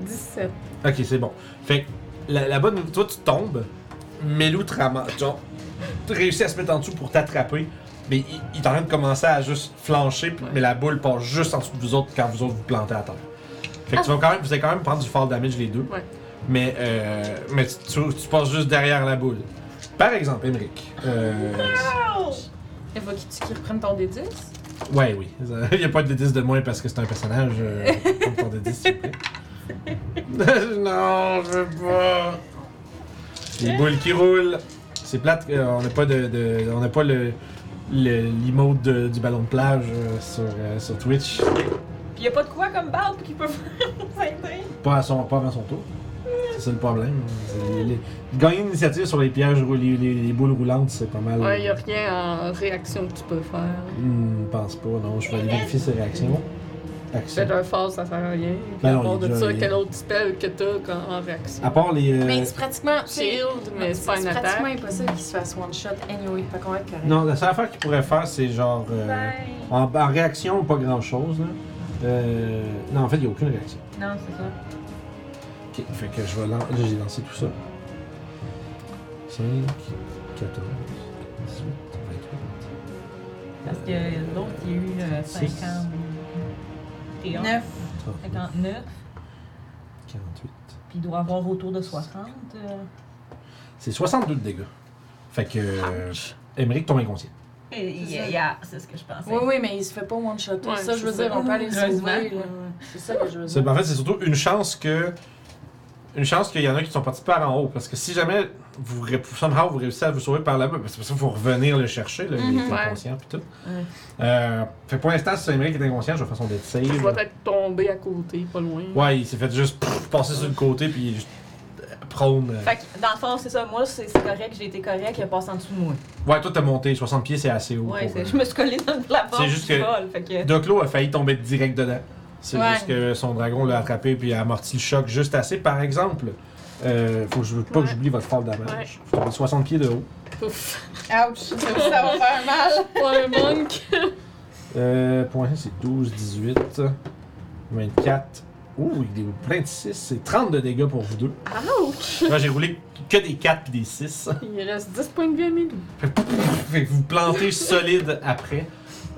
Speaker 3: 17.
Speaker 1: Ok, c'est bon. Fait que la, la bonne. Toi, tu tombes. Melou te ramasse. Genre, tu réussis à se mettre en dessous pour t'attraper. Mais il, il est en train de commencer à juste flancher. puis- Mais la boule part juste en dessous de vous autres quand vous autres vous plantez à terre. Fait que tu vas quand même, vous allez quand même prendre du fall damage les deux.
Speaker 3: Ouais.
Speaker 1: Mais, euh, mais tu, tu- tu passes juste derrière la boule. Par exemple, Emmerich. Euh,
Speaker 4: Il faut qu'il tu- qu'il reprenne ton D10.
Speaker 1: Euh, ouais, oui. Il n'y a pas de 10 de moins parce que c'est un personnage. Euh, comme ton D10, s'il vous plaît. non, je veux pas. Les boules qui roulent. C'est plate, euh, on n'a pas de, de- on n'a pas le, le- l'emote de- du ballon de plage euh, sur, euh, sur Twitch.
Speaker 5: Puis y a pas de quoi comme barbe qui peut faire nous aider.
Speaker 1: Pas, à son, pas avant son tour. C'est ça le problème. C'est les- gagner une initiative sur les pièges, rou- les, les- les boules roulantes, c'est pas mal.
Speaker 3: Ouais, y a rien en réaction que tu peux faire.
Speaker 1: Hmm, pense pas, non. Je vais aller vérifier ses réactions. Action.
Speaker 3: Faites un phase, ça sert à rien. Puis
Speaker 1: Ben
Speaker 3: à
Speaker 1: non,
Speaker 3: part
Speaker 1: il est
Speaker 3: de
Speaker 1: déjà-
Speaker 3: ça,
Speaker 1: il-
Speaker 3: quel autre spell que t'as quand- en réaction?
Speaker 1: À part les. euh,
Speaker 6: Mais c'est pratiquement. tu sais,
Speaker 3: Shield, mais c'est pas une
Speaker 6: pratiquement
Speaker 3: attaque.
Speaker 6: impossible qu'il se fasse one shot anyway. Fait qu'on va être correct.
Speaker 1: Non, la seule affaire qu'il pourrait faire, c'est genre. euh, en, en réaction, pas grand chose. Là. Euh, non, en fait, il n'y a aucune réaction.
Speaker 7: Non, c'est ça.
Speaker 1: Ok, fait que je vais lan- Là, j'ai lancé tout ça. 5, 14, 18,
Speaker 7: Parce que l'autre, il y a eu euh,
Speaker 1: Six.
Speaker 7: 50...
Speaker 9: 9.
Speaker 1: 28, 39,
Speaker 7: 59.
Speaker 1: 48.
Speaker 7: Puis il doit avoir autour de 60. euh,
Speaker 1: C'est 62 de dégâts. Fait que. euh, Émeric tombe inconscient.
Speaker 7: Et yeah, yeah, c'est ce que je pensais.
Speaker 6: Oui, oui, mais il se fait pas one shot.
Speaker 3: Ouais,
Speaker 6: ça, je veux
Speaker 3: c'est
Speaker 6: dire,
Speaker 3: ça.
Speaker 6: on peut aller le
Speaker 7: Heureusement.
Speaker 6: sauver. là. C'est ça que je veux
Speaker 1: C'est-
Speaker 6: dire.
Speaker 1: en fait, c'est surtout une chance que. Une chance qu'il y en a qui sont partis par en haut. Parce que si jamais vous, ré- somehow, vous réussissez à vous sauver par là-bas, ben, c'est pour ça qu'il faut revenir le chercher, là, il est
Speaker 3: Mhm. Ouais.
Speaker 1: inconscient pis tout. Euh, fait que pour l'instant, si Émeric est inconscient, je vais faire son dead save.
Speaker 3: Je vais être tombé à côté, pas loin.
Speaker 1: Ouais, il s'est fait juste pff, passer sur le côté puis il est juste euh, prone. euh.
Speaker 5: Fait que, dans le fond, c'est ça. Moi, c'est c'est correct, j'ai été correct, il a passé en dessous de moi.
Speaker 1: Ouais, toi t'as monté, 60 pieds c'est assez haut.
Speaker 5: Ouais,
Speaker 1: pour,
Speaker 5: c'est-
Speaker 1: euh,
Speaker 5: je me suis collée dans la porte.
Speaker 1: C'est juste
Speaker 5: du
Speaker 1: que-
Speaker 5: vol, fait que.
Speaker 1: Doclo a failli tomber direct dedans. C'est
Speaker 8: Ouais.
Speaker 1: juste que son dragon l'a attrapé puis a amorti le choc juste assez. Par exemple, euh, faut que je, pas que
Speaker 3: Ouais.
Speaker 1: j'oublie votre fall
Speaker 3: Ouais.
Speaker 1: damage. Faut tomber 60 pieds de haut.
Speaker 8: Ouch, ça va faire mal.
Speaker 3: Ouais, monk!
Speaker 1: Euh, point c'est 12, 18, 24. Ouh, il est plein de 6. C'est 30 de dégâts pour vous deux.
Speaker 3: Ouch!
Speaker 1: Moi j'ai roulé que des 4 puis des 6.
Speaker 3: Il reste 10 points de vie à Milou.
Speaker 1: Fait que vous plantez solide après.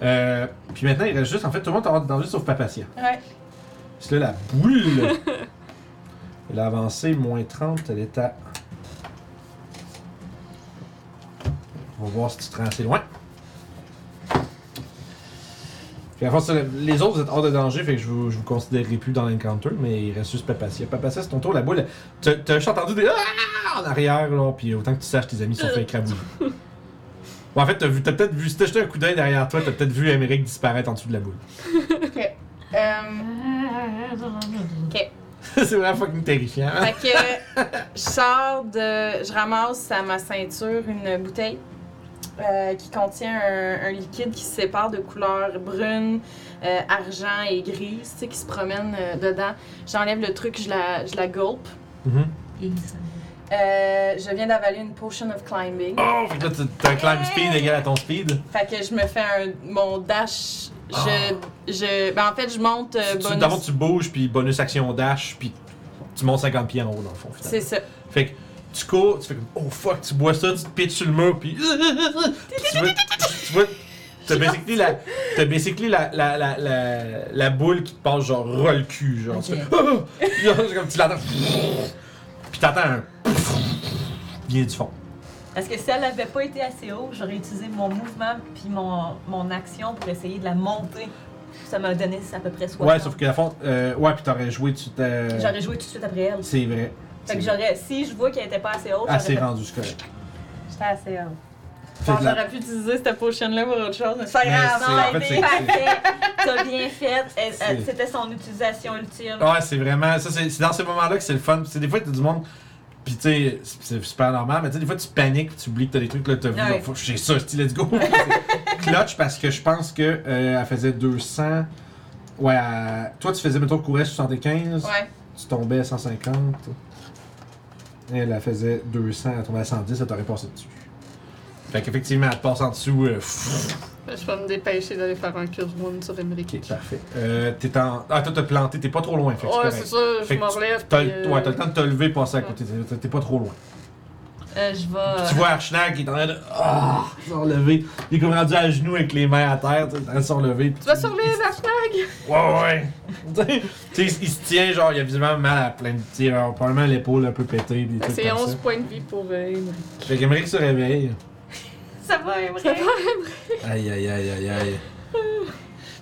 Speaker 1: Euh, puis maintenant, il reste juste, en fait, tout le monde est hors de danger sauf Papatia.
Speaker 8: Ouais.
Speaker 1: Parce que là, la boule, elle a avancé moins 30, elle est à. On va voir si tu te rends assez loin. Puis à force, les autres, vous êtes hors de danger, fait que je vous, je vous considérerai plus dans l'encounter, mais il reste juste Papatia. Papatia, c'est ton tour, la boule. T'as t'as juste entendu des Ah! en arrière, là, puis autant que tu saches, tes amis sont fait écrabouiller. Bon, en fait, t'as vu- t'as peut-être vu, si t'as jeté un coup d'œil derrière toi, t'as peut-être vu Amérique disparaître en dessous de la boule.
Speaker 8: Euh,
Speaker 1: c'est vraiment fucking terrifiant. hein?
Speaker 8: fait que je sors de. Je ramasse à ma ceinture une bouteille euh, qui contient un, un liquide qui se sépare de couleurs brune, euh, argent et grise, tu sais, qui se promène euh, dedans. J'enlève le truc, je la, je la gulpe.
Speaker 1: Mhm.
Speaker 8: Euh, je viens d'avaler une potion of climbing.
Speaker 6: Euh,
Speaker 1: Oh, fait que là, t'as- t'as un climb speed égal à ton speed.
Speaker 8: Fait que je me fais un, mon dash Je, je, ben en fait, je monte euh,
Speaker 1: Tu- tu-
Speaker 8: bonus.
Speaker 1: D'abord, tu bouges, puis bonus action dash, puis tu montes 50 pieds en haut, dans le fond, finalement.
Speaker 8: C'est ça.
Speaker 1: Fait que tu cours, tu fais comme oh fuck, tu bois ça, tu te pitches sur le mur, puis. tu vois. Tu vois T'as basically, la, t'as basically la, la, la, la, la boule qui te passe genre ras le cul, genre. Tu fais, Ah! Puis genre, c'est comme tu l'entends. Puis t'entends un. Bien du fond.
Speaker 5: Parce que si elle n'avait pas été assez haut, j'aurais utilisé mon mouvement puis mon, mon action pour essayer de la monter. Ça m'a donné à peu près 60.
Speaker 1: Ouais, sauf que euh, la fond. euh, ouais, puis t'aurais joué, tu t'es.
Speaker 5: J'aurais joué tout de suite après elle.
Speaker 1: C'est vrai.
Speaker 5: Fait que j'aurais, si je vois qu'elle était pas assez haute,
Speaker 1: Ah,
Speaker 5: j'aurais
Speaker 1: c'est rendu, c'est correct.
Speaker 7: J'étais assez
Speaker 5: euh,
Speaker 7: haute.
Speaker 1: Fait
Speaker 8: Bon,
Speaker 1: que la-
Speaker 8: J'aurais pu utiliser cette potion-là pour autre chose, mais
Speaker 5: Pas
Speaker 1: Mais
Speaker 5: grave,
Speaker 8: hein,
Speaker 1: c'est-
Speaker 5: non,
Speaker 1: en
Speaker 5: elle
Speaker 1: fait,
Speaker 5: est
Speaker 1: c'est-
Speaker 5: parfaite. T'as bien fait. Elle- elle-
Speaker 1: C'est- Ah.
Speaker 5: C'était son utilisation ultime.
Speaker 1: Ouais, c'est vraiment. Ça, c'est c'est dans ces moments-là que c'est le fun. Puis, tu sais, des fois, t'as du monde. Puis, tu sais, c'est- c'est super normal, mais tu sais, des fois, tu paniques, puis tu oublies que t'as des trucs, là, t'as vu.
Speaker 5: Ouais.
Speaker 1: genre, faut- J'ai ça, c'est let's go. C'est Clutch, parce que je pense que euh, elle faisait 200. Ouais, elle- toi, tu faisais, mettons, courait 75.
Speaker 8: Ouais.
Speaker 1: Tu tombais à 150. Elle, elle faisait 200, elle tombait à 110, elle t'aurait passé dessus. Fait qu'effectivement, elle te passe en dessous. euh, pfff.
Speaker 3: Ben, Je vais me dépêcher d'aller faire un curse one sur Emmerich.
Speaker 1: ok, parfait. Euh, t'es en. Ah, toi, t'as planté, t'es pas trop loin, fait que c'est
Speaker 3: Ouais,
Speaker 1: correct.
Speaker 3: c'est ça, je
Speaker 1: Fait que
Speaker 3: me relève.
Speaker 1: T'as
Speaker 3: puis, euh,
Speaker 1: le- ouais, t'as le temps de te lever et passer à côté. T'es- T'es pas trop loin.
Speaker 7: Euh, je
Speaker 1: Puis tu
Speaker 7: vais.
Speaker 1: vois Archnag qui est en train de ah, s'enlever. Il est comme rendu à genoux avec les mains à terre, tu sais, en train de s'enlever.
Speaker 3: Tu vas sur les
Speaker 1: Ouais, ouais. Tu sais, tu sais, il se tient, genre, il a visiblement mal à plein de tirs. Alors, Probablement l'épaule un peu pétée. Des trucs
Speaker 3: C'est
Speaker 1: comme
Speaker 3: 11
Speaker 1: ça.
Speaker 3: points de vie pour euh, Emmerich.
Speaker 1: Fait qu'Emeric se réveille.
Speaker 4: Ça va, Emery?
Speaker 1: Aïe, aïe, aïe, aïe, aïe.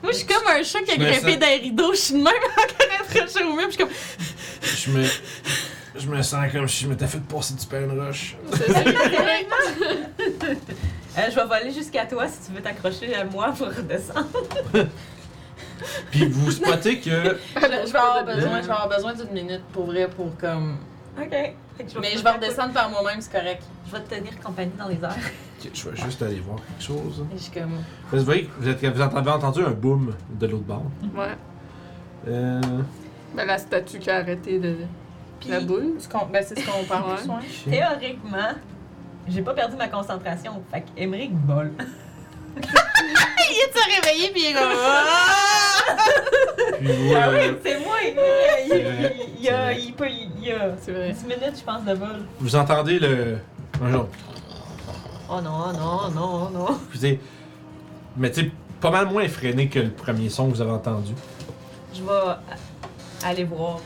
Speaker 4: Moi, je suis comme un chat qui a
Speaker 1: Je me
Speaker 4: grimpé
Speaker 1: sens-
Speaker 4: dans les rideaux. Je suis de même encore accrochée au mur. puis Je suis comme,
Speaker 1: Je me. Je me sens comme si je m'étais fait passer du pain de roche.
Speaker 5: Euh, je vais voler jusqu'à toi si tu veux t'accrocher à moi pour redescendre.
Speaker 1: Puis vous spottez que.
Speaker 8: Je, je vais avoir besoin, je vais avoir besoin d'une minute pour vrai, pour comme.
Speaker 5: OK. Fait que
Speaker 8: Mais je vais
Speaker 5: faire-
Speaker 8: redescendre par moi-même, c'est correct.
Speaker 5: Je vais te tenir compagnie dans les airs.
Speaker 1: Ok, je vais juste aller voir quelque chose.
Speaker 8: Je suis comme.
Speaker 1: Vous voyez, vous, êtes, vous avez entendu un boom de l'autre bord.
Speaker 3: Ouais.
Speaker 1: Euh.
Speaker 3: Ben, la statue qui a arrêté de
Speaker 5: Puis,
Speaker 3: la boule.
Speaker 8: ce qu'on- Ben, c'est ce qu'on parle.
Speaker 3: Ouais.
Speaker 5: théoriquement, j'ai pas perdu ma concentration. Fait qu'Emeric vole.
Speaker 4: il est réveillé, puis il est comme, Ah!
Speaker 1: Puis vous,
Speaker 5: Ah
Speaker 1: euh,
Speaker 5: oui, c'est moi! Il, il-
Speaker 1: C'est
Speaker 5: il-
Speaker 1: vrai,
Speaker 5: il y a,
Speaker 1: c'est vrai.
Speaker 5: il peut- il y a
Speaker 3: C'est vrai.
Speaker 5: 10 minutes, je pense, de vol.
Speaker 1: vous entendez le. Un genre.
Speaker 4: Oh non, non, non, non.
Speaker 1: Puis c'est- Mais tu sais, pas mal moins effréné que le premier son que vous avez entendu.
Speaker 5: Je vais a- aller voir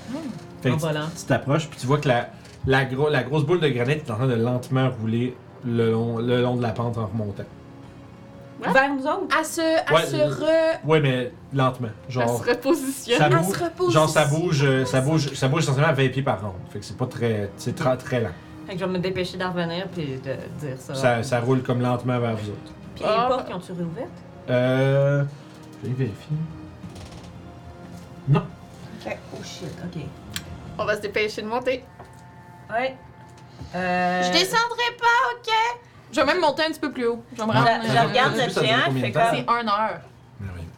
Speaker 1: Fait
Speaker 5: en
Speaker 1: que tu-
Speaker 5: volant.
Speaker 1: tu t'approches, puis tu vois que la, la, gro- la grosse boule de granit est en train de lentement rouler le long, le long de la pente en remontant.
Speaker 5: Vers nous autres?
Speaker 6: À se, à
Speaker 1: Ouais,
Speaker 6: se
Speaker 1: euh,
Speaker 6: re.
Speaker 1: Ouais, mais lentement.
Speaker 3: Elle
Speaker 1: Genre.
Speaker 3: se repositionne.
Speaker 1: Ça
Speaker 6: à
Speaker 1: bouge-
Speaker 6: se reposer.
Speaker 1: Genre, ça bouge, euh, ça bouge, ça bouge essentiellement à 20 pieds par ronde. Fait que c'est pas très. C'est très, très lent.
Speaker 5: Fait que je vais me dépêcher d'en revenir puis de dire ça.
Speaker 1: Ça, ça roule comme lentement vers vous autres.
Speaker 5: Puis les
Speaker 3: Ah.
Speaker 5: portes qui ont-tu réouvertes?
Speaker 1: Euh. Je vais vérifier.
Speaker 5: Oh shit, ok.
Speaker 3: On va se dépêcher de monter.
Speaker 5: Ouais. Euh,
Speaker 6: Je descendrai pas, ok? Je vais même monter un petit peu plus haut. Je vais me
Speaker 1: Ouais.
Speaker 6: rendre.
Speaker 5: Je, je regarde
Speaker 1: Ça dure- Ah,
Speaker 5: le
Speaker 1: ça dure
Speaker 5: géant, je
Speaker 1: combien
Speaker 5: fais
Speaker 1: de temps?
Speaker 5: comme.
Speaker 6: C'est un heure.
Speaker 1: Merveilleux.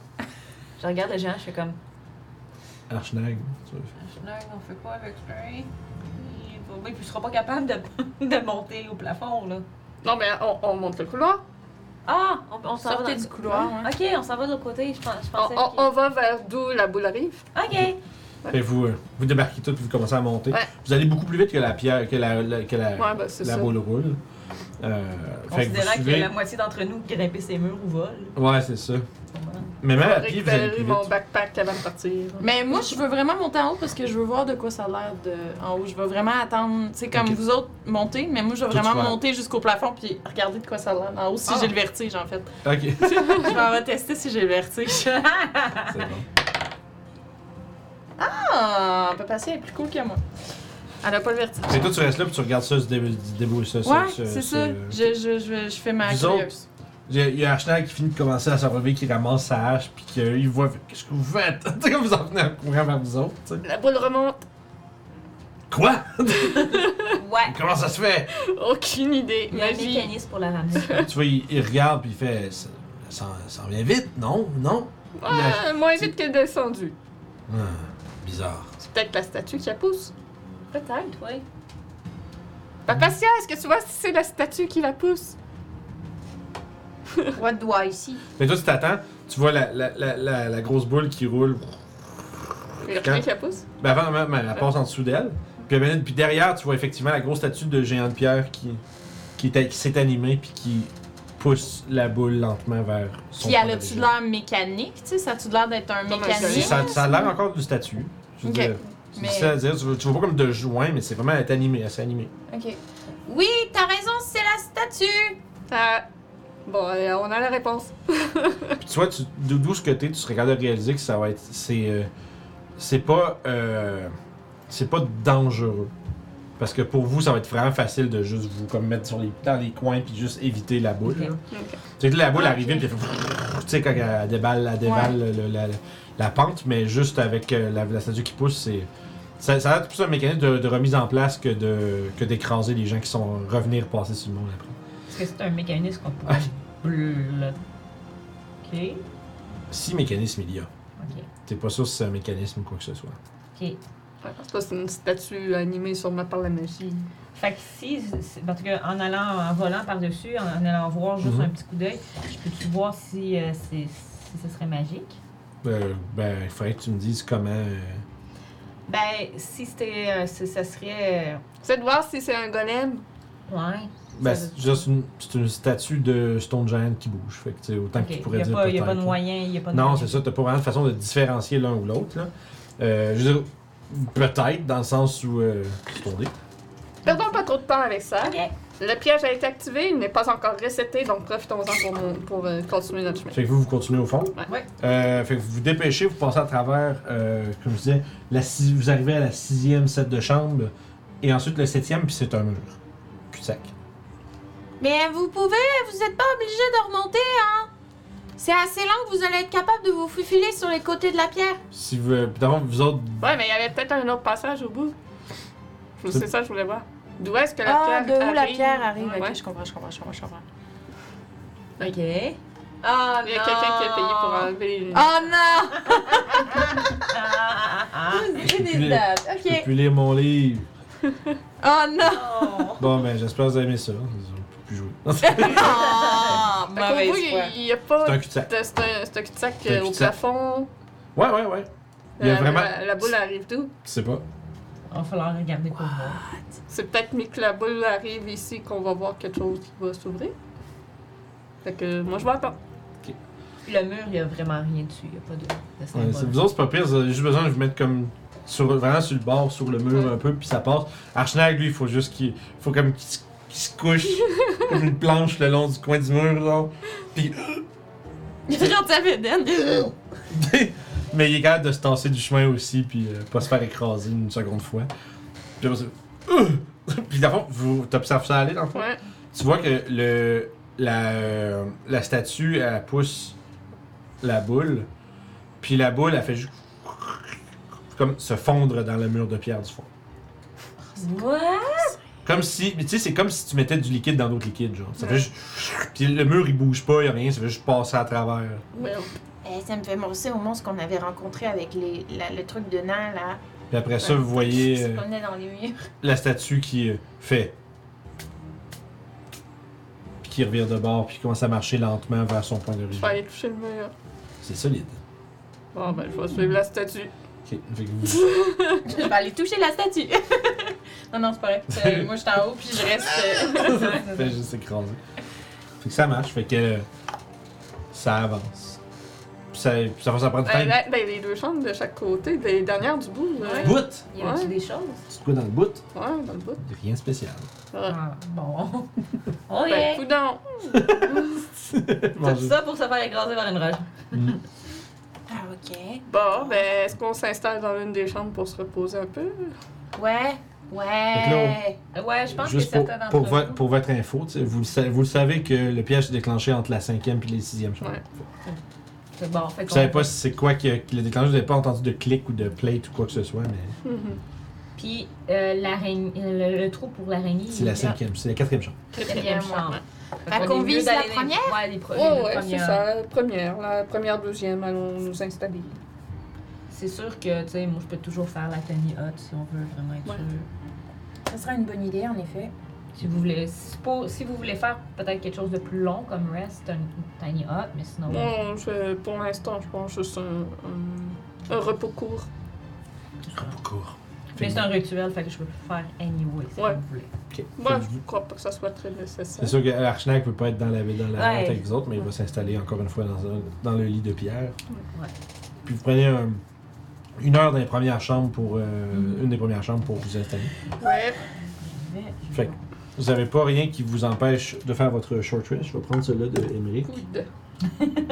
Speaker 5: Je regarde le géant, je fais comme.
Speaker 1: Archnag, tu veux
Speaker 7: Schneck, on fait quoi avec lui?
Speaker 5: Il va- Il ne sera pas capable de, de monter au plafond, là.
Speaker 3: Non, mais on, on monte le couloir.
Speaker 5: Ah, on, on s'en va.
Speaker 6: Sortez
Speaker 5: dans-
Speaker 6: du couloir. hein.
Speaker 5: Ok, on s'en va de l'autre côté. Je, pense, je
Speaker 3: On,
Speaker 5: pensais.
Speaker 3: on-
Speaker 5: qu'il-
Speaker 3: on va vers d'où la boule arrive.
Speaker 5: Ok.
Speaker 1: Fait que vous, euh, vous débarquez tout, vous commencez à monter.
Speaker 3: Ouais.
Speaker 1: Vous allez beaucoup plus vite que la pierre, que la, la- que la,
Speaker 3: Ouais, ben, c'est
Speaker 1: la
Speaker 3: ça.
Speaker 1: boule roule. Euh, fait que vous
Speaker 5: Considérant que,
Speaker 1: suivez.
Speaker 5: la moitié d'entre nous grimpait ses murs ou vole.
Speaker 1: Ouais, c'est ça. Mais même à pied, vous allez
Speaker 3: Récupérer
Speaker 1: plus
Speaker 3: mon
Speaker 1: vite.
Speaker 3: backpack avant de partir.
Speaker 4: Mais moi, je veux vraiment monter en haut parce que je veux voir de quoi ça a l'air de... en haut. Je veux vraiment attendre. C'est comme
Speaker 1: Ok.
Speaker 4: vous autres monter, mais moi, je veux
Speaker 1: Toi, tu
Speaker 4: vraiment
Speaker 1: vas-
Speaker 4: monter jusqu'au plafond puis regarder de quoi ça a l'air en haut si
Speaker 5: Ah.
Speaker 4: j'ai le vertige, en fait.
Speaker 1: Ok,
Speaker 4: je m'en vais tester si j'ai le vertige.
Speaker 1: c'est bon.
Speaker 8: Ah, peut passer, elle est plus cool que moi. Elle a pas le vertige.
Speaker 1: Mais toi, tu restes là puis tu regardes ça se débrouiller. ça, ça,
Speaker 4: Ouais,
Speaker 1: ça,
Speaker 4: c'est
Speaker 1: ça.
Speaker 4: ça. Je, je, je, je fais ma
Speaker 1: Vous autres,
Speaker 4: curieuse.
Speaker 1: Il y a- il y a Archnag qui finit de commencer à se relever, qui ramasse sa hache, puis qu'il voit fait, Qu'est-ce que vous faites Tu sais, vous en venez en courant vers vous autres. tu sais.
Speaker 3: La boule remonte.
Speaker 1: Quoi
Speaker 5: Ouais.
Speaker 1: Comment ça se fait
Speaker 3: Aucune idée.
Speaker 5: Il y a un
Speaker 3: Magie.
Speaker 5: mécanisme pour la ramener.
Speaker 1: Tu vois, il, il regarde puis il fait Ça, ça en- ça en vient vite, non Non
Speaker 3: Ouais, moins vite que descendu.
Speaker 1: Ah, Bizarre.
Speaker 3: C'est peut-être la statue qui la pousse.
Speaker 5: Peut-être, oui.
Speaker 1: Hmm.
Speaker 3: Papacia, est-ce que tu vois si c'est la statue qui la pousse?
Speaker 6: What do I see?
Speaker 1: Mais toi, tu t'attends, Tu vois la, la, la, la, la grosse boule qui roule.
Speaker 3: Il y a
Speaker 1: Quand-
Speaker 3: rien qui la pousse.
Speaker 1: Ben avant, même, elle passe en dessous d'elle. Puis, elle mène- puis derrière, tu vois effectivement la grosse statue de géant de pierre qui, qui, est- qui s'est animée puis qui pousse la boule lentement vers son
Speaker 8: Puis elle
Speaker 1: point
Speaker 8: a-tu
Speaker 1: d'origine.
Speaker 8: de l'air mécanique, tu sais? Ça a-tu de l'air d'être un
Speaker 3: Comme un
Speaker 1: Si,
Speaker 8: mécanique?
Speaker 1: ça, ça a l'air encore du statut. Je veux
Speaker 8: Ok,
Speaker 1: dire, c'est
Speaker 8: mais-
Speaker 1: difficile à dire. Tu, vois- tu vois pas comme de joint, mais c'est vraiment elle est animée, elle s'est animée.
Speaker 6: Ok. Oui, t'as raison, c'est la statue!
Speaker 3: Ah. Bon, allez, on a la réponse.
Speaker 1: Puis tu vois, tu, d'o- d'où ce côté, tu serais capable de réaliser que ça va être. C'est. euh, c'est pas. euh, c'est pas dangereux. Parce que pour vous, ça va être vraiment facile de juste vous comme mettre sur les, dans les coins puis juste éviter la boule. là. Tu sais que la boule
Speaker 6: Ah,
Speaker 1: arrivée,
Speaker 6: ok.
Speaker 1: puis elle fait- tu sais, quand elle déballe, elle déballe le- le- la, la- la pente, mais juste avec euh, la, la statue qui pousse, c'est. Ça, ça a l'air plus un mécanisme de, de remise en place que de que d'écraser les gens qui sont revenir passer sur le monde après.
Speaker 9: Est-ce que c'est un mécanisme qu'on pourrait
Speaker 1: Ah.
Speaker 9: bloquer?
Speaker 1: Si mécanisme il y a.
Speaker 9: Ok.
Speaker 1: T'es pas sûr si c'est un mécanisme ou quoi que ce soit.
Speaker 9: Ok.
Speaker 3: Je pense pas que c'est une statue animée sûrement par la magie.
Speaker 9: Fait que si, c'est- en tout cas, en allant, en volant par-dessus, en, en allant voir juste
Speaker 1: Mhm.
Speaker 9: un petit coup d'œil, je peux-tu voir si, euh, c'est- si ce serait magique?
Speaker 1: Euh, ben, il faudrait que tu me dises comment. euh,
Speaker 9: Ben, si c'était, euh, si ça serait, euh,
Speaker 3: C'est de voir si c'est un golem.
Speaker 9: ouais.
Speaker 1: Ben,
Speaker 9: Ça-
Speaker 1: c'est juste une, c'est une statue de Stone Giant qui bouge. Fait que, tu sais, autant que tu
Speaker 9: il
Speaker 1: pourrais
Speaker 9: n'y a,
Speaker 1: dire.
Speaker 9: pas- y a pas
Speaker 1: peut-être,
Speaker 9: de
Speaker 1: là.
Speaker 9: moyen, il n'y a pas de
Speaker 1: Non,
Speaker 9: moyen.
Speaker 1: c'est ça, t'as pas vraiment de façon de différencier l'un ou l'autre. là. Euh, je veux dire, peut-être, dans le sens où. Euh, c'est ton dé.
Speaker 3: Perdons pas trop de temps avec ça.
Speaker 9: Ok.
Speaker 3: Le piège a été activé, il n'est pas encore reseté, donc profitons-en pour, mon- pour euh, continuer notre chemin.
Speaker 1: Fait que vous, vous continuez au fond.
Speaker 3: Ouais.
Speaker 7: Ouais.
Speaker 1: Euh, fait que vous vous dépêchez, vous passez à travers, euh, comme je disais, la si- vous arrivez à la sixième set de chambre, et ensuite le septième, puis c'est un mur. Cul-de-sac.
Speaker 6: Mais vous pouvez, vous n'êtes pas obligé de remonter, hein! C'est assez lent que vous allez être capable de vous faufiler sur les côtés de la pierre.
Speaker 1: Si vous. euh, puis d'abord, vous autres.
Speaker 3: Ouais, mais il y avait peut-être un autre passage au bout. Je- C'est ça que je voulais voir. D'où est-ce que la
Speaker 6: Ah,
Speaker 3: pierre
Speaker 6: de où la
Speaker 3: arrive?
Speaker 6: pierre arrive? Ok,
Speaker 3: Ouais.
Speaker 6: je comprends, je comprends, je comprends, je comprends.
Speaker 5: Ok.
Speaker 4: Ah,
Speaker 3: Il y a quelqu'un qui a payé pour enlever les lunettes.
Speaker 6: Oh non!
Speaker 9: Ah,
Speaker 1: j'ai plus
Speaker 4: des
Speaker 1: les-
Speaker 4: dates.
Speaker 1: Je peux
Speaker 4: Ok.
Speaker 1: plus lire mon livre.
Speaker 6: Oh non!
Speaker 1: Bon, ben, j'espère que vous avez aimé ça. On peut plus jouer. c'est
Speaker 6: Ah,
Speaker 3: Fait qu'au bout, il- il n'y a pas
Speaker 1: un
Speaker 3: de...
Speaker 1: cul-de-sac.
Speaker 3: C'est un, c'est un cul-de-sac
Speaker 1: C'est un
Speaker 3: euh, au
Speaker 1: cul-de-sac.
Speaker 3: plafond.
Speaker 1: Ouais, ouais, Euh, ouais. Il y a
Speaker 3: La-
Speaker 1: vraiment.
Speaker 3: la, la boule arrive d'où?
Speaker 1: Je sais pas.
Speaker 9: Il va falloir regarder pour voir.
Speaker 3: C'est peut-être mis que la boule arrive ici qu'on va voir quelque chose qui va s'ouvrir. Fait que moi, je vais attendre.
Speaker 5: Le mur, il y a vraiment rien dessus. Il n'y a pas de, de
Speaker 1: Ouais,
Speaker 5: symbole.
Speaker 1: c'est- vous autres, c'est pas pire. Vous avez juste besoin de vous mettre comme. Sur, vraiment sur le bord, sur le mur un peu, puis ça passe. Archenag, lui, il faut juste qu'il. faut comme qu'il se, qu'il se couche comme une planche le long du coin du mur, genre. Puis. Mais il est capable de se tasser du chemin aussi, puis euh, pas se faire écraser une seconde fois. Puis après ça, Ugh! Puis dans le fond, vous- t'observes ça aller dans le fond?
Speaker 3: Ouais.
Speaker 1: Tu vois que le, la, euh, la statue, elle pousse la boule, puis la boule, elle fait juste comme se fondre dans le mur de pierre du fond. Comme si, mais tu sais, c'est comme si tu mettais du liquide dans d'autres liquides, genre. Ça fait juste. Puis le mur, il bouge pas, il y a rien, ça fait juste passer à travers.
Speaker 6: Eh, ça me fait penser au monstre qu'on avait rencontré avec les, la- le truc de nain, là.
Speaker 1: Puis après ça, vous voyez
Speaker 6: Qui se
Speaker 1: euh,
Speaker 6: promenait dans les murs.
Speaker 1: la statue qui euh, fait. Puis qui revient de bord, puis commence à marcher lentement vers son point
Speaker 3: Je vais
Speaker 1: d'origine.
Speaker 3: aller toucher le mur.
Speaker 1: C'est solide.
Speaker 3: Bon, ben, je vais suivre la statue.
Speaker 1: Ok, fait que vous-
Speaker 8: Je vais aller toucher la statue. non, non, c'est pas vrai. Euh, moi, je suis en haut, puis je reste. euh,
Speaker 1: fait juste écraser. Fait que ça marche, fait que euh, ça avance. Puis ça, puis ça va ça prendre
Speaker 3: Euh,
Speaker 1: temps.
Speaker 3: là, ben, les deux chambres de chaque côté, les dernières du bout. là.
Speaker 1: Bout!
Speaker 5: Il y a
Speaker 3: Ouais.
Speaker 5: des choses?
Speaker 1: Tu te quoi dans le bout?
Speaker 3: Ouais, dans le bout.
Speaker 1: Rien de spécial.
Speaker 3: Ouais.
Speaker 9: Ah, bon. Oh
Speaker 3: Ben,
Speaker 9: yeah!
Speaker 3: coudonc.
Speaker 5: Tout
Speaker 1: Manger.
Speaker 5: ça pour se faire écraser par une roche.
Speaker 1: Mm.
Speaker 6: Ah, ok.
Speaker 3: Bon, ben, est-ce qu'on s'installe dans l'une des chambres pour se reposer un peu?
Speaker 6: Ouais,
Speaker 1: là,
Speaker 6: ouais.
Speaker 9: Ouais, euh, je pense
Speaker 1: Juste
Speaker 9: que
Speaker 1: pour,
Speaker 9: certains d'entre
Speaker 1: pour,
Speaker 9: vous-
Speaker 1: vo- pour votre info, tu sais, vous, le sa- vous le savez que le piège s'est déclenché entre la cinquième et les sixième chambres.
Speaker 3: Ouais.
Speaker 9: C'est bon, fait
Speaker 1: Vous
Speaker 9: qu'on-
Speaker 1: savez pas si c'est quoi qui a- qui l'a déclenché, vous n'avez pas entendu de clic ou de plate ou quoi que ce soit, mais
Speaker 3: Mhm.
Speaker 9: Puis euh, l'araignée- le, le trou pour l'araignée.
Speaker 1: c'est la cinquième, c'est la quatrième chambre.
Speaker 9: quatrième chambre. Fait
Speaker 6: Fait
Speaker 9: qu'on
Speaker 6: qu'on
Speaker 9: est mieux
Speaker 6: vise la
Speaker 9: d'aller dans-
Speaker 6: première?
Speaker 9: Ouais, les pre-
Speaker 3: Oh, Ouais,
Speaker 9: les
Speaker 3: ouais, c'est
Speaker 9: premières.
Speaker 3: ça. la Première, la première, deuxième, allons nous installer.
Speaker 9: C'est sûr que, tu sais, moi, je peux toujours faire la tenue hot si on veut vraiment être
Speaker 3: Ouais.
Speaker 9: sûr.
Speaker 6: Ça sera une bonne idée, en effet.
Speaker 5: Si vous voulez, suppo- si vous voulez faire peut-être quelque chose de plus long comme rest, un tiny hut, mais
Speaker 3: Ah
Speaker 5: sinon.
Speaker 3: Bon, je- pour l'instant, je pense juste un, un- un repos court.
Speaker 1: Court.
Speaker 5: Mais c'est un rituel, fait que je peux le faire anyway si
Speaker 3: Ouais.
Speaker 5: vous voulez.
Speaker 3: Moi, je crois pas que ça soit très nécessaire.
Speaker 1: C'est sûr que l'Archnac peut pas être dans la, dans la
Speaker 10: Ouais.
Speaker 1: rente avec vous autres, mais il va s'installer encore une fois dans, un- dans le lit de pierre.
Speaker 5: Ouais.
Speaker 1: Puis vous prenez un- une heure dans les premières chambres pour. euh,
Speaker 6: Mm-hmm.
Speaker 1: Une des premières chambres pour vous installer.
Speaker 3: Ouais.
Speaker 1: Fait que vous avez pas rien qui vous empêche de faire votre short rest. Je vais prendre celui-là de Emery.
Speaker 3: Good.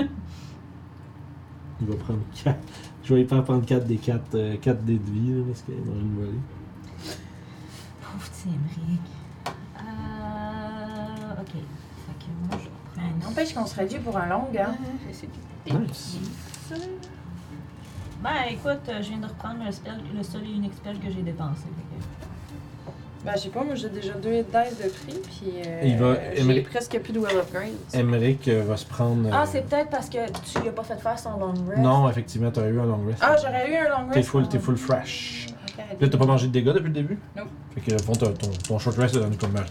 Speaker 1: Il va prendre 4. Je vais lui faire prendre 4 des 4, euh, quatre dés de vie, là, parce qu'il est dans une volée.
Speaker 5: Pauvre petit Émeric. Euh, ok. Fait que moi, je reprends.
Speaker 11: N'empêche qu'on serait dû pour un long, hein.
Speaker 1: Nice.
Speaker 5: Ben écoute, euh, je viens de reprendre le, spell, le seul et unique spell que j'ai dépensé. fait que-
Speaker 1: Euh,
Speaker 6: Ben, je sais pas, moi j'ai déjà deux hit dice de prix, puis euh,
Speaker 1: Il va aimer-
Speaker 6: j'ai presque plus de Will of Grace.
Speaker 1: Emmerich euh, va se prendre.
Speaker 10: Ah,
Speaker 1: euh,
Speaker 10: c'est peut-être parce que tu lui as pas fait faire son long rest.
Speaker 1: Non, effectivement, t'as eu un long rest.
Speaker 6: Ah, j'aurais eu un long rest.
Speaker 1: T'es full, t'es full fresh.
Speaker 6: Ok,
Speaker 1: Puis Là, t'as pas mangé de dégâts depuis le début?
Speaker 6: Non.
Speaker 1: Fait que, au fond, t'as- ton, ton short rest, ça donne comme rien.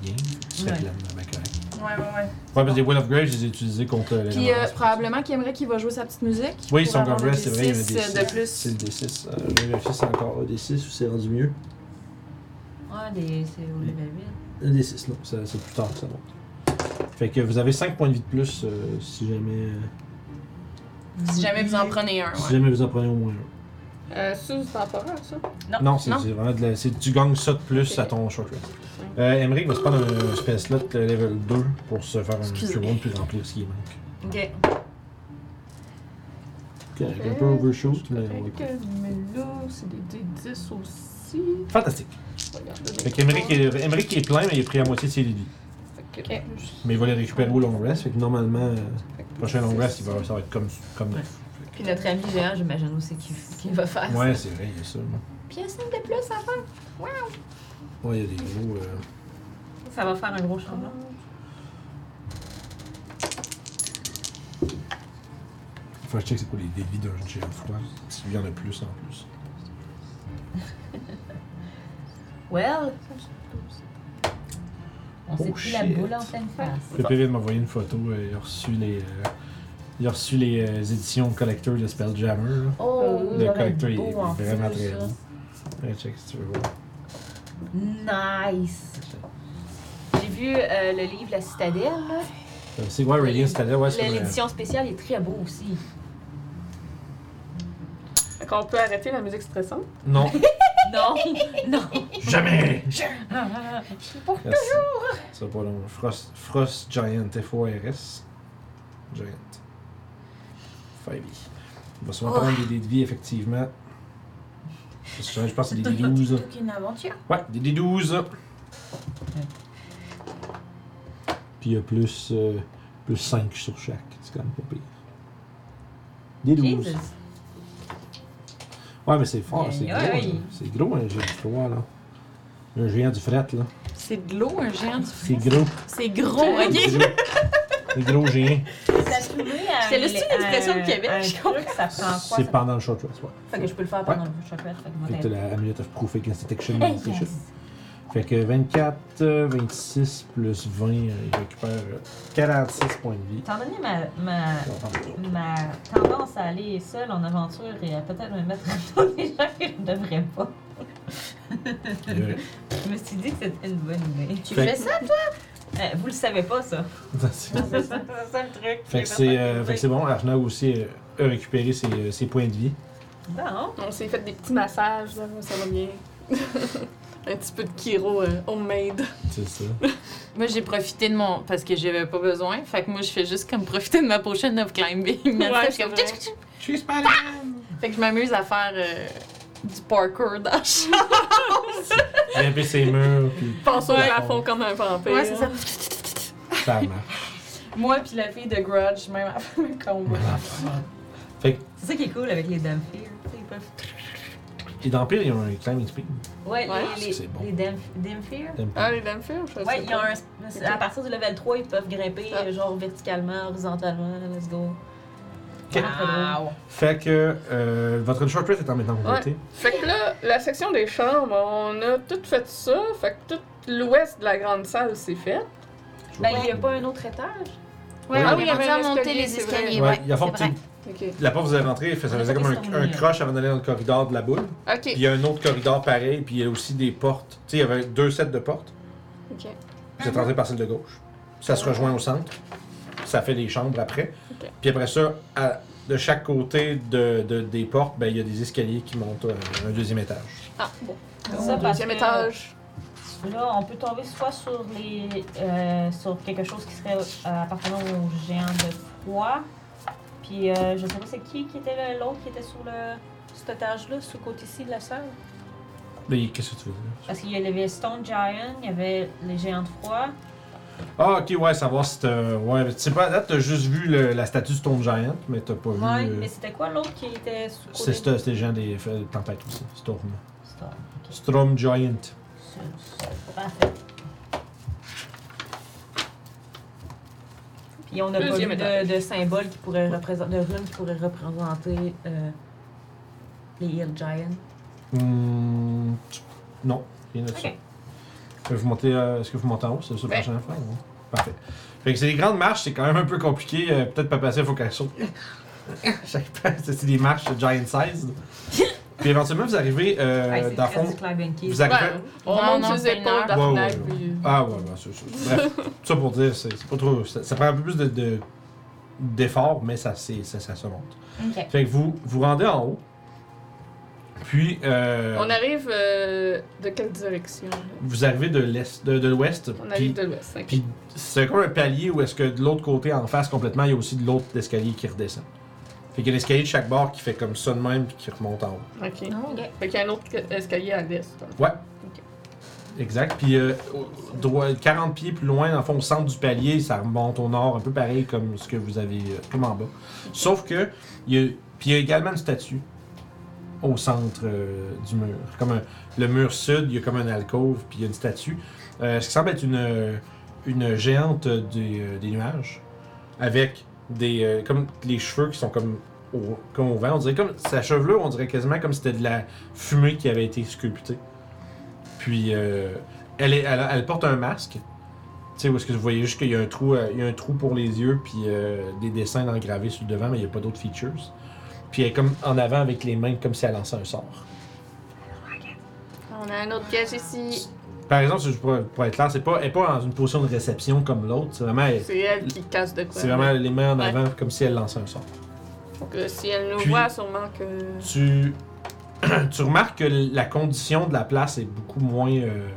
Speaker 1: C'est bien, ben correct.
Speaker 6: Ouais, ouais, ouais.
Speaker 1: Ouais, parce que les Will of Graves, je les ai utilisés contre les.
Speaker 6: Puis euh, probablement qu'aimerait qu'il va jouer sa petite musique.
Speaker 1: Oui, ils
Speaker 6: pour
Speaker 1: sont
Speaker 6: avoir
Speaker 1: comme
Speaker 6: un
Speaker 1: rest, c'est vrai, il y a des
Speaker 6: D6
Speaker 1: 6.
Speaker 6: de plus.
Speaker 1: C'est le D6. Euh, je vais vérifier si c'est encore un D6 ou c'est rendu mieux.
Speaker 5: Ah, des, c'est au level 8.
Speaker 1: Un D6, non, ça- c'est plus tard que ça monte. Fait que vous avez 5 points de vie de plus euh, si jamais. euh,
Speaker 6: Si jamais vous en prenez un,
Speaker 1: Si
Speaker 6: Ah ouais.
Speaker 1: jamais vous en prenez au moins un.
Speaker 3: Euh, ça, c'est temporaire, ça.
Speaker 1: Non, c'est
Speaker 6: non.
Speaker 1: c'est vraiment de la. c'est- Tu gagnes ça de plus à ton short rest. Euh, Emmerich va se prendre un, un spell slot euh, level 2 pour se faire un second puis remplir ce qui manque.
Speaker 10: Ok.
Speaker 1: Ok, j'ai un peu overshoot, mais on va
Speaker 3: Fait que, mais là, c'est des D10 aussi.
Speaker 1: Fantastique.
Speaker 3: Regarde,
Speaker 1: Fait qu'Emeric est, Emmerich est plein, mais il a pris la moitié de ses débits.
Speaker 3: Fait que-
Speaker 1: Mais il va les récupérer au long rest. Fait que normalement, euh, le prochain long rest, il va, ça va être comme, comme neuf.
Speaker 10: Puis notre ami géant, j'imagine aussi qu'il qu'il va faire
Speaker 1: Ouais, c'est vrai, il y a ça. là.
Speaker 11: Puis il y a cinq de plus à faire.
Speaker 1: Ouais, il y a des gros. euh,
Speaker 5: Ça va faire un gros changement.
Speaker 1: Faut que je check c'est quoi les débits d'un géant froid. S'il y en a plus en plus.
Speaker 5: Well. On
Speaker 1: Oh,
Speaker 5: s'est pris la
Speaker 1: shit.
Speaker 5: boule en pleine face.
Speaker 1: Pépé vient de m'envoyer une photo. euh, il a reçu les. euh, il a reçu les euh, éditions collector de Spelljammer. là.
Speaker 5: Oh,
Speaker 1: Le
Speaker 5: il aurait
Speaker 1: collector, il
Speaker 5: beau
Speaker 1: est
Speaker 5: en
Speaker 1: vraiment
Speaker 5: feu,
Speaker 1: très
Speaker 5: ça.
Speaker 1: bon. Ouais, check si tu veux Euh, voir.
Speaker 5: Nice.
Speaker 10: J'ai vu euh, le livre La Citadelle. là.
Speaker 1: Euh, C'est quoi Radiant Citadel? Ouais, c'est
Speaker 10: Le-
Speaker 1: comme, euh,
Speaker 10: L'édition spéciale est très beau aussi.
Speaker 3: Fait qu'on peut arrêter la musique stressante.
Speaker 1: Non.
Speaker 10: Non, non.
Speaker 1: Jamais! Pour toujours! Ça va pas long. Frost, Frost Giant, F-O-R-S. Giant. 5 Il va sûrement
Speaker 11: Oh.
Speaker 1: prendre des dés de vie, effectivement. Parce que Je pense que c'est des dés 12.
Speaker 11: Toute une aventure.
Speaker 1: Ouais, des dés 12. Puis il y a plus, euh, plus 5 sur chaque. C'est quand même pas pire. Des 12.
Speaker 5: Jesus.
Speaker 1: Ouais, mais c'est fort, c'est
Speaker 5: Aïe,
Speaker 1: gros.
Speaker 5: aïe.
Speaker 1: là. C'est gros, un géant du froid, là. Un géant du fret, là.
Speaker 6: C'est de l'eau, un géant.
Speaker 1: C'est gros.
Speaker 6: C'est gros, ok?
Speaker 1: gros. Les gros géants.
Speaker 5: euh, C'est
Speaker 6: le style d'expression de Québec, je
Speaker 5: Ça prend quoi?
Speaker 1: C'est
Speaker 5: Ça prend-
Speaker 1: pendant le short rest, ouais.
Speaker 5: Fait que je peux le faire pendant le chocolat. Fait que moi,
Speaker 1: Fait que t'as la Amulet of Proof avec Instant Action
Speaker 5: Hey,
Speaker 1: Limitation.
Speaker 5: yes.
Speaker 1: Fait que 24, euh, 26 plus 20, euh, il récupère euh, 46 points de vie.
Speaker 5: Étant donné ma, ma,
Speaker 1: On va prendre l'autre.
Speaker 5: ma tendance à aller seule en aventure et à peut-être me mettre à dos des gens que je ne devrais pas,
Speaker 1: Euh,
Speaker 5: je me suis dit que c'était une bonne idée.
Speaker 1: Fait que-
Speaker 5: ça, toi? vous le savez pas, ça.
Speaker 1: fait
Speaker 5: c'est ça le truc.
Speaker 1: que c'est euh, fait que c'est bon, Archnag aussi euh, a récupéré ses, euh, ses points de vie.
Speaker 5: Bon.
Speaker 3: On s'est fait des petits massages, là, ça va bien. Un petit peu de chiro euh, homemade.
Speaker 1: C'est ça.
Speaker 6: Moi, j'ai profité de mon. parce que j'avais pas besoin. Fait que moi, je fais juste comme profiter de ma potion of climbing. Maintenant, je suis comme-
Speaker 3: c'est
Speaker 1: Cheese Spider!
Speaker 6: Fait que je m'amuse à faire euh, du parkour dans le champ.
Speaker 1: Grimper ses murs, puis
Speaker 3: Pense au
Speaker 1: Ouais.
Speaker 3: plafond comme un vampire.
Speaker 6: Ouais, c'est ça.
Speaker 1: ça marche.
Speaker 6: Moi, puis la fille de Grudge, même à faire un combat.
Speaker 5: C'est ça qui est cool avec les Damphir. tu sais, Ils peuvent.
Speaker 1: Et d'Empire, ils ont un climbing speed.
Speaker 5: Ouais,
Speaker 3: Ouais.
Speaker 5: les,
Speaker 1: Parce que c'est
Speaker 5: les,
Speaker 1: bon.
Speaker 5: les Damf- Damphir.
Speaker 3: Ah, les dames filles, je sais
Speaker 5: Ouais, ils ont
Speaker 3: pas.
Speaker 5: un- à partir du level 3, ils peuvent grimper
Speaker 3: Ah.
Speaker 5: euh, genre verticalement, horizontalement, là, let's go.
Speaker 1: Ok. Fait que euh, votre short rest étant maintenant complété.
Speaker 3: Fait que là, la section des chambres, on a tout fait ça. Fait que tout l'ouest de la grande salle, c'est fait.
Speaker 1: Je
Speaker 7: Ben,
Speaker 1: vois
Speaker 7: il n'y a pas un autre étage?
Speaker 6: Ouais,
Speaker 1: Ah
Speaker 6: on
Speaker 1: oui,
Speaker 6: est
Speaker 3: il y avait
Speaker 6: rendu
Speaker 3: un
Speaker 6: à monter
Speaker 3: escalier,
Speaker 6: les
Speaker 3: c'est vrai.
Speaker 6: escaliers.
Speaker 1: Ouais,
Speaker 6: Ouais,
Speaker 1: il y a fort
Speaker 6: c'est vrai.
Speaker 3: OK.
Speaker 1: La porte, vous avez rentré, ça faisait comme un, un croche avant d'aller dans le corridor de la boule. Puis
Speaker 3: OK.
Speaker 1: il y a un autre corridor pareil, puis il y a aussi des portes. Tu sais, il y avait deux sets de portes.
Speaker 3: OK.
Speaker 1: Vous êtes rentré par celle de gauche. Ça se rejoint au centre. Ça fait les chambres après.
Speaker 3: Ok.
Speaker 1: Puis après ça, à- de chaque côté de, de- des portes, ben, il y a des escaliers qui montent à un deuxième étage.
Speaker 3: Ah, bon.
Speaker 9: Ça, parce
Speaker 3: Deuxième
Speaker 9: que-
Speaker 3: étage.
Speaker 9: Là, on peut tomber soit sur les euh, sur quelque chose qui serait euh, appartenant au géant de froid. Puis euh, je sais pas c'est qui qui était le- l'autre qui était sur le cet étage-là, sur le côté-ci de la salle.
Speaker 1: Mais qu'est-ce que tu veux dire?
Speaker 9: Parce qu'il y avait le Stone Giant, il y avait les géants de froid.
Speaker 1: Ah, ok, ouais, savoir si t'as. euh, Ouais, mais tu sais pas, à date, t'as juste vu le- la statue de Stone Giant, mais t'as pas
Speaker 9: Ouais,
Speaker 1: vu. euh,
Speaker 9: mais c'était quoi l'autre qui était sur le côté
Speaker 1: C'est c'était c'était le géant des euh, tempêtes aussi, Storm.
Speaker 9: Stone. Ok.
Speaker 1: Storm Giant.
Speaker 9: Parfait.
Speaker 5: Puis on n'a pas
Speaker 3: Deuxième
Speaker 5: vu de, de symbole qui pourrait représenter, de rune qui pourrait représenter euh, les Hill Giants.
Speaker 1: Hmm, tu- non, rien de ça.
Speaker 5: Ok.
Speaker 1: Fait que Vous montez, euh, est-ce que vous montez en haut, c'est ça la
Speaker 3: Ouais.
Speaker 1: prochaine fois? ou- Parfait. Fait que c'est des grandes marches, c'est quand même un peu compliqué. euh, Peut-être pas passer, il faut qu'elles sautent. Chaque pas- c'est c'est des marches giant size. Puis éventuellement, vous arrivez euh,
Speaker 5: Hey, c'est
Speaker 1: dans le
Speaker 5: très
Speaker 1: fond.
Speaker 5: du climbing keys.
Speaker 1: Vous arrivez.
Speaker 3: Ben, on
Speaker 6: Non, non,
Speaker 3: monte ses
Speaker 6: c'est une
Speaker 3: épaules
Speaker 6: heure.
Speaker 3: d'arnaque,
Speaker 1: Ouais, ouais, ouais.
Speaker 3: puis...
Speaker 1: Ah ouais, ben, c'est ça. Bref, tout ça pour dire, c'est c'est pas trop. Ça, ça prend un peu plus de- de- d'efforts, mais ça, c'est- ça, ça se monte.
Speaker 9: Ok.
Speaker 1: Fait que vous vous rendez en haut. Puis. euh,
Speaker 3: On arrive euh, de quelle direction? là?
Speaker 1: Vous arrivez de l'est, de, de l'ouest.
Speaker 3: On
Speaker 1: puis-
Speaker 3: arrive de l'ouest. ok.
Speaker 1: Puis c'est comme un palier où est-ce que de l'autre côté, en face complètement, il y a aussi de l'autre escalier qui redescend. Fait qu'il y a l'escalier de chaque bord qui fait comme ça de même puis qui remonte en haut.
Speaker 3: OK.
Speaker 9: Ok.
Speaker 3: Fait qu'il y a un autre que- escalier à l'est. dans le fond.
Speaker 1: Ouais. Exact. Puis euh, au- droit, 40 pieds plus loin, dans le fond, au centre du palier, ça remonte au nord, un peu pareil comme ce que vous avez, euh, comme en bas. Sauf que, il y a, puis il y a également une statue au centre euh, du mur. Comme un- le mur sud, il y a comme un alcôve, puis il y a une statue. Euh, ce qui semble être une, une géante des, euh, des nuages, avec des euh, comme les cheveux qui sont comme au, comme au vent. On dirait comme sa chevelure, on dirait quasiment comme si c'était de la fumée qui avait été sculptée. Puis euh, elle, est, elle, elle porte un masque. Tu sais, où est-ce que vous voyez juste qu'il y a un trou, euh, il y a un trou pour les yeux, puis euh, des dessins engravés sur le devant, mais il n'y a pas d'autres features. Puis elle est comme en avant avec les mains, comme si elle lançait un sort.
Speaker 3: On a un autre piège ici.
Speaker 1: Par exemple, si je pourrais, pour être clair, c'est pas, elle n'est pas dans une position de réception comme l'autre. C'est vraiment, elle-
Speaker 3: C'est elle qui casse de quoi.
Speaker 1: c'est vraiment les mains en
Speaker 3: Ouais.
Speaker 1: avant, comme si elle lançait un sort.
Speaker 3: Faut que si elle nous
Speaker 1: Puis-
Speaker 3: voit, sûrement que...
Speaker 1: tu, tu remarques que la condition de la place est beaucoup moins euh,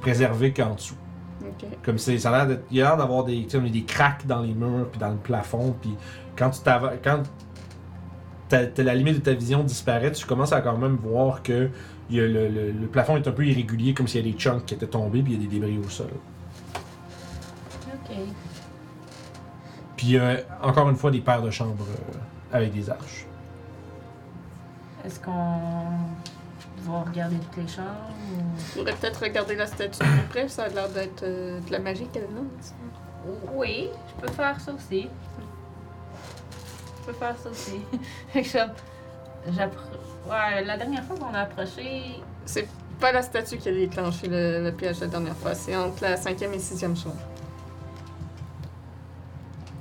Speaker 1: préservée qu'en dessous.
Speaker 3: OK.
Speaker 1: Comme c'est, ça a l'air d'être- il y a l'air d'avoir des, tu sais, des cracks dans les murs, puis dans le plafond, puis quand tu t'ava- quand ta- ta- la limite de ta vision disparaît, tu commences à quand même voir que il y a le, le- le plafond est un peu irrégulier, comme s'il y a des chunks qui étaient tombés, puis il y a des débris au sol.
Speaker 9: Ok.
Speaker 1: Puis euh, encore une fois, des paires de chambres euh, avec des arches.
Speaker 7: Est-ce qu'on va regarder toutes les chambres?
Speaker 3: On pourrait peut-être regarder la statue de plus près. Ça a l'air d'être euh, de la magie qu'elle lance.
Speaker 9: Oui, je peux faire ça aussi. Je peux faire ça aussi. Fait que je- j'appro- Ouais, la dernière fois qu'on a approché,
Speaker 3: C'est pas la statue qui a déclenché le, le piège la dernière fois. C'est entre la cinquième et sixième chambre.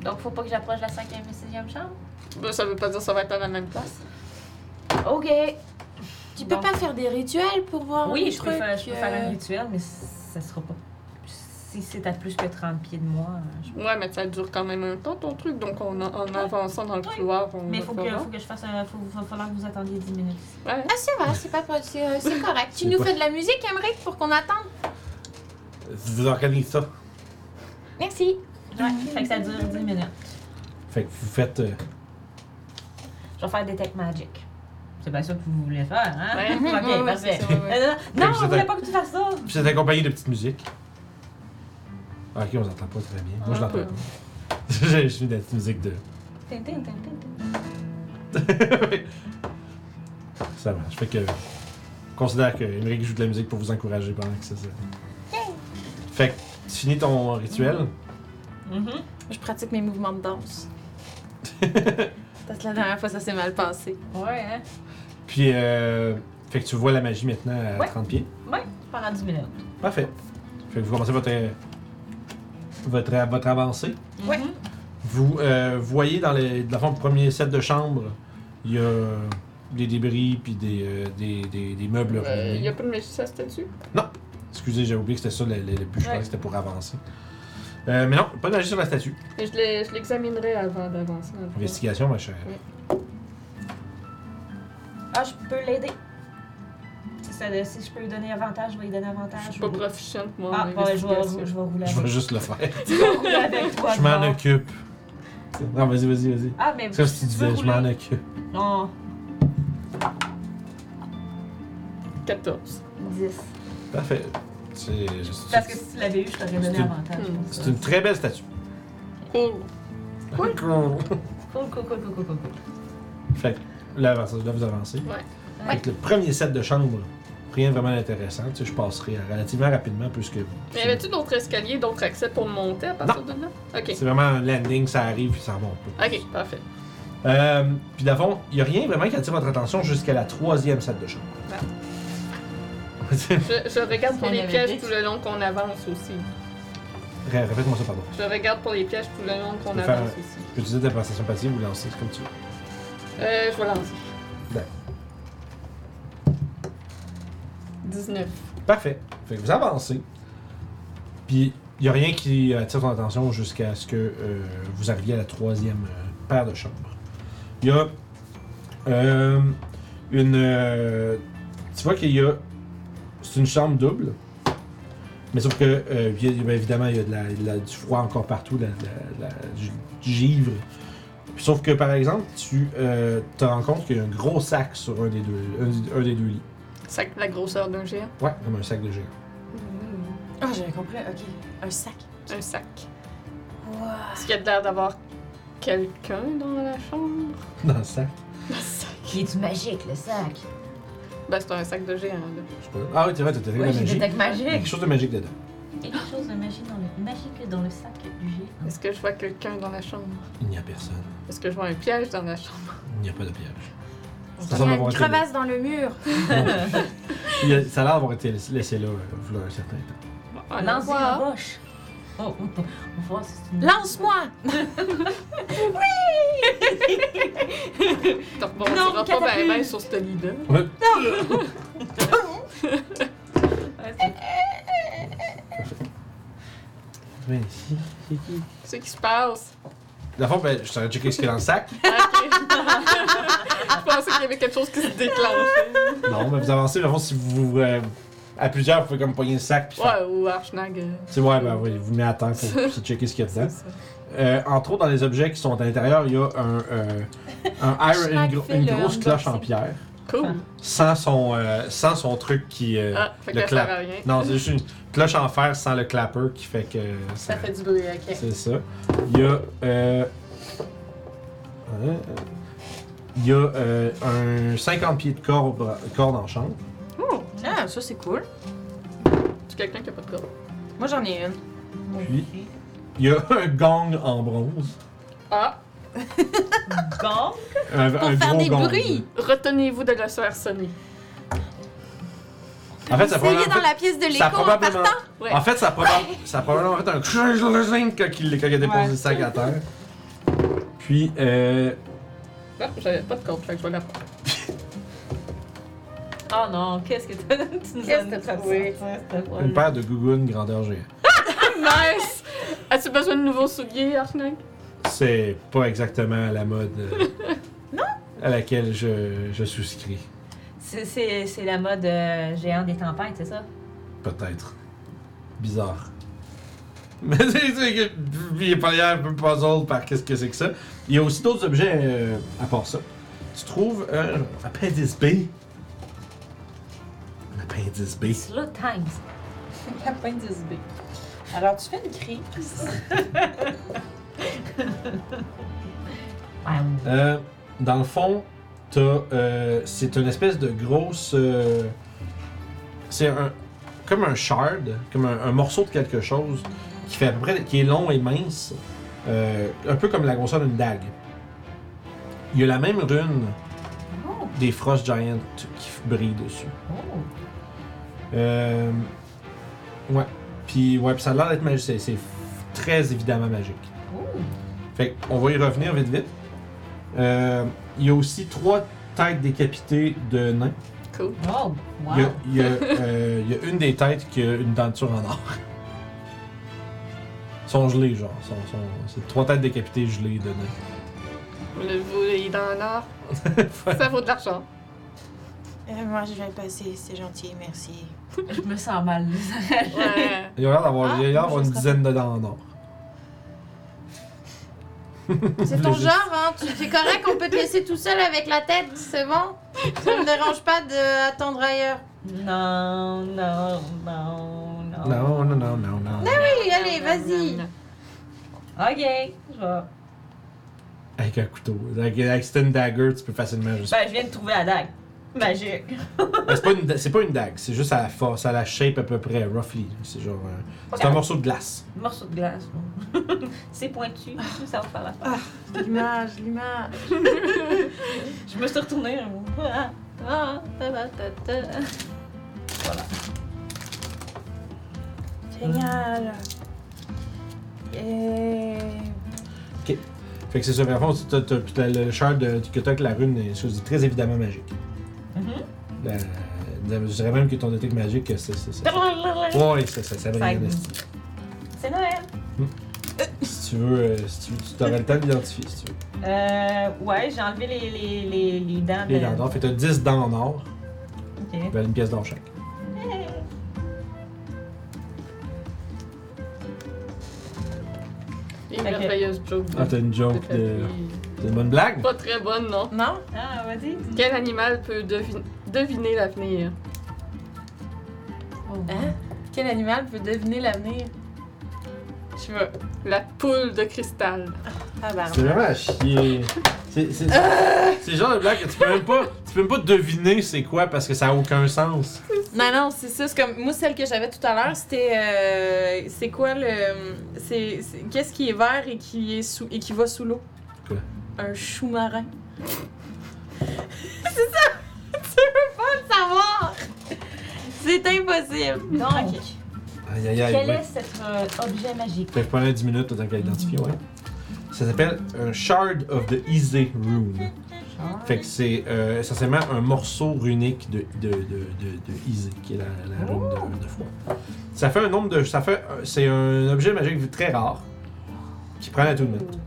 Speaker 9: donc faut pas que j'approche la cinquième et sixième chambre.
Speaker 3: Bah, ça veut pas dire que ça va être à la même place.
Speaker 9: Ok.
Speaker 6: Tu peux
Speaker 9: Bon.
Speaker 6: pas faire des rituels pour voir le
Speaker 5: Oui, je peux,
Speaker 6: truc,
Speaker 5: faire, je peux
Speaker 6: euh,
Speaker 5: faire un rituel, mais ça sera pas. Si c'est à plus que 30 pieds de moi, euh, je-
Speaker 3: Ouais, mais ça dure quand même un temps ton truc. Donc en, en avançant dans le
Speaker 9: Ouais.
Speaker 3: couloir, on
Speaker 9: Mais
Speaker 3: va
Speaker 9: faut
Speaker 3: pas
Speaker 9: que,
Speaker 3: voir.
Speaker 9: faut que je fasse un. Faut, va falloir que vous attendiez 10 minutes.
Speaker 3: Ouais.
Speaker 6: Ah, c'est vrai, c'est pas pro- c'est euh, c'est correct.
Speaker 1: C'est
Speaker 6: Tu nous
Speaker 1: pas-
Speaker 6: fais de la musique, Emmerich, pour qu'on attende.
Speaker 1: Vous organisez ça.
Speaker 6: Merci.
Speaker 9: Ouais, fait que ça dure 10 minutes.
Speaker 1: Fait que vous faites. euh,
Speaker 9: Je vais faire Detect Magic. C'est bien ça que vous voulez faire, hein?
Speaker 3: Ouais.
Speaker 9: Ok,
Speaker 3: Ouais, ouais,
Speaker 9: parfait.
Speaker 3: c'est ça, ouais, ouais.
Speaker 9: Euh, non,
Speaker 1: Fait que vous
Speaker 9: je
Speaker 1: êtes
Speaker 9: voulais
Speaker 1: à-
Speaker 9: pas que tu fasses ça!
Speaker 1: Puis c'est accompagné de petites musiques. Ah, ok, on s'entend pas très bien. Moi, je
Speaker 3: Un
Speaker 1: l'entends
Speaker 3: peu.
Speaker 1: pas. J'ai j'ai mis de la petite musique de.
Speaker 9: Tintin, tintin, tintin.
Speaker 1: ça marche. Fait que. je Considère que Émeric joue de la musique pour vous encourager pendant que ça se. Fait que tu finis ton rituel.
Speaker 6: Je pratique mes mouvements de danse. Parce que la dernière fois, ça s'est mal passé.
Speaker 9: Ouais, hein?
Speaker 1: Puis. Euh, fait que tu vois la magie maintenant à
Speaker 9: Ouais.
Speaker 1: 30 pieds.
Speaker 9: Pendant 10 minutes.
Speaker 1: Parfait. Fait que vous commencez votre, votre, votre avancée.
Speaker 8: Ouais.
Speaker 1: Vous euh, voyez dans les, dans le premier set de chambres, il y a des débris puis des, euh, des, des, des meubles.
Speaker 3: Euh,
Speaker 1: ruinés.
Speaker 3: Il y a pas de magie ça dessus.
Speaker 1: Excusez, j'ai oublié que c'était ça le, le- le but. Je
Speaker 3: Ouais.
Speaker 1: pensais que c'était pour avancer. Euh, mais non, pas de magie sur la statue.
Speaker 3: Et je l'ai- je l'examinerai avant d'avancer. dans le fond.
Speaker 1: Investigation, ma chère.
Speaker 9: Ah, je peux l'aider. Si, ça- si je peux lui donner avantage, je vais lui donner avantage.
Speaker 3: Je suis pas
Speaker 9: Ou-
Speaker 3: proficiente, moi,
Speaker 9: Ah,
Speaker 3: en
Speaker 9: ouais, je vais,
Speaker 3: investigation.
Speaker 9: je vais rouler
Speaker 1: Je vais
Speaker 9: avec,
Speaker 1: juste le faire.
Speaker 9: je vais rouler avec toi.
Speaker 1: Je m'en
Speaker 9: dehors.
Speaker 1: occupe. Non, vas-y, vas-y, vas-y.
Speaker 9: Ah, mais
Speaker 1: C'est comme si tu
Speaker 9: tu veux
Speaker 1: disais, je m'en
Speaker 9: rouler?
Speaker 1: occupe.
Speaker 9: Non.
Speaker 3: 14.
Speaker 9: 10.
Speaker 1: Parfait. C'est
Speaker 7: Parce que si tu l'avais eu, je t'aurais donné
Speaker 1: C'est-
Speaker 7: avantage. je pense.
Speaker 1: c'est une très belle statue.
Speaker 3: Cool.
Speaker 7: Cool,
Speaker 1: Cool.
Speaker 7: cool, cool, cool, cool, cool.
Speaker 1: Fait que là, avance- là, vous avancez.
Speaker 3: Ouais.
Speaker 1: Avec le premier set de chambre, rien de vraiment d'intéressant. Tu sais, je passerai relativement rapidement puisque
Speaker 3: Mais avais-tu d'autres escaliers, d'autres accès pour monter à partir de là? Ok.
Speaker 1: c'est vraiment un landing, ça arrive puis ça remonte pas.
Speaker 3: Ok, parfait.
Speaker 1: Euh, puis d'avant, il n'y a rien vraiment qui attire votre attention jusqu'à la troisième set de chambre.
Speaker 3: Je, je regarde pour
Speaker 7: Ça
Speaker 3: les
Speaker 7: l'avait dit.
Speaker 3: pièges tout le long qu'on avance aussi.
Speaker 1: Ré- Répète-moi ça, pardon.
Speaker 3: Je regarde pour les pièges tout le long qu'on
Speaker 1: peux faire
Speaker 3: avance
Speaker 1: un-
Speaker 3: aussi.
Speaker 1: Je peux utiliser ta prestation passive ou lancer, c'est comme tu veux.
Speaker 3: Euh, je vais lancer.
Speaker 1: D'accord.
Speaker 3: 19.
Speaker 1: Parfait. Fait que vous avancez. Puis il n'y a rien qui attire ton attention jusqu'à ce que euh, vous arriviez à la troisième euh, paire de chambres. Il y a euh, une. euh, tu vois qu'il y a. C'est une chambre double. Mais sauf que, euh, il y a- ben, évidemment, il y a de la- de la- du froid encore partout, de la, de la- de la- du, du givre. Puis sauf que, par exemple, tu euh, te rends compte qu'il y a un gros sac sur un des deux, un- un des deux lits.
Speaker 3: Sac de la grosseur d'un géant.
Speaker 1: Ouais, comme un sac de géant.
Speaker 6: Ah, j'avais compris. Ok. Un sac.
Speaker 3: Mm-hmm. Un sac.
Speaker 6: Wow.
Speaker 3: Est-ce qu'il y a de l'air d'avoir quelqu'un dans la chambre?
Speaker 1: Dans le sac.
Speaker 5: Qui est du magique, le sac.
Speaker 3: Ben, c'est un sac de géant, là.
Speaker 1: Je sais pas. Ah oui, c'est vrai, t'as des trucs
Speaker 5: Ouais,
Speaker 1: de
Speaker 5: j'ai
Speaker 1: magie.
Speaker 5: des
Speaker 1: Il y a
Speaker 5: attaques magiques.
Speaker 1: Quelque chose de magique dedans.
Speaker 7: Quelque chose de magique dans le, magique dans le sac du géant.
Speaker 3: Est-ce que je vois quelqu'un dans la chambre?
Speaker 1: Il n'y a personne.
Speaker 3: Est-ce que je vois un piège dans la chambre?
Speaker 1: Il n'y a pas de piège. Ça
Speaker 6: Il y
Speaker 1: semble
Speaker 6: a
Speaker 1: avoir
Speaker 6: une
Speaker 1: été-
Speaker 6: crevasse dans le mur.
Speaker 1: Il y a- ça a l'air d'avoir été laissé là, euh, voilà un certain temps.
Speaker 3: Ah,
Speaker 7: Lance
Speaker 3: non.
Speaker 7: une roche. Oh, on va voir si c'est une.
Speaker 6: Lance-moi!
Speaker 3: T'en rebondiras pas ben, ben sur ce lit-là.
Speaker 1: Ouais. Ben, ici.
Speaker 3: C'est qui se passe?
Speaker 1: Dans le fond, ben, je suis en train de checker ce qu'il y a dans le sac.
Speaker 3: Ok. je pensais qu'il y avait quelque chose qui se déclenchait.
Speaker 1: Non, mais vous avancez. Dans le fond, si vous. euh, à plusieurs, vous pouvez comme pogner le sac. Puis faire-
Speaker 3: Ouais, ou Archnag. euh,
Speaker 1: Tu sais, ouais, ben, vous vous mettez à terre pour, pour checker ce qu'il y a
Speaker 3: c'est
Speaker 1: dedans.
Speaker 3: ça.
Speaker 1: Euh, entre autres, dans les objets qui sont à l'intérieur, il y a un, euh, un iron- une, gro- une grosse cloche en pierre.
Speaker 3: Cool.
Speaker 1: Sans son, euh, sans son truc qui. euh,
Speaker 3: Ah, fait que
Speaker 1: le
Speaker 3: ça
Speaker 1: clap.
Speaker 3: sert à rien.
Speaker 1: Non, c'est juste une cloche en fer sans le clapper qui fait que. Ça,
Speaker 8: du bruit, ok.
Speaker 1: C'est ça. Il y a. euh, euh, Il y a euh, un 50 pieds de corde, corde en chambre.
Speaker 8: Ah, ça c'est cool.
Speaker 3: Tu quelqu'un qui a pas de corde.
Speaker 8: Moi j'en ai une.
Speaker 1: Puis, il y a un gong en bronze.
Speaker 3: Ah,
Speaker 9: Gong.
Speaker 1: Un,
Speaker 6: Pour
Speaker 1: un
Speaker 6: faire
Speaker 1: gros
Speaker 6: des
Speaker 1: gong.
Speaker 6: bruits.
Speaker 3: retenez-vous de le se faire sonner.
Speaker 1: En fait, ça
Speaker 6: Vous seriez
Speaker 1: probablement.
Speaker 6: dans la pièce de l'écho
Speaker 1: ça a
Speaker 6: en
Speaker 1: probablement.
Speaker 6: partant.
Speaker 3: Ouais.
Speaker 1: En fait, ça a probablement, ça a probablement fait un cling quand il quand il a déposé le sac à terre. Puis, euh,
Speaker 3: Non, j'avais pas de corde, fait que je vais la prendre.
Speaker 9: Oh non, qu'est-ce que t'as- tu nous
Speaker 8: Qu'est-ce
Speaker 9: as
Speaker 8: que t'as trouvé?
Speaker 9: trouvé?
Speaker 1: une paire de gougounes grandeur géant.
Speaker 3: Nice! As-tu besoin de nouveaux souliers, Archnag?
Speaker 1: C'est pas exactement à la mode euh, à laquelle je, je souscris,
Speaker 9: C'est- C'est c'est la mode euh, géant des tempêtes, c'est ça?
Speaker 1: peut-être. Bizarre. Mais tu sais, tu sais que- il est pas l'air un peu puzzled par qu'est-ce que c'est que ça. Il y a aussi d'autres objets euh, à part ça. Tu trouves un appendice B. Un appendice B.
Speaker 9: Slow Times.
Speaker 8: La pointe 10B. Alors tu fais une crise.
Speaker 1: Euh, dans le fond, t'as, euh, c'est une espèce de grosse. euh, c'est un, comme un shard, comme un, un morceau de quelque chose qui fait à peu près, qui est long et mince, euh, un peu comme la grosseur d'une dague. Il y a la même rune des Frost Giant
Speaker 9: Oh,
Speaker 1: qui f- brille dessus.
Speaker 7: Oh,
Speaker 1: Euh, ouais. Puis, ouais, puis ça a l'air d'être magique. C'est c'est très évidemment magique.
Speaker 9: oh,
Speaker 1: Fait qu'on va y revenir vite, vite. Euh, Il y a aussi trois têtes décapitées de nains.
Speaker 9: Wow! oh. Wow!
Speaker 1: Il y a- il y, a, euh, il y a une des têtes qui a une denture en or. Ils sont gelés, genre. Ils sont- sont- C'est trois têtes décapitées gelées de nains.
Speaker 3: Voulez-vous les dans l'art? Ça vaut de l'argent.
Speaker 6: Euh, moi, je vais passer, c'est gentil, merci.
Speaker 7: Je me sens mal.
Speaker 3: Ouais.
Speaker 1: Il y a l'air d'avoir
Speaker 6: Ah,
Speaker 1: il y a l'air
Speaker 6: je
Speaker 1: d'avoir une
Speaker 6: serais-
Speaker 1: dizaine de dents en or.
Speaker 6: C'est ton genre, hein? Tu- C'est correct, on peut te laisser tout seul avec la tête, c'est bon? Ça me dérange pas d'attendre ailleurs.
Speaker 9: Non, non, non, non.
Speaker 1: Non, non, non, non, non.
Speaker 6: Ben Oui, allez, vas-y.
Speaker 9: Ok, je vais.
Speaker 1: Avec un couteau. Avec, avec c'était une dagger, tu peux facilement juste.
Speaker 9: Ben, je viens de trouver la dague. Magique.
Speaker 1: Ben, c'est, pas une, da- c'est pas une dague, c'est juste à la force, à la shape à peu près, roughly. C'est genre. euh, c'est un morceau de glace.
Speaker 9: Morceau de glace. bon. C'est pointu. Ça va faire la fin.
Speaker 6: L'image, l'image.
Speaker 9: Je me suis retournée. je- Ah, ah, ta, ta, ta, ta. Voilà.
Speaker 6: Génial. Et...
Speaker 1: Fait que c'est ça, mais en fond, c'est- t'as- t'as- puis t'as le char de, que t'as avec la rune, est- c'est très évidemment magique. La- la- je dirais même que ton détecte magique, c'est. c'est, c'est, ouais, ça, ça, ça brille en esti.
Speaker 9: C'est Noël.
Speaker 1: Si tu veux, euh, si tu, tu aurais le temps d'identifier, si tu veux.
Speaker 9: Euh, ouais, j'ai enlevé les, les, les, les dents.
Speaker 1: Les
Speaker 9: de-
Speaker 1: dents d'or. Fait que t'as 10 dents en or,
Speaker 9: Ok.
Speaker 1: valent une pièce d'or chaque.
Speaker 3: Une merveilleuse joke.
Speaker 1: Ah, t'as une joke de. T'as une bonne blague?
Speaker 3: Pas très bonne, non? Non?
Speaker 9: Ah, vas-y.
Speaker 3: Quel animal peut devin- deviner l'avenir?
Speaker 4: Quel animal peut deviner l'avenir?
Speaker 3: Je veux la poule de cristal.
Speaker 8: Euh.
Speaker 6: Ah bah.
Speaker 1: C'est vraiment à chier. C'est, c'est, c'est le genre de blague que tu peux même pas, tu peux même pas deviner c'est quoi parce que ça a aucun sens.
Speaker 8: Non, non, c'est ça. C'est comme moi, celle que j'avais tout à l'heure, c'était euh, c'est quoi le c'est c'est- qu'est-ce qui est vert et qui est sous et qui va sous l'eau
Speaker 1: Quoi?
Speaker 8: Un chou marin.
Speaker 6: savoir! C'est impossible.
Speaker 9: Donc,
Speaker 1: Aïe aïe aïe.
Speaker 9: quel
Speaker 1: ouais.
Speaker 9: est cet euh, objet magique?
Speaker 1: Fait que pendant 10 minutes, t'as qu'à l'identifier, ouais. Ça s'appelle un Shard of the Easy Rune.
Speaker 5: Ah,
Speaker 1: Fait que c'est euh, essentiellement un morceau runique de, de, de, de, de Izé, qui est la, la rune de, de foi. Ça fait un nombre de. Ça fait, euh, c'est un objet magique très rare qui prend la toute minute.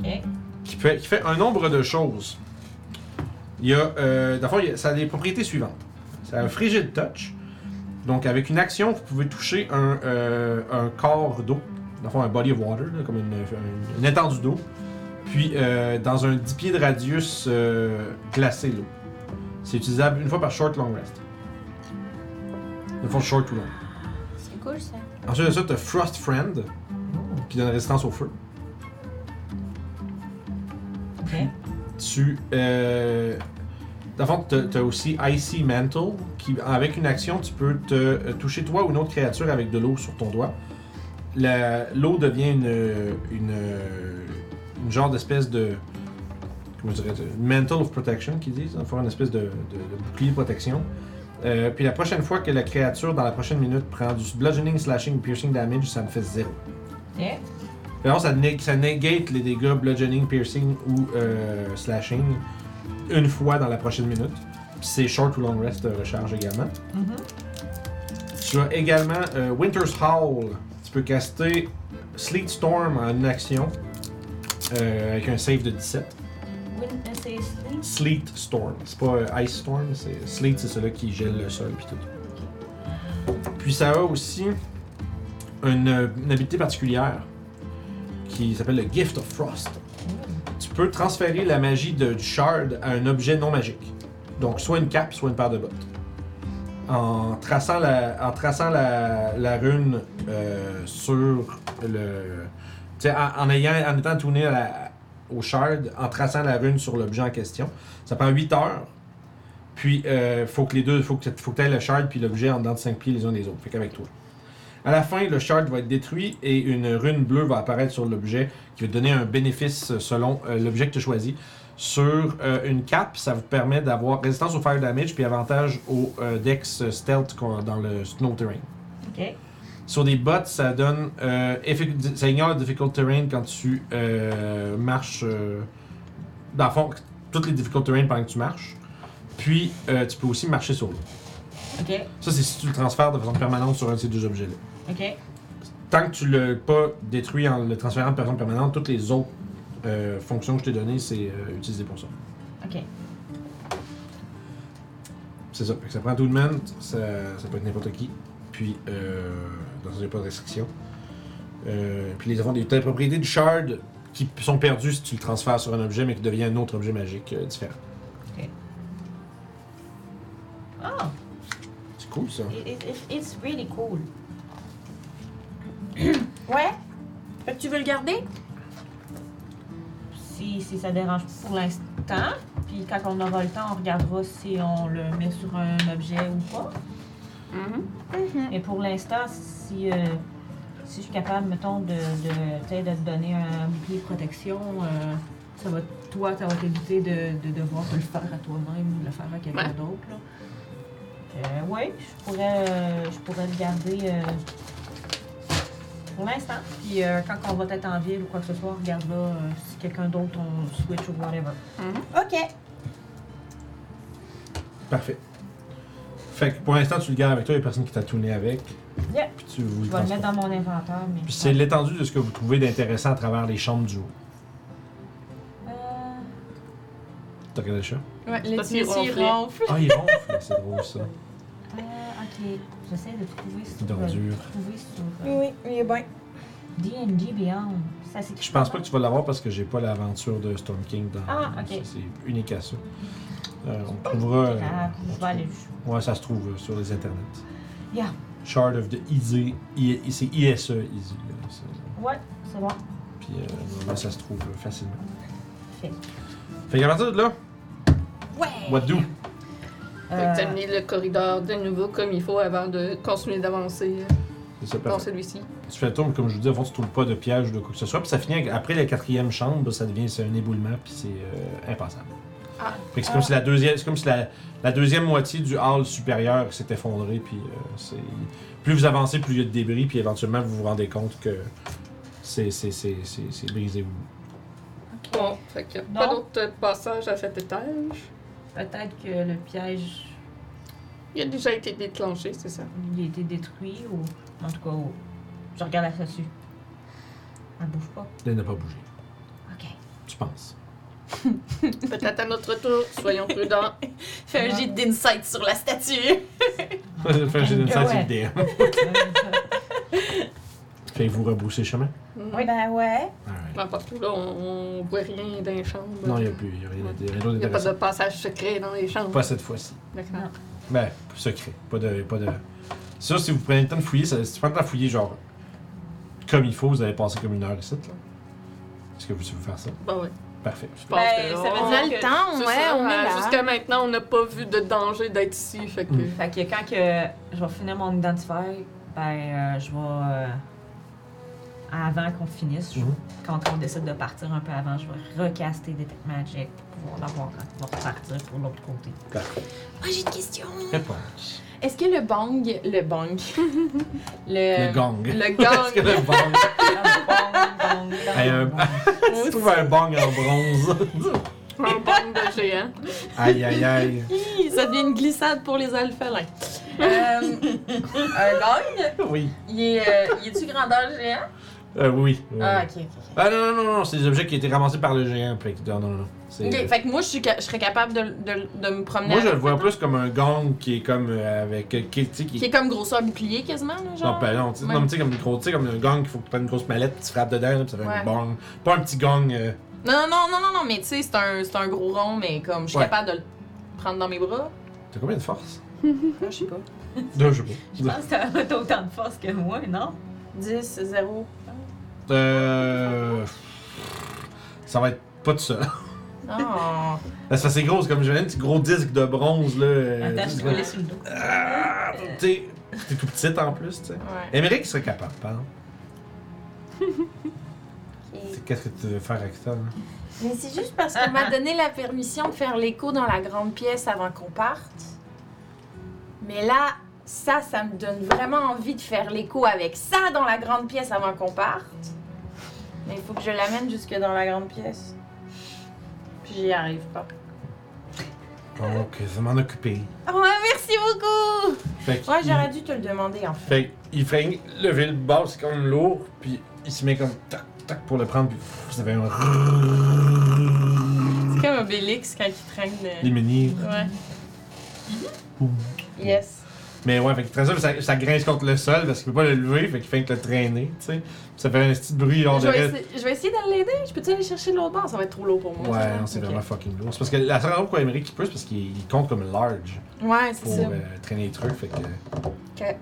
Speaker 9: Ok.
Speaker 1: Qui, fait, qui fait un nombre de choses. Il y a. Euh, dans le fond, il y a- ça a les propriétés suivantes. C'est un frigid touch. Donc, avec une action, vous pouvez toucher un, euh, un corps d'eau. Dans le fond, un body of water, là, comme une, une- une étendue d'eau. Puis, euh, dans un 10 pieds de radius, euh, glacer l'eau. C'est utilisable une fois par short long rest. Une fois short ou long.
Speaker 6: C'est cool ça.
Speaker 1: Ensuite de ça, t'as Frost Friend, qui donne résistance au feu.
Speaker 9: Ok.
Speaker 1: Tu. Euh, dans le fond, t'as- t'as aussi Icy Mantle, qui, avec une action, tu peux te euh, toucher toi ou une autre créature avec de l'eau sur ton doigt. La- L'eau devient une, une, une genre d'espèce de. Comment je dirais ça? une Mantle of Protection, qu'ils disent. Enfin, une espèce de, de- de bouclier de protection. Euh, puis la prochaine fois que la créature, dans la prochaine minute, prend du bludgeoning, slashing, piercing damage, ça me fait zéro.
Speaker 9: Ok.
Speaker 1: Mais non, ça, nég- ça négate les dégâts bludgeoning, piercing ou euh, slashing une fois dans la prochaine minute. Puis c'est short ou long rest euh, recharge également. Tu as également euh, Winter's Howl. Tu peux caster Sleet Storm en une action euh, avec un save de 17.
Speaker 9: Witnessing sleep.
Speaker 1: Sleet Storm. C'est pas euh, Ice Storm, c'est Sleet, c'est celui qui gèle le sol puis tout. Puis ça a aussi une, euh, une habilité particulière qui s'appelle le Gift of Frost. Tu peux transférer la magie de, du shard à un objet non magique. Donc soit une cape, soit une paire de bottes. En traçant la, en traçant la, la rune euh, sur le. Tu sais, en, en ayant, en étant tourné à la- au shard, en traçant la rune sur l'objet en question, ça prend 8 heures. Puis, euh, faut que les deux, faut que, faut que t'aies le shard puis l'objet en dedans de 5 pieds les uns des autres. Fait qu'avec toi. À la fin, le shard va être détruit et une rune bleue va apparaître sur l'objet qui va te donner un bénéfice selon euh, l'objet que tu choisis. Sur euh, une cape, ça vous permet d'avoir résistance au fire euh, damage puis avantage au euh, dex stealth qu'on- dans le snow terrain.
Speaker 9: Ok.
Speaker 1: Sur des bottes, ça donne. euh, effic- ça ignore le difficult terrain quand tu euh, marches. euh, dans le fond, toutes les difficult terrain pendant que tu marches. Puis, euh, tu peux aussi marcher sur l'eau.
Speaker 5: Ok,
Speaker 1: Ça, c'est si tu le transfères de façon permanente sur un de ces deux objets-là.
Speaker 5: ok.
Speaker 1: Tant que tu l'as pas détruit en le transférant de façon permanente, toutes les autres euh, fonctions que je t'ai données, c'est euh, utilisé pour ça.
Speaker 5: Ok.
Speaker 1: C'est ça. Fait que ça prend tout de même, ça, ça peut être n'importe qui. Puis, euh, dans un pas de restriction. Euh, puis, les, enfants, des- t'as les propriétés du shard qui p- sont perdues si tu le transfères sur un objet, mais qui devient un autre objet magique euh, différent.
Speaker 5: Ah,
Speaker 1: C'est cool ça.
Speaker 5: it- it- it- it's really cool.
Speaker 8: Ouais? Fait que tu veux le garder?
Speaker 5: Si, si ça dérange pas pour l'instant, puis quand on aura le temps, on regardera si on le met sur un objet ou pas. Mais pour l'instant, si, euh, si je suis capable, mettons, de, de, tu sais, de te donner un bouclier de protection, euh, ça va, toi, ça va t'éviter de, de devoir te le faire à toi-même ou de le faire à quelqu'un
Speaker 3: Ouais.
Speaker 5: d'autre. là. Euh, oui, je pourrais, euh, je pourrais le garder euh, pour l'instant. Puis euh, quand on va être en ville ou quoi que ce soit, on regardera euh, si quelqu'un d'autre on switch ou whatever.
Speaker 8: Ok.
Speaker 1: Parfait. Fait que pour l'instant, tu le gardes avec toi, il n'y a personne qui t'a tourné avec.
Speaker 5: Yeah.
Speaker 1: Puis tu vous le
Speaker 5: Je vais le
Speaker 1: transportes.
Speaker 5: mettre dans mon inventaire, mais.
Speaker 1: Puis c'est l'étendue de ce que vous trouvez d'intéressant à travers les chambres du haut.
Speaker 5: Euh,
Speaker 1: T'as regardé le chat?
Speaker 6: Ouais, les
Speaker 3: parce qu'il
Speaker 6: petits
Speaker 3: ronflait.
Speaker 6: ronflent.
Speaker 1: Ah, il ronfle! C'est drôle ça.
Speaker 5: Euh, ok, j'essaie de trouver sur. euh,
Speaker 1: C'est dur.
Speaker 5: trouver sur euh,
Speaker 8: Oui, oui, est bien.
Speaker 5: D&D Beyond. Ça s'écrit.
Speaker 1: Je pense pas que tu vas l'avoir parce que j'ai pas l'aventure de Storm King dans.
Speaker 5: Ah, ok.
Speaker 1: c'est- C'est unique à ça. Euh, on trouvera. euh,
Speaker 5: Ah,
Speaker 1: on
Speaker 5: je vais aller.
Speaker 1: Ouais, ça se trouve euh, sur les internets.
Speaker 5: Yeah.
Speaker 1: Shard of the Easy. I- C'est ISE, Easy. là, c'est-
Speaker 5: Ouais, c'est bon.
Speaker 1: Puis euh, normalement, ça se trouve euh, facilement.
Speaker 5: Fait.
Speaker 1: Fait qu'à partir de là,
Speaker 8: Ouais!
Speaker 1: what do?
Speaker 3: Fait que
Speaker 5: Euh,
Speaker 3: t'as mis le corridor de nouveau comme il faut avant de continuer d'avancer euh,
Speaker 1: C'est ça,
Speaker 3: dans
Speaker 1: parfait.
Speaker 3: celui-ci.
Speaker 1: Tu fais le tour, mais comme je vous dis, avant, tu trouves pas de piège ou de quoi que ce soit. Puis ça finit avec- après la quatrième chambre, ça devient c'est un éboulement, puis c'est euh, impassable.
Speaker 3: Ah.
Speaker 1: Fait que c'est comme si la deuxième, c'est comme si la, la deuxième moitié du hall supérieur s'est effondrée, puis euh, c'est plus vous avancez, plus il y a de débris, puis éventuellement vous vous rendez compte que c'est c'est c'est c'est c'est brisé.
Speaker 3: Bon, fait qu'il y a pas
Speaker 5: Non.
Speaker 3: d'autre passage à cet étage.
Speaker 12: Peut-être que le piège,
Speaker 3: Il a déjà été déclenché, c'est ça.
Speaker 12: il a été détruit ou...
Speaker 5: En tout cas, oh, je regarde la statue. Elle bouge pas.
Speaker 1: Elle n'a pas bougé.
Speaker 5: Ok.
Speaker 1: Tu penses
Speaker 3: Peut-être à notre tour, soyons prudents.
Speaker 8: Fais un jet d'insight sur la statue.
Speaker 3: Ah,
Speaker 1: Fait que j'ai une
Speaker 5: Go
Speaker 1: sensée
Speaker 5: ahead.
Speaker 1: de DM. Fait que vous rebroussez chemin.
Speaker 3: Oui.
Speaker 8: Ben ouais.
Speaker 1: Alright.
Speaker 3: N'importe où, là, on, on voit rien dans les chambres.
Speaker 1: Non, il n'y a plus, il n'y a rien, il y a rien d'autre
Speaker 3: Il n'y a pas
Speaker 1: d'intéressant.
Speaker 3: de passage secret dans les chambres.
Speaker 1: Pas cette fois-ci.
Speaker 3: D'accord.
Speaker 1: Ben, secret. Pas de. Pas de... Ça, si vous prenez le temps de fouiller, ça- si tu prends le temps de fouiller, genre, comme il faut, vous allez passer comme une heure ici, là. Est-ce que vous savez faire ça?
Speaker 3: Bah ouais,
Speaker 1: Parfait.
Speaker 3: je pense
Speaker 6: Ben,
Speaker 3: que
Speaker 6: ça
Speaker 3: là,
Speaker 6: veut
Speaker 8: On
Speaker 6: dire
Speaker 8: a
Speaker 6: que
Speaker 8: le temps,
Speaker 3: c'est
Speaker 8: ouais,
Speaker 3: ça,
Speaker 8: on
Speaker 3: euh,
Speaker 8: est là.
Speaker 3: Jusqu'à maintenant, on n'a pas vu de danger d'être ici, fait que...
Speaker 1: Mm.
Speaker 12: Fait que quand que je vais finir mon identifier, ben euh, je vais... euh, avant qu'on finisse, je-
Speaker 1: Mhm.
Speaker 12: quand on décide de partir un peu avant, je vais recaster Detect Magic pour pouvoir l'avoir quand on va repartir pour l'autre côté.
Speaker 6: Oh,
Speaker 8: Moi, j'ai une question.
Speaker 1: Réponse.
Speaker 6: Est-ce que le bang, le bang, le,
Speaker 1: Le gong.
Speaker 6: Euh, le
Speaker 1: Est-ce que
Speaker 6: gang,
Speaker 1: le bang.
Speaker 12: Bang, bang, bang,
Speaker 1: Hey, un-
Speaker 12: bang.
Speaker 1: tu trouves un bang en bronze.
Speaker 3: Un bang de géant.
Speaker 1: aïe, aïe, aïe.
Speaker 6: ça devient une glissade pour les alphalins. Euh, un gang,
Speaker 1: Oui.
Speaker 6: il est, euh, il est-tu grandeur géant?
Speaker 1: Euh, oui. oui.
Speaker 6: Ah, ok, ok.
Speaker 1: Ah, non, non, non, non, c'est des objets qui étaient ramassés par le géant. Fait que- non, non, non. C'est-
Speaker 6: Ok, fait que moi, je, suis ca- je serais capable de, de- de me promener.
Speaker 1: Euh, Moi, je
Speaker 6: avec-
Speaker 1: le vois plus comme un gong qui est comme euh, avec. Qui, tu sais, qui-
Speaker 6: Qui est comme grosseur bouclier quasiment, là, genre.
Speaker 1: Non, ben non, tu sais,
Speaker 6: Ouais.
Speaker 1: non, mais tu sais, comme une grosse, tu sais, comme un gong, il faut que tu prennes une grosse mallette, tu frappes dedans, là, pis ça fait un
Speaker 6: Ouais.
Speaker 1: bang. Pas un petit gong. euh,
Speaker 6: Non, non, non, non, non, mais tu sais, c'est un, c'est un gros rond, mais comme je suis
Speaker 1: Ouais.
Speaker 6: capable de le prendre dans mes bras.
Speaker 1: T'as combien de force
Speaker 6: Je sais pas.
Speaker 1: Deux, je sais
Speaker 12: Je pense que t'as- t'as autant de force que moi, non?
Speaker 6: 10, 0.
Speaker 1: pas. Euh. Ça va être pas tout seul.
Speaker 6: Non.
Speaker 1: Parce que c'est gros, c'est comme j'avais un petit gros disque de bronze, là. euh,
Speaker 12: Attends, je
Speaker 1: tu
Speaker 12: te laisse sur le dos.
Speaker 1: Ah, T'es t'es tout petite en plus, tu sais.
Speaker 6: Ouais.
Speaker 1: Émeric serait capable, pardon. C'est- Qu'est-ce que tu veux faire avec ça, hein? là?
Speaker 8: Mais c'est juste parce qu'on m'a donné la permission de faire l'écho dans la grande pièce avant qu'on parte. Mais là, ça, ça me donne vraiment envie de faire l'écho avec ça dans la grande pièce avant qu'on parte. Mais il faut que je l'amène jusque dans la grande pièce. Puis j'y arrive pas.
Speaker 1: Donc, je vais m'en occuper.
Speaker 8: Oh, ouais, merci beaucoup!
Speaker 1: Fait que
Speaker 8: Ouais,
Speaker 1: il-
Speaker 8: j'aurais dû te le demander, en fait.
Speaker 1: Fait qu'il fait lever le bas, c'est quand même lourd, puis il se met comme tac, tac pour le prendre, puis pff, ça fait un
Speaker 6: C'est comme Obélix quand il traîne. euh,
Speaker 1: les menhirs.
Speaker 6: Ouais. Yes.
Speaker 1: Mais ouais, fait que très simple, ça, ça grince contre le sol parce qu'il peut pas le lever, fait qu'il fait que le traîner, tu sais. Ça fait un petit bruit genre
Speaker 6: Je
Speaker 1: de
Speaker 6: vais,
Speaker 1: reste.
Speaker 6: essayer, je vais essayer d'aller l'aider. Je peux-tu aller chercher de l'autre bord? Ça va être trop lourd pour moi.
Speaker 1: Ouais,
Speaker 6: ça.
Speaker 1: non, c'est
Speaker 6: Ok.
Speaker 1: vraiment fucking lourd. C'est parce que la seule raison pourquoi Emery qui peut, c'est parce qu'il il compte comme large
Speaker 6: Ouais, c'est
Speaker 1: pour
Speaker 6: ça.
Speaker 1: euh, traîner les trucs, fait que. Ok.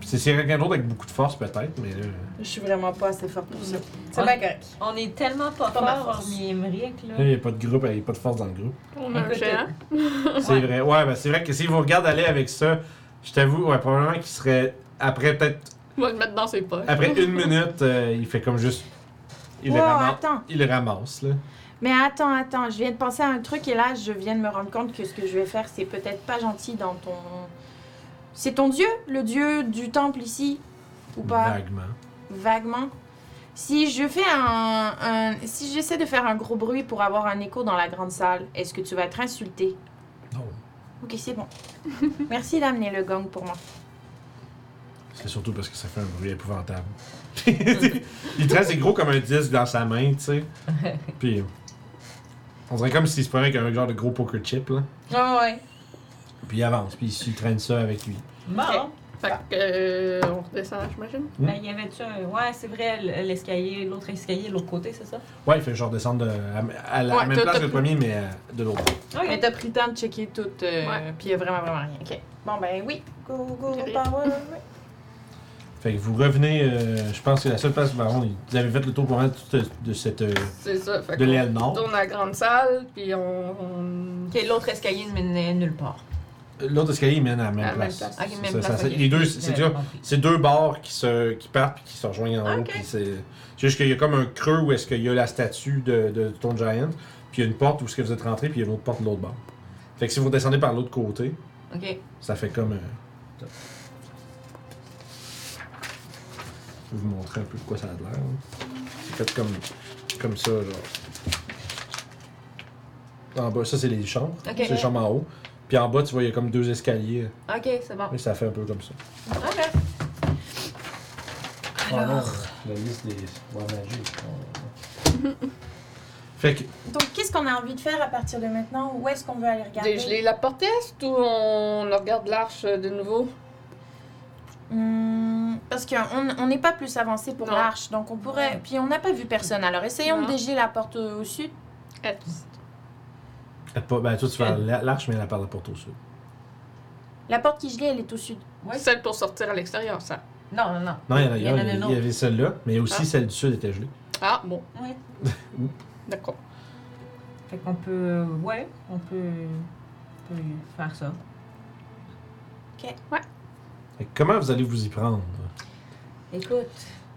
Speaker 1: Puis c'est- c'est quelqu'un d'autre avec beaucoup de force peut-être, mais là.
Speaker 6: Je suis vraiment pas assez forte pour ça. C'est
Speaker 5: Ouais.
Speaker 6: bien correct.
Speaker 5: On est tellement pas
Speaker 6: Pas ma
Speaker 5: fort,
Speaker 6: force.
Speaker 5: hormis Emmerich, là.
Speaker 1: Là, il n'y a pas de groupe, il n'y a pas de force dans le groupe.
Speaker 3: On a un géant.
Speaker 8: euh.
Speaker 1: C'est vrai. Ouais, ben c'est vrai que s'il vous regarde aller avec ça, je t'avoue, ouais, probablement qu'il serait. Après peut-être.
Speaker 3: Il va le mettre dans ses poches.
Speaker 1: Après une minute, euh, il fait comme juste. Il, le
Speaker 8: Wow,
Speaker 1: ramasse,
Speaker 8: attends.
Speaker 1: il le ramasse, là.
Speaker 8: Mais attends, attends, je viens de penser à un truc et là, je viens de me rendre compte que ce que je vais faire, c'est peut-être pas gentil dans ton. C'est ton dieu, le dieu du temple ici Ou pas
Speaker 1: Vaguement.
Speaker 8: Vaguement. Si je fais un. un- Si j'essaie de faire un gros bruit pour avoir un écho dans la grande salle, est-ce que tu vas être insulté
Speaker 1: Non.
Speaker 8: Ok, c'est bon. Merci d'amener le gong pour moi.
Speaker 1: C'est surtout parce que ça fait un bruit épouvantable. il traîne c'est gros comme un disque dans sa main, tu sais. Puis. On dirait comme s'il se prenait avec un genre de gros poker chip, là.
Speaker 6: Ah ouais.
Speaker 1: Puis il avance, puis il- il traîne ça avec lui.
Speaker 5: Bon!
Speaker 6: Ok.
Speaker 3: Fait
Speaker 1: Ah.
Speaker 3: que, euh, on redescend, j'imagine.
Speaker 5: Ben, y avait-tu un. Ouais, c'est vrai, l- l'escalier, l'autre escalier, l'autre côté, c'est ça?
Speaker 1: Ouais, il fait genre descendre de- à, à la
Speaker 6: Ouais,
Speaker 1: même
Speaker 6: t'as-
Speaker 1: place
Speaker 6: t'as
Speaker 1: que le
Speaker 6: plus-
Speaker 1: premier, mais euh, de l'autre.
Speaker 6: Mais t'as pris le temps de checker tout. euh,
Speaker 3: Ouais.
Speaker 6: Puis il y a vraiment, vraiment rien. Ok.
Speaker 8: Bon, ben oui. Go, go,
Speaker 3: Ok.
Speaker 8: par ouais, ouais, ouais.
Speaker 1: Fait que vous revenez, euh, je pense que la seule place où Baron, vous avez fait le tour pour de, toute- de cette euh,
Speaker 3: C'est ça. Fait
Speaker 1: de
Speaker 3: qu'on
Speaker 1: l'aile nord.
Speaker 3: tourne à la grande salle, puis on. on-
Speaker 5: Ok, l'autre escalier ne menait nulle part.
Speaker 1: L'autre escalier il mène à la même
Speaker 3: À la même
Speaker 1: place.
Speaker 3: place.
Speaker 5: Ok, même
Speaker 1: Ça- ça-
Speaker 5: place,
Speaker 1: ça-
Speaker 5: ok.
Speaker 1: Les deux, c'est c'est
Speaker 5: J'avais
Speaker 1: déjà,
Speaker 5: pas compris.
Speaker 1: c'est deux barres qui se qui partent puis qui se rejoignent en haut.
Speaker 5: Ok.
Speaker 1: puis c'est c'est juste qu'il y a comme un creux où est-ce qu'il y a la statue de, de Stone Giant, puis il y a une porte où est-ce que vous êtes rentré, puis il y a une autre porte de l'autre bord. Fait que si vous descendez par l'autre côté,
Speaker 5: Ok.
Speaker 1: ça fait comme. euh, ça. Je vais vous montrer un peu de quoi ça a l'air. là. C'est fait comme, comme ça, genre. En bas, ça c'est les chambres.
Speaker 5: Ok.
Speaker 1: C'est les chambres en haut. Puis en bas, tu vois, il y a comme deux escaliers.
Speaker 5: Ok, c'est bon.
Speaker 1: Et ça fait un peu comme ça.
Speaker 5: Ok.
Speaker 1: Ah non, la liste des bois magiques. hein. Fait que
Speaker 8: Donc, qu'est-ce qu'on a envie de faire à partir de maintenant Où est-ce qu'on veut aller regarder
Speaker 3: Dégeler la porte est ou on regarde l'arche de nouveau?
Speaker 8: Hmm, parce qu'on on n'est pas plus avancé pour
Speaker 3: Non.
Speaker 8: l'arche, donc on pourrait. Puis on n'a pas vu personne, alors essayons
Speaker 3: Non.
Speaker 8: de dégeler la porte euh, au, au sud.
Speaker 3: Est.
Speaker 1: elle pas- ben, toi, tu vas à la- l'arche, mais elle parle la porte au sud.
Speaker 8: La porte qui gelée, elle est au sud.
Speaker 5: Ouais.
Speaker 3: Celle pour sortir à l'extérieur, ça.
Speaker 5: Non, non, non.
Speaker 1: Non, il y en a, il y en a-
Speaker 5: en
Speaker 1: il
Speaker 5: une
Speaker 1: y
Speaker 5: autre.
Speaker 1: avait celle-là, mais aussi
Speaker 3: Ah.
Speaker 1: celle du sud était gelée.
Speaker 3: Ah, bon.
Speaker 5: Ouais.
Speaker 3: D'accord.
Speaker 5: Fait qu'on peut. Ouais, on peut. On peut faire ça.
Speaker 1: Fait que comment vous allez vous y prendre?
Speaker 5: Écoute,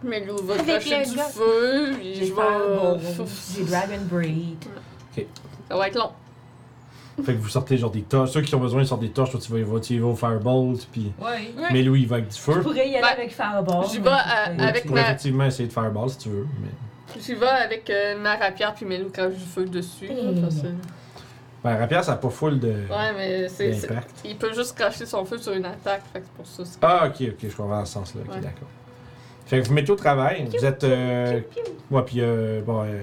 Speaker 3: Mais Lou va
Speaker 8: Avec
Speaker 3: cracher
Speaker 8: le
Speaker 3: du
Speaker 8: gars.
Speaker 3: feu, puis
Speaker 5: j'ai
Speaker 3: je
Speaker 5: faire le
Speaker 3: vais.
Speaker 5: bon, j'ai Dragon Braid.
Speaker 3: Ça va être long.
Speaker 1: Fait que vous sortez genre des torches. Ceux qui ont besoin, ils sortent des torches. Toi, tu vas, y voir- tu y vas au Firebolt, puis...
Speaker 5: Ouais.
Speaker 1: Mais lui, il va avec du
Speaker 5: Tu
Speaker 1: feu.
Speaker 5: pourrais y aller
Speaker 3: Ben,
Speaker 5: avec Fireball.
Speaker 3: j'y
Speaker 5: mais
Speaker 3: vais,
Speaker 5: c'est-
Speaker 3: euh,
Speaker 1: Ou
Speaker 5: ouais,
Speaker 3: avec
Speaker 1: Oh, tu
Speaker 5: tu
Speaker 1: pourrais
Speaker 3: ma-
Speaker 1: effectivement essayer de Fireball si tu veux, mais...
Speaker 3: J'y vais avec euh, ma rapière puis Melou crache du feu dessus. là,
Speaker 5: Mmh.
Speaker 3: parce que-
Speaker 1: Ben, Rapier, ça a pas full de...
Speaker 3: Ouais, mais c'est. c'est-
Speaker 1: d'impact.
Speaker 3: Il peut juste cracher son feu sur une attaque, fait que c'est pour ça. c'est-
Speaker 1: Ah, ok, ok, je comprends dans ce sens-là. Ok,
Speaker 3: Ouais.
Speaker 1: d'accord. Fait que vous mettez au travail. vous êtes... Euh... Ouais, puis euh, bon, euh,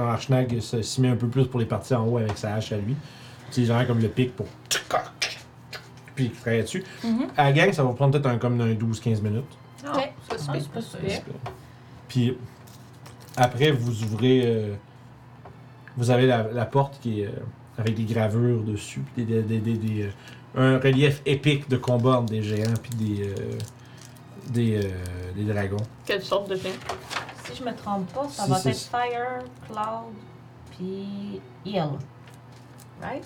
Speaker 1: Archnag se- s'y met un peu plus pour les parties en haut avec sa hache à lui. Utilisant comme le pic pour... Puis il travaille dessus.
Speaker 3: Mm-hmm.
Speaker 8: Mhm.
Speaker 1: À la gang, ça va vous prendre peut-être un, comme un 12-15 minutes.
Speaker 5: Ouais.
Speaker 3: Ça, c'est
Speaker 5: Ouais.
Speaker 3: pas super.
Speaker 1: Puis après, vous ouvrez. euh, vous avez la, la porte qui est euh, avec des gravures dessus, puis des, des- des- des- des, euh, un relief épique de combat entre des géants, puis des, euh, des, euh, des dragons.
Speaker 3: Quelle sorte de pain?
Speaker 13: Si je me trompe pas, ça
Speaker 1: Si,
Speaker 13: va
Speaker 1: c'est-
Speaker 13: être Fire, Cloud, puis Hill. Right?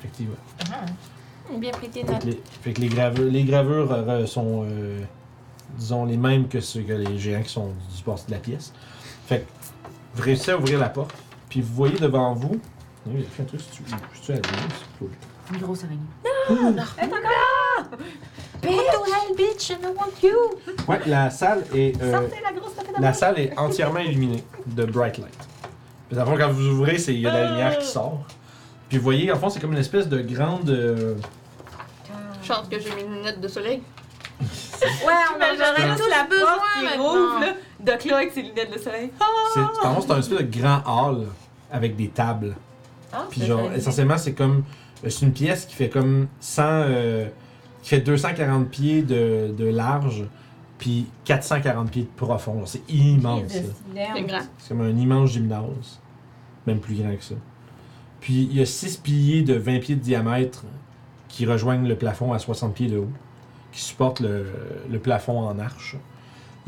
Speaker 1: Effectivement.
Speaker 5: Uh-huh.
Speaker 13: Ah.
Speaker 8: Bien prêté
Speaker 1: Fait
Speaker 8: notre.
Speaker 1: que les, fait que les gravures, les gravures euh, sont, euh, disons, les mêmes que ceux que les géants qui sont du support de la pièce. Fait que vous réussissez à ouvrir la porte, puis vous voyez devant vous. Il y a un truc, si tu, si tu as la lumière, c'est plutôt-
Speaker 5: Une grosse araignée.
Speaker 9: bitch, and I want you!
Speaker 1: Ouais, la salle est, euh,
Speaker 9: Sortez la grosse tapette
Speaker 1: la salle est entièrement illuminée de bright light. Puis dans le fond, quand vous ouvrez, c'est- il y a de la lumière qui sort. Puis vous voyez, en fond, c'est comme une espèce de grande. euh,
Speaker 3: Chance que j'ai mes lunettes de soleil.
Speaker 9: Ouais, on en aurait tous la
Speaker 6: besoin
Speaker 9: porte qui
Speaker 6: maintenant.
Speaker 9: rouvre, là. Doc là avec ses lunettes de soleil. Ah!
Speaker 1: c'est par contre, c'est un espèce de grand hall avec des tables.
Speaker 7: Ah,
Speaker 1: Puis
Speaker 7: c'est
Speaker 1: genre,
Speaker 7: vrai.
Speaker 1: essentiellement, c'est comme. euh, C'est une pièce qui fait comme 100. euh, qui fait 240 pieds de, de large, puis 440 pieds de profond. Genre, C'est immense. là.
Speaker 8: Ah
Speaker 3: C'est grand.
Speaker 1: C'est comme un immense gymnase. Même plus grand que ça. Puis il y a 6 piliers de 20 pieds de diamètre qui rejoignent le plafond à 60 pieds de haut, qui supportent le, le plafond en arche.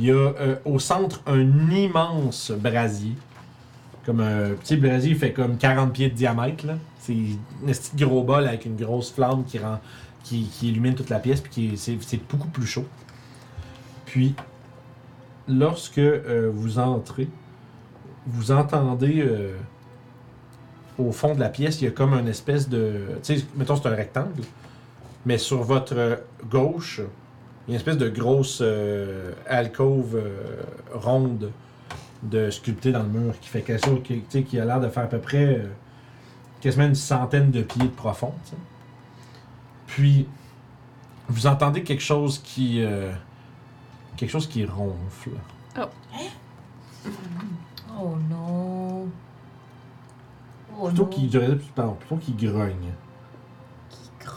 Speaker 1: Il y a euh, au centre un immense brasier. Comme euh, un petit brasier il fait comme 40 pieds de diamètre. là. C'est un petit gros bol avec une grosse flamme qui rend qui, qui illumine toute la pièce puis qui est- c'est c'est beaucoup plus chaud. Puis lorsque euh, vous entrez, vous entendez euh, au fond de la pièce, il y a comme une espèce de. Tu sais, mettons, c'est un rectangle, mais sur votre euh, gauche, il y a une espèce de grosse euh, alcôve euh, ronde de sculptée dans le mur qui fait quelque chose qui, tu sais, qui a l'air de faire à peu près euh, quasiment une centaine de pieds de profond. tu sais. Puis, vous entendez quelque chose qui. euh, quelque chose qui ronfle.
Speaker 5: Oh non. Oh
Speaker 1: Plutôt
Speaker 5: non.
Speaker 1: qu'il j'aurais dit- pardon, plutôt qu'il grogne. Qui grogne?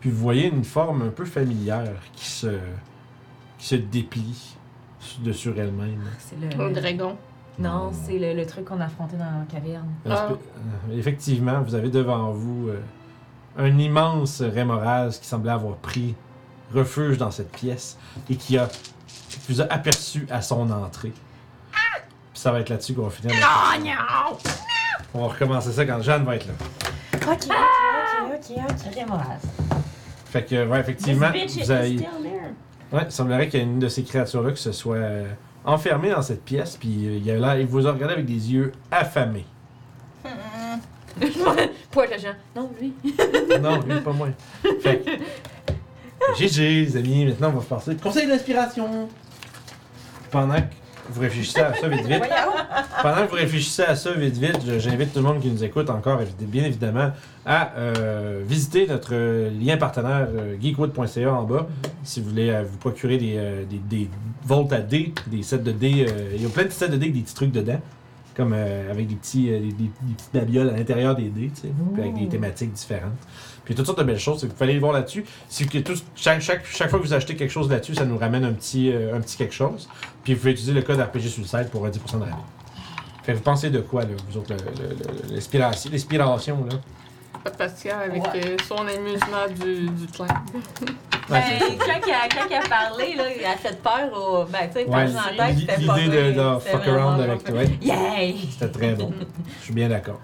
Speaker 1: Puis vous voyez une forme un peu familière qui se, qui se déplie su- de sur elle-même.
Speaker 5: Ah.
Speaker 7: C'est le.
Speaker 3: Un dragon.
Speaker 7: Non, c'est le, le truc qu'on a affronté dans la caverne.
Speaker 1: Un espè- euh, Effectivement, vous avez devant vous euh, un immense rémoraz qui semblait avoir pris refuge dans cette pièce et qui a qui vous a aperçu à son entrée. Puis ça va être là-dessus qu'on va finir.
Speaker 8: Ah! Oh,
Speaker 1: notre- On va recommencer ça quand Jeanne va être là.
Speaker 9: Ok, ok, ok, ok, ok, Moraz.
Speaker 1: Fait que, ouais, effectivement, vous avez... Ouais, il semblerait qu'il y a une de ces créatures-là qui se soit euh, enfermée dans cette pièce, puis euh, il, y a là, il vous a regardé avec des yeux affamés.
Speaker 4: Poil agent. Non, lui.
Speaker 1: non, lui, pas moi. Fait que, GG, les amis, maintenant on va passer. Conseil d'inspiration! Pendant que vous réfléchissez à ça vite vite, pendant que vous réfléchissez à ça vite vite, je- j'invite tout le monde qui nous écoute encore, évi- bien évidemment, à euh, visiter notre euh, lien partenaire euh, geekwood.ca en bas si vous voulez euh, vous procurer des, euh, des, des volts à dés, des sets de dés. euh, Il y a plein de sets de dés avec des petits trucs dedans. Comme euh, avec des petits euh, des, des- des petites babioles à l'intérieur des dés, tu sais, puis avec des thématiques différentes. Puis toutes sortes de belles choses. Vous pouvez aller le voir là-dessus. Si que tout- chaque, chaque, chaque fois que vous achetez quelque chose là-dessus, ça nous ramène un petit, euh, un petit quelque chose. Puis vous pouvez utiliser le code RPG sur le site pour euh, 10% de rabais. Fait que vous pensez de quoi, là, vous autres, le- le- le- l'inspiration, l'inspiration, là?
Speaker 3: Pas de Pascal avec euh, son amusement du, du clan.
Speaker 1: Ouais,
Speaker 5: Ben,
Speaker 1: c'est-
Speaker 5: quand il a, quand il a parlé, là, il a fait peur au. Ben, tu sais,
Speaker 1: Ouais,
Speaker 5: dans la tête, il fait pas
Speaker 1: l'idée de,
Speaker 5: rire.
Speaker 1: de
Speaker 5: C'était
Speaker 1: fuck
Speaker 5: vraiment
Speaker 1: around
Speaker 5: pas
Speaker 1: avec
Speaker 5: peur.
Speaker 1: toi,
Speaker 5: Yay!
Speaker 1: c'était très bon. Je suis bien d'accord.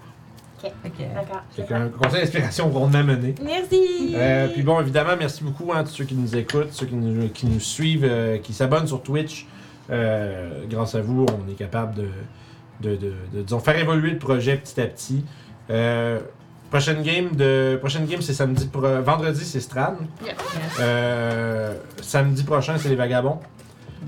Speaker 7: Ok.
Speaker 6: D'accord.
Speaker 1: Fait qu'un conseil d'inspiration rondement mené.
Speaker 9: Merci!
Speaker 1: Euh, puis bon, évidemment, merci beaucoup à tous ceux qui nous écoutent, ceux qui nous, qui nous suivent, euh, qui s'abonnent sur Twitch. Euh, grâce à vous, on est capable de, de, de- de, disons, faire évoluer le projet petit à petit. Euh, prochaine game de prochaine game c'est samedi pro- vendredi c'est Strad.
Speaker 3: Yeah.
Speaker 1: Euh, samedi prochain c'est les vagabonds.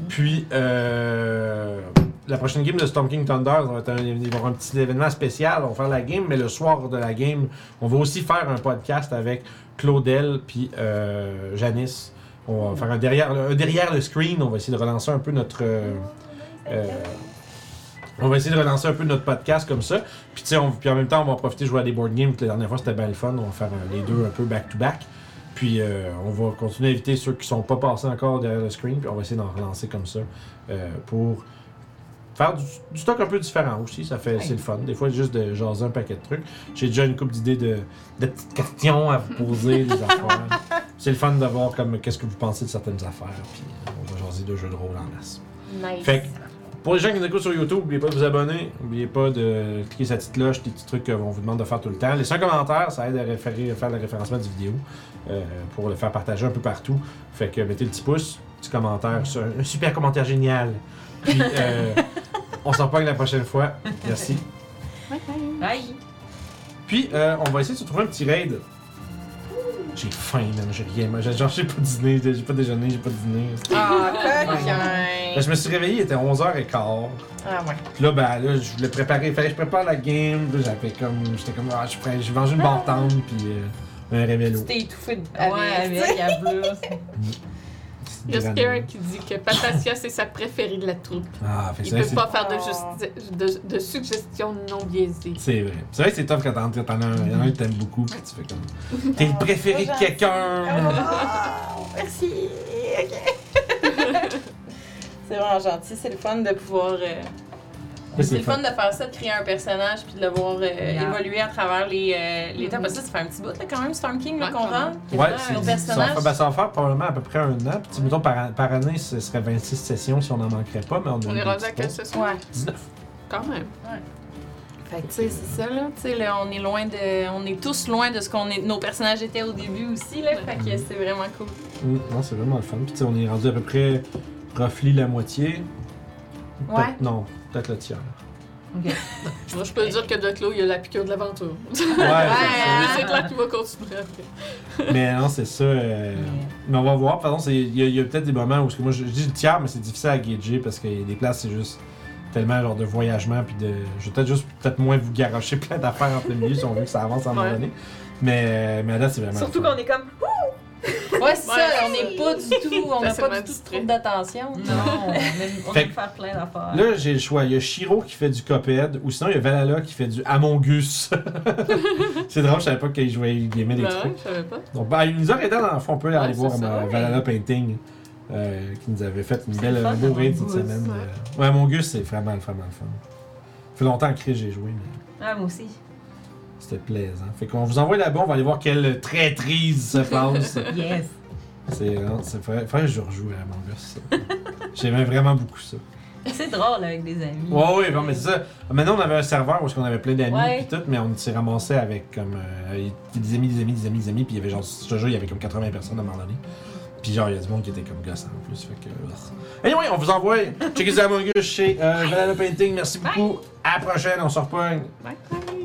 Speaker 1: Puis euh, la prochaine game de Storm King Thunder, ça va être un, il va y avoir un petit événement spécial. On va faire la game, mais le soir de la game, on va aussi faire un podcast avec Claudel puis euh, Janice. On va faire un derrière, le- un derrière le screen. On va essayer de relancer un peu notre. euh, euh, on va essayer de relancer un peu notre podcast comme ça. Puis, tu sais, on- puis en même temps, on va en profiter de jouer à des board games. que La dernière fois, c'était bien le fun. On va faire euh, les deux un peu back-to-back. Puis euh, on va continuer à inviter ceux qui sont pas passés encore derrière le screen. Puis on va essayer d'en relancer comme ça euh, pour faire du, du stock un peu différent aussi. Ça fait, c'est le fun. Des fois, juste de jaser un paquet de trucs. J'ai déjà une couple d'idées de, de petites questions à vous poser, des affaires. C'est le fun d'avoir comme qu'est-ce que vous pensez de certaines affaires. Puis euh, on va jaser de jeux de rôle en masse.
Speaker 9: Nice.
Speaker 1: Fait que, pour les gens qui nous écoutent sur YouTube, n'oubliez pas de vous abonner. N'oubliez pas de cliquer sur la petite cloche, des petits trucs qu'on vous demande de faire tout le temps. Laissez un commentaire, ça aide à, référer- à faire le référencement du vidéo euh, pour le faire partager un peu partout. Fait que mettez le petit pouce, petit commentaire, sur- un super commentaire génial. Puis, euh, on s'en parle la prochaine fois. Merci.
Speaker 7: Bye!
Speaker 1: Puis, euh, on va essayer de se trouver un petit raid. J'ai faim, man. J'ai rien mangé. Genre, j'ai pas dîné, j'ai pas déjeuné, j'ai pas dîné.
Speaker 8: Ah, coquin!
Speaker 1: Là, je me suis réveillé, il était 11h15.
Speaker 8: Ah ouais.
Speaker 1: Puis là, ben là, je voulais préparer. Fallait que je prépare la game. Puis là, j'avais comme. J'étais comme, ah, je prends- j'ai mangé une bartende, puis euh, un révélo.
Speaker 8: T'es étouffé de
Speaker 5: Ah
Speaker 7: Ouais, avec la blouse.
Speaker 3: Il y a Spirit qui dit que Patasia, c'est sa préférée de la troupe.
Speaker 1: Ah, fait que
Speaker 3: Il
Speaker 1: c'est vrai,
Speaker 3: peut
Speaker 1: c'est-
Speaker 3: pas faire de, justi- de, de suggestions non biaisées.
Speaker 1: c'est vrai. C'est vrai que c'est tough quand t'en t'en as un, il y en a un que t'aimes beaucoup, puis tu fais comme. T'es
Speaker 3: Ah.
Speaker 1: le préféré
Speaker 8: Ah,
Speaker 1: de
Speaker 8: ben,
Speaker 1: quelqu'un!
Speaker 8: Oh, Merci! Ok! c'est vraiment gentil, c'est le fun de pouvoir. euh,
Speaker 1: Mais
Speaker 8: C'est
Speaker 1: c'est
Speaker 8: le fun de faire ça, de créer un personnage puis de le voir euh, évoluer à travers les, euh, les temps. Parce que ça, ça fait un petit bout là, quand même, Storm King là,
Speaker 3: Ouais,
Speaker 8: qu'on
Speaker 3: quand même.
Speaker 8: rentre.
Speaker 1: Ouais,
Speaker 8: Nos
Speaker 1: c'est ça va
Speaker 8: personnages.
Speaker 1: faire, ben, ça va faire probablement à peu près un an. Puis, mettons, par, par année, ce serait 26 sessions si on n'en manquerait pas, mais on a
Speaker 3: On
Speaker 1: eu des
Speaker 3: est rendu à
Speaker 1: petites
Speaker 3: quelle
Speaker 1: pauses.
Speaker 3: session?
Speaker 8: Ouais.
Speaker 1: 19.
Speaker 3: Quand même.
Speaker 8: Fait que, tu sais, c'est ça, là. Tu sais, là, on est loin de. On est tous loin de ce qu'on est. Nos personnages étaient au début aussi, là. Fait que c'est vraiment cool.
Speaker 1: Mm, non, c'est vraiment le fun. Puis, tu sais, on est rendu à peu près roughly la moitié. Peut-être-
Speaker 8: Ouais.
Speaker 1: Non, peut-être le tiers.
Speaker 3: Moi, je peux dire que de Clos, il y a la piqûre de l'aventure.
Speaker 8: Euh.
Speaker 1: Ouais,
Speaker 3: Mais
Speaker 1: c'est
Speaker 3: c'est clair qu'il va continuer après.
Speaker 1: ça. Mais non, c'est ça. euh, Mais on va voir. Par exemple, c'est- il y a, il y a peut-être des moments où, parce que moi, je je dis le tiers, mais c'est difficile à gager parce qu'il y a des places, c'est juste tellement genre de voyagement puis de je vais peut-être juste peut-être moins vous garocher plein d'affaires en plein milieu si on veut que ça avance à un moment
Speaker 3: Ouais.
Speaker 1: donné mais euh, mais là c'est vraiment
Speaker 9: Surtout
Speaker 1: le fun.
Speaker 9: qu'on est comme.
Speaker 8: Ouais, c'est
Speaker 3: Ouais,
Speaker 8: ça, on n'est pas du tout. On n'a
Speaker 3: Facilement
Speaker 8: pas du tout de
Speaker 3: distrait.
Speaker 8: trouble d'attention.
Speaker 7: Non, on aime, on
Speaker 1: Fait
Speaker 7: aime
Speaker 1: que-
Speaker 7: faire plein d'affaires.
Speaker 1: Là, j'ai le choix. Il y a Shiro qui fait du Cophead, ou sinon il y a Valhalla qui fait du Among Us. c'est drôle, je savais pas qu'il jouait, il aimait des
Speaker 3: Ben ouais,
Speaker 1: trucs.
Speaker 3: je savais pas.
Speaker 1: Donc, ben, il nous a aidé dans le fond. On peut aller
Speaker 7: Ouais,
Speaker 1: voir
Speaker 7: c'est Bah Ah, ça,
Speaker 1: ma
Speaker 7: ouais.
Speaker 1: Valhalla Painting, euh, qui nous avait fait une
Speaker 7: C'est
Speaker 1: belle,
Speaker 7: le fun,
Speaker 1: un beau raid cette
Speaker 7: Among Us,
Speaker 1: semaine.
Speaker 3: ouais.
Speaker 1: euh. Ouais, Among Us, c'est vraiment, vraiment le fun. Ça fait longtemps que j'ai joué, mais
Speaker 7: Ah, moi aussi.
Speaker 1: c'était plaisant. Fait qu'on vous envoie là-bas, on va aller voir quelle traîtrise se passe.
Speaker 7: Yes.
Speaker 1: c'est non, c'est vrai. Faudrait que je rejoue à Among Us. ça. J'aimais vraiment beaucoup ça.
Speaker 7: C'est drôle avec des amis.
Speaker 1: Ouais, ouais, bon, mais c'est ça. Maintenant, on avait un serveur où on avait plein d'amis
Speaker 7: Ouais.
Speaker 1: puis tout, mais on s'est ramassé avec comme euh, avec des amis, des amis, des amis, des amis, puis il y avait genre, je te jure, il y avait comme 80 personnes à un moment donné. Puis genre, il y a du monde qui était comme gossant en plus, fait que... Anyway, on vous envoie. Checkez ça Among Us chez euh, Valhalla Painting. Merci beaucoup. À la prochaine, on se repogne.
Speaker 3: Bye bye.